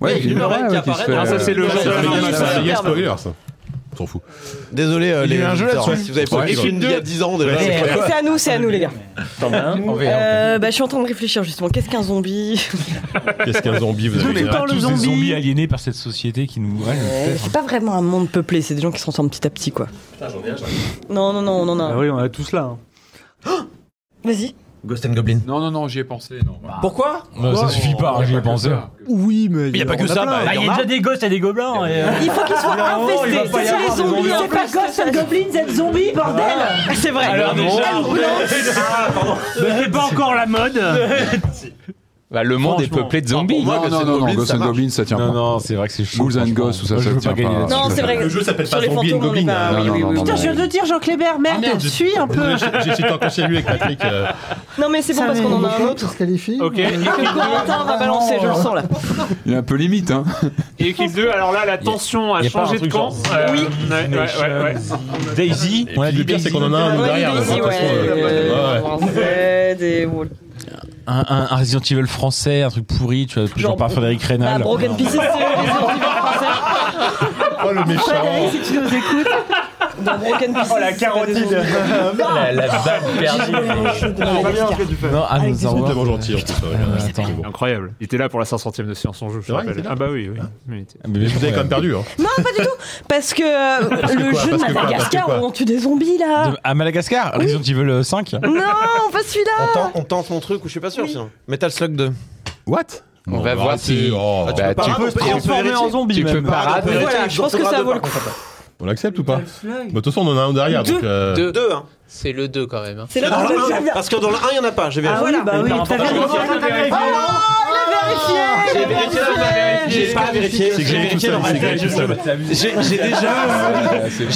Ouais, Ouais, Bill Bill Murray Murray, qui ouais, qui se apparaît fait, dans- Ah, ça, c'est le euh, genre de- Il y a- ça, il y a Superbe. spoiler, ça. On s'en fout. Désolé, euh, Il y a les eu un jeu auditeurs, là-dessus. Si vous avez pas Ouais, vu le équipe film d'il y a deux. 10 ans, déjà, Ouais. c'est quoi C'est à nous, c'est à nous les gars. T'en as un En VR. Euh, bah, je suis en train de réfléchir justement. Qu'est-ce qu'un zombie Qu'est-ce qu'un zombie vous Tous avez les dit tous des zombie. zombies aliénés par cette société qui nous. Ouais, C'est pas vraiment un monde peuplé, c'est des gens qui se ressemblent petit à petit quoi. Non, non, non, on en a Ah un. oui, on a tous là. hein. Vas-y. Ghost and Goblin. Non, non, non, j'y ai pensé. Non. Bah, Pourquoi Non, ça suffit pas, j'y ai pensé. Oui, mais. Il y a pas que ça, bah, Bah, y il en y a déjà a. des gosses et des gobelins. et, euh, Il faut qu'ils soient Ah, non, il va infestés. pas y C'est les avoir des zombies. hein. zombies. en C'est pas fait. Ghosts and Goblins, c'est zombie, bordel C'est vrai. Alors déjà, Ah, Ambulance. c'est pas encore la mode. Bah, le monde est Franchement. peuplé de Ah, pour zombies. moi, Non, Ghosts non, and non, Goblins, Ghosts ça and marche. Goblins, ça tient non, pas. Non, c'est vrai que c'est chaud. Ghouls and franchement. Ghosts, ou ça, Moi, ça je veux tient pas gagner pas. là-dessus. Non, c'est vrai. Le jeu s'appelle Sur pas les Zombie and fantômes, on est Goblin. Ah, pas- hein. Ah oui, oui, oui, Putain, je viens de le dire, Jean Kléber, merde, Ah, j'ai- suis un peu. J'ai- j'ai- J'étais encore chez lui avec Patrick. euh, Non, mais c'est bon Ça parce va, qu'on en a les un gens autre. qui se qualifient. Ok. Et que Corentin Ah, va balancer, je le sens là. Il est un peu limite, hein. Et équipe 2, alors là, la tension a, y a pas un changé de truc camp. genre- Euh, Oui. ouais, ouais, ouais, ouais. Daisy. On a le pire, c'est qu'on en a un nous, derrière. donc, de toute façon, euh, ouais, ouais. Un, un- un Resident Evil français, un truc pourri, tu vois, genre par Frédéric Reynal. bah, Broken Pieces, c'est Resident Evil français. Oh le méchant. Frédéric, si tu nous écoutes. Dans Broken Pieces. Oh, la carotide. La- la balle perdue. Ah, Non, ah, nous C'est au revoir. tellement gentil. en plus, ouais, ouais. Incroyable. Il était là pour la 500ème de Science en jeu, je vrai, rappelle. il était là. Ah bah oui, oui. Mais il était- Mais vous avez quand même perdu. hein. Non, pas du tout. Parce que euh, Parce que le quoi, jeu de parce que quoi, Madagascar parce que où quoi on tue des zombies là. De- À Madagascar, Resident Evil euh, 5. Non, pas celui-là. On tente, on tente mon truc ou je suis pas sûr sinon. Metal Slug 2. What On va voir si. Oh. tu peux Bah, tu parade, peux on se transformer vérifier. en zombie, même. Parade, on peut mais vérifier. voilà, je pense que Doctorat ça deux, vaut le par coup. contre, On l'accepte ou pas Bah, De toute façon, on en a un derrière. Deux. donc, euh, Ah, Deux. Deux, hein. C'est le 2 quand même. hein. C'est dans le un, parce que dans le 1, il n'y en a pas. J'ai vérifié. oui, bah oui, t'as J'ai vérifié. vérifié. Oh, Ah, J'ai vérifié, on a vérifié. J'ai pas vérifié. C'est que j'ai J'ai tout vérifié seul, dans ma c'est que tête. j'ai tout seul. J'ai j'ai déjà, c'est j'ai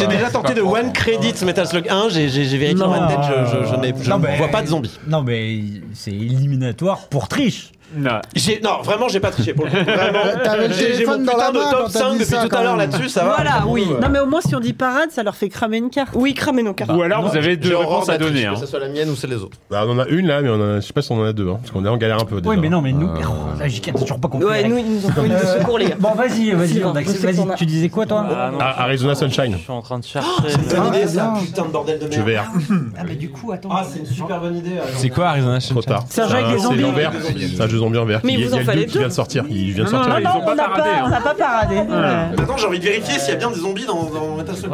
pas- déjà c'est tenté pas de one credit Metal Slug 1. J'ai j'ai- j'ai vérifié dans ma tête. je- Je, je, n'ai- je Non, ne mais- vois pas de zombies. Non, mais c'est éliminatoire pour triche. Non. J'ai- Non, vraiment, j'ai pas triché. pour le coup. Vraiment. T'avais le J'ai j'ai mon téléphone dans putain la main de quand top t'as 5 dit depuis ça, tout à quand l'heure même. là-dessus. Ça va. Voilà, oui. Ouais. Non, mais au moins, si on dit parade, ça leur fait cramer une carte. Oui, cramer nos cartes. Ou alors, vous avez deux J'ai horreur réponses à d'être donner. riche, hein. Que ce soit la mienne ou celle des autres. Bah, on en a une là, mais on en a- je sais pas si on en a deux. hein, parce qu'on est en galère un peu. Ouais, déjà. mais non, mais nous, Euh, la JK, t'as toujours pas compris. Ouais, nous, ils nous ont fait une de secours, les gars. Bon, vas-y, vas-y, on accepte. Vas-y, tu disais quoi, toi Ah, Arizona Sunshine. Je suis en train de chercher. C'est une bonne Ah, idée ça. Putain de bordel de merde. Je vais. Ah, mais du coup, attends. Ah, c'est une super bonne idée. alors. C'est quoi Arizona Trop tard. C'est un jeu avec Ah, des zombies. C'est en vert. C'est un jeu zombie en vert. Mais Il y a- vous en il y a fallait le deux qui deux. vient de sortir. Il vient de Non, non, sortir. non, ils ont non, pas On n'a tardé, pas, hein. on n'a pas paradé. Ouais. Maintenant, j'ai envie de vérifier s'il y a bien des zombies dans, dans Metal Slug.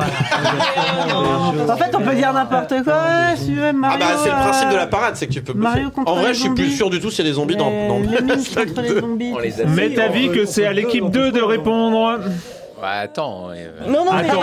En fait, on peut dire n'importe quoi. Ouais, si tu veux, Ah Mario, bah c'est le euh, principe de la parade, c'est que tu peux. Mario en contre vrai, les je suis plus sûr du tout s'il y a des zombies dans, dans Metal Slug 2. Mets ta vie que c'est à l'équipe 2 de répondre. Ouais, attends. ouais, ouais. Non, non, mais- Attends,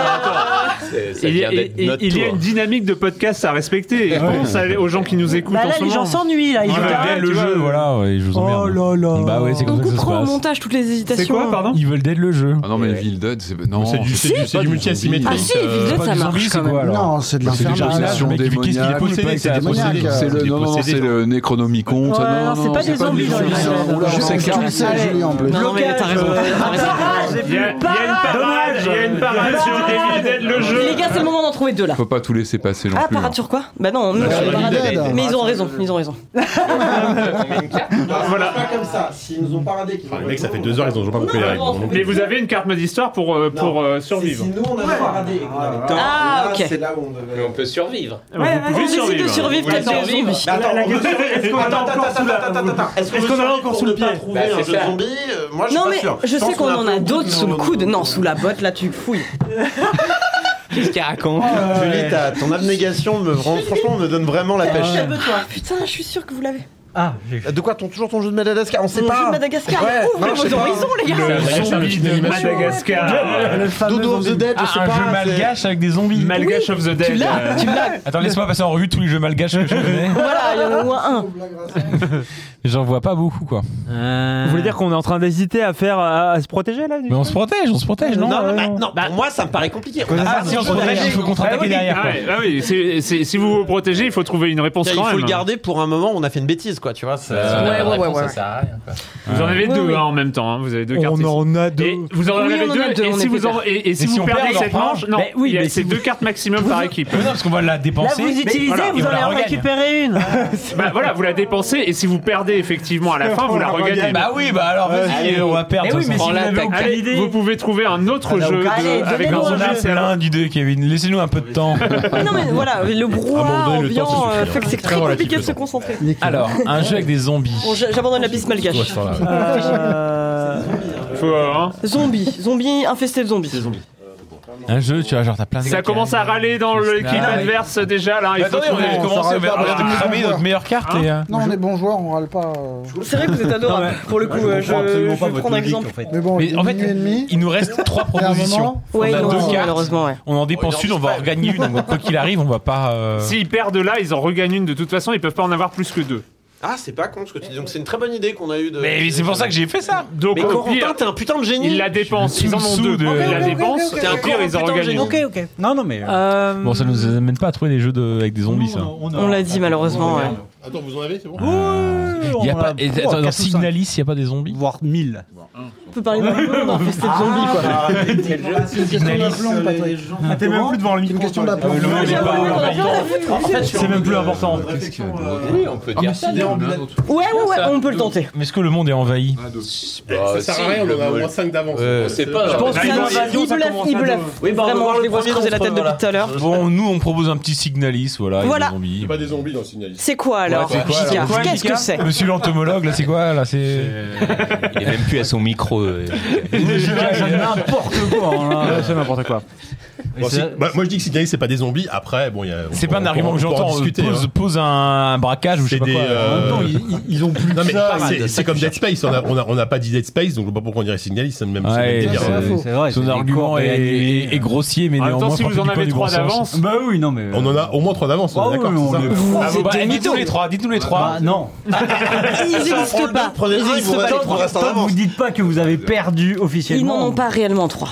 attends. C'est- ça Il y, a, vient d'être il- notre il y a tour. une dynamique de podcast à respecter. Et je pense à- aux gens qui nous écoutent Bah en là, ce les gens moment. s'ennuient, là. Ils Ouais, veulent ouais, arrêter. le jeu, voilà, ouais, je vous emmerde. Oh là là. Bah ouais, c'est comme ça que ça se Prends en passe. montage toutes les hésitations. C'est quoi, pardon Evil Dead le jeu. Ah non, mais Evil Dead, c'est. Non, c'est du- c'est du- c'est du multi-asymétrique, Ah si, Evil euh, Dead, pas ça du marche zombie, quand c'est même. quoi, alors Non, c'est de C'est des l'infernal. possessions Le mec, il fait qu'est-ce qu'il est démoniaques. possédé, c'est C'est hein. des démoniaques. C'est le- Il est non, non, possédé, c'est le Necronomicon. Ouais, ça, non, non, c'est non, pas des zombies dans des les zombies. jeux. Oula, Je on sais que tu s'écarte. le sais, Allez. Julien, en plus. Non, non, mais t'as raison, t'as raison. Il y a, il y a une parade, il y a une parade sur Evil Dead le jeu. Les gars, c'est le moment d'en trouver deux là. Faut pas tout laisser passer non Ah, plus. hein. parade sur quoi Bah non, non, sur on la parade- Dead. mais ils ont raison, ils ont raison. Voilà. Bah, pas comme ça. S'ils nous ont paradé, qu'ils Les mecs, ça fait deux heures, ils ont toujours pas compris les règles. donc- Mais vous avez une carte mode histoire pour, euh, pour euh, survivre. nous on a paradé et qu'on avait tort, Ah, ok. c'est là où on devait. On peut survivre. Ouais, Ah, vous pouvez survivre. survivre Vous pouvez comme des survivre. zombies. Mais Bah, Bah, attends, on veut- Est-ce qu'on Attends, a encore attends, sous la- attends, attends, attends. Est-ce qu'on Est-ce veut qu'on a survivre encore pour sous ne le pas pied trouver Bah, un c'est jeu ça. de zombies Euh, Moi, je suis Non, pas mais sûr. je pense sais qu'on en a plus d'autres de- sous le coude. Non, sous la botte là, tu fouilles. Qu'est-ce qu'il raconte Oh, Julie, ta- ton abnégation me rend, franchement, me donne vraiment la pêche. Putain, je suis sûr que vous l'avez. Ah, De quoi ton, Toujours ton jeu de Madagascar On sait Mon pas. jeu de Madagascar, Ouais, ouvrez non, je vos sais pas. horizons, les gars. Le zombie de Madagascar. Le fameux Dodo of the Dead, je sais un pas. jeu malgache avec des zombies. Malgache of the Dead. euh, Attends, laisse-moi passer en revue tous les jeux malgaches que je connais. Voilà, il y en a au moins un. J'en vois pas beaucoup, quoi. Vous voulez dire qu'on est en train d'hésiter à faire à, à se protéger là du Mais on se protège, on se protège, non Non, non, bah, non, pour moi, ça me paraît compliqué. On a Ah, pas si, on se trop de protège, il règles. faut contre-attaquer derrière. Ah quoi. ouais, ah oui, c'est- c'est- si vous vous protégez, il faut trouver une réponse Tiens, Il quand faut même. le garder pour un moment où on a fait une bêtise, quoi, tu vois. c'est- Ouais, ouais, ouais, ouais. sert à rien. quoi. Vous en avez Ouais, deux ouais. hein, en même temps. hein, Vous avez deux On cartes. ici. en a deux. Et vous en Oui, avez on en a deux, deux, et, on si est vous en- pépère. et- et si Mais si vous on perdez perd, on en cette prend. manche, non, Mais oui, il y a- mais c'est si deux vous- cartes maximum par équipe. Mais non, parce qu'on va la Là, dépenser. vous utilisez, Voilà, et vous on en la allez en regagne. récupérer une. Bah voilà, vous la dépensez et si vous perdez effectivement à la fin, vous la regagnez. Bah oui, bah alors vas-y, Allez, on va perdre. eh de oui, toute mais façon. si On vous n'avez l'attaque. aucune idée. vous pouvez trouver un autre jeu de- Allez, avec un donnez-nous un zombie. jeu. c'est un- plein d'idées, Kevin. Laissez-nous un peu de temps. Non, mais voilà, le brouhaha Abandonner le temps, ambiant c'est euh, suffit, fait que hein. c'est Très très relatif, compliqué de le se temps. concentrer. Alors, un jeu avec des zombies. Bon, j'a- j'abandonne la piste malgache. Euh, Euh, Faut, hein. Zombie, zombie infesté de zombies. Un jeu, tu vois, genre t'as plein de. Ça commence à râler dans l'équipe Ah, adverse déjà là. Il faut Attendez, on trouver- a commencé, on vient on vient de cramer notre meilleure carte et. euh, Non, on est bons joueurs, on râle pas. euh. C'est vrai que vous êtes adorables. Pour le coup, euh, je, je vais prendre exemple. Mais bon, Mais en fait, il nous reste trois à un propositions. moment- On Ouais, a non, deux non, cartes. malheureusement, ouais. On en dépense une, on va en regagner une. donc Quoi qu'il arrive, on va pas. euh, S'ils perdent là, ils en regagnent une de toute façon, ils peuvent pas en avoir plus que deux. Ah, c'est pas con ce que tu dis. Donc c'est une très bonne idée qu'on a eu de. Mais c'est pour ça que j'ai fait ça. Donc, mais au Corentin, pire, t'es un putain de génie. il la dépense. Ils en ont deux. De... Ok, la ok, ok, dépense. ok, t'es un ok, pire, ok, ils en putain de regagné. génie. Ok, ok. Non, non, mais. Bon, ça nous amène pas à trouver des jeux de- avec des zombies, ça. Euh, On l'a dit malheureusement. ouais. Attends, vous en avez, c'est bon Il y a on pas. a- et- Ouah, Attends, dans quatre ou cinq. Signalis, il y a pas des zombies Voire 1000. On peut parler de Mario, on Ah, a infesté de Ah, zombies quoi. C'est une question d'aplomb, euh, Patrick. Ah, t'es même plus devant le micro. question toi. d'aplomb. Euh, le mot, il est pas Ouais, important. ouais, ouais. C'est même plus important. Oui, Ah, on Ah, peut dire ça. Ouais, ouais, ouais, on peut Ah, le tenter. Mais est-ce que le monde est envahi Bah, Oh, Ça sert à rien, si, on a le- moins 5 d'avance. Euh, c'est pas- Je Bah, pense que ça- il bluffe, il bluffe. Oui, bah, on va Vraiment, voir je le les vois se premier creuser la tête contre, depuis tout à l'heure. Bon, nous, on propose un petit Signalis, voilà. avec Voilà. des zombies. C'est pas des zombies dans le signalisme. C'est quoi alors Ouais, c'est quoi, Picard alors Qu'est-ce que c'est Monsieur l'entomologue, là, c'est quoi là C'est Il est même plus à son micro. euh. N'importe quoi. hein, là, C'est n'importe quoi. Bon, si- bah, moi je dis que Signalis c'est pas des zombies, après bon il y a. C'est pas un argument que j'entends. euh, hein. Pose, pose un braquage ou je sais pas des, quoi. euh, En même temps, ils ont plus Non mais ça, c'est- c'est- c'est comme Dead Space, on a, on a, on a pas dit Dead Space, donc je vois pas pourquoi on dirait Signalis, c'est le même, c'est le même Ouais, délire. c'est- c'est vrai, son argument est, est- est grossier, mais En même temps, néanmoins. si ça vous en fait du avez bon trois sens. d'avance- Bah oui, non, mais. On en a au moins 3 d'avance, on est d'accord. c'est ça Ah, bah, bah, dites-nous les trois, dites-nous les trois. Bah, non. Ils n'existent pas. Ils n'existent pas les trois. Tant que vous dites pas que vous avez perdu Ils officiellement. n'en ont pas réellement trois.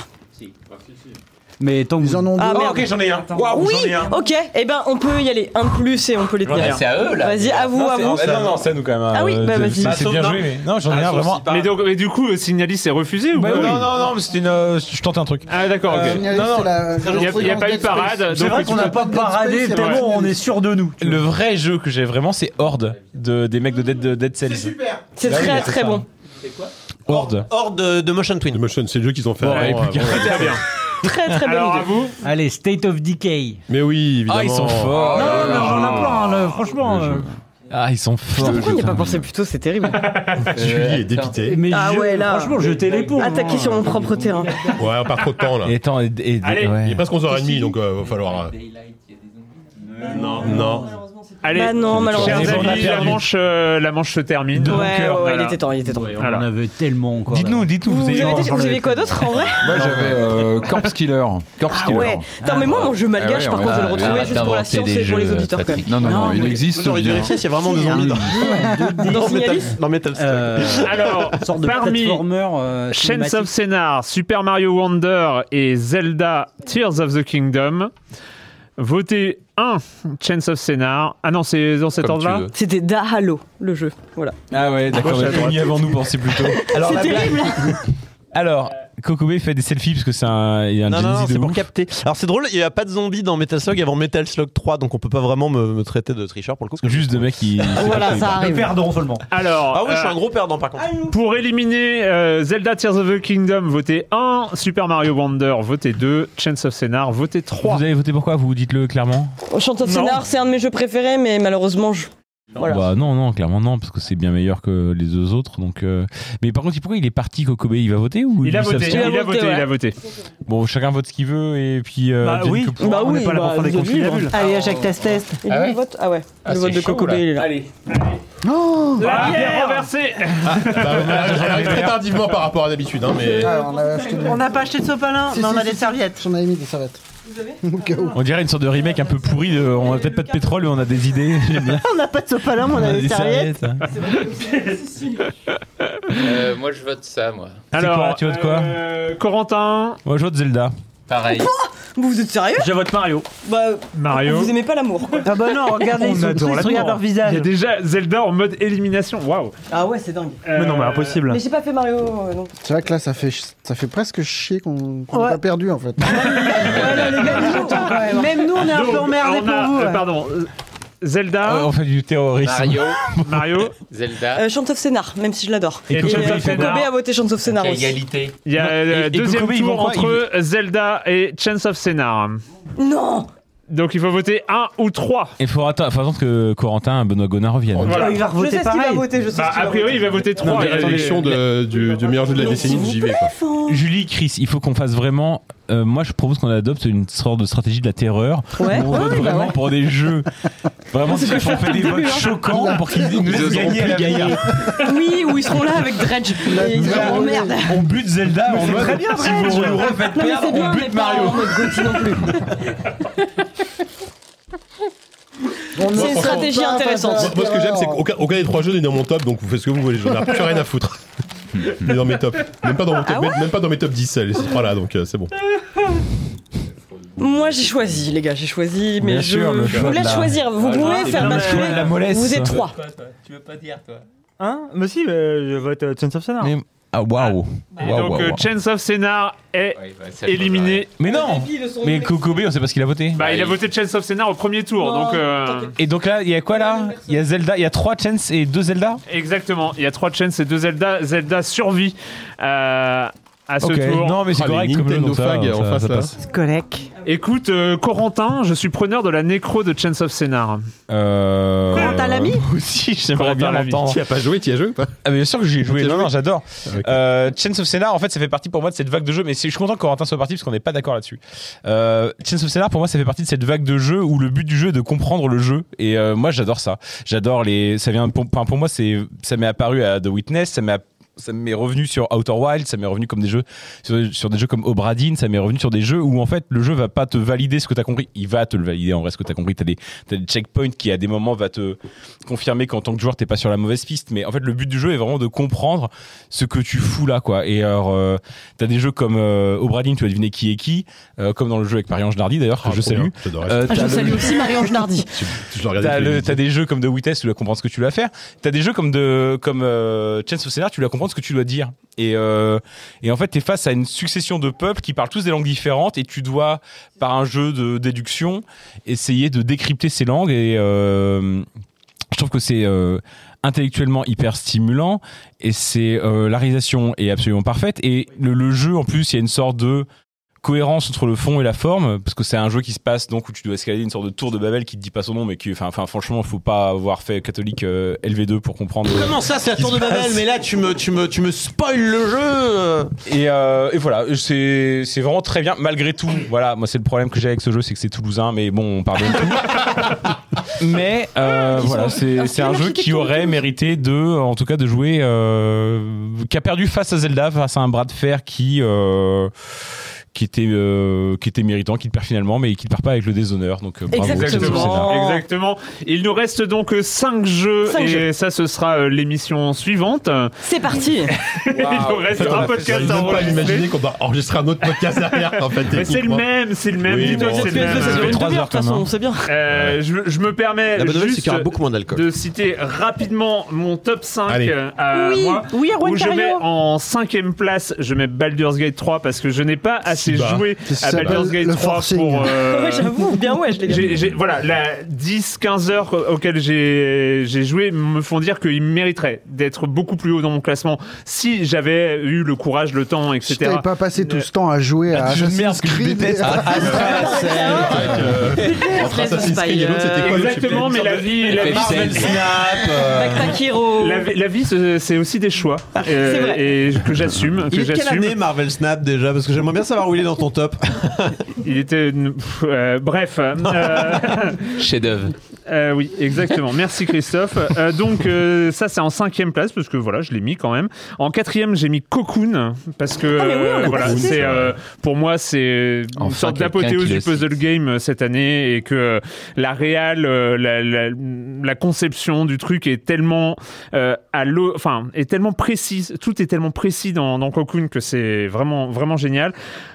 Mais tant que vous en ont Ah, deux. merde. ok, j'en ai un. Waouh, Oui, j'en ai un. ok, eh ben on peut y aller. Un de plus et on peut les J'en ai tenir. un. C'est à eux, là. Vas-y, à vous, Non, à c'est- vous. ah, non, non, c'est à nous quand même. Ah oui, euh, bah, c'est- vas-y. C'est bien joué, mais. Non, j'en ai un vraiment. Bah Mais, donc, mais du coup, le Signalis est refusé ou Ouais, pas non, non, non, mais c'était une. euh, Je tentais un truc. Ah d'accord, ok. Signalis, Non, non. c'est la- Il n'y a, il y a pas eu parade. C'est donc vrai tu qu'on peux- a pas paradé tellement on est sûr de nous. Le vrai jeu que j'ai vraiment, c'est Horde de, des mecs de Dead, de Dead Cells. C'est Bah oui, très c'est très ça. bon. Horde. Hors de, de Motion Twin. Motion, c'est le jeu qu'ils ont fait. Bon, avant, et puis- avant. Très bien. Très très bonne idée. vous Allez, State of Decay. Mais oui, évidemment. Ah, ils sont forts. Non, mais on en a plein, là, franchement. euh. Ah, ils sont forts. Putain, pourquoi on n'y a pas pensé plus tôt C'est terrible. Euh, Julie est dépité. Mais Ah je- ouais, là. franchement, jetez l'épaule. Attaquer sur mon propre terrain. Ouais, on part trop de temps là. Et attends, et, et- Allez. ouais. Il est presque 11h30, donc euh, va falloir. euh, Non, non. Allez, Bah non, malheureusement. chers on a amis, la perdu. manche, euh, la manche se termine. Ouais, Donc, ouais, euh, ouais, voilà. il était temps, il était temps. On en avait tellement encore. Dites-nous, dites-nous. Vous, avez- euh, avez, vous avez quoi d'autre en vrai Moi j'avais euh, Corpse Killer. Corpse Ah Killer. ouais. Non mais moi mon jeu malgache Ah ouais, par on va- contre je vais le retrouver arrête juste pour la d'inventer science des et pour les jeux, auditeurs quand même. Non, non, non, il existe. J'aurais bien. vérifié s'il y a vraiment des zombies dans- Dans Signalis dans Metal Slug. Alors, sorte de parmi platformer. euh, Chains of cinématique. Scénar, Super Mario Wonder et Zelda Tears of the Kingdom, votez 1 Chains of Scénar. Ah non, c'est dans cet Comme tu ordre-là veux. C'était Dahalo le jeu. Voilà. Ah ouais, d'accord, Moi, j'ai j'avais mis avant nous, pensez plutôt. Alors, la blague- Alors, Kokobé fait des selfies parce que c'est un, il y a un Non, non, Gen non, Z de c'est pour ouf. capter. Alors, c'est drôle, il n'y a pas de zombies dans Metal Slug avant Metal Slug 3, donc on peut pas vraiment me, me traiter de tricheur pour le coup. parce que- Juste de mecs qui. Voilà, ça Nous arrive. perdons seulement. Alors, Ah oui, je suis euh, un gros perdant par contre. pour éliminer euh, Zelda Tears of the Kingdom, votez 1 Super Mario Wonder, votez 2 Chains of Scénar, votez 3 Vous avez voté pourquoi Vous dites-le clairement Chant of Scénar, c'est un de mes jeux préférés, mais malheureusement, je... voilà. Bah non, non, clairement non, parce que c'est bien meilleur que les deux autres. Donc, euh, mais par contre, pourquoi il est parti, Kokobé Il va voter ou Il a lui voté, s'abstient il a voté, ouais. il a voté. Bon, chacun vote ce qu'il veut et puis. euh, Bah Jane oui. Cooper. bah on oui, n'est pas là pour bah, faire des vous avez conflits vu, à bulles. Allez, Jacques Testest. Et lui, Ah ouais le vote Ah ouais, Ah, le c'est vote de chaud, Coco là. Bay, il est là. Allez. euh, La bière Ah, renversée Bah, elle arrive très tardivement par rapport à d'habitude, hein, mais. Alors, on avait acheté- On n'a pas acheté de sopalin, Si, mais on si, a si, des si. serviettes. J'en avais mis des serviettes. Au cas où. On dirait une sorte de remake un peu pourri. de- on a peut-être pas de pétrole, mais on a des idées. J'aime bien. On n'a pas de sopalin, mais on a des serviettes. Euh, moi, je vote ça, moi. Alors, quoi, tu votes quoi euh, Corentin, Moi, je vote Zelda. Pareil. Vous, vous êtes sérieux je vote Mario. Bah, Mario. vous aimez pas l'amour quoi. Ah bah non, regardez, ils sont tristes, regarde leur Il y a visage. déjà Zelda en mode élimination. Waouh. Euh, Ah ouais, c'est dingue. Mais non, mais impossible. Mais j'ai pas fait Mario, euh, non. C'est vrai que là, ça fait, ch- ça fait presque chier qu'on qu'on ait Ouais. pas perdu en fait. Même nous, on est un peu Donc, emmerdés on pour a- vous. euh, ouais. Pardon. euh, Zelda, Euh, on fait du terrorisme. Mario, Mario, Zelda. Euh, Chant of Scénar, même si je l'adore. Et Et, Coco Bay, euh, il fait Coco pas. Bay a voté Chant of Scénar aussi. Égalité. il y a Non, et- euh, et deuxième Kokobé, ils tour vont quoi entre Zelda et Chance of Scénar. Non Donc il faut voter 1 ou 3. Il faut atta- faut attendre que Corentin Benoît Godin revienne. Voilà. Il va Je sais ce voter qu'il va pareil. voter, je sais Bah, ce qu'il a va priori, il voter. va voter 3. Non, mais l'élection de- du, du meilleur jeu de la décennie, j'y vais quoi. hein. Julie, Chris, il faut qu'on fasse vraiment. euh, moi, je propose qu'on adopte une sorte de stratégie de la terreur. Ouais. Où on vote vraiment pour des jeux. Vraiment, c'est qu'on fait des hein. votes choquants pour qu'ils nous laissent gagner à l'avenir. Oui, ou ils seront là avec Dredge. Et ils diront, oh merde On bute Zelda. on mode, si vous nous refaites Non mais perdre, c'est on bien, mais bute pas Mario. en mode Gauthier non plus. C'est une stratégie intéressante. Moi, ce que j'aime, c'est qu'aucun aucun des trois jeux n'est dans mon top, donc vous faites ce que vous voulez, j'en ai plus rien à foutre. Il est dans mes tops. Même pas dans, mon top, même pas dans mes top 10, les trois là, donc euh, c'est bon. Moi, j'ai choisi, les gars, j'ai choisi, mais Bien je, sûr, le je choix vous de laisse la- choisir. Vous Ah, pouvez c'est faire bien le basculer. choix de la mollesse. Vous êtes trois. Tu veux pas dire, toi Hein Mais si, mais je vote euh, Chance of Sonar. Ah, waouh! Et donc, euh, Chance of Scénar est éliminé. Mais non Mais Kokobé, on sait pas ce qu'il a voté. Bah, il a voté Chance of Scénar au premier tour, donc. euh, Et donc là, il y a quoi là Il y a Zelda, il y a 3 Chance et 2 Zelda Exactement, il y a trois Chance et deux Zelda. Zelda survit euh, à ce Ok. tour. Non, mais c'est Ah, correct les comme jeu, Nintendo donc ça, Fag ça- en face, ça là. passe. Collègue. Écoute, euh, Corentin, je suis preneur de la nécro de Chance of Scénar. Euh. Corentin Lamy Aussi, j'aimerais Corentin bien Lamy. l'entendre. Tu y as pas joué, tu as joué ou pas ah, mais Bien sûr que j'y ai joué, non, non, j'adore. Ah, Euh, Chains of Scénar, en fait, ça fait partie pour moi de cette vague de jeux, mais c'est- je suis content que Corentin soit parti parce qu'on n'est pas d'accord là-dessus. Euh, Chains of Scénar, pour moi, ça fait partie de cette vague de jeux où le but du jeu est de comprendre le jeu, et euh, moi, j'adore ça. J'adore les. Ça vient, pour, enfin, pour moi, c'est ça m'est apparu à The Witness, ça m'est app- ça m'est revenu sur Outer Wild, ça m'est revenu comme des jeux sur, sur des jeux comme Obradine, ça m'est revenu sur des jeux où en fait le jeu va pas te valider ce que t'as compris, il va te le valider en vrai ce que t'as compris, t'as des, t'as des checkpoints qui à des moments va te confirmer qu'en tant que joueur t'es pas sur la mauvaise piste, mais en fait le but du jeu est vraiment de comprendre ce que tu fous là quoi. Et alors euh, t'as des jeux comme euh, Obradine, tu vas deviner qui est qui, euh, comme dans le jeu avec Marie-Ange Nardi d'ailleurs que je salue. Euh, Ah, Je t'as le- salue aussi Marie-Ange Nardi. T'as le- t'as des jeux comme The Witness, tu dois comprendre ce que tu dois faire. T'as des jeux comme de comme euh, Chains of Scénar, tu dois comprendre ce que tu dois dire. Et euh, et en fait, t'es face à une succession de peuples qui parlent tous des langues différentes et tu dois par un jeu de déduction essayer de décrypter ces langues et euh, je trouve que c'est euh, intellectuellement hyper stimulant et c'est euh, la réalisation est absolument parfaite et le, le jeu en plus il y a une sorte de cohérence entre le fond et la forme parce que c'est un jeu qui se passe donc où tu dois escalader une sorte de tour de Babel qui te dit pas son nom mais qui enfin enfin franchement faut pas avoir fait catholique euh, LV2 pour comprendre Comment ça, c'est la tour de Babel Mais là, tu me, tu me, tu me spoil le jeu. et, euh, et voilà, c'est c'est vraiment très bien malgré tout. Voilà, moi c'est le problème que j'ai avec ce jeu, c'est que c'est toulousain, mais bon, on pardonne tout. mais Ah, euh, voilà, c'est c'est un jeu qui aurait mérité de, en tout cas, de jouer, euh, qui a perdu face à Zelda, face à un bras de fer qui euh, qui était euh, qui était méritant, qui le perd finalement, mais qui le perd pas avec le déshonneur. Donc euh, bravo, Exactement. Exactement. Il nous reste donc 5 jeux Cinq et jeux. ça ce sera euh, l'émission suivante. C'est parti. Il nous reste un podcast à J'arrive même pas à enregistrer. imaginer qu'on va enregistrer un autre podcast derrière, en fait. Mais c'est le techniquement. même, c'est le même. Oui, dis-toi bon. que c'est le Espèce de- même. ça fait trois heures, quand même, hein. c'est bien. Euh, je, je me permets La bonne nouvelle, c'est juste qu'il y aura beaucoup moins d'alcool. de citer rapidement mon top 5 Allez. euh, à Oui, moi, oui, Erwan où je Cario. mets en cinquième place, je mets Baldur's Gate 3 parce que je n'ai pas assez bas. joué C'est ça à s'appelle Baldur's Gate le 3 forcing. pour... euh, Ouais, j'avoue, bien ouais, je l'ai j'ai- gagné. j'ai- voilà, la 10-15 heures auxquelles j'ai j'ai joué me font dire qu'il mériterait d'être beaucoup plus haut dans mon classement si j'avais eu le courage, le temps, etc. Euh, bah, Si t'avais pas passé tout ce temps à jouer à jeu de Assassin's Creed et- Ah, euh, Entre Assassin's Creed et l'autre, c'était quoi Exactement, mais la vie, la vie, Marvel Snap, euh, Backpack Hero. La, vie- la vie, c'est c'est aussi des choix euh, Ah, C'est vrai. et que j'assume. Il que est de quelle j'assume. année Marvel Snap déjà Parce que j'aimerais bien savoir où il est dans ton top. Il était. une- pff, euh, bref. euh, Chef-d'œuvre. Euh, oui, exactement. Merci Christophe. Euh, donc euh, ça c'est en cinquième place parce que voilà, je l'ai mis quand même. En quatrième, j'ai mis Cocoon parce que Ah, mais oui, on euh, l'a voilà, pas cité. c'est euh, pour moi c'est une Enfin, sorte quelqu'un d'apothéose qui le du puzzle game euh, cette année et que euh, la réal, euh, la, la- la conception du truc est tellement euh, à l'eau, enfin est tellement précise. Tout est tellement précis dans, dans Cocoon que c'est vraiment vraiment génial.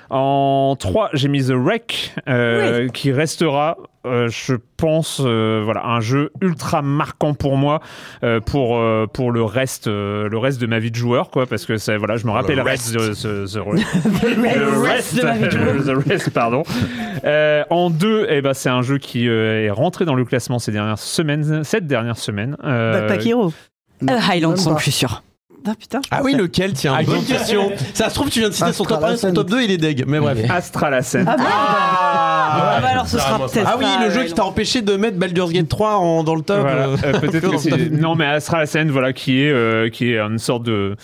En 3, j'ai mis The Wreck, euh, qui restera, euh, je pense, euh, voilà, un jeu ultra marquant pour moi, euh, pour, euh, pour le, reste, euh, le reste de ma vie de joueur, quoi, parce que ça, voilà, je me rappelle rest. de ce, ce- le rest de ma vie de joueur. The rest, pardon. Euh, en 2, eh ben, c'est un jeu qui euh, est rentré dans le classement ces dernières semaines, cette dernière semaine. euh, Backpack Hero. Highland Bah, Même Song, pas. je suis sûr. Ah putain. Ah oui, lequel Tiens, Ah, bonne lequel question. Ça se trouve, tu viens de citer son top 1 son top 2, il est deg. Mais bref. Astra la scène. Ah, bah Ah, alors, ce sera peut-être Ah oui, pas, euh, le jeu ouais, qui t'a empêché de mettre Baldur's Gate 3 en- dans le top. Voilà, euh, euh, peut-être que dans le c'est- top. non mais Astra Ascend voilà qui est euh, qui est une sorte de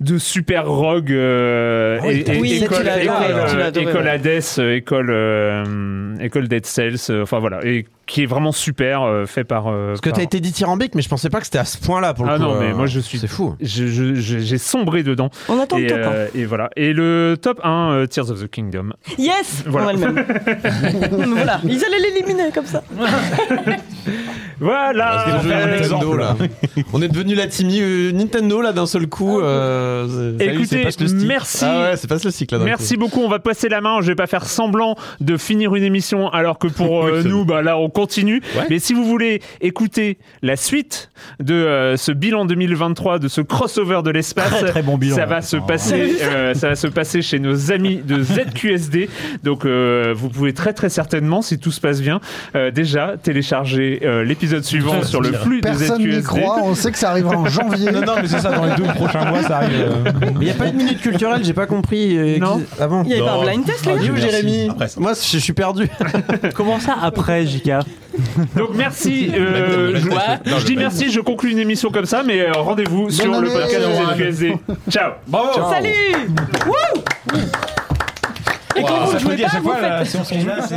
de super rogue euh, Ah oui, et- et- oui, ça, tu école l'as adoré, école, alors, tu l'as euh, adoré, école ouais. Hades euh, école euh, école Dead Cells euh, enfin voilà et qui est vraiment super euh, fait par euh, Parce que t'as par- été dithyrambique, mais je pensais pas que c'était à ce point-là pour le ah coup. non mais euh, moi je suis C'est fou. je- je- je- j'ai sombré dedans On attend le et, euh, top hein. un. et voilà et le top 1 euh, Tears of the Kingdom Yes Voilà. On a le même. voilà, ils allaient l'éliminer comme ça. Voilà. C'est le jeu Voilà. Nintendo, là. On est devenu la team euh, Nintendo là d'un seul coup. euh, ça y est, Écoutez, c'est passe le stick. merci. Ah ouais, c'est passe le cycle. Merci beaucoup, on va passer la main, je vais pas faire semblant de finir une émission alors que pour euh, nous, bah, là on continue. Mais si vous voulez écouter la suite de euh, ce bilan 2023, de ce crossover de l'espace, Très, très bon bilan, ça, va là, se putain. passer, Salut. euh, ça va se passer chez nos amis de ZQSD. Donc euh, vous pouvez très très certainement, si tout se passe bien, euh, déjà télécharger euh, l'épisode suivant sur le flux Personne de ZQSD. n'y croit, on sait que ça arrivera en janvier. Non, non, mais c'est ça, dans les deux prochains mois, ça arrive, euh. Il n'y a pas une minute culturelle, j'ai pas compris. euh, qui- Avant. Il y avait pas un blind test, les Ah, gars dis-moi, Jérémy. Après Moi, je je suis perdu. Comment ça après, JK Donc merci. euh, Même je, temps, même temps. je dis merci, je conclus une émission comme ça, mais euh, rendez-vous sur le année, podcast Erwan. de ZQSD. Ciao. Salut Wouh Et quand Wow. vous Ça ne jouez peut dire pas, à chaque vous fois, là, faites... si on se là, c'est